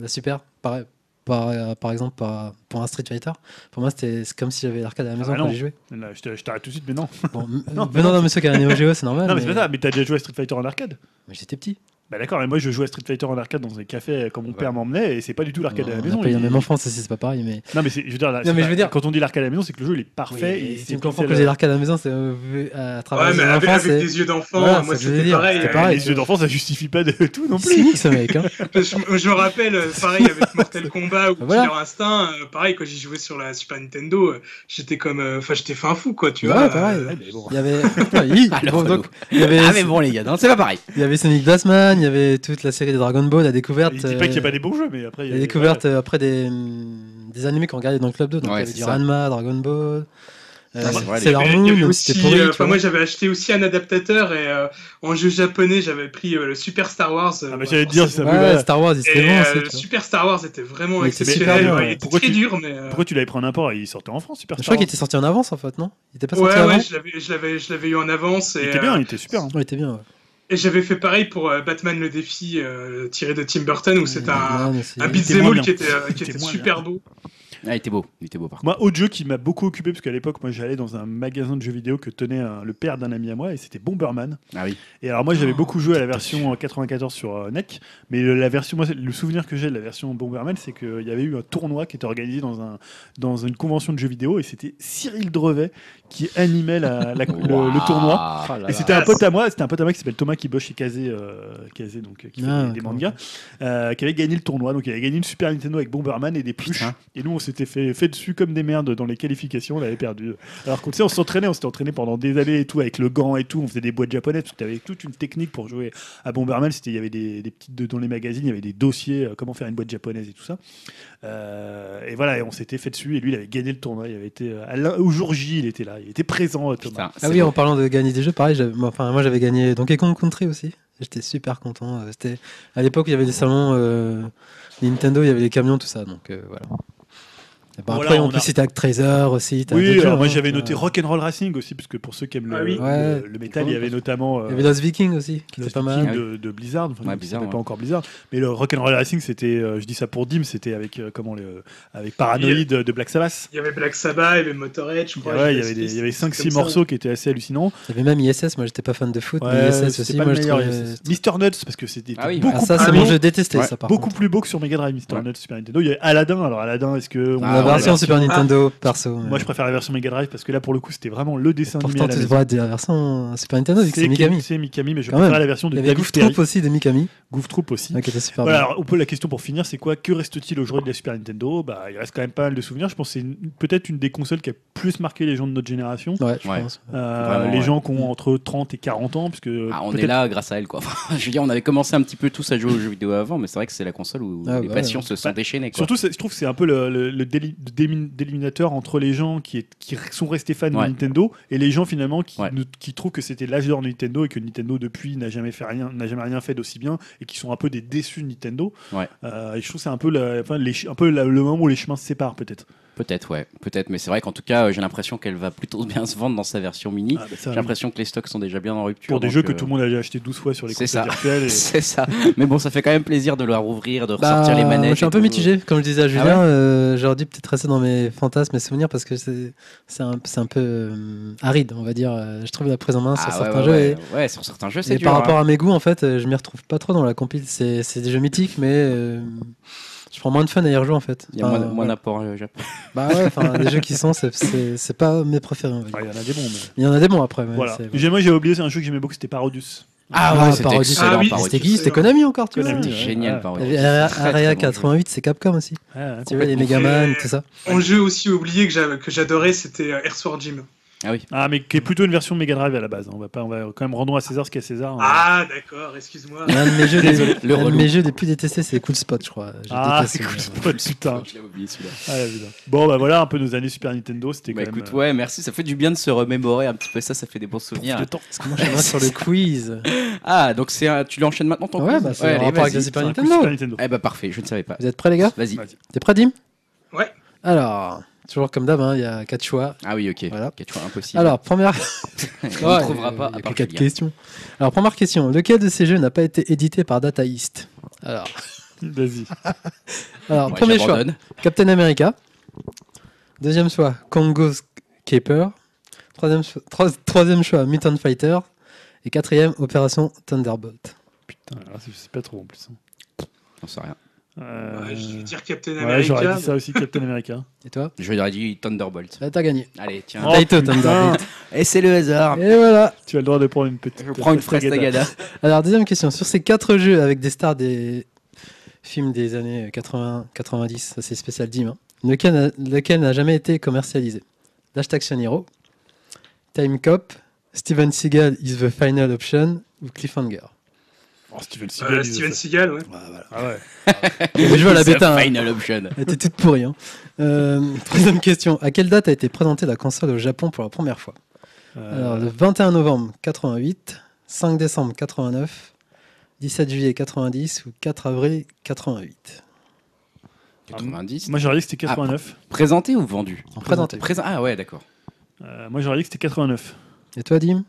Speaker 4: la super, pareil. Par, euh, par exemple, par- pour un Street Fighter, pour moi, c'était c'est comme si j'avais l'arcade à la maison
Speaker 2: bah
Speaker 4: pour
Speaker 2: non.
Speaker 4: y jouer.
Speaker 2: Là, Je te- je t'arrête tout de suite, mais non.
Speaker 4: Bon, m-
Speaker 2: Non,
Speaker 4: euh,
Speaker 2: bah
Speaker 4: venant
Speaker 2: non.
Speaker 4: d'un monsieur qui a un Neo Geo, c'est normal.
Speaker 2: Non, mais c'est pas ça, mais t'as déjà joué à Street Fighter en arcade
Speaker 4: mais j'étais petit.
Speaker 2: Bah d'accord, mais moi je jouais à Street Fighter en arcade dans un café quand mon père m'emmenait et c'est pas du tout l'arcade à la
Speaker 4: On
Speaker 2: maison.
Speaker 4: appelle
Speaker 2: il-
Speaker 4: la même en France, c'est pas pareil, mais
Speaker 2: Non, mais c'est- je veux dire, là,
Speaker 4: Non,
Speaker 2: c'est
Speaker 4: mais je
Speaker 2: pas-
Speaker 4: veux dire-
Speaker 2: quand on dit l'arcade à la maison, c'est que le jeu il est parfait.
Speaker 4: Oui,
Speaker 2: et
Speaker 4: et
Speaker 2: c'est
Speaker 4: tu me comprends
Speaker 2: pixel-
Speaker 4: que j'ai l'arcade à la maison, c'est euh, vu à travers
Speaker 3: Ouais, mais
Speaker 4: les
Speaker 3: avec,
Speaker 4: enfants,
Speaker 3: avec
Speaker 4: c'est
Speaker 3: des yeux d'enfant,
Speaker 4: Voilà,
Speaker 3: moi
Speaker 4: ça que je voulais
Speaker 3: c'était
Speaker 4: dire,
Speaker 3: pareil.
Speaker 4: c'était
Speaker 3: euh,
Speaker 4: pareil.
Speaker 2: Les yeux d'enfant ça justifie pas de tout non
Speaker 4: c'est
Speaker 2: plus.
Speaker 4: cynique ce mec. Hein.
Speaker 3: Je, je me rappelle, euh, pareil avec Mortal Kombat ou
Speaker 4: Voilà.
Speaker 3: Killer Instinct, euh, pareil quand j'y jouais sur la Super Nintendo, euh, j'étais comme, euh, enfin j'étais fin fou quoi, tu
Speaker 4: Ouais,
Speaker 3: vois.
Speaker 4: pareil.
Speaker 3: euh,
Speaker 2: Ouais, mais bon.
Speaker 4: Il y avait, Hi,
Speaker 2: Ah,
Speaker 1: Alors,
Speaker 4: bon, donc,
Speaker 1: Ah, relou.
Speaker 4: il, y avait
Speaker 1: Ah mais bon les gars, non, c'est pas pareil.
Speaker 4: il y avait Sonic Blastman, il y avait toute la série des Dragon Ball, la découverte.
Speaker 2: Il dit pas qu'il y a
Speaker 4: euh,
Speaker 2: pas des bons jeux, mais après. il y
Speaker 4: la
Speaker 2: a-
Speaker 4: découverte euh, après des, hum, des animés qu'on regardait dans le club 2, donc
Speaker 1: Ouais,
Speaker 4: il y avait
Speaker 1: c'est
Speaker 4: du
Speaker 1: ça.
Speaker 4: Ranma, Dragon Ball,
Speaker 1: Ah,
Speaker 4: euh,
Speaker 1: c'est vrai,
Speaker 4: Sailor
Speaker 3: Il y avait- il y
Speaker 4: Moon,
Speaker 3: avait
Speaker 4: même si
Speaker 3: aussi,
Speaker 4: c'était pourri.
Speaker 3: euh,
Speaker 4: tu
Speaker 3: enfin,
Speaker 4: vois.
Speaker 3: moi j'avais acheté aussi un adaptateur et euh, en jeu japonais j'avais pris euh, le Super Star Wars. euh,
Speaker 2: Ah, bah
Speaker 3: ouais,
Speaker 2: j'allais te dire, ça
Speaker 4: Ouais,
Speaker 2: me va.
Speaker 4: Star Wars,
Speaker 3: Et,
Speaker 4: c'était bon.
Speaker 3: euh,
Speaker 4: c'est-
Speaker 3: le
Speaker 4: tu vois.
Speaker 3: Super Star Wars était vraiment
Speaker 4: Mais c'était
Speaker 3: exceptionnel.
Speaker 2: super bien,
Speaker 3: Il
Speaker 2: ouais.
Speaker 3: était
Speaker 2: Pourquoi
Speaker 3: très
Speaker 2: tu-
Speaker 3: dur, mais. euh,
Speaker 2: Pourquoi tu l'avais pris en import Il sortait en France, super.
Speaker 4: Je
Speaker 2: Star
Speaker 4: crois qu'il
Speaker 2: Wars.
Speaker 4: était sorti en avance en fait, non Il était pas sorti
Speaker 3: Ouais,
Speaker 4: avant
Speaker 3: ouais, je l'avais- je l'avais je l'avais eu en avance.
Speaker 2: Il
Speaker 3: Et,
Speaker 2: était
Speaker 3: euh,
Speaker 2: bien, il était super. hein.
Speaker 4: Ouais, il était bien. ouais.
Speaker 3: et j'avais fait pareil pour euh, Batman le défi euh, tiré de Tim Burton où c'était un,
Speaker 4: Non, mais c'est-
Speaker 3: un
Speaker 2: il était
Speaker 3: beat'em
Speaker 2: moins
Speaker 3: all
Speaker 2: bien.
Speaker 3: qui était, euh,
Speaker 2: Il
Speaker 3: qui
Speaker 2: était
Speaker 3: était
Speaker 2: moins
Speaker 3: super beau.
Speaker 1: Ah, il était beau, il était beau par contre.
Speaker 2: Moi, autre jeu qui m'a beaucoup occupé, parce qu'à l'époque, moi, j'allais dans un magasin de jeux vidéo que tenait un- le père d'un ami à moi, et c'était Bomberman.
Speaker 1: Ah oui.
Speaker 2: Et alors, moi, j'avais beaucoup joué à la version en 94 sur euh, NEC, mais le- la version, moi, c'est- le souvenir que j'ai de la version Bomberman, c'est qu'il y avait eu un tournoi qui était organisé dans, un, dans une convention de jeux vidéo, et c'était Cyril Drevet qui animait la- la- le- le tournoi.
Speaker 1: Ah
Speaker 4: Oh là
Speaker 2: Et
Speaker 4: là.
Speaker 2: c'était un pote à moi, c'était un pote à moi qui s'appelle Thomas Kibosh chez Kazé, euh, Kazé, donc euh, qui fait
Speaker 4: Ah,
Speaker 2: des- des,
Speaker 4: d'accord.
Speaker 2: mangas, euh, qui avait gagné le tournoi. Donc il avait gagné une Super Nintendo avec Bomberman et des pluches.
Speaker 1: Putain.
Speaker 2: Et nous, on s'était fait, fait dessus comme des merdes dans les qualifications, on l'avait perdu. Alors qu'on tu sais, on s'entraînait, on s'était entraîné pendant des années et tout avec le gant et tout. On faisait des boîtes japonaises. Tu avais toute une technique pour jouer à Bomberman. C'était, il y avait des, des petites dans les magazines, il y avait des dossiers euh, comment faire une boîte japonaise et tout ça. Euh, et voilà, et on s'était fait dessus. Et lui, il avait gagné le tournoi. Il avait été euh, à l'un- au jour J, il était là, il était présent, euh, Thomas.
Speaker 1: Putain,
Speaker 4: Ah
Speaker 1: c'est
Speaker 4: oui,
Speaker 1: beau.
Speaker 4: en parlant de gagner des jeux, pareil, j'avais- moi, enfin, moi j'avais gagné Donkey Kong Country aussi. J'étais super content. euh, C'était à l'époque où il y avait des salons euh, Nintendo, il y avait les camions, tout ça. Donc euh, voilà. Et ben,
Speaker 2: Bon, Oh
Speaker 4: après,
Speaker 2: là,
Speaker 4: en
Speaker 2: on
Speaker 4: plus,
Speaker 2: a-
Speaker 4: c'était Act Tracer aussi. t'as
Speaker 2: Oui,
Speaker 4: d'autres
Speaker 2: alors
Speaker 4: jeux,
Speaker 2: moi
Speaker 4: hein,
Speaker 2: j'avais
Speaker 4: t'as-
Speaker 2: noté Rock'n'Roll Racing aussi, parce que pour ceux qui aiment le,
Speaker 3: Ah oui.
Speaker 2: le-
Speaker 4: Ouais.
Speaker 2: le métal, il y avait notamment euh,
Speaker 4: Il y avait Lost Vikings aussi, qui
Speaker 2: Lost
Speaker 4: était pas
Speaker 2: Vikings
Speaker 4: mal.
Speaker 2: de, de Blizzard, enfin,
Speaker 1: Ouais,
Speaker 2: non,
Speaker 1: Blizzard,
Speaker 2: c'était pas
Speaker 1: ouais.
Speaker 2: encore Blizzard, mais le Rock'n'Roll Racing, c'était, euh, je dis ça pour Dim, c'était avec, euh, comment, le, avec Paranoid de Black Sabbath.
Speaker 3: Il y avait Black Sabbath, il y avait Motorhead, je crois.
Speaker 2: Ouais, il y
Speaker 3: sais
Speaker 2: avait,
Speaker 3: pas
Speaker 2: des-
Speaker 3: si
Speaker 2: il y avait
Speaker 3: c'est comme
Speaker 2: 5-6
Speaker 3: ça.
Speaker 2: morceaux qui étaient assez hallucinants.
Speaker 4: Il y avait même ISS, moi j'étais pas fan de foot, mais ISS aussi,
Speaker 2: c'était pas
Speaker 4: moi
Speaker 2: le
Speaker 4: je
Speaker 2: meilleur.
Speaker 4: trouvais- euh,
Speaker 2: Mister Nuts, parce que c'était
Speaker 1: Ah oui,
Speaker 2: beaucoup,
Speaker 4: Ah, ça, c'est
Speaker 2: plus
Speaker 4: bon,
Speaker 2: beau,
Speaker 4: je détestais
Speaker 1: Ouais,
Speaker 4: ça par
Speaker 2: beaucoup
Speaker 4: contre.
Speaker 2: plus beau que sur Mega Drive, Mister
Speaker 1: Ouais.
Speaker 2: Nuts, Super Nintendo. Il y avait Aladdin, alors Aladdin, est-ce que. on
Speaker 1: Ah,
Speaker 2: a
Speaker 4: La
Speaker 1: ouais,
Speaker 4: version
Speaker 1: version-
Speaker 4: Super Nintendo, perso.
Speaker 2: Ah, Moi
Speaker 4: ouais.
Speaker 2: je préfère la version Mega Drive parce que là pour le coup c'était vraiment le dessin animé. à
Speaker 4: Pourtant,
Speaker 2: la
Speaker 4: tu
Speaker 2: maison.
Speaker 4: devrais être de la version euh, Super Nintendo, vu que c'est Mikami.
Speaker 2: C'est Mikami, mais je
Speaker 4: Quand
Speaker 2: préfère
Speaker 4: même.
Speaker 2: la version
Speaker 4: Il y
Speaker 2: de
Speaker 4: avait
Speaker 2: David
Speaker 4: Goof
Speaker 2: Perry.
Speaker 4: Troop aussi de Mikami,
Speaker 2: Goof Troop aussi.
Speaker 4: ouais, qui était super
Speaker 2: Voilà,
Speaker 4: bien.
Speaker 2: alors, on peut- la question pour finir, c'est quoi Que reste-t-il aujourd'hui de la Super Nintendo bah, Il reste quand même pas mal de souvenirs. Je pense que c'est une- peut-être une des consoles qui a plus marqué les gens de notre génération.
Speaker 4: Ouais, je
Speaker 1: Ouais.
Speaker 4: pense.
Speaker 2: Euh,
Speaker 1: Vraiment,
Speaker 2: les
Speaker 1: ouais.
Speaker 2: gens qui ont entre 30 et 40 ans, parce que
Speaker 1: Ah, on est
Speaker 2: peut-être-
Speaker 1: là grâce à elle, quoi. je veux dire, on avait commencé un petit peu tous à jouer aux jeux vidéo avant, mais c'est vrai que c'est la console où
Speaker 4: Ah,
Speaker 1: les
Speaker 4: bah,
Speaker 1: passions se sont
Speaker 2: Bah,
Speaker 1: déchaînées, quoi.
Speaker 2: Surtout, c'est- je trouve que c'est un peu le, le- le déli- démi- déliminateur entre les gens qui, est- qui sont restés fans
Speaker 1: Ouais.
Speaker 2: de Nintendo et les gens finalement qui,
Speaker 1: Ouais.
Speaker 2: ne- qui trouvent que c'était l'âge d'or de Nintendo et que Nintendo depuis n'a jamais fait rien, n'a jamais rien fait d'aussi bien et qui sont un peu des déçus de Nintendo.
Speaker 1: Ouais.
Speaker 2: Euh, et je trouve que c'est un peu, la- enfin, les chi- un peu la- le moment où les chemins se séparent peut-être.
Speaker 1: Peut-être, ouais. Peut-être, mais c'est vrai qu'en tout cas, euh, j'ai l'impression qu'elle va plutôt bien se vendre dans sa version mini.
Speaker 2: Ah, bah, ça,
Speaker 1: J'ai l'impression que les stocks sont déjà bien en rupture.
Speaker 2: pour des
Speaker 1: donc,
Speaker 2: jeux que
Speaker 1: euh,
Speaker 2: tout le monde a déjà acheté 12 fois sur les
Speaker 1: c'est
Speaker 2: consoles
Speaker 1: ça.
Speaker 2: virtuelles. et-
Speaker 1: C'est ça. Mais bon, ça fait quand même plaisir de leur ouvrir, de ressortir les
Speaker 4: Bah,
Speaker 1: manettes.
Speaker 4: Je suis un
Speaker 1: et
Speaker 4: peu
Speaker 1: tout. Ah
Speaker 4: mitigé, comme je disais à Julien.
Speaker 1: ouais
Speaker 4: euh, J'aurais dû peut-être rester dans mes fantasmes et souvenirs parce que c'est c'est un, c'est un peu euh, aride, on va dire. Euh, Je trouve la prise en main sur
Speaker 1: Ah, ouais,
Speaker 4: certains
Speaker 1: ouais,
Speaker 4: jeux.
Speaker 1: ouais.
Speaker 4: et-
Speaker 1: Ouais, sur certains jeux,
Speaker 4: Et,
Speaker 1: c'est dur.
Speaker 4: par
Speaker 1: hein.
Speaker 4: rapport à mes goûts, en fait, euh, je m'y retrouve pas trop dans la compile. C'est c'est des jeux mythiques, mais euh, je prends moins de fun à y rejouer, en fait.
Speaker 1: Il y a
Speaker 4: Enfin,
Speaker 1: moins, moins
Speaker 4: voilà.
Speaker 1: d'apport euh, japonais.
Speaker 4: Bah ouais, enfin, les jeux qui sont, c'est- c'est c'est pas mes préférés. on va dire.
Speaker 2: Enfin, il y en a des bons. mais-
Speaker 4: Il y en a des bons après. ouais,
Speaker 2: voilà.
Speaker 4: c'est-
Speaker 2: J'ai- Moi, j'ai oublié, c'est un jeu que j'aimais beaucoup, c'était Parodius.
Speaker 4: Ah, Parodius.
Speaker 3: Ah oui,
Speaker 1: Parodius.
Speaker 4: C'était qui C'était
Speaker 3: excellent.
Speaker 4: Konami encore, tu vois.
Speaker 2: Konami,
Speaker 1: C'était
Speaker 2: ouais.
Speaker 1: génial,
Speaker 2: Ah.
Speaker 1: Parodius.
Speaker 4: Et Area,
Speaker 1: Très, très
Speaker 4: Area
Speaker 1: bon jeu.
Speaker 4: 88, c'est Capcom aussi.
Speaker 2: Ah,
Speaker 4: Tu vois, les
Speaker 1: complètement.
Speaker 4: Megaman, tout ça.
Speaker 3: Un jeu aussi oublié que j'avais- que j'adorais, c'était euh, Air Sword Gym.
Speaker 1: Ah oui.
Speaker 2: Ah, mais qui est plutôt une version Mega Drive à la base. hein. On va pas, on va quand même rendre à César ce qu'est César. hein.
Speaker 3: Ah, d'accord, excuse-moi.
Speaker 4: Un de mes jeux
Speaker 1: Désolé,
Speaker 4: les,
Speaker 1: le
Speaker 4: un de
Speaker 1: relou.
Speaker 4: mes jeux les plus détestés, c'est Cool Spot, je crois. J'ai
Speaker 2: Ah,
Speaker 4: détesté
Speaker 2: c'est
Speaker 4: ce
Speaker 2: cool,
Speaker 4: jeu.
Speaker 2: spot, putain.
Speaker 1: Je l'avais oublié celui-là.
Speaker 2: Ah, la putain. Bon, bah voilà un peu nos années Super Nintendo. C'était
Speaker 1: Bah
Speaker 2: quand même.
Speaker 1: écoute,
Speaker 2: euh,
Speaker 1: ouais, merci. Ça fait du bien de se remémorer un petit peu ça. Ça fait des bons
Speaker 2: pour
Speaker 1: souvenirs.
Speaker 2: le temps.
Speaker 4: Parce que moi, j'aimerais sur le quiz.
Speaker 1: Ah, donc c'est un... tu l'enchaînes maintenant ton
Speaker 4: Ouais,
Speaker 1: quiz
Speaker 4: bah, c'est en
Speaker 1: allez,
Speaker 4: rapport
Speaker 1: vas-y.
Speaker 4: avec la Super
Speaker 2: C'est un coup de
Speaker 4: Nintendo.
Speaker 2: Super Nintendo.
Speaker 1: Eh bah parfait, je ne savais pas.
Speaker 4: Vous êtes prêts, les gars
Speaker 1: Vas-y.
Speaker 2: Vas-y.
Speaker 4: T'es prêt, Dim
Speaker 3: Ouais.
Speaker 4: Alors, toujours comme d'hab, hein, il y a quatre choix.
Speaker 1: Ah oui, ok.
Speaker 4: Voilà.
Speaker 1: Quechua impossible.
Speaker 4: Alors, première.
Speaker 1: on
Speaker 4: Ouais,
Speaker 1: ne trouvera
Speaker 4: euh,
Speaker 1: pas.
Speaker 4: il y
Speaker 1: à
Speaker 4: a que
Speaker 1: part
Speaker 4: quatre
Speaker 1: Julien.
Speaker 4: questions. Alors, première question. Lequel de ces jeux n'a pas été édité par Data East Alors,
Speaker 2: Vas-y.
Speaker 4: alors
Speaker 1: Ouais,
Speaker 4: premier choix
Speaker 1: j'abandonne.
Speaker 4: Captain America. Deuxième choix Kongo's Keeper. Troisième, cho- tro- troisième choix Mutant Fighter. Et quatrième Opération Thunderbolt.
Speaker 2: Putain, alors, c'est- c'est pas trop en plus. hein.
Speaker 1: J'en sais rien.
Speaker 2: Euh,
Speaker 3: Ouais, je vais dire Captain
Speaker 2: ouais, j'aurais
Speaker 3: America.
Speaker 2: dit ça aussi, Captain America.
Speaker 4: Et toi
Speaker 1: Je dirais dit Thunderbolt.
Speaker 4: Là, t'as gagné.
Speaker 1: Allez, tiens.
Speaker 2: Oh,
Speaker 4: Taito
Speaker 2: putain.
Speaker 4: Thunderbolt.
Speaker 1: Et c'est le hasard.
Speaker 4: Et voilà.
Speaker 2: Tu as le droit de prendre une petite. euh,
Speaker 1: Je prends une fraise Tagada.
Speaker 4: Alors, deuxième question. Sur ces quatre jeux avec des stars des films des années 80-90, ça c'est spécial Dim, hein, lequel n'a- lequel n'a jamais été commercialisé Last Action Hero, Time Cop, Steven Seagal is the final option ou Cliffhanger
Speaker 2: Oh, Steven Seagal.
Speaker 3: Euh,
Speaker 2: il
Speaker 3: Steven
Speaker 2: veut ça.
Speaker 3: Seagal, ouais.
Speaker 2: Ah ouais.
Speaker 4: Les jeux à la
Speaker 1: The
Speaker 4: bêta, hein.
Speaker 1: Final option.
Speaker 4: Elle était toute pourrie. hein. Euh, troisième question. À quelle date a été présentée la console au Japon pour la première fois
Speaker 2: Euh,
Speaker 4: Alors, le 21 novembre 88, 5 décembre 89, 17 juillet 90 ou 4 avril 88
Speaker 1: 90.
Speaker 2: Moi, j'aurais dit que c'était
Speaker 1: Ah,
Speaker 2: 89.
Speaker 1: Présenté ou vendu
Speaker 4: Présenté.
Speaker 1: Présent- Ah ouais, d'accord.
Speaker 2: Euh, moi, j'aurais dit que c'était 89.
Speaker 4: Et toi, Dim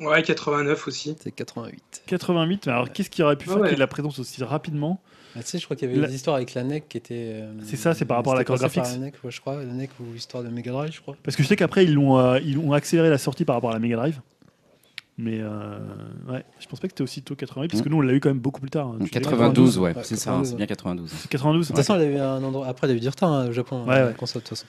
Speaker 3: Ouais, 89 aussi.
Speaker 4: C'est 88.
Speaker 2: 88, mais alors qu'est-ce qui aurait pu faire
Speaker 3: Ah Ouais.
Speaker 2: qu'il y ait de la présence aussi rapidement
Speaker 4: Ah, tu sais, je crois qu'il y avait
Speaker 2: La-
Speaker 4: des histoires avec la NEC qui étaient. euh,
Speaker 2: C'est ça, c'est par rapport à
Speaker 4: c'était
Speaker 2: l'accord
Speaker 4: passé par
Speaker 2: graphique.
Speaker 4: La NEC, ouais, je crois, la NEC ou l'histoire de Mega Drive, je crois.
Speaker 2: Parce que je sais qu'après, ils, l'ont, euh, ils ont accéléré la sortie par rapport à la Mega Drive. Mais euh, ouais, je pense pas que c'était aussitôt 88, parce que nous, on l'a eu quand même beaucoup plus tard.
Speaker 1: Mm.
Speaker 2: hein. Tu l'as eu
Speaker 1: 92, ouais,
Speaker 4: Ouais,
Speaker 1: c'est ça, hein,
Speaker 4: 92,
Speaker 1: c'est bien 92.
Speaker 2: C'est 92
Speaker 4: De toute façon, elle avait un endroit... après, elle a eu du retard hein, au Japon,
Speaker 2: Ouais,
Speaker 4: euh, la
Speaker 2: ouais.
Speaker 4: console, de toute façon.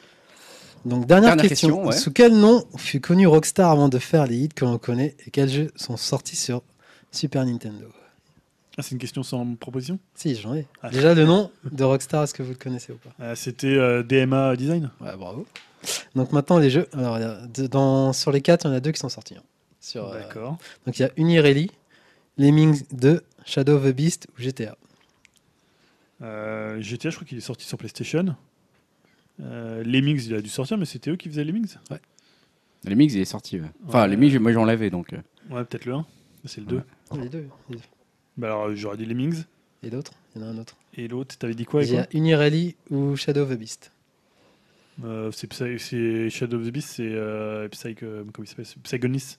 Speaker 4: Donc, dernière,
Speaker 1: Dernière
Speaker 4: question.
Speaker 1: question, ouais.
Speaker 4: Sous quel nom fut connu Rockstar avant de faire les hits que l'on connaît et quels jeux sont sortis sur Super Nintendo
Speaker 2: Ah, c'est une question sans proposition
Speaker 4: Si, j'en ai.
Speaker 2: Ah.
Speaker 4: Déjà, le nom de Rockstar, est-ce que vous le connaissez ou pas
Speaker 2: Euh, C'était euh, DMA Design
Speaker 4: Ouais, bravo. Donc, maintenant, les jeux. Alors, il y a deux- dans... sur les quatre, il y en a deux qui sont sortis. hein. Sur, euh,
Speaker 2: D'accord.
Speaker 4: Donc, il y a Unirally, Lemmings 2, Shadow of the Beast ou GTA.
Speaker 2: Euh, GTA, je crois qu'il est sorti sur PlayStation. Euh, Lemmings, il a dû sortir, mais c'était eux qui faisaient Lemmings
Speaker 1: Le mix, il est sorti. ouais. Enfin,
Speaker 2: Ouais.
Speaker 1: le mix, moi, j'en l'avais donc. euh.
Speaker 2: Ouais, peut-être le 1. C'est le 2.
Speaker 1: Ouais.
Speaker 4: Les deux. les deux.
Speaker 2: Bah alors, euh, j'aurais dit Lemmings.
Speaker 4: Et d'autres Il y en a un autre.
Speaker 2: Et l'autre, t'avais dit quoi, et
Speaker 4: il y a
Speaker 2: quoi
Speaker 4: Unirally ou Shadow of the Beast.
Speaker 2: Euh, c'est, Psy- c'est Shadow of the Beast, c'est euh, Psy- euh, comment il s'appelle C'est Psygonis.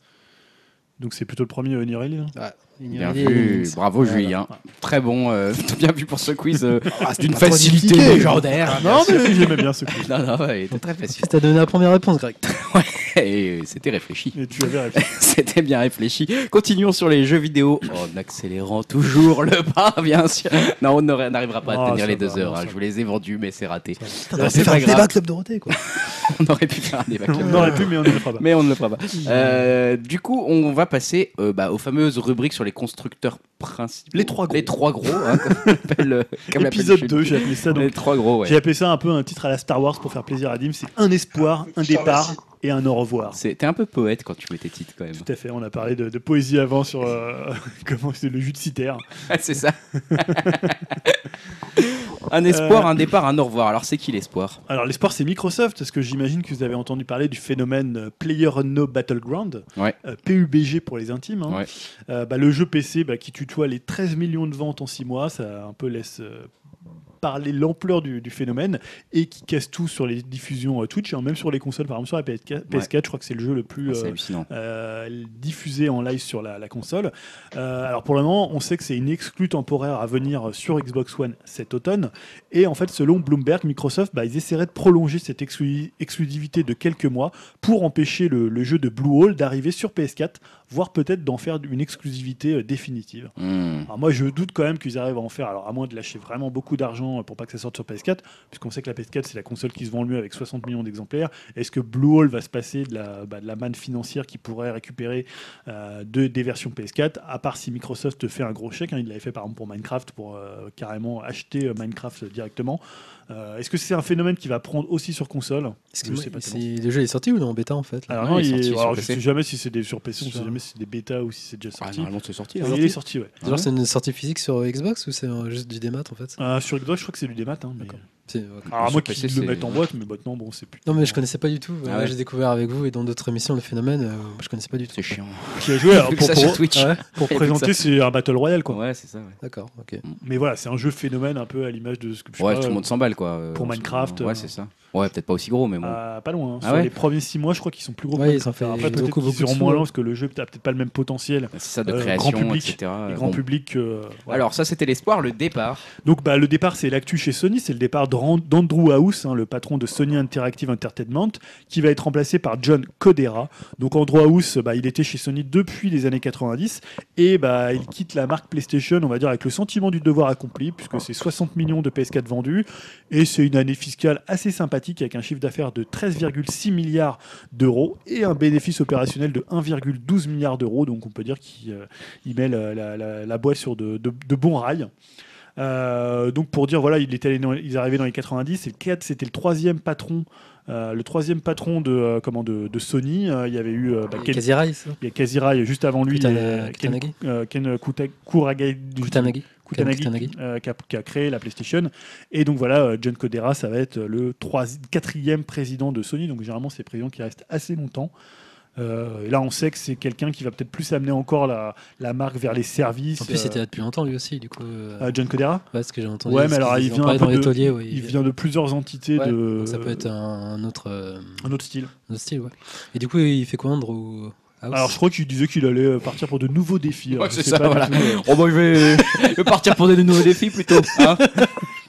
Speaker 2: Donc c'est plutôt le premier euh, Nirelli. hein.
Speaker 4: Ouais,
Speaker 1: Bien
Speaker 4: Unirally et
Speaker 1: vu,
Speaker 4: Lemmings.
Speaker 1: bravo
Speaker 4: Voilà.
Speaker 1: Julien. Très bon, euh, bien vu pour ce quiz euh,
Speaker 2: Ah,
Speaker 1: d'une
Speaker 4: pas trop
Speaker 1: facilité
Speaker 4: difficile.
Speaker 1: légendaire. hein,
Speaker 2: Non, mais j'aimais bien ce coup.
Speaker 1: Non, non, ouais, il était très
Speaker 4: En
Speaker 1: facile.
Speaker 4: fait, t'as donné la première réponse, Greg.
Speaker 1: Et euh, c'était réfléchi.
Speaker 2: Et tu avais répondu.
Speaker 1: C'était bien réfléchi. Continuons sur les jeux vidéo en accélérant toujours le pas, bien sûr. Non, on n'aurait- n'arrivera pas
Speaker 2: Ah,
Speaker 1: à tenir
Speaker 2: ça
Speaker 1: les
Speaker 2: va,
Speaker 1: deux heures.
Speaker 2: non,
Speaker 1: hein.
Speaker 2: ça
Speaker 1: Je vous les ai vendus, mais c'est raté.
Speaker 4: Putain,
Speaker 1: Bah,
Speaker 4: t'aurais
Speaker 1: c'est
Speaker 4: pu faire
Speaker 1: pas
Speaker 4: un
Speaker 1: grave.
Speaker 4: débat Club Dorothée, quoi.
Speaker 1: On aurait pu faire un débat.
Speaker 2: On aurait pu, mais on ne le fera pas.
Speaker 1: Mais on ne le fera pas. Euh, du coup, on va passer euh, bah, aux fameuses rubriques sur les constructeurs principaux.
Speaker 2: Les trois gros.
Speaker 1: Les trois gros, hein, comme l'appelle, euh, comme l'appelle
Speaker 2: Épisode
Speaker 1: chez
Speaker 2: 2,
Speaker 1: nous.
Speaker 2: j'ai appelé ça.
Speaker 1: Les
Speaker 2: Donc,
Speaker 1: trois gros, ouais.
Speaker 2: J'ai appelé ça un peu un titre à la Star Wars pour faire plaisir à Dim. C'est un espoir, un
Speaker 3: Je te
Speaker 2: départ
Speaker 3: remercie.
Speaker 2: et un au revoir.
Speaker 1: C'est- T'es un peu poète quand tu mets tes titres quand même.
Speaker 2: Tout à fait, on a parlé de, de poésie avant sur euh, comment c'est le jus de citerre.
Speaker 1: Ah, c'est ça. un espoir, un départ, un au revoir. Alors c'est qui l'espoir
Speaker 2: Alors l'espoir c'est Microsoft, parce que j'imagine que vous avez entendu parler du phénomène euh, PlayerUnknown's Battleground,
Speaker 1: Ouais.
Speaker 2: euh, PUBG pour les intimes. hein.
Speaker 1: Ouais.
Speaker 2: Euh, bah, le jeu PC bah, qui tutoie les 13 millions de ventes en 6 mois, ça un peu laisse euh, parler l'ampleur du, du phénomène, et qui casse tout sur les diffusions euh, Twitch, hein, même sur les consoles, par exemple sur la PS4, je crois que c'est le jeu le plus...
Speaker 1: Ah, C'est
Speaker 2: euh,
Speaker 1: hallucinant.
Speaker 2: euh, diffusé en live sur la, la console. Euh, alors pour le moment, on sait que c'est une exclue temporaire à venir sur Xbox One cet automne. Et en fait, selon Bloomberg, Microsoft, bah, ils essaieraient de prolonger cette exclu- exclusivité de quelques mois pour empêcher le, le jeu de Blue Hole d'arriver sur PS4, voire peut-être d'en faire une exclusivité euh, définitive.
Speaker 1: Hmm.
Speaker 2: Alors moi, je doute quand même qu'ils arrivent à en faire, alors à moins de lâcher vraiment beaucoup d'argent pour pas que ça sorte sur PS4, puisqu'on sait que la PS4, c'est la console qui se vend le mieux avec 60 millions d'exemplaires. Est-ce que Blue Hole va se passer de la, bah, de la manne financière qu'ils pourrait récupérer euh, de, des versions PS4, à part si Microsoft fait un gros chèque, hein, il l'avait fait par exemple pour Minecraft, pour euh, carrément acheter euh, Minecraft directement. Euh, Est-ce que c'est un phénomène qui va prendre aussi sur console
Speaker 4: Excuse-moi,
Speaker 2: sais pas
Speaker 4: si le jeu est sorti ou non en bêta en fait là
Speaker 1: Ouais,
Speaker 2: Alors non,
Speaker 1: il est
Speaker 2: il est-
Speaker 1: sorti sur
Speaker 2: alors, je
Speaker 1: PC.
Speaker 2: sais jamais si c'est des sur PC, on sait
Speaker 4: Sur-
Speaker 2: jamais si c'est des bêtas ou si c'est déjà
Speaker 1: Ah,
Speaker 2: sorti.
Speaker 1: normalement c'est sorti. hein.
Speaker 2: il est sorti, ouais.
Speaker 4: Genre, c'est une sortie physique sur Xbox ou c'est euh, juste du démat en fait
Speaker 2: Euh, sur Xbox, je crois que c'est du démat. hein, mais-
Speaker 4: D'accord. C'est- ouais.
Speaker 2: Alors, à
Speaker 1: Sur
Speaker 2: moi qui
Speaker 1: PC,
Speaker 2: le
Speaker 1: c'est-
Speaker 2: mettent en boîte, mais maintenant, bon, c'est plus.
Speaker 4: Non, mais je connaissais pas du tout. Voilà,
Speaker 1: Ah ouais.
Speaker 4: J'ai découvert avec vous et dans d'autres émissions le phénomène. euh, moi, je connaissais pas du tout.
Speaker 1: C'est chiant.
Speaker 2: Qui a joué alors,
Speaker 1: Vu que
Speaker 2: pour,
Speaker 1: ça
Speaker 2: pour-
Speaker 1: sur Twitch.
Speaker 4: Ah ouais
Speaker 2: pour
Speaker 1: Vu que
Speaker 2: présenter, c'est un Battle Royale, quoi.
Speaker 1: Ouais, c'est ça. Ouais,
Speaker 4: D'accord, ok.
Speaker 2: Mais voilà, c'est un jeu phénomène un peu à l'image de ce que je sais
Speaker 1: Ouais,
Speaker 2: pas,
Speaker 1: tout le monde s'emballe quoi. Euh,
Speaker 2: pour
Speaker 1: on se-
Speaker 2: Minecraft, euh,
Speaker 1: Ouais, c'est ça. Ouais, peut-être pas aussi gros, mais bon.
Speaker 2: euh, Pas loin. hein.
Speaker 1: Ah
Speaker 2: Sur
Speaker 1: ouais
Speaker 2: les premiers 6 mois, je crois qu'ils sont plus gros
Speaker 4: Ouais,
Speaker 2: que
Speaker 4: ils
Speaker 2: Minecraft.
Speaker 4: ont fait
Speaker 2: Alors Après, peut-être
Speaker 4: beaucoup,
Speaker 2: qu'ils
Speaker 4: beaucoup de
Speaker 2: iront moins
Speaker 4: sous,
Speaker 2: loin parce que le jeu n'a peut-être pas le même potentiel.
Speaker 1: c'est ça de
Speaker 2: euh,
Speaker 1: création,
Speaker 2: grand public,
Speaker 1: etc.
Speaker 2: et
Speaker 1: euh,
Speaker 2: grand
Speaker 1: bon.
Speaker 2: public. euh, voilà.
Speaker 1: Alors ça c'était l'espoir, le départ.
Speaker 2: Donc bah, le départ, c'est l'actu chez Sony, c'est le départ de Ran- d'Andrew House, hein, le patron de Sony Interactive Entertainment, qui va être remplacé par John Codera. Donc Andrew House, bah, il était chez Sony depuis les années 90 et bah, il quitte la marque PlayStation, on va dire, avec le sentiment du devoir accompli, puisque c'est 60 millions de PS4 vendus et c'est une année fiscale assez sympathique avec un chiffre d'affaires de 13,6 milliards d'euros et un bénéfice opérationnel de 1,12 milliard d'euros. Donc on peut dire qu'il euh, il met la, la- la- la boîte sur de- de- de bons rails. Euh, donc pour dire voilà, il était allé dans- ils arrivaient dans les 90 et le 4 c'était le troisième patron, euh, le troisième patron de euh, comment de, de Sony. Euh, il y avait eu euh, bah, Ken-
Speaker 4: Ah, Quasi Rai, ça
Speaker 2: il y a Kazirai juste avant lui,
Speaker 4: hein. Kutana-
Speaker 2: euh, Ken,
Speaker 4: Kutanagi
Speaker 2: euh, Ken Kuta- Kuragai-
Speaker 4: Kutanagi
Speaker 2: Kutanagi,
Speaker 4: Kutanagi.
Speaker 2: euh, qui, a, qui a créé la PlayStation. Et donc voilà, euh, John Codera, ça va être le troisi- quatrième président de Sony. Donc généralement, c'est des présidents qui restent assez longtemps. Euh, et là, on sait que c'est quelqu'un qui va peut-être plus amener encore la, la marque vers les services.
Speaker 4: En plus,
Speaker 2: euh,
Speaker 4: c'était là depuis longtemps lui aussi, du coup. euh,
Speaker 2: euh, John Codera
Speaker 4: ouais, ce que j'ai entendu.
Speaker 2: ouais,
Speaker 4: parce
Speaker 2: mais alors,
Speaker 4: qu'ils
Speaker 2: il
Speaker 4: en
Speaker 2: vient
Speaker 4: parlaient
Speaker 2: un peu
Speaker 4: dans
Speaker 2: de-
Speaker 4: l'atelier. ouais,
Speaker 2: Il vient de plusieurs entités
Speaker 4: Ouais,
Speaker 2: de.
Speaker 4: donc ça peut être un, un autre, euh,
Speaker 2: un autre style.
Speaker 4: un autre style, ouais. Et du coup, il fait quoi, Andrew
Speaker 1: House.
Speaker 2: Alors, je crois qu'il disait qu'il allait euh, partir pour de nouveaux défis. Alors,
Speaker 1: Ouais,
Speaker 2: je
Speaker 1: c'est
Speaker 2: sais
Speaker 1: ça,
Speaker 2: pas du
Speaker 1: voilà.
Speaker 2: tout, euh,
Speaker 1: Oh bah, je vais, je vais partir pour des nouveaux défis plutôt. hein.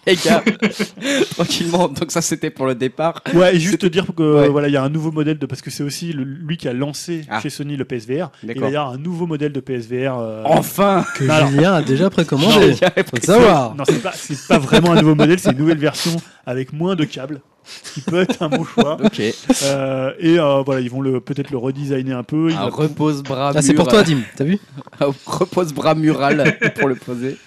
Speaker 1: Les gars, tranquillement. Donc ça, c'était pour le départ.
Speaker 2: Ouais, et juste te dire que
Speaker 1: Ouais.
Speaker 2: voilà, il y a un nouveau modèle de parce que c'est aussi le- lui qui a lancé
Speaker 1: Ah.
Speaker 2: chez Sony le PSVR. Il
Speaker 1: D'accord.
Speaker 2: va y avoir un nouveau modèle de PSVR. euh,
Speaker 1: Enfin
Speaker 4: Que
Speaker 2: Non, alors-
Speaker 4: Julien a déjà précommandé.
Speaker 1: J'avais
Speaker 4: Faut le savoir.
Speaker 2: Non, c'est pas, c'est pas vraiment un nouveau modèle, c'est une nouvelle version avec moins de câbles, ce qui peut être un bon choix.
Speaker 1: Ok.
Speaker 2: Euh, et euh, voilà, ils vont le peut-être le redesigner un peu. il
Speaker 1: Un
Speaker 2: va-
Speaker 1: repose bras
Speaker 4: Ah, c'est
Speaker 2: euh,
Speaker 4: pour toi, Dim. T'as vu
Speaker 1: repose bras mural pour le poser.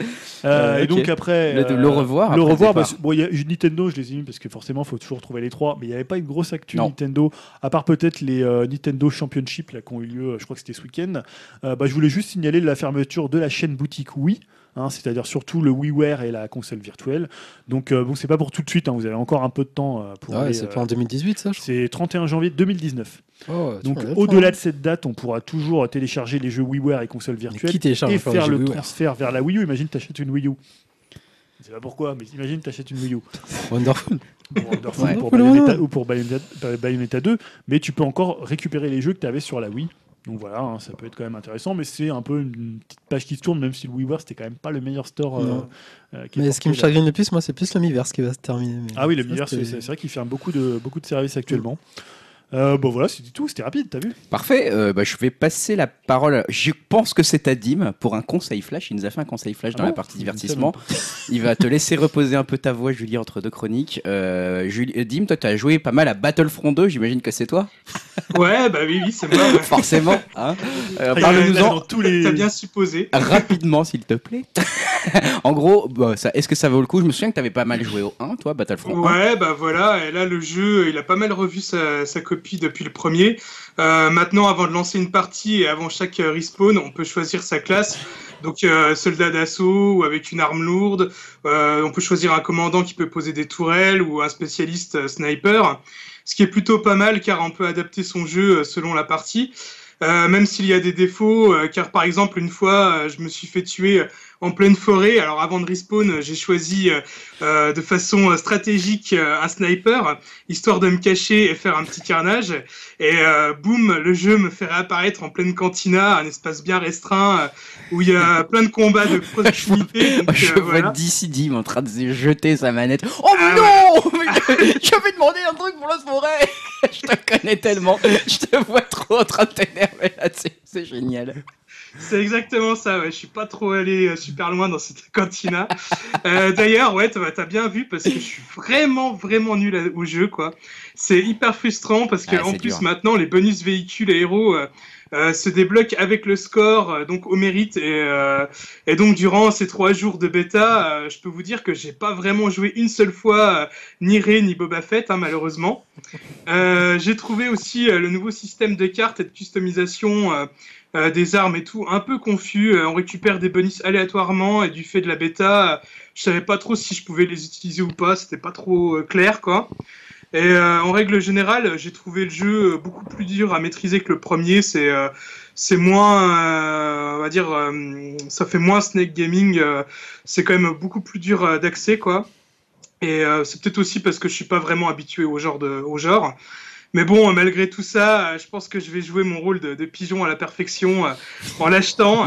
Speaker 2: Euh,
Speaker 1: Euh,
Speaker 2: Et
Speaker 1: ok.
Speaker 2: donc après,
Speaker 1: Le-
Speaker 2: euh,
Speaker 1: le revoir
Speaker 2: Le
Speaker 1: Ah, après le
Speaker 2: revoir, bah,
Speaker 1: départ.
Speaker 2: parce- bon, il y a eu Nintendo, je les ai mis parce que forcément, faut toujours trouver les trois. Mais il n'y avait pas une grosse actu
Speaker 1: Non.
Speaker 2: Nintendo, à part peut-être les euh, Nintendo Championship là qui ont eu lieu. euh, Je crois que c'était ce week-end. Euh, bah, je voulais juste signaler la fermeture de la chaîne boutique Wii. hein, c'est-à-dire surtout le WiiWare et la console virtuelle. Donc euh, bon, c'est pas pour tout de suite. hein, vous avez encore un peu de temps euh, pour.
Speaker 4: Ah ouais,
Speaker 2: aller,
Speaker 4: C'est
Speaker 2: euh,
Speaker 4: pas en 2018, ça, je Oh,
Speaker 2: c'est 31 janvier 2019.
Speaker 4: crois.
Speaker 2: Donc
Speaker 4: hein.
Speaker 2: au-delà de cette date, on pourra toujours télécharger les jeux WiiWare et consoles virtuelles
Speaker 4: Qui télécharge
Speaker 2: et
Speaker 4: encore les
Speaker 2: faire
Speaker 4: jeux
Speaker 2: le
Speaker 4: Wii U, ouais.
Speaker 2: transfert vers la Wii U. Imagine, t'achètes une Wii U. Je sais pas pourquoi, mais imagine, t'achètes une Wii U.
Speaker 4: Wonderful.
Speaker 2: Pour Wonderful,
Speaker 1: Ouais.
Speaker 2: pour
Speaker 4: Wonderful,
Speaker 2: Bayonetta,
Speaker 4: ouais.
Speaker 2: ou pour Bayonetta, Bay- Bayonetta 2, mais tu peux encore récupérer les jeux que t'avais sur la Wii. Donc voilà, hein, ça peut être quand même intéressant, mais c'est un peu une petite page qui se tourne, même si le WiiWare c'était quand même pas le meilleur store. euh,
Speaker 4: Non.
Speaker 2: euh, qui est
Speaker 4: Mais ce qui me
Speaker 2: porté là.
Speaker 4: chagrine le plus, moi, c'est plus le l'Miverse qui va se terminer. mais
Speaker 2: Ah oui, le
Speaker 4: ça,
Speaker 2: meilleur, c'est
Speaker 4: c'était-
Speaker 2: c'est vrai qu'il ferme beaucoup de, beaucoup de services actuellement. Euh, bon voilà, c'était tout, c'était rapide, t'as vu
Speaker 1: Parfait, euh, bah, je vais passer la parole. Je pense que c'est à Dim pour un conseil flash. Il nous a fait un conseil flash
Speaker 2: Ah
Speaker 1: dans
Speaker 2: bon
Speaker 1: la partie divertissement. Il va te laisser reposer un peu ta voix, Julie, entre deux chroniques. Euh, Julie- euh, Dim, toi, tu as joué pas mal à Battlefront 2, j'imagine que c'est toi.
Speaker 3: Ouais, bah oui, oui, c'est moi. ouais.
Speaker 1: Forcément. hein. Euh,
Speaker 2: Ah,
Speaker 1: Parle-nous-en
Speaker 2: dans tous les.
Speaker 3: T'as bien supposé.
Speaker 1: rapidement, s'il te plaît. en gros, bah, ça- est-ce que ça vaut le coup Je me souviens que tu avais pas mal joué au 1, toi, Battlefront 1.
Speaker 3: Ouais, bah voilà, et là le jeu, il a pas mal revu sa, sa copie depuis le premier. Euh, maintenant, avant de lancer une partie et avant chaque euh, respawn, on peut choisir sa classe. Donc euh, soldat d'assaut ou avec une arme lourde, Euh, on peut choisir un commandant qui peut poser des tourelles ou un spécialiste euh, sniper, ce qui est plutôt pas mal car on peut adapter son jeu euh, selon la partie. Euh, même s'il y a des défauts, euh, car par exemple une fois euh, je me suis fait tuer en pleine forêt, alors avant de respawn euh, j'ai choisi euh, euh, de façon euh, stratégique euh, un sniper, histoire de me cacher et faire un petit carnage. Et euh, boum, le jeu me fait réapparaître en pleine cantina, un espace bien restreint euh, où il y a plein de combats de proximité. donc,
Speaker 1: Je
Speaker 3: euh,
Speaker 1: vois
Speaker 3: voilà.
Speaker 1: DC Dim en train de se jeter sa manette. Oh
Speaker 3: Ah
Speaker 1: non J'avais demandé un truc pour la forêt Je te connais tellement, je te vois trop en train de t'énerver là-dessus, c'est génial.
Speaker 3: C'est exactement ça, ouais. je suis pas trop allé euh, super loin dans cette cantina. Euh, D'ailleurs, ouais, t'as t'as bien vu parce que je suis vraiment, vraiment nul à- au jeu, quoi. C'est hyper frustrant parce que
Speaker 1: Ah,
Speaker 3: en
Speaker 1: c'est
Speaker 3: plus
Speaker 1: dur.
Speaker 3: maintenant les bonus véhicules et héros euh, euh, se débloquent avec le score, euh, donc au mérite et, euh, et donc durant ces trois jours de bêta, euh, je peux vous dire que j'ai pas vraiment joué une seule fois euh, ni Rey ni Boba Fett, hein, malheureusement. Euh, j'ai trouvé aussi euh, le nouveau système de cartes et de customisation. euh, euh, des armes et tout, un peu confus. Euh, on récupère des bonus aléatoirement et du fait de la bêta, euh, je savais pas trop si je pouvais les utiliser ou pas. C'était pas trop euh, clair, quoi. Et euh, en règle générale, euh, j'ai trouvé le jeu euh, beaucoup plus dur à maîtriser que le premier. C'est euh, c'est moins, euh, on va dire, euh, ça fait moins Snake Gaming. euh, c'est quand même beaucoup plus dur euh, d'accès, quoi. Et euh, c'est peut-être aussi parce que je suis pas vraiment habitué au genre. De, au genre. Mais bon, euh, malgré tout ça, euh, je pense que je vais jouer mon rôle de, de pigeon à la perfection euh, en l'achetant.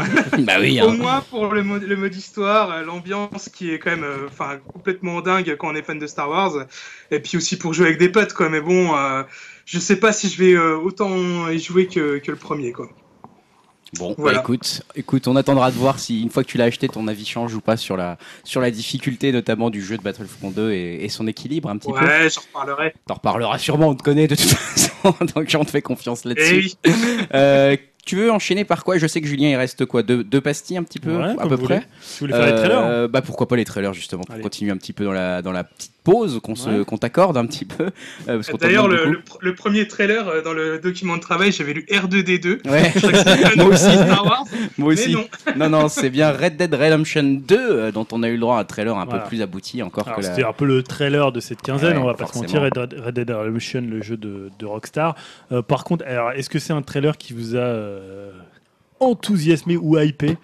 Speaker 3: euh,
Speaker 1: Bah oui,
Speaker 3: Au
Speaker 1: hein.
Speaker 3: moins pour le mode, le mode histoire, euh, l'ambiance qui est quand même euh, enfin complètement dingue quand on est fan de Star Wars. Et puis aussi pour jouer avec des potes, quoi. Mais bon, euh, je sais pas si je vais euh, autant y jouer que, que le premier, quoi.
Speaker 1: Bon, bah
Speaker 3: Voilà.
Speaker 1: écoute, écoute, on attendra de voir si une fois que tu l'as acheté, ton avis change ou pas sur la, sur la difficulté notamment du jeu de Battlefront 2 et, et son équilibre un petit peu.
Speaker 3: Ouais, j'en reparlerai.
Speaker 1: T'en reparleras sûrement, on te connaît de toute façon, donc on te fait confiance
Speaker 3: Et
Speaker 1: là-dessus.
Speaker 3: Eh oui,
Speaker 1: Euh, tu veux enchaîner par quoi Je sais que Julien, il reste quoi Deux, deux pastilles un petit peu
Speaker 2: Ouais,
Speaker 1: À
Speaker 2: comme
Speaker 1: peu
Speaker 2: vous
Speaker 1: près
Speaker 2: voulez. Si vous voulez faire les trailers, hein.
Speaker 1: Euh, bah pourquoi pas les trailers justement pour
Speaker 2: Allez.
Speaker 1: continuer un petit peu dans la dans la petite pause qu'on se
Speaker 2: Ouais.
Speaker 1: qu'on t'accorde un petit peu euh, parce qu'on t'en
Speaker 3: D'ailleurs,
Speaker 1: demande
Speaker 3: le,
Speaker 1: beaucoup.
Speaker 3: le pr- le premier trailer euh, dans le document de travail, j'avais lu R2D2.
Speaker 1: Ouais,
Speaker 3: Je crois que c'était pas
Speaker 1: Moi
Speaker 3: dans
Speaker 1: aussi.
Speaker 3: Star Wars,
Speaker 1: moi
Speaker 3: mais
Speaker 1: aussi.
Speaker 3: non.
Speaker 1: Non, non, c'est bien Red Dead Redemption 2 euh, dont on a eu le droit à un trailer un
Speaker 2: Voilà.
Speaker 1: peu plus abouti encore
Speaker 2: Alors,
Speaker 1: que la.
Speaker 2: C'était un peu le trailer de cette quinzaine,
Speaker 1: Ouais,
Speaker 2: on va pas
Speaker 1: forcément.
Speaker 2: se mentir. Red Dead- Red Dead Redemption, le jeu de, de Rockstar. Euh, par contre, alors, est-ce que c'est un trailer qui vous a euh, enthousiasmé ou hypé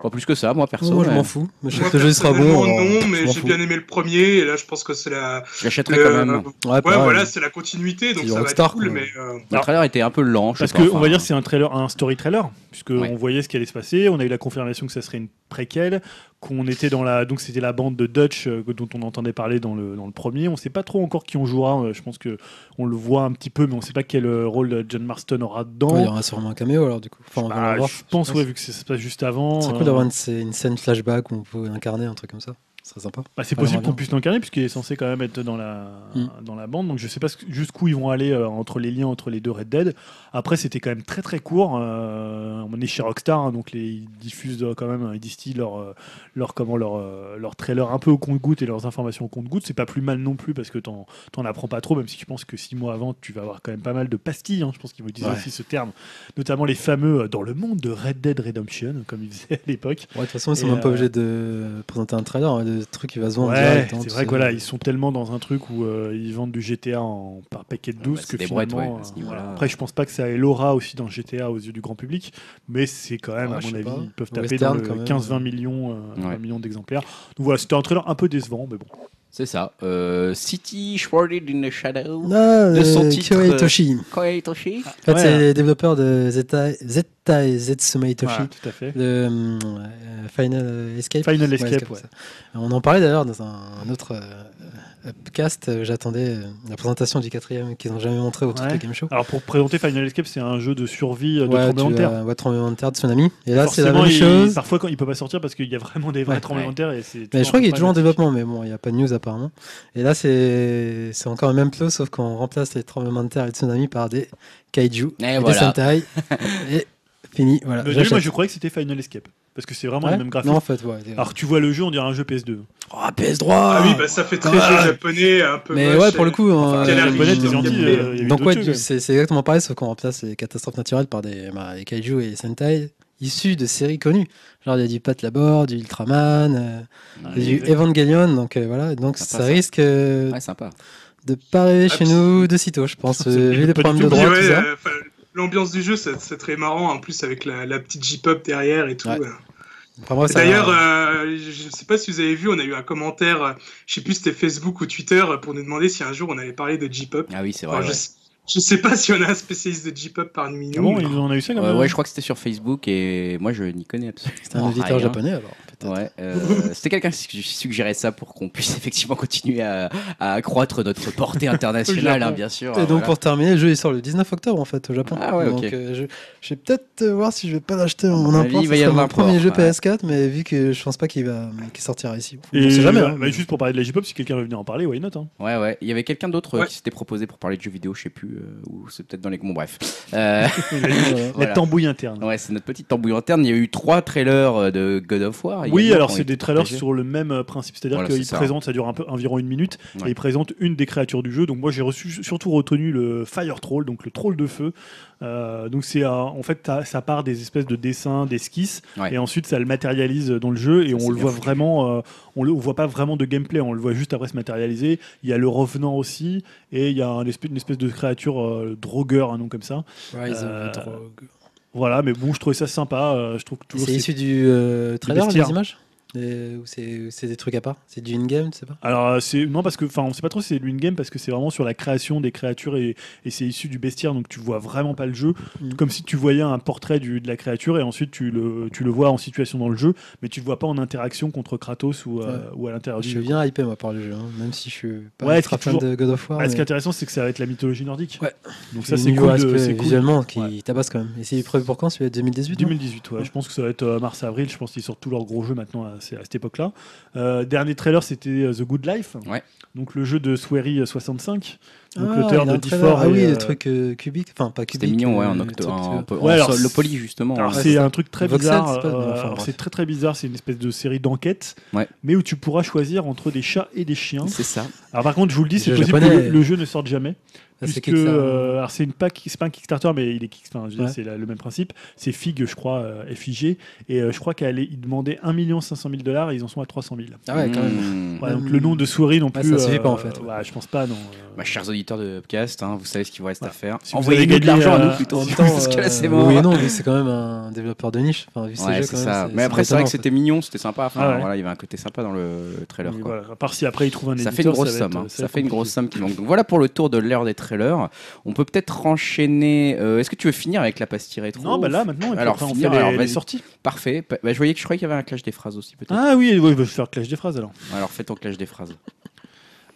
Speaker 1: Pas plus que ça, moi perso.
Speaker 4: moi, Oh, je
Speaker 1: mais
Speaker 4: m'en fous. Mais je
Speaker 3: Moi,
Speaker 4: sais que le jeu sera bon.
Speaker 3: personnellement,
Speaker 4: alors,
Speaker 3: non,
Speaker 4: je
Speaker 3: mais
Speaker 4: m'en
Speaker 3: j'ai
Speaker 4: fous.
Speaker 3: bien aimé le premier, et là, je pense que c'est la.
Speaker 1: Je l'achèterais
Speaker 3: le-
Speaker 1: quand même.
Speaker 4: Ouais,
Speaker 3: Ouais,
Speaker 4: pareil.
Speaker 3: voilà, c'est la continuité, donc
Speaker 4: C'est
Speaker 3: ça va
Speaker 4: Rockstar,
Speaker 3: être cool,
Speaker 4: quoi.
Speaker 3: mais. euh,
Speaker 1: Le trailer était un peu lent. je sais
Speaker 2: Parce
Speaker 1: pas,
Speaker 2: que on
Speaker 1: enfin,
Speaker 2: va dire c'est un trailer, un story trailer, puisque
Speaker 1: Ouais.
Speaker 2: on voyait ce qui allait se passer, on a eu la confirmation que ça serait une préquelle, qu'on était dans la, donc c'était la bande de Dutch euh, dont on entendait parler dans le, dans le premier. On sait pas trop encore qui on jouera. euh, Je pense que on le voit un petit peu, mais on sait pas quel euh, rôle euh, John Marston aura dedans.
Speaker 4: Ouais, il y aura sûrement un caméo alors du coup. Enfin, on va
Speaker 2: Bah,
Speaker 4: le voir.
Speaker 2: je pense ouais, vu que ça se passe juste avant.
Speaker 4: Ce serait
Speaker 2: euh,
Speaker 4: cool d'avoir une, sc- une scène flashback où on peut incarner un truc comme ça. Ce serait sympa.
Speaker 2: bah, c'est
Speaker 4: Ouais,
Speaker 2: possible
Speaker 4: j'aimerais
Speaker 2: qu'on puisse l'encarner puisqu'il est censé quand même être dans la,
Speaker 4: Mm.
Speaker 2: dans la bande. Donc je sais pas ce que- jusqu'où ils vont aller euh, entre les liens entre les deux Red Dead. Après c'était quand même très très court. Euh, on est chez Rockstar, hein, donc les, ils diffusent euh, quand même, ils distillent leur, euh, leur comment leur, euh, leur trailer un peu au compte-goutte et leurs informations au compte-goutte. C'est pas plus mal non plus parce que t'en t'en apprends pas trop, même si je pense que six mois avant tu vas avoir quand même pas mal de pastilles. hein. je pense qu'ils vous disent
Speaker 4: Ouais.
Speaker 2: aussi ce terme, notamment les fameux euh, dans le monde de Red Dead Redemption comme ils faisaient à l'époque.
Speaker 4: Ouais, de toute façon, ils sont
Speaker 2: Et,
Speaker 4: même pas
Speaker 2: euh,
Speaker 4: obligés de présenter un trailer. hein, Le truc, il va se vendre.
Speaker 2: Ouais,
Speaker 4: direct, hein,
Speaker 2: c'est
Speaker 4: tu
Speaker 2: vrai
Speaker 4: sais.
Speaker 2: que voilà, ils sont tellement dans un truc où euh, ils vendent du GTA en, par paquet de
Speaker 1: Ah
Speaker 2: 12
Speaker 1: bah, c'est
Speaker 2: que
Speaker 1: des brouettes,
Speaker 2: finalement.
Speaker 1: ouais, à ce
Speaker 2: euh,
Speaker 1: niveau-là.
Speaker 2: voilà. Après, je pense pas que ça ait l'aura aussi dans GTA aux yeux du grand public, mais c'est quand même,
Speaker 4: Ouais,
Speaker 2: à
Speaker 4: je
Speaker 2: mon
Speaker 4: sais
Speaker 2: avis,
Speaker 4: pas.
Speaker 2: ils peuvent
Speaker 4: Au
Speaker 2: taper
Speaker 4: western,
Speaker 2: dans
Speaker 4: quand
Speaker 2: le
Speaker 4: même.
Speaker 2: 15-20 millions, euh,
Speaker 1: Ouais.
Speaker 2: 20 millions d'exemplaires. Donc voilà, c'était un trailer un peu décevant, mais bon.
Speaker 1: C'est ça. Euh, City Shrouded in the Shadow.
Speaker 4: Ah,
Speaker 1: De son
Speaker 4: euh,
Speaker 1: titre,
Speaker 4: Kyohei
Speaker 1: euh,
Speaker 4: Toshi.
Speaker 1: Koei Toshi.
Speaker 4: En fait,
Speaker 2: Ouais,
Speaker 4: c'est les développeurs de Zeta, Zeta et Zetsumei Toshi.
Speaker 2: voilà, tout à fait.
Speaker 4: Le hum, euh, Final Escape.
Speaker 2: Final Escape, ouais.
Speaker 4: ça. On en parlait d'ailleurs dans un, un autre euh, upcast. euh, J'attendais euh, la présentation du quatrième qu'ils n'ont jamais montré au truc
Speaker 2: Ouais.
Speaker 4: de Game Show.
Speaker 2: Alors pour présenter Final Escape, c'est un jeu de survie euh, de
Speaker 4: ouais,
Speaker 2: tremblement de
Speaker 4: tu
Speaker 2: terre.
Speaker 4: vas- ouais, tremblement de terre, tsunami. Et là, c'est la
Speaker 2: Forcément,
Speaker 4: même
Speaker 2: il-
Speaker 4: chose.
Speaker 2: Parfois, quand il peut pas sortir parce qu'il y a vraiment des vrais
Speaker 4: Ouais,
Speaker 2: tremblements
Speaker 1: ouais.
Speaker 2: de terre. Et c'est
Speaker 4: Mais je crois qu'il est toujours en
Speaker 2: problématique.
Speaker 4: développement, mais bon, il n'y a pas de news apparemment. Et là, c'est c'est encore le même plot, sauf qu'on remplace les tremblements de terre et le tsunami par des kaiju
Speaker 1: Et
Speaker 4: et
Speaker 1: voilà.
Speaker 4: des sentai. et fini, voilà.
Speaker 2: Mais au début, moi,
Speaker 4: j'achète.
Speaker 2: je croyais que c'était Final Escape parce que c'est vraiment
Speaker 4: Ouais
Speaker 2: le même graphisme.
Speaker 4: Non, en fait, ouais.
Speaker 2: Alors tu vois le jeu, on dirait un jeu PS2.
Speaker 4: Ah, PS3
Speaker 3: Ah oui, bah ça fait très
Speaker 4: Ah.
Speaker 3: jeu japonais, un peu.
Speaker 4: Mais
Speaker 3: moche,
Speaker 4: ouais, pour le
Speaker 3: et-
Speaker 4: coup, hein,
Speaker 3: quelle
Speaker 4: euh,
Speaker 3: heure japonaise, t'es gentil,
Speaker 4: mais-
Speaker 2: euh, il y a eu
Speaker 4: donc
Speaker 2: d'autres
Speaker 4: ouais,
Speaker 2: jeux,
Speaker 4: du-
Speaker 2: quand même.
Speaker 4: c'est c'est exactement pareil, sauf qu'on remplace les catastrophes naturelles par des bah, les kaiju et les sentai issus de séries connues. Genre il y a du Pat Labor, du Ultraman, euh,
Speaker 1: Ouais,
Speaker 2: Ah,
Speaker 4: il y a du Evangelion, donc euh, voilà, donc
Speaker 1: Sympa,
Speaker 4: ça,
Speaker 1: ça.
Speaker 4: risque euh,
Speaker 1: Ouais, sympa.
Speaker 4: de pas arriver chez
Speaker 3: Abs-
Speaker 4: nous de sitôt, je pense,
Speaker 2: C'est
Speaker 4: euh, vu
Speaker 2: pas
Speaker 4: les
Speaker 2: du tout
Speaker 4: problèmes de
Speaker 3: Puis
Speaker 4: droit,
Speaker 3: ouais,
Speaker 4: tout ça.
Speaker 3: euh, enfin, L'ambiance du jeu, c'est c'est très marrant, en plus avec la, la petite J-pop derrière et tout.
Speaker 4: Ouais.
Speaker 3: euh.
Speaker 4: Enfin, bref, ça-
Speaker 3: D'ailleurs, euh, je ne sais pas si vous avez vu, on a eu un commentaire, euh, je sais plus si c'était Facebook ou Twitter, euh, pour nous demander si un jour on allait parler de J-pop.
Speaker 1: Ah oui, c'est vrai.
Speaker 3: Alors,
Speaker 1: ouais.
Speaker 3: je, sais- je sais pas si on a un spécialiste de J-pop parmi
Speaker 2: Ah
Speaker 3: nous.
Speaker 2: bon,
Speaker 3: mais-
Speaker 2: il en a eu ça quand
Speaker 1: Ouais,
Speaker 2: même. hein.
Speaker 1: ouais, je crois que c'était sur Facebook et moi je n'y connais absolument
Speaker 4: c'est un auditeur
Speaker 1: rien.
Speaker 4: japonais alors. peut-être.
Speaker 1: Ouais, euh, c'était quelqu'un qui suggérait ça pour qu'on puisse effectivement continuer à, à accroître notre portée internationale, hein, bien sûr.
Speaker 4: Et
Speaker 1: hein,
Speaker 4: donc
Speaker 1: voilà.
Speaker 4: pour terminer, le jeu il sort le 19 octobre en fait au Japon.
Speaker 1: Ah ouais, ok.
Speaker 4: donc euh, je, je vais peut-être euh, voir si je vais pas l'acheter en
Speaker 1: mon avis,
Speaker 4: import.
Speaker 1: il
Speaker 4: C'est
Speaker 1: va y avoir
Speaker 4: mon
Speaker 1: de l'import,
Speaker 4: premier jeu
Speaker 1: ouais.
Speaker 4: PS4, mais vu que je pense pas qu'il va qu'il sortira ici.
Speaker 2: Et
Speaker 4: on sait jamais.
Speaker 2: bah,
Speaker 4: hein,
Speaker 2: bah,
Speaker 4: mais-
Speaker 2: juste pour parler de la J-pop, si quelqu'un veut venir en parler, why not hein.
Speaker 1: Ouais, ouais. Il y avait quelqu'un d'autre euh,
Speaker 3: Ouais.
Speaker 1: qui s'était proposé pour parler de jeux vidéo, je sais plus, euh, ou c'est peut-être dans les. Bon, bref. Euh,
Speaker 4: Voilà.
Speaker 1: Voilà.
Speaker 2: La tambouille interne.
Speaker 1: ouais, c'est notre petite tambouille interne. Il y a eu trois trailers euh, de God of War.
Speaker 2: Oui,
Speaker 1: également,
Speaker 2: alors
Speaker 1: qui ont
Speaker 2: c'est
Speaker 1: été
Speaker 2: des trailers
Speaker 1: partagés.
Speaker 2: sur le même euh, principe, c'est-à-dire
Speaker 1: Voilà, c'est
Speaker 2: qu'ils
Speaker 1: ça.
Speaker 2: présentent, ça dure un peu environ une minute,
Speaker 1: Ouais.
Speaker 2: et ils présentent une des créatures du jeu. Donc moi j'ai reçu surtout retenu le Fire Troll, donc le troll de feu. Euh, donc c'est euh, en fait t'as- ça part des espèces de dessins, d'esquisses,
Speaker 1: Ouais.
Speaker 2: et ensuite ça le matérialise dans le jeu et
Speaker 1: Ça,
Speaker 2: on
Speaker 1: c'est
Speaker 2: le
Speaker 1: bien
Speaker 2: voit
Speaker 1: foutu.
Speaker 2: vraiment, euh, on le on voit pas vraiment de gameplay, on le voit juste après se matérialiser. Il y a le revenant aussi et il y a un espèce, une espèce de créature euh, drogueur, un nom comme ça.
Speaker 4: Rise
Speaker 2: Euh,
Speaker 4: of the Rogue.
Speaker 2: Voilà, mais bon je trouvais ça sympa. euh, je trouve que toujours
Speaker 4: C'est
Speaker 2: c'est-
Speaker 4: issu du euh, trailer, les
Speaker 2: bestiaire.
Speaker 4: images Et- Ou c'est ou c'est des trucs à part C'est du in-game, tu sais pas
Speaker 2: Alors euh, c'est non parce que enfin on sait pas trop si c'est l'une game parce que c'est vraiment sur la création des créatures et, et c'est issu du bestiaire donc tu vois vraiment pas le jeu
Speaker 4: Mhm.
Speaker 2: comme si tu voyais un portrait du- de la créature et ensuite tu le tu le vois en situation dans le jeu mais tu le vois pas en interaction contre Kratos ou, euh, ou à l'intérieur
Speaker 4: Je
Speaker 2: du
Speaker 4: suis
Speaker 2: jeu.
Speaker 4: bien hypé moi par le jeu, hein, même si je suis pas
Speaker 2: Ouais,
Speaker 4: ultra
Speaker 2: ce qui est
Speaker 4: fan
Speaker 2: toujours-
Speaker 4: de God of War.
Speaker 2: Ah,
Speaker 4: mais
Speaker 2: ce qui est intéressant c'est que ça va être la mythologie nordique.
Speaker 4: Ouais.
Speaker 2: Donc ça
Speaker 4: le
Speaker 2: c'est
Speaker 4: niveau
Speaker 2: cool, de-
Speaker 4: aspect
Speaker 2: c'est cool.
Speaker 4: visuellement qui
Speaker 2: Ouais.
Speaker 4: tabasse quand même. Et c'est prévu pour quand celui-là 2018 non
Speaker 2: 2018, ouais. Je pense que ça va être euh, mars-avril. Je pense qu'ils sortent tous leurs gros jeux maintenant à, c'est à cette époque-là. Euh, dernier trailer, c'était euh, The Good Life.
Speaker 1: Ouais.
Speaker 2: Donc le jeu de Swery euh, 65. Donc
Speaker 4: Ah,
Speaker 2: l'auteur
Speaker 4: il y a
Speaker 2: de
Speaker 4: un trailer.
Speaker 2: Difor.
Speaker 4: Ah
Speaker 2: et,
Speaker 4: oui,
Speaker 2: euh,
Speaker 4: le truc euh, cubique, enfin pas cubique.
Speaker 1: C'était mignon, ouais,
Speaker 4: euh,
Speaker 1: en
Speaker 4: le
Speaker 1: octobre.
Speaker 4: truc,
Speaker 1: Un
Speaker 4: euh,
Speaker 1: peu,
Speaker 2: Ouais,
Speaker 1: en
Speaker 2: alors,
Speaker 1: sol- le
Speaker 2: c'est-
Speaker 1: poli, justement.
Speaker 2: Alors
Speaker 1: ouais.
Speaker 4: ouais,
Speaker 2: c'est
Speaker 4: c'est
Speaker 2: un
Speaker 4: ça.
Speaker 2: truc très
Speaker 4: Voxel,
Speaker 2: bizarre.
Speaker 4: c'est pas-
Speaker 2: euh,
Speaker 4: enfin,
Speaker 2: alors,
Speaker 4: bref.
Speaker 2: c'est très très bizarre. C'est une espèce de série d'enquêtes,
Speaker 1: Ouais.
Speaker 2: mais où tu pourras choisir entre des chats et des chiens.
Speaker 1: C'est ça.
Speaker 2: Alors par contre, je vous le dis,
Speaker 4: Les
Speaker 2: c'est
Speaker 4: jeux
Speaker 2: possible que
Speaker 4: japonais.
Speaker 2: le, le jeu ne sorte jamais,
Speaker 4: Ah, c'est
Speaker 2: puisque
Speaker 4: Kickstarter.
Speaker 1: hein.
Speaker 2: euh, alors, c'est une pas c'est pas un Kickstarter, mais il est kick- enfin, je veux dire,
Speaker 4: Ouais.
Speaker 2: c'est la- le même principe. C'est Fig, je crois, euh, FIG, et euh, je crois qu'elle est- ils demandaient 1 million 500 000 dollars, ils en sont à 300 000.
Speaker 4: Ah ouais, quand même.
Speaker 1: Mmh.
Speaker 2: Ouais, donc
Speaker 4: Hum.
Speaker 2: le nom de Souris non
Speaker 4: Ouais,
Speaker 2: plus.
Speaker 4: ça suffit pas, en fait.
Speaker 2: ouais, je pense pas non. euh,
Speaker 1: Bah, chers auditeurs de Upcast, hein, vous savez ce qu'il vous reste
Speaker 2: Voilà.
Speaker 1: à faire.
Speaker 2: Si vous avez
Speaker 1: Envoyez-nous de
Speaker 2: gagné,
Speaker 1: l'argent à
Speaker 2: euh,
Speaker 1: nous plutôt.
Speaker 4: En même temps,
Speaker 1: parce que là, c'est
Speaker 4: euh,
Speaker 1: mort.
Speaker 4: Oui et non, mais c'est quand même un développeur de niche. Enfin, vu ses
Speaker 1: Ouais,
Speaker 4: jeux,
Speaker 1: c'est
Speaker 4: quand même,
Speaker 1: ça. Mais après, c'est vrai que c'était mignon, c'était sympa. Enfin,
Speaker 2: Ah ouais.
Speaker 1: voilà, il y avait un côté sympa dans le le trailer.
Speaker 2: Mais
Speaker 1: quoi.
Speaker 2: voilà, à part si après ils trouvent un
Speaker 1: Ça
Speaker 2: éditeur,
Speaker 1: fait une grosse
Speaker 2: va
Speaker 1: somme.
Speaker 2: être,
Speaker 1: hein.
Speaker 2: euh,
Speaker 1: Ça
Speaker 2: va
Speaker 1: fait une
Speaker 2: être
Speaker 1: grosse somme qui manque. Donc voilà pour le tour de l'heure des trailers. On peut peut-être enchaîner. euh, Est-ce que tu veux finir avec la pastille rétro
Speaker 2: Non, bah là maintenant, et puis
Speaker 1: Alors,
Speaker 2: après, on
Speaker 1: finir,
Speaker 2: fait les,
Speaker 1: alors,
Speaker 2: les
Speaker 1: vas-y.
Speaker 2: sorties.
Speaker 1: Parfait. Pa- bah, je voyais que je croyais qu'il y avait un clash des phrases aussi peut-être.
Speaker 2: Ah oui, oui, je vais faire clash des phrases alors.
Speaker 1: Alors fais ton clash des phrases.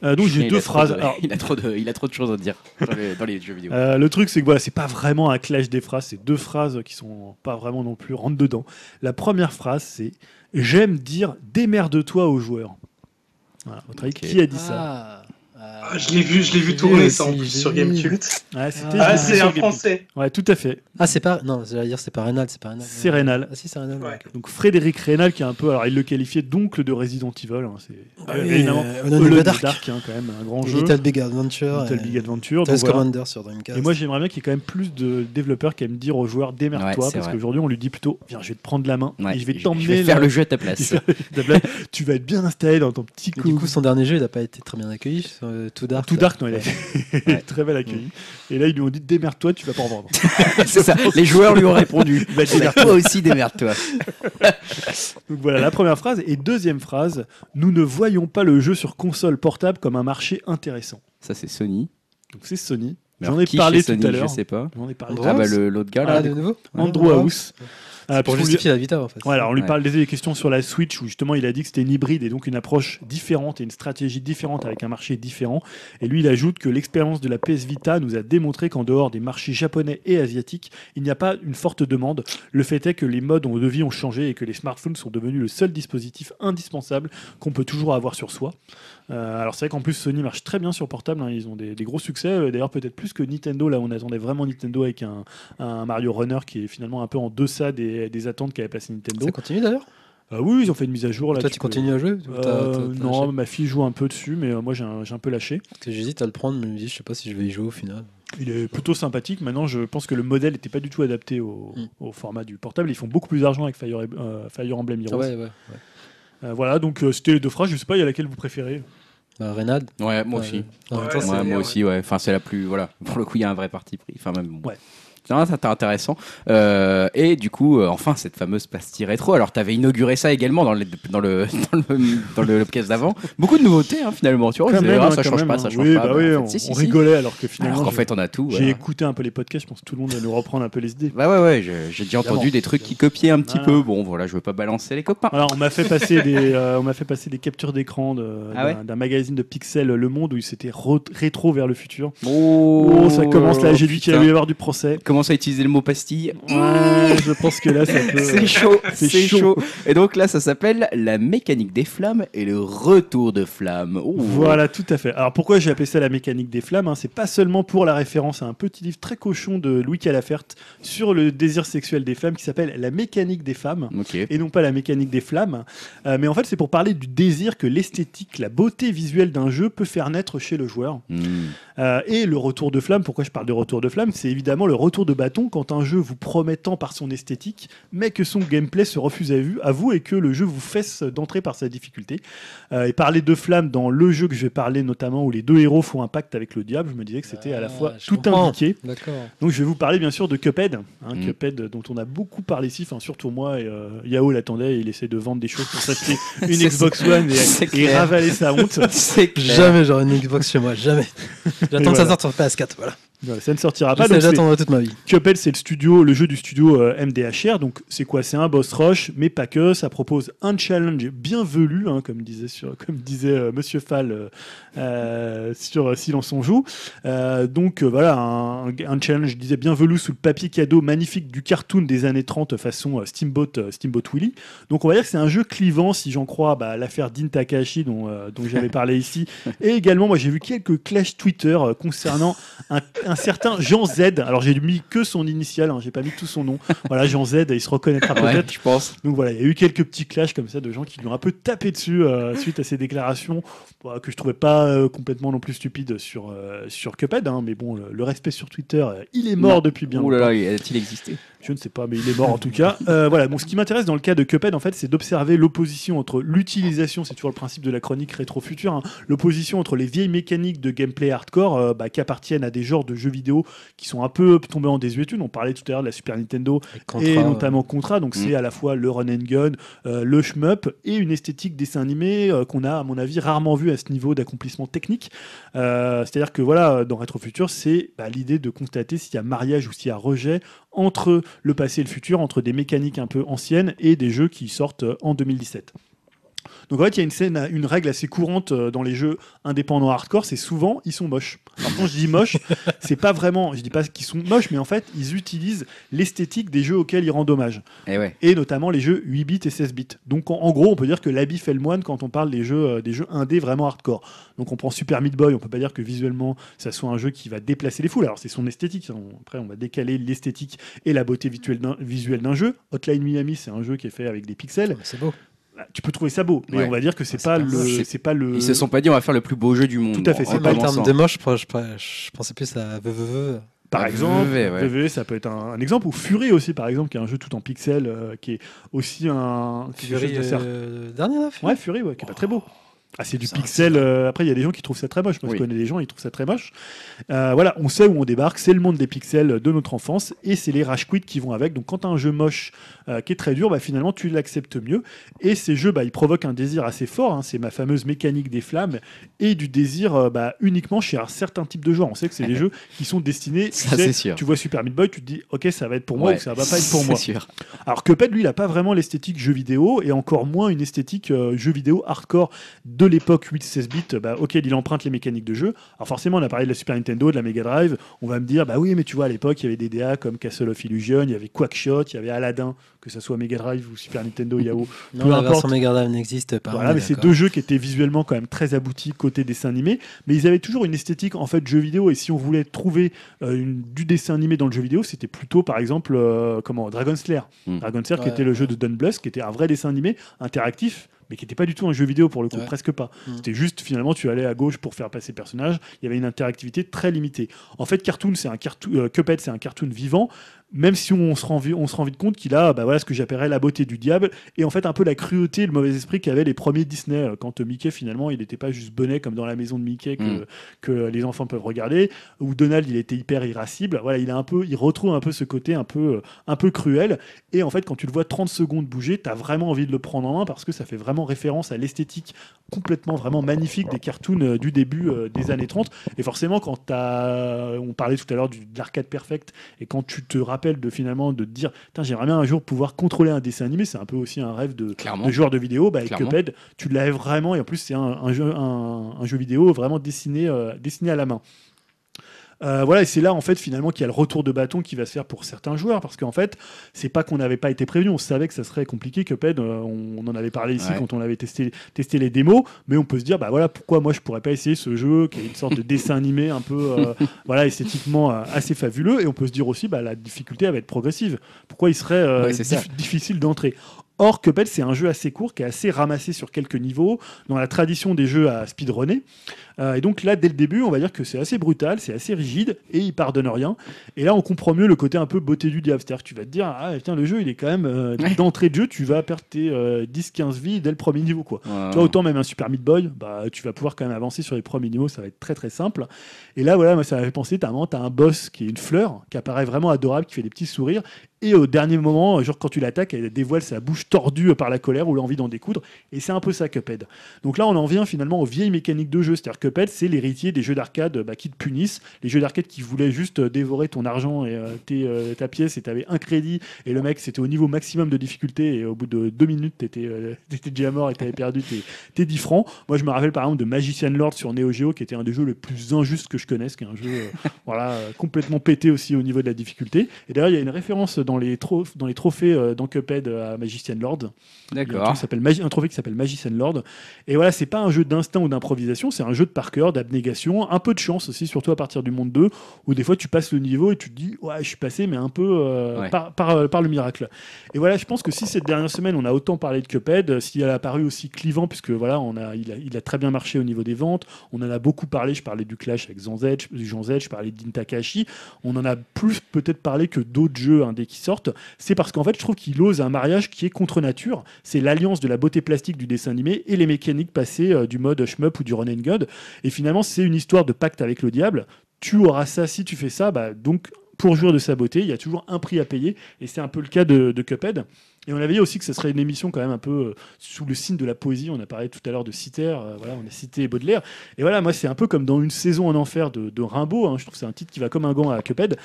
Speaker 2: Euh, donc
Speaker 1: Chien,
Speaker 2: j'ai
Speaker 1: il
Speaker 2: deux
Speaker 1: a trop
Speaker 2: phrases.
Speaker 1: de-
Speaker 2: Alors,
Speaker 1: il, a trop de, il a trop de choses à dire dans les, dans les jeux vidéo.
Speaker 2: Euh, le truc, c'est que voilà, c'est pas vraiment un clash des phrases, c'est deux phrases qui sont pas vraiment non plus rentre dedans. La première phrase, c'est J'aime dire démerde-toi aux joueurs. Voilà, votre avis,
Speaker 1: Ok.
Speaker 2: qui a dit ça
Speaker 3: Ah, je l'ai vu, je l'ai vu tourner ça en plus sur GameCube.
Speaker 2: Ouais, c'était-
Speaker 4: Ah,
Speaker 2: c'était
Speaker 3: Ah, c'est
Speaker 2: sur
Speaker 3: un
Speaker 2: Game-
Speaker 3: français.
Speaker 2: Ouais, tout à fait.
Speaker 4: Ah, c'est pas. Non, j'allais dire, c'est pas Reynal, c'est pas Reynal.
Speaker 2: C'est Rénal.
Speaker 4: Ah, si, c'est Reynal.
Speaker 3: Ouais.
Speaker 2: Donc Frédéric Rénal, qui est un peu. Alors, il le qualifiait d'oncle de Resident Evil. hein, c'est
Speaker 4: Ah
Speaker 2: euh,
Speaker 4: oui,
Speaker 2: évidemment,
Speaker 4: euh,
Speaker 2: Alone in the Dark,
Speaker 4: Dark
Speaker 2: hein, quand même, un grand jeu.
Speaker 4: Little Big Adventure.
Speaker 2: Little
Speaker 4: et
Speaker 2: Big Adventure. donc
Speaker 4: Tails
Speaker 2: voilà.
Speaker 4: Commander sur Dreamcast.
Speaker 2: Et moi, j'aimerais bien qu'il y ait quand même plus de développeurs qui aiment dire aux joueurs démerde-toi,
Speaker 1: Ouais, c'est
Speaker 2: parce
Speaker 1: vrai.
Speaker 2: qu'aujourd'hui, on lui dit plutôt Viens, je vais te prendre la main
Speaker 1: Ouais,
Speaker 2: et je vais
Speaker 1: vais
Speaker 2: t'emmener
Speaker 1: faire
Speaker 2: là-
Speaker 1: le jeu à ta
Speaker 2: Tu
Speaker 1: place.
Speaker 2: fais la blague, tu vas être bien installé dans ton petit
Speaker 4: Mais
Speaker 2: coup.
Speaker 4: du coup, son dernier jeu, il n'a pas été très bien accueilli. euh, Too Dark.
Speaker 2: tout
Speaker 4: là.
Speaker 2: dark, non, il a
Speaker 4: Ouais.
Speaker 2: été très mal accueilli. Et là, ils lui ont dit démerde-toi, tu vas pas en vendre.
Speaker 1: c'est ça. Les joueurs lui ont répondu.
Speaker 2: Bah,
Speaker 1: On a- Toi aussi, démerde-toi.
Speaker 2: Donc voilà la première phrase. Et deuxième phrase, nous ne voyons pas le jeu sur console portable comme un marché intéressant.
Speaker 1: Ça, c'est Sony.
Speaker 2: Donc c'est Sony.
Speaker 1: Mais
Speaker 2: J'en
Speaker 1: alors,
Speaker 2: ai
Speaker 1: qui
Speaker 2: parlé
Speaker 1: chez
Speaker 2: tout
Speaker 1: Sony,
Speaker 2: à l'heure.
Speaker 1: Je sais pas.
Speaker 2: J'en ai parlé.
Speaker 4: Andrew
Speaker 1: Ah, bah,
Speaker 4: House
Speaker 1: le- l'autre gars
Speaker 4: Ah,
Speaker 1: là.
Speaker 4: de nouveau
Speaker 2: Andrew House. Ah,
Speaker 4: Pour
Speaker 2: puisqu'on lui-
Speaker 4: justifier la Vita, en fait.
Speaker 2: Ouais, alors on lui
Speaker 1: Ouais.
Speaker 2: parle des questions sur la Switch où justement il a dit que c'était une hybride et donc une approche différente et une stratégie différente avec un marché différent. Et lui il ajoute que l'expérience de la PS Vita nous a démontré qu'en dehors des marchés japonais et asiatiques, il n'y a pas une forte demande. Le fait est que les modes de vie ont changé et que les smartphones sont devenus le seul dispositif indispensable qu'on peut toujours avoir sur soi. Euh, alors c'est vrai qu'en plus Sony marche très bien sur portable, hein. ils ont des, des gros succès, Euh, d'ailleurs peut-être plus que Nintendo, là on attendait vraiment Nintendo avec un, un Mario Runner qui est finalement un peu en deçà des, des attentes qu'avait placé Nintendo.
Speaker 4: Ça continue d'ailleurs
Speaker 2: Ah oui, ils ont fait une mise à jour là.
Speaker 4: Toi,
Speaker 2: tu
Speaker 4: tu
Speaker 2: peux-
Speaker 4: continues à jouer ou
Speaker 2: Euh,
Speaker 4: t'as- t'as- t'as
Speaker 2: Non,
Speaker 4: lâché
Speaker 2: ma fille joue un peu dessus, mais euh, moi j'ai un, j'ai un peu lâché.
Speaker 4: Parce que J'hésite à le prendre, mais je me dis, je sais pas si je vais y jouer au final.
Speaker 2: Il est plutôt sympathique. Maintenant, je pense que le modèle n'était pas du tout adapté au,
Speaker 4: Mm.
Speaker 2: au format du portable. Ils font beaucoup plus d'argent avec Fire, Em- euh, Fire Emblem Heroes.
Speaker 4: ouais, ouais. ouais.
Speaker 2: Euh, voilà, donc euh, c'était les deux phrases. Je sais pas, il y a laquelle vous préférez.
Speaker 4: Bah, Reynald.
Speaker 1: Ouais, moi aussi.
Speaker 4: euh, en même
Speaker 3: Ouais,
Speaker 4: temps,
Speaker 1: Ouais,
Speaker 3: c'est
Speaker 1: moi
Speaker 3: bien, ouais.
Speaker 1: aussi, ouais. Enfin, c'est la plus. Voilà. Pour le coup, il y a un vrai parti pris. Enfin, même. bon.
Speaker 2: Ouais.
Speaker 1: Non, ça, c'était intéressant. Euh, et du coup, euh, enfin, cette fameuse pastille rétro. Alors, t'avais inauguré ça également dans le dans le dans le, dans le podcast d'avant. Beaucoup de nouveautés, hein, finalement. Tu vois,
Speaker 2: Quand
Speaker 1: on disait,
Speaker 2: même,
Speaker 1: ah,
Speaker 2: hein,
Speaker 1: ça
Speaker 2: quand
Speaker 1: change
Speaker 2: même,
Speaker 1: pas,
Speaker 2: hein.
Speaker 1: ça change
Speaker 2: oui,
Speaker 1: pas.
Speaker 2: Bah,
Speaker 1: Mais
Speaker 2: oui,
Speaker 1: en
Speaker 2: on,
Speaker 1: fait, si, si,
Speaker 2: on
Speaker 1: si.
Speaker 2: rigolait alors que finalement.
Speaker 1: Alors qu'en
Speaker 2: j'ai-
Speaker 1: fait, on a tout. euh.
Speaker 2: J'ai
Speaker 1: voilà.
Speaker 2: écouté un peu les podcasts. Je pense que tout le monde va nous reprendre un peu les idées.
Speaker 1: Bah ouais, ouais, je- j'ai déjà entendu
Speaker 4: Évidemment.
Speaker 1: des trucs qui copiaient un petit
Speaker 2: Voilà.
Speaker 1: peu. Bon, voilà, je veux pas balancer les copains.
Speaker 2: Voilà, on m'a fait passer des, euh, on m'a fait passer des captures d'écran de-
Speaker 1: Ah ouais
Speaker 2: d'un d'un magazine de Pixel Le Monde où il s'était re- rétro vers le futur.
Speaker 1: Oh,
Speaker 2: Oh, ça commence là, j'ai dit qu'il
Speaker 1: putain.
Speaker 2: allait y avoir du procès.
Speaker 1: Commence à utiliser le mot pastille.
Speaker 2: Ouais, je pense que là, ça peut. euh,
Speaker 1: C'est chaud,
Speaker 2: C'est
Speaker 1: c'est
Speaker 2: chaud.
Speaker 1: chaud. Et donc là, ça s'appelle la mécanique des flammes et le retour de flammes. Ouh.
Speaker 2: Voilà, tout à fait. Alors pourquoi j'ai appelé ça la mécanique des flammes hein, C'est pas seulement pour la référence à un petit livre très cochon de Louis Calafert sur le désir sexuel des femmes qui s'appelle La mécanique des femmes.
Speaker 1: Ok.
Speaker 2: et non pas la mécanique des flammes. Euh, mais en fait, c'est pour parler du désir que l'esthétique, la beauté visuelle d'un jeu peut faire naître chez le joueur.
Speaker 1: Hmm.
Speaker 2: Euh, et le retour de flamme, pourquoi je parle de retour de flamme C'est évidemment le retour de bâton quand un jeu vous promet tant par son esthétique, mais que son gameplay se refuse à, vue, à vous et que le jeu vous fesse d'entrée par sa difficulté. Euh, et parler de flamme dans le jeu que je vais parler notamment, où les deux héros font un pacte avec le diable, je me disais que c'était à la
Speaker 4: Ah,
Speaker 2: fois
Speaker 4: je
Speaker 2: tout
Speaker 4: comprends.
Speaker 2: indiqué.
Speaker 4: D'accord.
Speaker 2: Donc je vais vous parler bien sûr de Cuphead, hein,
Speaker 1: Mm.
Speaker 2: Cuphead dont on a beaucoup parlé ici, enfin surtout moi, et, euh, Yao l'attendait et il essaie de vendre des choses pour s'acheter une
Speaker 1: C'est
Speaker 2: Xbox One
Speaker 1: C'est
Speaker 2: et, et
Speaker 1: clair.
Speaker 2: ravaler sa honte.
Speaker 1: C'est clair.
Speaker 4: Jamais j'aurai une Xbox chez moi, jamais.
Speaker 2: Et
Speaker 4: J'attends que ça
Speaker 2: voilà.
Speaker 4: sorte sur PS4, voilà.
Speaker 2: Voilà, ça ne sortira
Speaker 4: Je
Speaker 2: pas.
Speaker 4: sais,
Speaker 2: donc c'est-
Speaker 4: J'attendrai toute ma vie.
Speaker 2: Cuphead, c'est le studio, le jeu du studio euh, MDHR. Donc, c'est quoi C'est un boss rush, mais pas que. Ça propose un challenge bien velu, hein, comme disait sur, comme disait euh, Monsieur Fall euh, euh, sur euh, Silence on joue. Euh, donc euh, voilà, un, un challenge, je disais bien velu sous le papier cadeau magnifique du cartoon des années 30 façon euh, Steamboat, euh, Steamboat Willie. Donc, on va dire que c'est un jeu clivant, si j'en crois, bah, l'affaire Dean Takahashi dont, euh, dont j'avais parlé ici, et également, moi, j'ai vu quelques clashs Twitter euh, concernant un, un certain Jean Z. Alors j'ai mis que son initial, hein, j'ai pas mis tout son nom. Voilà, Jean Z, il se reconnaîtra peut-être.
Speaker 1: Ouais, je pense.
Speaker 2: Donc voilà, il y a eu quelques petits clashs comme ça de gens qui lui ont un peu tapé dessus euh, suite à ses déclarations bah, que je trouvais pas euh, complètement non plus stupides sur, euh, sur Cuphead. hein, mais bon, le, le respect sur Twitter, euh, il est mort
Speaker 1: Non.
Speaker 2: depuis bien
Speaker 1: Ouh là
Speaker 2: longtemps.
Speaker 1: là, a-t-il existé
Speaker 2: Je ne sais pas, mais il est mort en tout cas. Euh, voilà, bon, ce qui m'intéresse dans le cas de Cuphead, en fait, c'est d'observer l'opposition entre l'utilisation, c'est toujours le principe de la chronique rétro-future, hein, l'opposition entre les vieilles mécaniques de gameplay hardcore euh, bah, qui appartiennent à des genres de jeux vidéo qui sont un peu tombés en désuétude. On parlait tout à l'heure de la Super Nintendo et notamment Contra, donc
Speaker 1: Mm.
Speaker 2: c'est à la fois le run and gun, euh, le shmup et une esthétique dessin animé euh, qu'on a, à mon avis, rarement vu à ce niveau d'accomplissement technique. Euh, C'est-à-dire que voilà, dans Retro Future, c'est bah, l'idée de constater s'il y a mariage ou s'il y a rejet entre le passé et le futur, entre des mécaniques un peu anciennes et des jeux qui sortent euh, en 2017. Donc en fait, il y a une, scène, une règle assez courante euh, dans les jeux indépendants hardcore, c'est souvent ils sont moches. Alors quand je dis moches, c'est pas vraiment, je dis pas qu'ils sont moches, mais en fait, ils utilisent l'esthétique des jeux auxquels ils rendent hommage
Speaker 1: Eh ouais.
Speaker 2: et notamment les jeux 8 bits et 16 bits. Donc en, en gros, on peut dire que l'habit fait le moine quand on parle des jeux, euh, des jeux indés vraiment hardcore. Donc on prend Super Meat Boy, on peut pas dire que visuellement ça soit un jeu qui va déplacer les foules. Alors c'est son esthétique, hein. On- après on va décaler l'esthétique et la beauté visuelle d'un- visuelle d'un jeu. Hotline Miami, c'est un jeu qui est fait avec des pixels.
Speaker 5: C'est beau.
Speaker 2: Bah, Tu peux trouver ça beau, mais
Speaker 1: Ouais. Ah,
Speaker 2: on va dire que c'est
Speaker 5: Ouais,
Speaker 2: pas,
Speaker 5: c'est pas
Speaker 1: moche.
Speaker 2: le, c'est pas le.
Speaker 1: Ils se sont pas dit on va faire le plus beau jeu du monde.
Speaker 2: Euh, Tout à fait,
Speaker 1: en
Speaker 2: c'est
Speaker 4: Ouais, mais en
Speaker 1: balançant.
Speaker 4: termes de moche, je, je- je pensais plus à VVV.
Speaker 2: Par
Speaker 1: Ah,
Speaker 2: exemple,
Speaker 1: VVV, ouais.
Speaker 2: VVV, ça peut être un, un exemple. Ou Fury aussi, par exemple, qui est un jeu tout en pixels, euh, qui est aussi un. quelque chose
Speaker 4: Fury,
Speaker 2: d'assez
Speaker 4: euh, le dernier là, Fury
Speaker 2: Ouais, Fury, ouais, qui est pas très beau.
Speaker 1: Oh,
Speaker 2: Ah, c'est du
Speaker 5: Ça,
Speaker 2: pixel. euh, après, il y a des gens qui trouvent ça très moche. Moi,
Speaker 1: Oui.
Speaker 2: je connais des gens, ils trouvent ça très moche. Euh, voilà, on sait où on débarque. C'est le monde des pixels de notre enfance et c'est les rage quits qui vont avec. Donc, quand t'as un jeu moche euh, qui est très dur, bah, finalement, tu l'acceptes mieux. Et ces jeux, bah, ils provoquent un désir assez fort. hein. C'est ma fameuse mécanique des flammes et du désir euh, bah, uniquement chez un certain type de joueur. On sait que c'est des jeux qui sont destinés. tu
Speaker 1: Ça,
Speaker 2: sais,
Speaker 1: c'est sûr.
Speaker 2: Tu vois Super Meat Boy, tu te dis, ok, ça va être pour moi
Speaker 1: Ouais,
Speaker 2: ou ça va pas être pour
Speaker 1: c'est
Speaker 2: moi.
Speaker 1: sûr.
Speaker 2: Alors Cuphead, lui, il n'a pas vraiment l'esthétique jeu vidéo et encore moins une esthétique euh, jeu vidéo hardcore de l'époque 8-16 bits bah, auquel il emprunte les mécaniques de jeu. Alors forcément, on a parlé de la Super Nintendo, de la Mega Drive. On va me dire, bah oui, mais tu vois, à l'époque, il y avait des DA comme Castle of Illusion, il y avait Quackshot, il y avait Aladdin, que ce soit Mega Drive ou Super Nintendo, Yahoo.
Speaker 4: Non,
Speaker 2: Peu
Speaker 4: la
Speaker 2: importe.
Speaker 4: version Mega Drive n'existe pas. on
Speaker 2: Voilà,
Speaker 4: est
Speaker 2: mais c'est
Speaker 4: d'accord.
Speaker 2: deux jeux qui étaient visuellement quand même très aboutis côté dessin animé, mais ils avaient toujours une esthétique en fait jeu vidéo. Et si on voulait trouver euh, une- du dessin animé dans le jeu vidéo, c'était plutôt par exemple euh, comment Dragon Slayer,
Speaker 1: Mm.
Speaker 2: Dragon Slayer qui
Speaker 4: Ouais.
Speaker 2: était le jeu de Don Bluth, qui était un vrai dessin animé interactif. Mais qui n'était pas du tout un jeu vidéo pour le coup,
Speaker 4: Ouais.
Speaker 2: presque pas.
Speaker 4: Mm.
Speaker 2: C'était juste finalement tu allais à gauche pour faire passer le personnage. Il y avait une interactivité très limitée. En fait, cartoon, c'est un cartoon, euh, Cuphead, c'est un cartoon vivant. Même si on se rend, vi- on se rend vite compte qu'il a, bah voilà, ce que j'appellerais la beauté du diable, et en fait un peu la cruauté, le mauvais esprit qu'avaient les premiers Disney euh, quand euh, Mickey finalement il n'était pas juste bonnet comme dans la maison de Mickey que,
Speaker 1: Mm.
Speaker 2: que les enfants peuvent regarder où Donald il était hyper irascible voilà il a un peu il retrouve un peu ce côté un peu euh, un peu cruel et en fait quand tu le vois 30 secondes bouger t'as vraiment envie de le prendre en main parce que ça fait vraiment référence à l'esthétique complètement vraiment magnifique des cartoons euh, du début euh, des années 30 et forcément quand t'as euh, on parlait tout à l'heure du- de l'arcade perfect et quand tu te rappelles de finalement de te dire Putain, j'aimerais bien un jour pouvoir contrôler un dessin animé c'est un peu aussi un rêve de
Speaker 1: Clairement.
Speaker 2: de joueur de vidéo, bah, avec
Speaker 1: Clairement.
Speaker 2: Cuphead, tu l'avais vraiment, et en plus c'est un, un jeu, un, un jeu vidéo vraiment dessiné, euh, dessiné à la main. Euh, voilà, et c'est là en fait finalement qu'il y a le retour de bâton qui va se faire pour certains joueurs, parce qu'en fait, c'est pas qu'on n'avait pas été prévenu, on savait que ça serait compliqué, Cuphead, euh, on, on en avait parlé ici
Speaker 1: Ouais.
Speaker 2: quand on avait testé, testé les démos, mais on peut se dire, bah voilà, pourquoi moi je pourrais pas essayer ce jeu qui est une sorte de dessin animé un peu, euh, voilà, esthétiquement euh, assez fabuleux, et on peut se dire aussi, bah la difficulté elle va être progressive, pourquoi il serait euh,
Speaker 1: Ouais, c'est ça.
Speaker 2: dif- difficile d'entrer. Or, Cuphead, c'est un jeu assez court qui est assez ramassé sur quelques niveaux, dans la tradition des jeux à speedrunner. Euh, et donc là, dès le début, on va dire que c'est assez brutal, c'est assez rigide, et il pardonne rien. Et là, on comprend mieux le côté un peu beauté du diable. C'est-à-dire que tu vas te dire, ah tiens, le jeu, il est quand même euh,
Speaker 1: Ouais.
Speaker 2: d'entrée de jeu, tu vas perdre tes euh, 10-15 vies dès le premier niveau, quoi.
Speaker 1: Ouais.
Speaker 2: Tu vois, autant même un Super Meat Boy, bah, tu vas pouvoir quand même avancer sur les premiers niveaux, ça va être très très simple. Et là, voilà, moi, ça m'a fait penser, t'as un, moment, t'as un boss qui est une fleur, qui apparaît vraiment adorable, qui fait des petits sourires, et au dernier moment, euh, genre quand tu l'attaques, elle dévoile sa bouche tordue euh, par la colère ou l'envie d'en découdre, et c'est un peu ça Cuphead. Donc là, on en vient finalement aux vieilles mécaniques de jeu, c'est-à-dire que Cuphead, c'est l'héritier des jeux d'arcade euh, bah, qui te punissent, les jeux d'arcade qui voulaient juste euh, dévorer ton argent et euh, tes, euh, ta pièce, et t'avais un crédit, et le mec, c'était au niveau maximum de difficulté, et au bout de deux minutes, t'étais euh, t'étais déjà mort et t'avais perdu tes, tes 10 francs. Moi, je me rappelle par exemple de Magician Lord sur Neo Geo, qui était un des jeux les plus injustes que je connaisse, qui est un jeu euh, voilà, euh, complètement pété aussi au niveau de la difficulté. Et d'ailleurs, il y a une référence dans dans les, tro- dans les trophées euh, dans Cuphead à Magician Lord. Il y a un, truc
Speaker 1: D'accord.
Speaker 2: qui s'appelle Magi- un trophée qui s'appelle Magician Lord. Et voilà, c'est pas un jeu d'instinct ou d'improvisation, c'est un jeu de par cœur, d'abnégation, un peu de chance aussi, surtout à partir du monde 2, où des fois tu passes le niveau et tu te dis, ouais, je suis passé, mais un peu euh,
Speaker 1: Ouais.
Speaker 2: par, par, euh, par le miracle. Et voilà, je pense que si cette dernière semaine on a autant parlé de Cuphead, euh, s'il a apparu aussi clivant, puisque voilà, on a, il, a, il a très bien marché au niveau des ventes, on en a beaucoup parlé, je parlais du Clash avec Jean Z, je- Jean Z, je parlais d'Intakashi, on en a plus peut-être parlé que d'autres jeux indés qui sortent, c'est parce qu'en fait je trouve qu'il ose un mariage qui est contre nature, c'est l'alliance de la beauté plastique du dessin animé et les mécaniques passées euh, du mode shmup ou du run and god, et finalement c'est une histoire de pacte avec le diable, tu auras ça si tu fais ça, bah donc pour jouir de sa beauté, il y a toujours un prix à payer, et c'est un peu le cas de, de Cuphead. Et on avait dit aussi que ce serait une émission quand même un peu euh, sous le signe de la poésie. On a parlé tout à l'heure de Citaire, euh, voilà, on a cité Baudelaire. Et voilà, moi c'est un peu comme dans Une saison en enfer de, de Rimbaud. hein. je trouve que c'est un titre qui va comme un gant à Cuphead.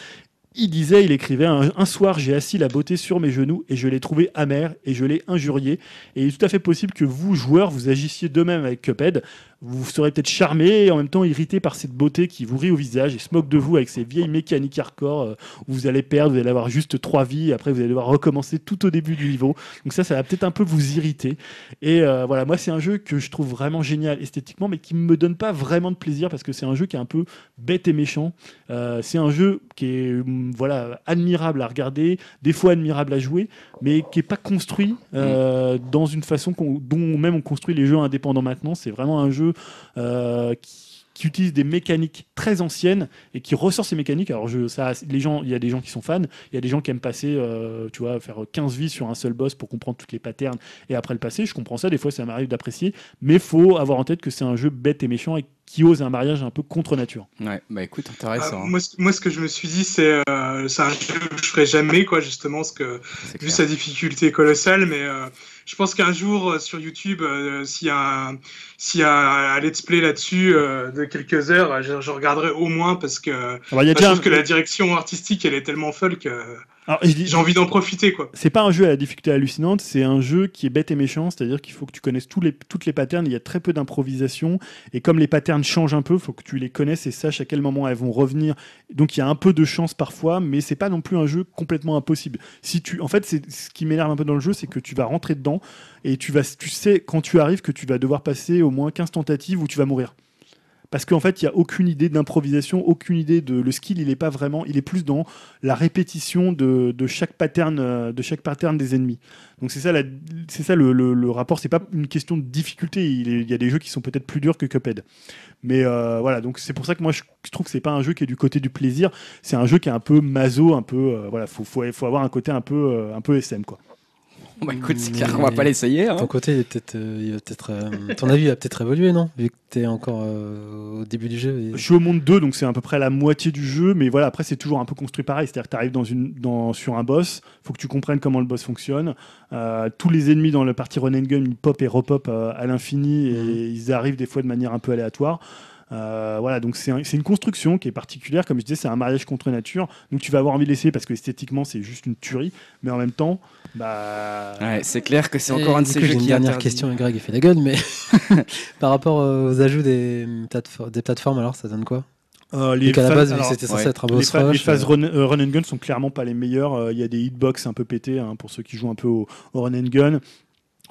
Speaker 2: Il disait, il écrivait un, un soir, j'ai assis la beauté sur mes genoux et je l'ai trouvée amère et je l'ai injuriée. Et il est tout à fait possible que vous, joueurs, vous agissiez de même avec Cuphead. Vous serez peut-être charmé et en même temps irrité par cette beauté qui vous rit au visage et se moque de vous avec ses vieilles mécaniques hardcore euh, où vous allez perdre, vous allez avoir juste trois vies, après vous allez devoir recommencer tout au début du niveau. Donc ça, ça va peut-être un peu vous irriter. Et euh, voilà, moi c'est un jeu que je trouve vraiment génial esthétiquement, mais qui ne me donne pas vraiment de plaisir parce que c'est un jeu qui est un peu bête et méchant. Euh, c'est un jeu qui est hum, voilà admirable à regarder, des fois admirable à jouer, mais qui est pas construit euh, dans une façon qu'on- dont même on construit les jeux indépendants maintenant. C'est vraiment un jeu euh, qui, qui utilise des mécaniques très anciennes et qui ressort ces mécaniques. Alors je, ça, les gens, il y a des gens qui sont fans, il y a des gens qui aiment passer, euh, tu vois, faire 15 vies sur un seul boss pour comprendre toutes les patterns et après le passer. Je comprends ça, des fois ça m'arrive d'apprécier, mais faut avoir en tête que c'est un jeu bête et méchant et qui ose un mariage un peu contre nature.
Speaker 1: Ouais, bah écoute,
Speaker 3: Ah,
Speaker 1: intéressant. hein.
Speaker 3: moi, ce- moi, ce que je me suis dit, c'est euh, c'est un jeu que je ferai jamais, quoi, justement, parce que
Speaker 1: hein. C'est
Speaker 3: vu
Speaker 1: clair.
Speaker 3: sa difficulté colossale, mais euh, je pense qu'un jour euh, sur YouTube, euh, s'il y a un, s'il y a un, un let's play là-dessus euh, de quelques heures, euh, je, je regarderai au moins parce que euh,
Speaker 2: Alors, Ah bah, il y a
Speaker 3: je
Speaker 2: déjà un-
Speaker 3: trouve que la direction artistique, elle est tellement folle que
Speaker 2: Alors, je dis-
Speaker 3: j'ai envie d'en profiter, quoi.
Speaker 2: C'est pas un jeu à la difficulté hallucinante, c'est un jeu qui est bête et méchant, c'est-à-dire qu'il faut que tu connaisses tous les, toutes les patterns, il y a très peu d'improvisation, et comme les patterns changent un peu, faut que tu les connaisses et saches à quel moment elles vont revenir. Donc il y a un peu de chance parfois, mais c'est pas non plus un jeu complètement impossible. Si tu, en fait, c'est ce qui m'énerve un peu dans le jeu, c'est que tu vas rentrer dedans et tu vas, tu sais quand tu arrives que tu vas devoir passer au moins 15 tentatives où tu vas mourir. Parce qu'en fait, il n'y a aucune idée d'improvisation, aucune idée de. Le skill, il est pas vraiment. Il est plus dans la répétition de, de chaque pattern euh, de chaque pattern des ennemis. Donc c'est ça la- c'est ça le, le, le rapport, c'est pas une question de difficulté, il, est- il y a des jeux qui sont peut-être plus durs que Cuphead. Mais euh, voilà, donc c'est pour ça que moi je trouve que c'est pas un jeu qui est du côté du plaisir, c'est un jeu qui est un peu maso, un peu euh, voilà, faut, faut faut avoir un côté un peu euh, un peu SM quoi.
Speaker 1: Bah écoute, c'est clair qu'on va pas l'essayer. hein.
Speaker 4: Ton côté, il est peut-être, euh, il va peut-être, euh, ton avis va peut-être évoluer, non Vu que t'es encore euh, au début du jeu. et-
Speaker 2: Je suis au monde 2, donc c'est à peu près la moitié du jeu, mais voilà, après c'est toujours un peu construit pareil. C'est-à-dire que tu arrives dans une, dans, sur un boss, faut que tu comprennes comment le boss fonctionne. Euh, tous les ennemis dans la partie run and gun, ils pop et repop euh, à l'infini et
Speaker 4: Mhm.
Speaker 2: ils arrivent des fois de manière un peu aléatoire. Euh, voilà, donc c'est un- c'est une construction qui est particulière. Comme je disais, c'est un mariage contre nature. Donc tu vas avoir envie de l'essayer parce que esthétiquement, c'est juste une tuerie, mais en même temps, bah.
Speaker 1: Ouais, c'est clair que c'est
Speaker 4: Et
Speaker 1: encore un de
Speaker 4: du
Speaker 1: ces
Speaker 4: coup,
Speaker 1: jeux
Speaker 4: j'ai
Speaker 1: qui
Speaker 4: une dernière
Speaker 1: interdit.
Speaker 4: question et Greg il fait la gueule, mais par rapport euh, aux ajouts des, plateformes- des plateformes, alors ça donne quoi
Speaker 2: euh, les
Speaker 4: Vu qu'à la
Speaker 2: phases-
Speaker 4: base, vu que
Speaker 2: alors,
Speaker 4: c'était censé
Speaker 1: ouais,
Speaker 4: être un
Speaker 2: Les,
Speaker 4: boss
Speaker 2: pha- les
Speaker 4: rush,
Speaker 2: phases
Speaker 4: euh,
Speaker 2: run, euh, run and gun sont clairement pas les meilleures. Euh, Il y a des hitbox un peu pétés hein, pour ceux qui jouent un peu au, au run and gun.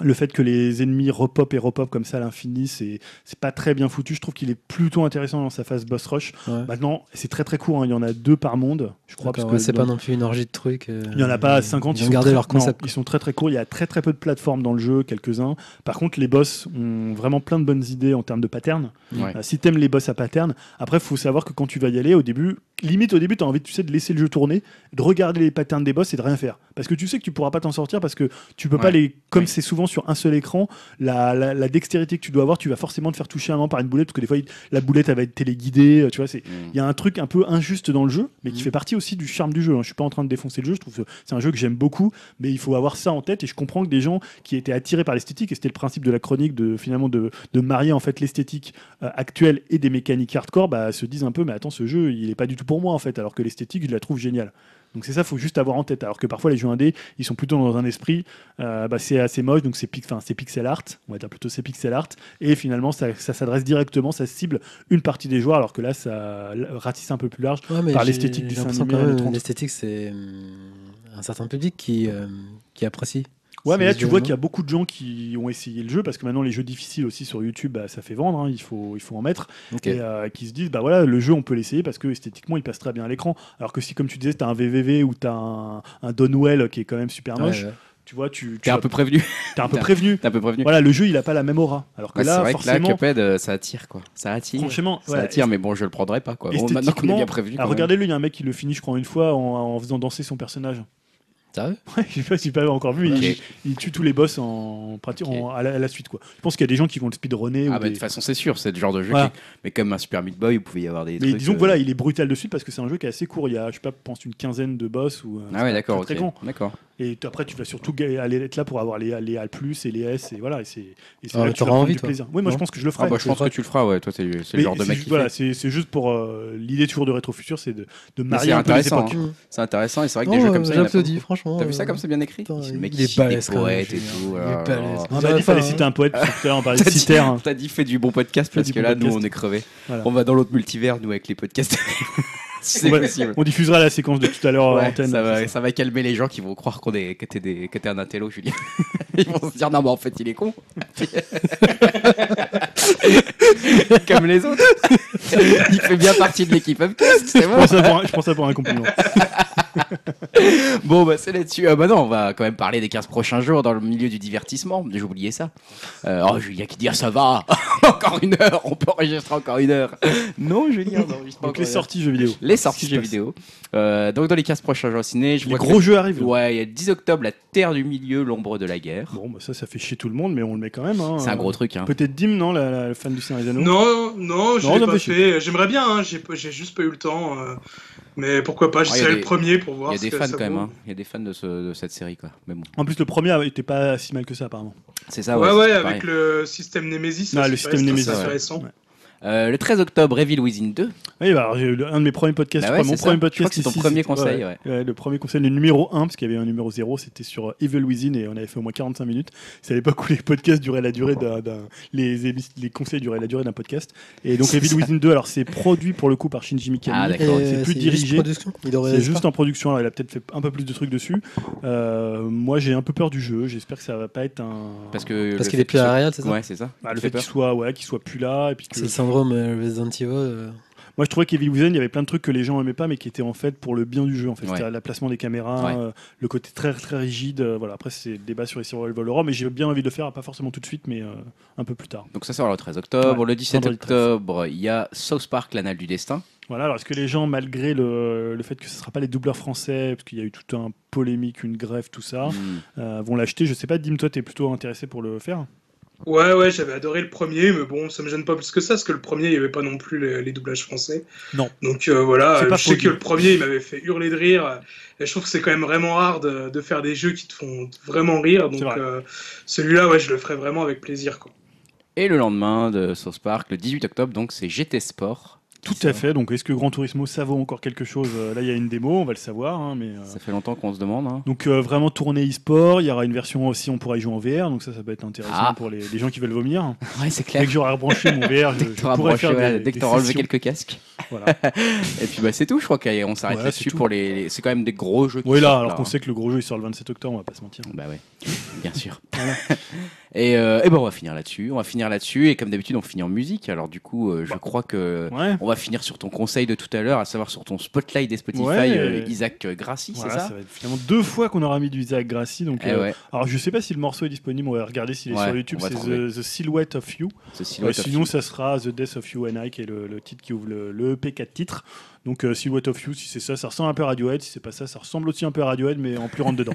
Speaker 2: Le fait que les ennemis repop et repop comme ça à l'infini, c'est c'est pas très bien foutu. Je trouve qu'il est plutôt intéressant dans sa phase boss rush.
Speaker 4: ouais.
Speaker 2: Maintenant, c'est très très court. hein. Il y en a deux par monde, je crois.
Speaker 4: D'accord,
Speaker 2: parce
Speaker 4: ouais,
Speaker 2: que
Speaker 4: c'est
Speaker 2: dans-
Speaker 4: pas non plus une orgie de trucs. euh,
Speaker 2: il n'y en a pas 50.
Speaker 4: Ils ont
Speaker 2: sont
Speaker 4: gardé
Speaker 2: très-
Speaker 4: leur
Speaker 2: non,
Speaker 4: concept.
Speaker 2: ils sont très très courts. Il y a très très peu de plateformes dans le jeu, quelques-uns. Par contre, les boss ont vraiment plein de bonnes idées en termes de patterns.
Speaker 1: Ouais.
Speaker 2: Euh, si t'aimes les boss à pattern, après faut savoir que quand tu vas y aller au début, limite au début t'as envie tu sais de laisser le jeu tourner, de regarder les patterns des boss et de rien faire, parce que tu sais que tu pourras pas t'en sortir parce que tu peux
Speaker 1: Ouais.
Speaker 2: pas les, comme
Speaker 1: Oui.
Speaker 2: c'est souvent sur un seul écran, la, la- la dextérité que tu dois avoir, tu vas forcément te faire toucher un moment par une boulette parce que des fois il- la boulette elle va être téléguidée, euh, tu vois c'est
Speaker 1: Mm.
Speaker 2: il y a un truc un peu injuste dans le jeu, mais qui
Speaker 4: Mhm.
Speaker 2: fait partie aussi du charme du jeu. hein. Je suis pas en train de défoncer le jeu, je trouve que c'est un jeu que j'aime beaucoup, mais il faut avoir ça en tête. Et je comprends que des gens qui étaient attirés par l'esthétique, et c'était le principe de la chronique de finalement de, de marier en fait l'esthétique euh, actuelle et des mécaniques hardcore, bah, se disent un peu, mais attends, ce jeu, il est pas du tout pour moi en fait, alors que l'esthétique, je la trouve géniale. Donc c'est ça, faut juste avoir en tête. Alors que parfois les jeux indés, ils sont plutôt dans un esprit, euh, bah, c'est assez moche, donc c'est pic- enfin, c'est pixel art, on va dire plutôt c'est pixel art, et finalement ça, ça s'adresse directement, ça cible une partie des joueurs, alors que là, ça ratisse un peu plus large.
Speaker 4: Ouais, mais
Speaker 2: par
Speaker 4: j'ai-
Speaker 2: l'esthétique du
Speaker 4: j'ai l'impression
Speaker 2: Saint-Nimé
Speaker 4: quand
Speaker 2: à
Speaker 4: même,
Speaker 2: la 30.
Speaker 4: L'esthétique, c'est hum, un certain public qui, euh, qui apprécie.
Speaker 2: Ouais,
Speaker 4: ces
Speaker 2: mais là, tu vois
Speaker 4: visuellement.
Speaker 2: qu'il y a beaucoup de gens qui ont essayé le jeu parce que maintenant, les jeux difficiles aussi sur YouTube, bah, ça fait vendre, hein, il, faut, il faut en mettre.
Speaker 1: Ok.
Speaker 2: Et euh, qui se disent, bah voilà, le jeu, on peut l'essayer parce que esthétiquement, il passe très bien à l'écran. Alors que si, comme tu disais, t'as un VVV ou t'as un, un Donwell qui est quand même super
Speaker 4: Ouais,
Speaker 2: moche,
Speaker 4: ouais.
Speaker 2: tu vois, tu, tu
Speaker 1: T'es un
Speaker 2: vas-
Speaker 1: peu prévenu.
Speaker 2: t'es un peu prévenu.
Speaker 1: T'es un peu prévenu.
Speaker 2: Voilà, le jeu, il a pas la même aura. Alors que
Speaker 1: Ouais, c'est
Speaker 2: là,
Speaker 1: vrai que là,
Speaker 2: forcément,
Speaker 1: Cuphead, euh, ça attire quoi. Ça attire.
Speaker 2: franchement,
Speaker 1: ça
Speaker 2: voilà,
Speaker 1: attire, mais bon, je le prendrai pas quoi. Bon, maintenant qu'on est
Speaker 2: esthétiquement,
Speaker 1: bien prévenu. quand
Speaker 2: ah,
Speaker 1: même.
Speaker 2: regardez-le, il y a un mec qui le finit, je crois, une fois en, en faisant danser son personnage.
Speaker 4: Sérieux
Speaker 2: Ouais, je sais pas si tu l'avais encore vu,
Speaker 1: Ok.
Speaker 2: il, il tue tous les boss en, prati-
Speaker 1: Ok.
Speaker 2: en- à, la, à la suite. quoi. Je pense qu'il y a des gens qui vont le speedrunner.
Speaker 1: Ah,
Speaker 2: ou
Speaker 1: bah, de
Speaker 2: des-
Speaker 1: toute façon, c'est sûr, c'est le genre de jeu.
Speaker 2: Voilà.
Speaker 1: qui- Mais comme un Super Meat Boy, il pouvait y avoir des
Speaker 2: Mais
Speaker 1: trucs.
Speaker 2: disons que
Speaker 1: euh,
Speaker 2: voilà, il est brutal de suite parce que c'est un jeu qui est assez court. Il y a, je sais pas, je pense une quinzaine de boss. Ou, euh,
Speaker 1: Ah ouais, d'accord,
Speaker 2: très
Speaker 1: ok.
Speaker 2: grand.
Speaker 1: D'accord. Ah,
Speaker 2: Et t- après, tu vas surtout ga- aller être là pour avoir les, les A, et les S. Et voilà, et c'est et c'est
Speaker 4: Ah,
Speaker 2: là
Speaker 4: mais
Speaker 2: que tu vas
Speaker 4: t'auras
Speaker 2: prendre
Speaker 4: envie,
Speaker 2: du
Speaker 4: toi.
Speaker 2: plaisir. Oui, moi je
Speaker 4: Non
Speaker 2: pense que je le ferai.
Speaker 1: Ah, bah, je pense que tu le feras, ouais. Toi, t'es le c'est le
Speaker 2: Mais
Speaker 1: genre de
Speaker 2: c'est
Speaker 1: mec
Speaker 2: ju-
Speaker 1: qui.
Speaker 2: voilà,
Speaker 1: fait.
Speaker 2: c'est c'est juste pour euh, l'idée toujours de Rétrofutur, c'est de, de marier
Speaker 1: c'est
Speaker 2: un peu les
Speaker 1: intéressant,
Speaker 2: époques.
Speaker 1: hein.
Speaker 4: Mmh.
Speaker 1: C'est intéressant, et c'est vrai que
Speaker 4: Non,
Speaker 1: des jeux
Speaker 4: euh,
Speaker 1: comme ça. il y en a pas
Speaker 4: J'applaudis,
Speaker 1: beaucoup.
Speaker 4: franchement.
Speaker 1: T'as vu ça
Speaker 4: euh,
Speaker 1: comme c'est bien écrit
Speaker 4: putain,
Speaker 1: Le mec
Speaker 4: il
Speaker 1: qui
Speaker 4: est
Speaker 1: cite des
Speaker 4: balèze, quand même,
Speaker 1: poètes et
Speaker 4: Julien.
Speaker 1: tout.
Speaker 4: Il est
Speaker 1: alors,
Speaker 4: balèze.
Speaker 1: alors.
Speaker 2: On
Speaker 4: J'aurais
Speaker 2: m'a dit
Speaker 4: pas,
Speaker 2: fallait
Speaker 4: hein.
Speaker 2: citer un poète, parce que tout à l'heure on parlait
Speaker 1: T'as
Speaker 2: de
Speaker 1: dit-
Speaker 2: Citer. hein.
Speaker 1: T'as dit fais du bon podcast
Speaker 2: Fais
Speaker 1: parce
Speaker 2: du
Speaker 1: que
Speaker 2: bon
Speaker 1: là nous
Speaker 2: podcast.
Speaker 1: on est crevés.
Speaker 2: Voilà.
Speaker 1: On va dans l'autre multivers nous avec les podcasts. Si
Speaker 2: On
Speaker 1: c'est
Speaker 2: va-
Speaker 1: possible.
Speaker 2: On diffusera la séquence de tout à l'heure à
Speaker 1: Ouais,
Speaker 2: l'antenne.
Speaker 1: ça, va, hein, ça va calmer les gens qui vont croire qu'on est, que t'es des- que t'es un intello, Julien. Ils vont se dire non, mais en fait, il est con. Comme les autres. il fait bien partie de l'équipe Upcast, c'est
Speaker 2: Je
Speaker 1: bon.
Speaker 2: prends ça pour un- je prends ça pour un compliment.
Speaker 1: Bon, bah, c'est là-dessus. Ah, bah non, on va quand même parler des 15 prochains jours dans le milieu du divertissement. J'ai oublié ça. Euh, oh, Julien qui dit ah, ça va. encore une heure, on peut enregistrer encore une heure. Non, Julien, on enregistre pas
Speaker 2: Donc
Speaker 1: encore
Speaker 2: les
Speaker 1: une heure.
Speaker 2: sorties jeux vidéo.
Speaker 1: bah, Les sorties
Speaker 2: Qu'est-ce
Speaker 1: jeux
Speaker 2: qui se passe
Speaker 1: vidéo. Euh, donc dans les 15 prochains jours au ciné, je
Speaker 2: Les
Speaker 1: vois que
Speaker 2: gros jeux arrivent.
Speaker 1: Ouais, il y a le 10 octobre, la Terre du Milieu, l'ombre de la guerre.
Speaker 2: Bon, bah ça, ça fait chier tout le monde, mais on le met quand même. hein.
Speaker 1: C'est un gros truc, hein.
Speaker 2: Peut-être Dim, non, la, la fan du Seigneur des Anneaux
Speaker 3: Non, non, je
Speaker 2: Non,
Speaker 3: l'ai
Speaker 2: ça me
Speaker 3: pas
Speaker 2: fait
Speaker 3: fait. J'aimerais bien, hein, j'ai pas- j'ai juste pas eu le temps. euh, mais pourquoi pas, je
Speaker 1: Ah, y a
Speaker 3: serai
Speaker 1: des-
Speaker 3: le premier pour voir.
Speaker 1: Il y a
Speaker 3: ce
Speaker 1: des
Speaker 3: que
Speaker 1: fans
Speaker 3: ça
Speaker 1: quand même,
Speaker 3: vaut.
Speaker 1: hein. Il y a des fans de, ce- de cette série, quoi. Mais bon,
Speaker 2: En plus, le premier était pas si mal que ça, apparemment.
Speaker 1: c'est ça,
Speaker 3: ouais,
Speaker 1: Ah c'est
Speaker 3: ouais,
Speaker 1: pareil.
Speaker 3: avec le système Nemesis.
Speaker 2: Non,
Speaker 3: ça,
Speaker 2: Ah, le
Speaker 3: c'est
Speaker 2: système
Speaker 3: pas-
Speaker 2: Nemesis.
Speaker 3: c'est
Speaker 1: ouais.
Speaker 3: intéressant.
Speaker 2: Ouais.
Speaker 1: Euh, le 13 octobre, Evil Within 2.
Speaker 2: Oui, bah, alors, j'ai eu le- un de mes premiers
Speaker 1: Bah
Speaker 2: podcasts, je crois,
Speaker 1: ouais,
Speaker 2: mon
Speaker 1: c'est
Speaker 2: premier
Speaker 1: ça. Je crois
Speaker 2: podcast.
Speaker 1: que c'est ton
Speaker 2: ici,
Speaker 1: premier
Speaker 2: c'était-
Speaker 1: conseil,
Speaker 2: ouais, le premier conseil, le numéro 1, parce qu'il y avait un numéro 0, c'était sur euh, Evil Within et on avait fait au moins 45 minutes. C'est à l'époque où les podcasts duraient la durée d'un. d'un- Les, émis- les conseils duraient la durée d'un podcast. Et donc,
Speaker 1: C'est
Speaker 2: Evil
Speaker 1: ça.
Speaker 2: Within 2, alors c'est produit pour le coup par Shinji Mikami.
Speaker 1: Ah,
Speaker 4: Et
Speaker 1: d'accord.
Speaker 2: C'est plus
Speaker 4: juste
Speaker 2: dirigé.
Speaker 4: production. Il aurait
Speaker 2: C'est juste en production, alors il a peut-être fait un peu plus de trucs dessus. Euh, moi j'ai un peu peur du jeu, j'espère que ça va pas être un.
Speaker 1: Parce que.
Speaker 4: parce
Speaker 1: le
Speaker 4: qu'il est
Speaker 1: fait
Speaker 4: plus à Arial, c'est ça
Speaker 1: Ouais, c'est ça.
Speaker 2: Bah,
Speaker 1: Il
Speaker 2: le
Speaker 1: fait
Speaker 2: fait qu'il
Speaker 1: peur.
Speaker 2: soit, ouais, qu'il soit plus là. Et puis que...
Speaker 4: C'est le syndrome euh, Resident Evil. euh,
Speaker 2: Moi je trouvais qu'Evil Within, il y avait plein de trucs que les gens aimaient pas, mais qui étaient en fait pour le bien du jeu. En fait.
Speaker 1: Ouais.
Speaker 2: C'était le placement des caméras,
Speaker 1: Ouais.
Speaker 2: euh, le côté très très rigide. euh, voilà. Après c'est le débat sur les survival horror, mais j'ai bien envie de le faire, pas forcément tout de suite, mais euh, un peu plus tard.
Speaker 1: Donc ça sort le 13 octobre.
Speaker 2: Ouais,
Speaker 1: le 17
Speaker 2: vendredi 13.
Speaker 1: octobre, il y a South Park, l'anal du destin.
Speaker 2: Voilà, alors est-ce que les gens, malgré le, le fait que ce ne sera pas les doubleurs français, parce qu'il y a eu tout un polémique, une grève, tout
Speaker 4: Ah.
Speaker 2: ça,
Speaker 1: Hmm.
Speaker 2: euh, vont l'acheter Je sais pas, Dim, toi t'es plutôt intéressé pour le faire
Speaker 3: Ouais, ouais, j'avais adoré le premier, mais bon, ça me gêne pas plus que ça, parce que le premier, il n'y avait pas non plus les, les doublages français.
Speaker 2: Non.
Speaker 3: Donc euh, voilà,
Speaker 2: C'est
Speaker 3: euh,
Speaker 2: pas
Speaker 3: je sais
Speaker 2: faux,
Speaker 3: que
Speaker 2: Guy.
Speaker 3: le premier, il m'avait fait hurler de rire. Et je trouve que c'est quand même vraiment rare de, de faire des jeux qui te font vraiment rire. Donc
Speaker 2: C'est vrai.
Speaker 3: euh, celui-là, ouais, je le ferai vraiment avec plaisir. Quoi.
Speaker 1: Et le lendemain de South Park, le 18 octobre, donc c'est GT Sport.
Speaker 2: Tout à fait. Donc, est-ce que Gran Turismo, ça vaut encore quelque chose Euh, Là, il y a une démo, on va le savoir. hein, mais, euh,
Speaker 4: Ah.
Speaker 1: Ça fait longtemps qu'on se demande. hein.
Speaker 2: Donc, euh, vraiment tourné e-sport. Il y aura une version aussi, on pourra y jouer en VR. Donc, ça, ça peut être intéressant
Speaker 1: Ah.
Speaker 2: pour les, les gens qui veulent vomir.
Speaker 1: Ouais, c'est
Speaker 2: Dès
Speaker 1: clair.
Speaker 2: que j'aurai rebranché mon VR, je, je
Speaker 1: T'auras
Speaker 2: pourrai
Speaker 1: branché,
Speaker 2: faire
Speaker 1: voilà,
Speaker 2: des,
Speaker 1: dès que
Speaker 2: des
Speaker 1: t'auras enlevé
Speaker 2: sessions.
Speaker 1: quelques casques.
Speaker 2: Voilà.
Speaker 1: Et puis bah c'est tout, je crois qu'on s'arrête
Speaker 2: Ouais,
Speaker 1: là-dessus
Speaker 2: c'est tout.
Speaker 1: pour les, les- C'est quand même des gros jeux. qui
Speaker 2: Oui, là,
Speaker 1: sortent,
Speaker 2: alors qu'on
Speaker 1: hein.
Speaker 2: sait que le gros jeu, il sort le 27 octobre, on va pas se mentir.
Speaker 1: Bah ouais, bien sûr. et, euh, et ben on va finir là-dessus. On va finir là-dessus et comme d'habitude on finit en musique. Alors du coup euh, je crois que
Speaker 2: Bah. Ouais.
Speaker 1: on va finir sur ton conseil de tout à l'heure, à savoir sur ton spotlight des Spotify,
Speaker 2: Ouais.
Speaker 1: euh, Isaac Grassi,
Speaker 2: Voilà,
Speaker 1: c'est ça,
Speaker 2: ça va être finalement deux fois qu'on aura mis du Isaac Grassi. Donc,
Speaker 1: Eh
Speaker 2: euh,
Speaker 1: ouais,
Speaker 2: alors je sais pas si le morceau est disponible, on va regarder s'il est
Speaker 1: Ouais,
Speaker 2: sur YouTube.
Speaker 1: on va
Speaker 2: C'est
Speaker 1: trouver.
Speaker 2: the, The Silhouette of You.
Speaker 1: ce
Speaker 2: Euh,
Speaker 1: silhouette. of
Speaker 2: sinon,
Speaker 1: You.
Speaker 2: ça sera The Death of You and I, qui est le, le titre qui ouvre le, le EP4 titre. Donc, euh, Silhouette of You, si c'est ça, ça ressemble un peu à Radiohead. Si c'est pas ça, ça ressemble aussi un peu à Radiohead, mais en plus rentre dedans.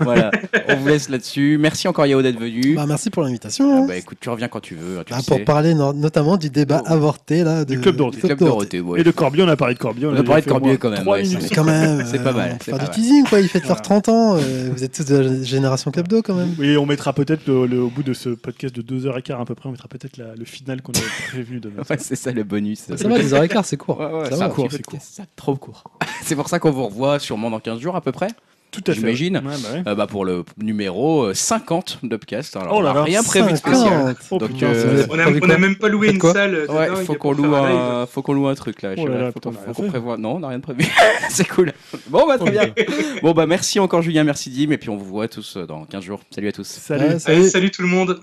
Speaker 1: voilà, on vous laisse là-dessus. Merci encore Yao d'être venu.
Speaker 4: Bah, merci pour l'invitation.
Speaker 1: Ah,
Speaker 4: hein.
Speaker 1: bah, écoute, tu reviens quand tu veux. hein, Tu
Speaker 4: Bah,
Speaker 1: le
Speaker 4: pour
Speaker 1: sais.
Speaker 4: parler no- notamment du débat
Speaker 2: Oh.
Speaker 4: avorté là,
Speaker 2: Du
Speaker 4: de-
Speaker 2: Club Dorothée.
Speaker 1: Du Club Dorothée, ouais.
Speaker 2: Et de Corbier, on a parlé de Corbier.
Speaker 1: On a
Speaker 2: déjà
Speaker 1: parlé de
Speaker 2: fait au
Speaker 1: Corbier
Speaker 2: moins
Speaker 1: quand même,
Speaker 2: trois
Speaker 1: ouais,
Speaker 2: minutes.
Speaker 1: ça
Speaker 4: Mais quand même,
Speaker 1: C'est pas
Speaker 4: euh,
Speaker 1: mal,
Speaker 4: on peut
Speaker 1: c'est
Speaker 4: faire
Speaker 1: pas
Speaker 4: du
Speaker 1: mal.
Speaker 4: teasing quoi, il fait de
Speaker 2: Voilà.
Speaker 4: leurs 30 ans, euh, vous êtes tous de la génération Club Do quand même.
Speaker 2: Et on mettra peut-être, le, le- au bout de ce podcast de 2h15 à peu près, on mettra peut-être la- le final qu'on avait prévenu demain.
Speaker 1: Ouais, c'est ça le bonus.
Speaker 4: Ça va, les heures et quart, c'est court.
Speaker 1: Ouais, ouais,
Speaker 4: Ça
Speaker 1: c'est un
Speaker 4: va.
Speaker 1: petit
Speaker 2: court,
Speaker 1: peu
Speaker 2: c'est
Speaker 1: de- Trop court. c'est pour ça qu'on vous revoit sûrement dans 15 jours à peu près.
Speaker 2: Tout à fait.
Speaker 1: j'imagine.
Speaker 2: Ouais, bah ouais.
Speaker 1: Euh, bah, pour le numéro euh, 50 d'Upcast. Alors,
Speaker 2: Oh
Speaker 1: on
Speaker 2: là
Speaker 1: n'a
Speaker 2: là,
Speaker 1: rien prévu de spécial.
Speaker 2: Oh,
Speaker 1: Donc,
Speaker 2: putain,
Speaker 1: euh,
Speaker 2: c'est-
Speaker 4: c'est-
Speaker 3: On a-
Speaker 4: T'as vu
Speaker 3: on n'a
Speaker 4: quoi
Speaker 3: même pas loué
Speaker 4: T'as
Speaker 3: une
Speaker 4: quoi
Speaker 3: salle. de
Speaker 1: Ouais,
Speaker 3: dingue
Speaker 1: faut
Speaker 3: pour
Speaker 1: qu'on
Speaker 3: faire
Speaker 1: loue,
Speaker 3: un live.
Speaker 1: un, faut qu'on loue un truc là. je
Speaker 2: Oh
Speaker 1: sais
Speaker 2: là
Speaker 1: pas,
Speaker 2: là,
Speaker 1: faut qu'on-
Speaker 2: putain, on a
Speaker 1: faut qu'on
Speaker 2: rien fait.
Speaker 1: prévoie. Non, on n'a rien de prévu. C'est cool. Bon, bah très bien. Bon, bah merci encore Julien, merci Dim, et puis on vous voit tous euh, dans 15 jours. Salut à tous.
Speaker 2: Salut.
Speaker 4: Ouais,
Speaker 3: Allez,
Speaker 4: salut.
Speaker 3: salut tout le monde.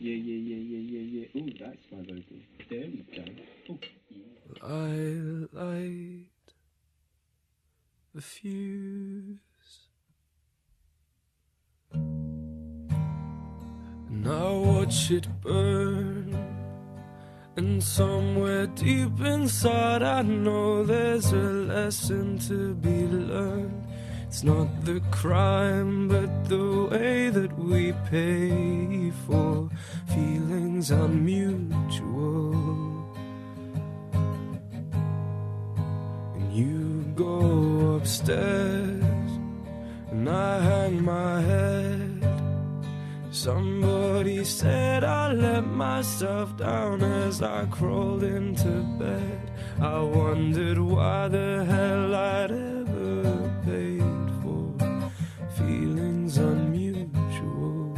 Speaker 5: Yeah, yeah, yeah, yeah, yeah, Oh, yeah. Ooh, that's my vocal. There we go.
Speaker 6: I light the fuse, and I watch it burn. And somewhere deep inside, I know there's a lesson to be learned. It's not the crime, but the way that we pay for feelings unmutual. And you go upstairs, and I hang my head. Somebody said I let myself down as I crawled into bed. I wondered why the hell I'd ever paid for feelings unmutual.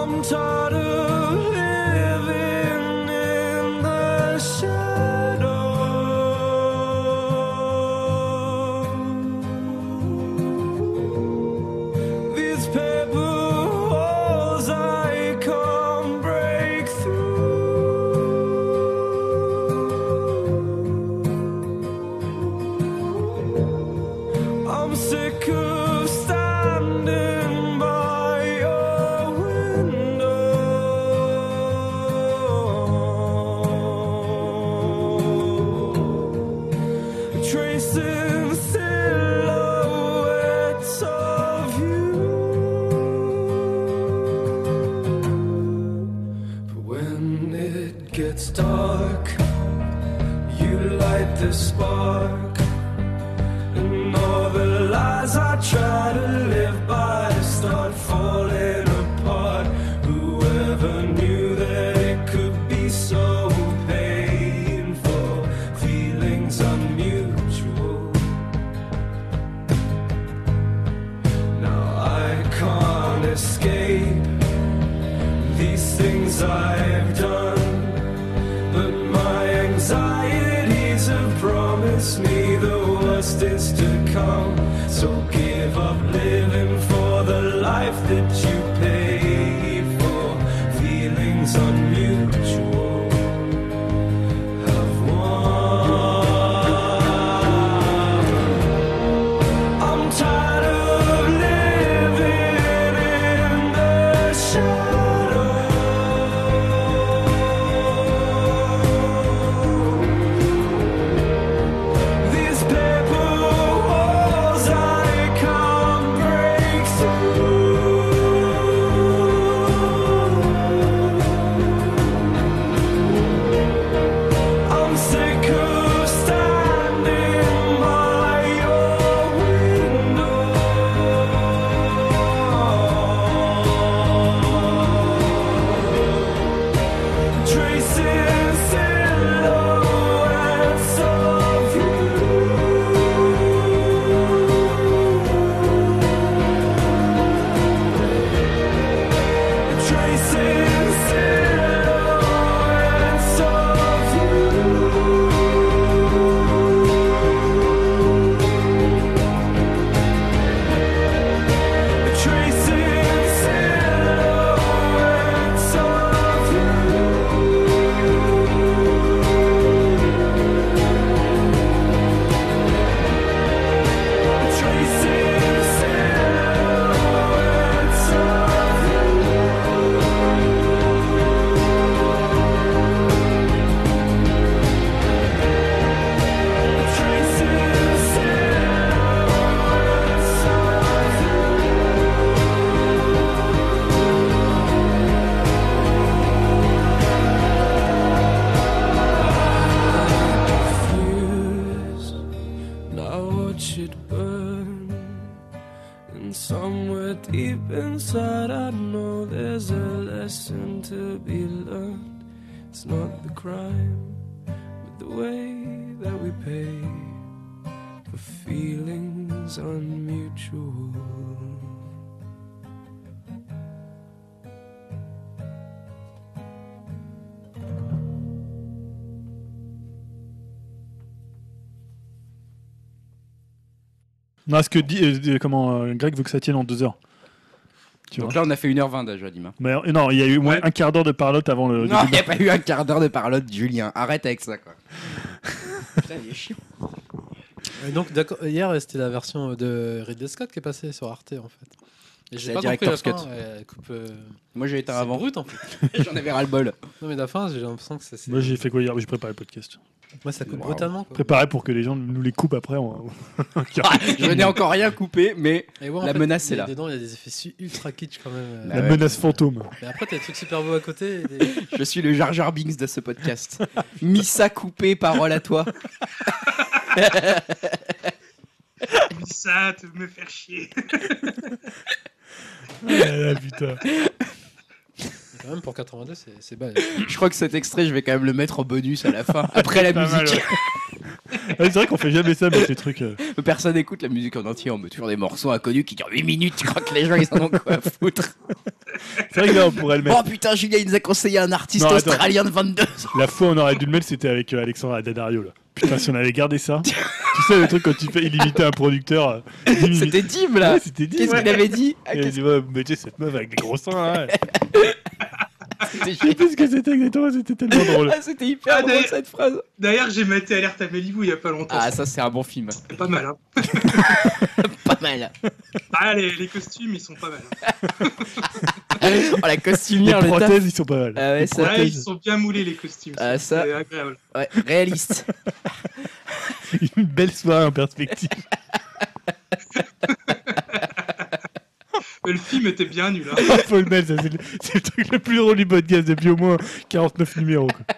Speaker 6: I'm tired of living in the shadow. These paper walls I can't break through. I'm sick of standing by your window. Tracing silhouettes of you. But when it gets dark, you light the spark. And all the lies I try to live by start falling apart. Whoever knew that it could be so painful? Feelings unmutual. Now I can't escape these things I've done. But my anxieties have promised me the worst is to come. So give up living for the life that you paid for. Feelings unmutual have won. I'm tired of living in the shadow. These paper walls I can't break through. I'm sick of standing by your window, tracing silhouettes of you, tracing silhouettes of you.
Speaker 5: Tracing silhouettes of you. Tracing silhouettes of you. Tracing silhouettes of you.
Speaker 6: fuse, and I watch it burn. And somewhere deep inside, I know there's a lesson to be learned. It's not the crime, way that we pay for feelings unmutual.
Speaker 2: Non, ce que dit. euh, euh, comment euh, Greg veut que ça tienne en deux heures. Tu vois
Speaker 1: Donc là, on a fait 1h20 déjà, hein. Dima.
Speaker 2: Mais euh, non, il y a eu au moins
Speaker 3: Ouais.
Speaker 2: un quart d'heure de parlotte avant le.
Speaker 1: Non, il
Speaker 2: début
Speaker 1: n'y a pas eu un quart d'heure de parlotte, Julien. Arrête avec ça, quoi. Putain, il est chiant.
Speaker 4: Et donc, d'accord, hier, c'était la version de Ridley Scott qui est passée sur Arte, en fait. Et
Speaker 1: C'est
Speaker 4: J'ai pas
Speaker 1: la
Speaker 4: compris la fin,
Speaker 1: director's cut.
Speaker 4: ouais, la coupe. euh,
Speaker 1: Moi, j'ai été
Speaker 4: c'est
Speaker 1: avant.
Speaker 4: brut, en fait.
Speaker 1: J'en avais ras le bol.
Speaker 4: Non, mais la fin, j'ai l'impression que ça, c'est.
Speaker 2: Moi j'ai fait quoi hier J'ai préparé le podcast.
Speaker 4: Moi, ça coupe
Speaker 1: Wow.
Speaker 4: brutalement. quoi.
Speaker 2: Préparé pour que les gens nous les coupent après. on- Ah,
Speaker 1: Je n'ai encore rien coupé, mais
Speaker 4: Et ouais, en
Speaker 1: La
Speaker 4: fait,
Speaker 1: menace,
Speaker 4: il y
Speaker 1: c'est là.
Speaker 4: a- Dedans, il y a des effets su- ultra kitsch quand même.
Speaker 1: Là,
Speaker 4: euh.
Speaker 2: La
Speaker 1: Bah ouais.
Speaker 2: menace fantôme.
Speaker 4: Mais après, t'as des trucs super beaux à côté. et des-
Speaker 1: je suis le Jar Jar Binks de ce podcast. Missa coupé, parole à toi.
Speaker 3: Ça, tu veux me faire chier.
Speaker 2: Ah là, putain.
Speaker 4: Quand même, pour 82, c'est c'est balèze.
Speaker 1: Je crois que cet extrait, je vais quand même le mettre en bonus à la fin, après la
Speaker 2: Pas mal,
Speaker 1: musique.
Speaker 2: Ouais, Ah, c'est vrai qu'on fait jamais ça avec les trucs. euh,
Speaker 1: Personne n'écoute la musique en entier, on met toujours des morceaux inconnus qui durent 8 minutes, je crois que les gens, ils en ont quoi à foutre.
Speaker 2: C'est vrai que là on pourrait le mettre.
Speaker 1: Oh putain, Julien, il nous a conseillé un artiste
Speaker 2: Non, attends.
Speaker 1: australien de 22 ans.
Speaker 2: La fois où on aurait dû le mettre, c'était avec euh, Alexandre Adadario. Là. Putain, si on avait gardé ça. tu sais, le truc quand tu fais illimité un producteur. euh, dix minutes.
Speaker 1: C'était Dim, là.
Speaker 2: Ouais, C'était dit.
Speaker 1: Qu'est-ce
Speaker 2: ouais.
Speaker 1: qu'il avait dit Ah,
Speaker 2: Et il
Speaker 1: qu'est-ce
Speaker 2: dit, ouais, mettez cette meuf avec des gros seins. là, ouais.
Speaker 1: que c'était
Speaker 2: Je sais
Speaker 1: génial.
Speaker 2: plus ce que c'était exactement, c'était tellement drôle.
Speaker 1: Ah, C'était hyper
Speaker 3: Ah,
Speaker 1: drôle
Speaker 3: d'ailleurs-
Speaker 1: cette phrase.
Speaker 3: D'ailleurs, j'ai maté Alerte à Malibu il y a pas longtemps.
Speaker 1: Ah, ça, c'est un bon film.
Speaker 3: C'était pas mal. Hein.
Speaker 1: Pas mal.
Speaker 3: Ah, les, les costumes, ils sont pas mal. hein.
Speaker 1: Oh, la
Speaker 2: Les
Speaker 1: costumière, le taf.
Speaker 2: prothèses, ils sont pas mal.
Speaker 1: Ah ouais, ça,
Speaker 3: Ouais, ils sont bien moulés, les costumes.
Speaker 1: Ah, ça.
Speaker 3: C'est agréable.
Speaker 1: ouais, réaliste.
Speaker 2: Une belle soirée en perspective.
Speaker 3: Mais le film était bien nul. hein.
Speaker 2: Faut le mettre, ça, c'est le, c'est le truc le plus drôle du podcast depuis au moins 49 numéros. quoi.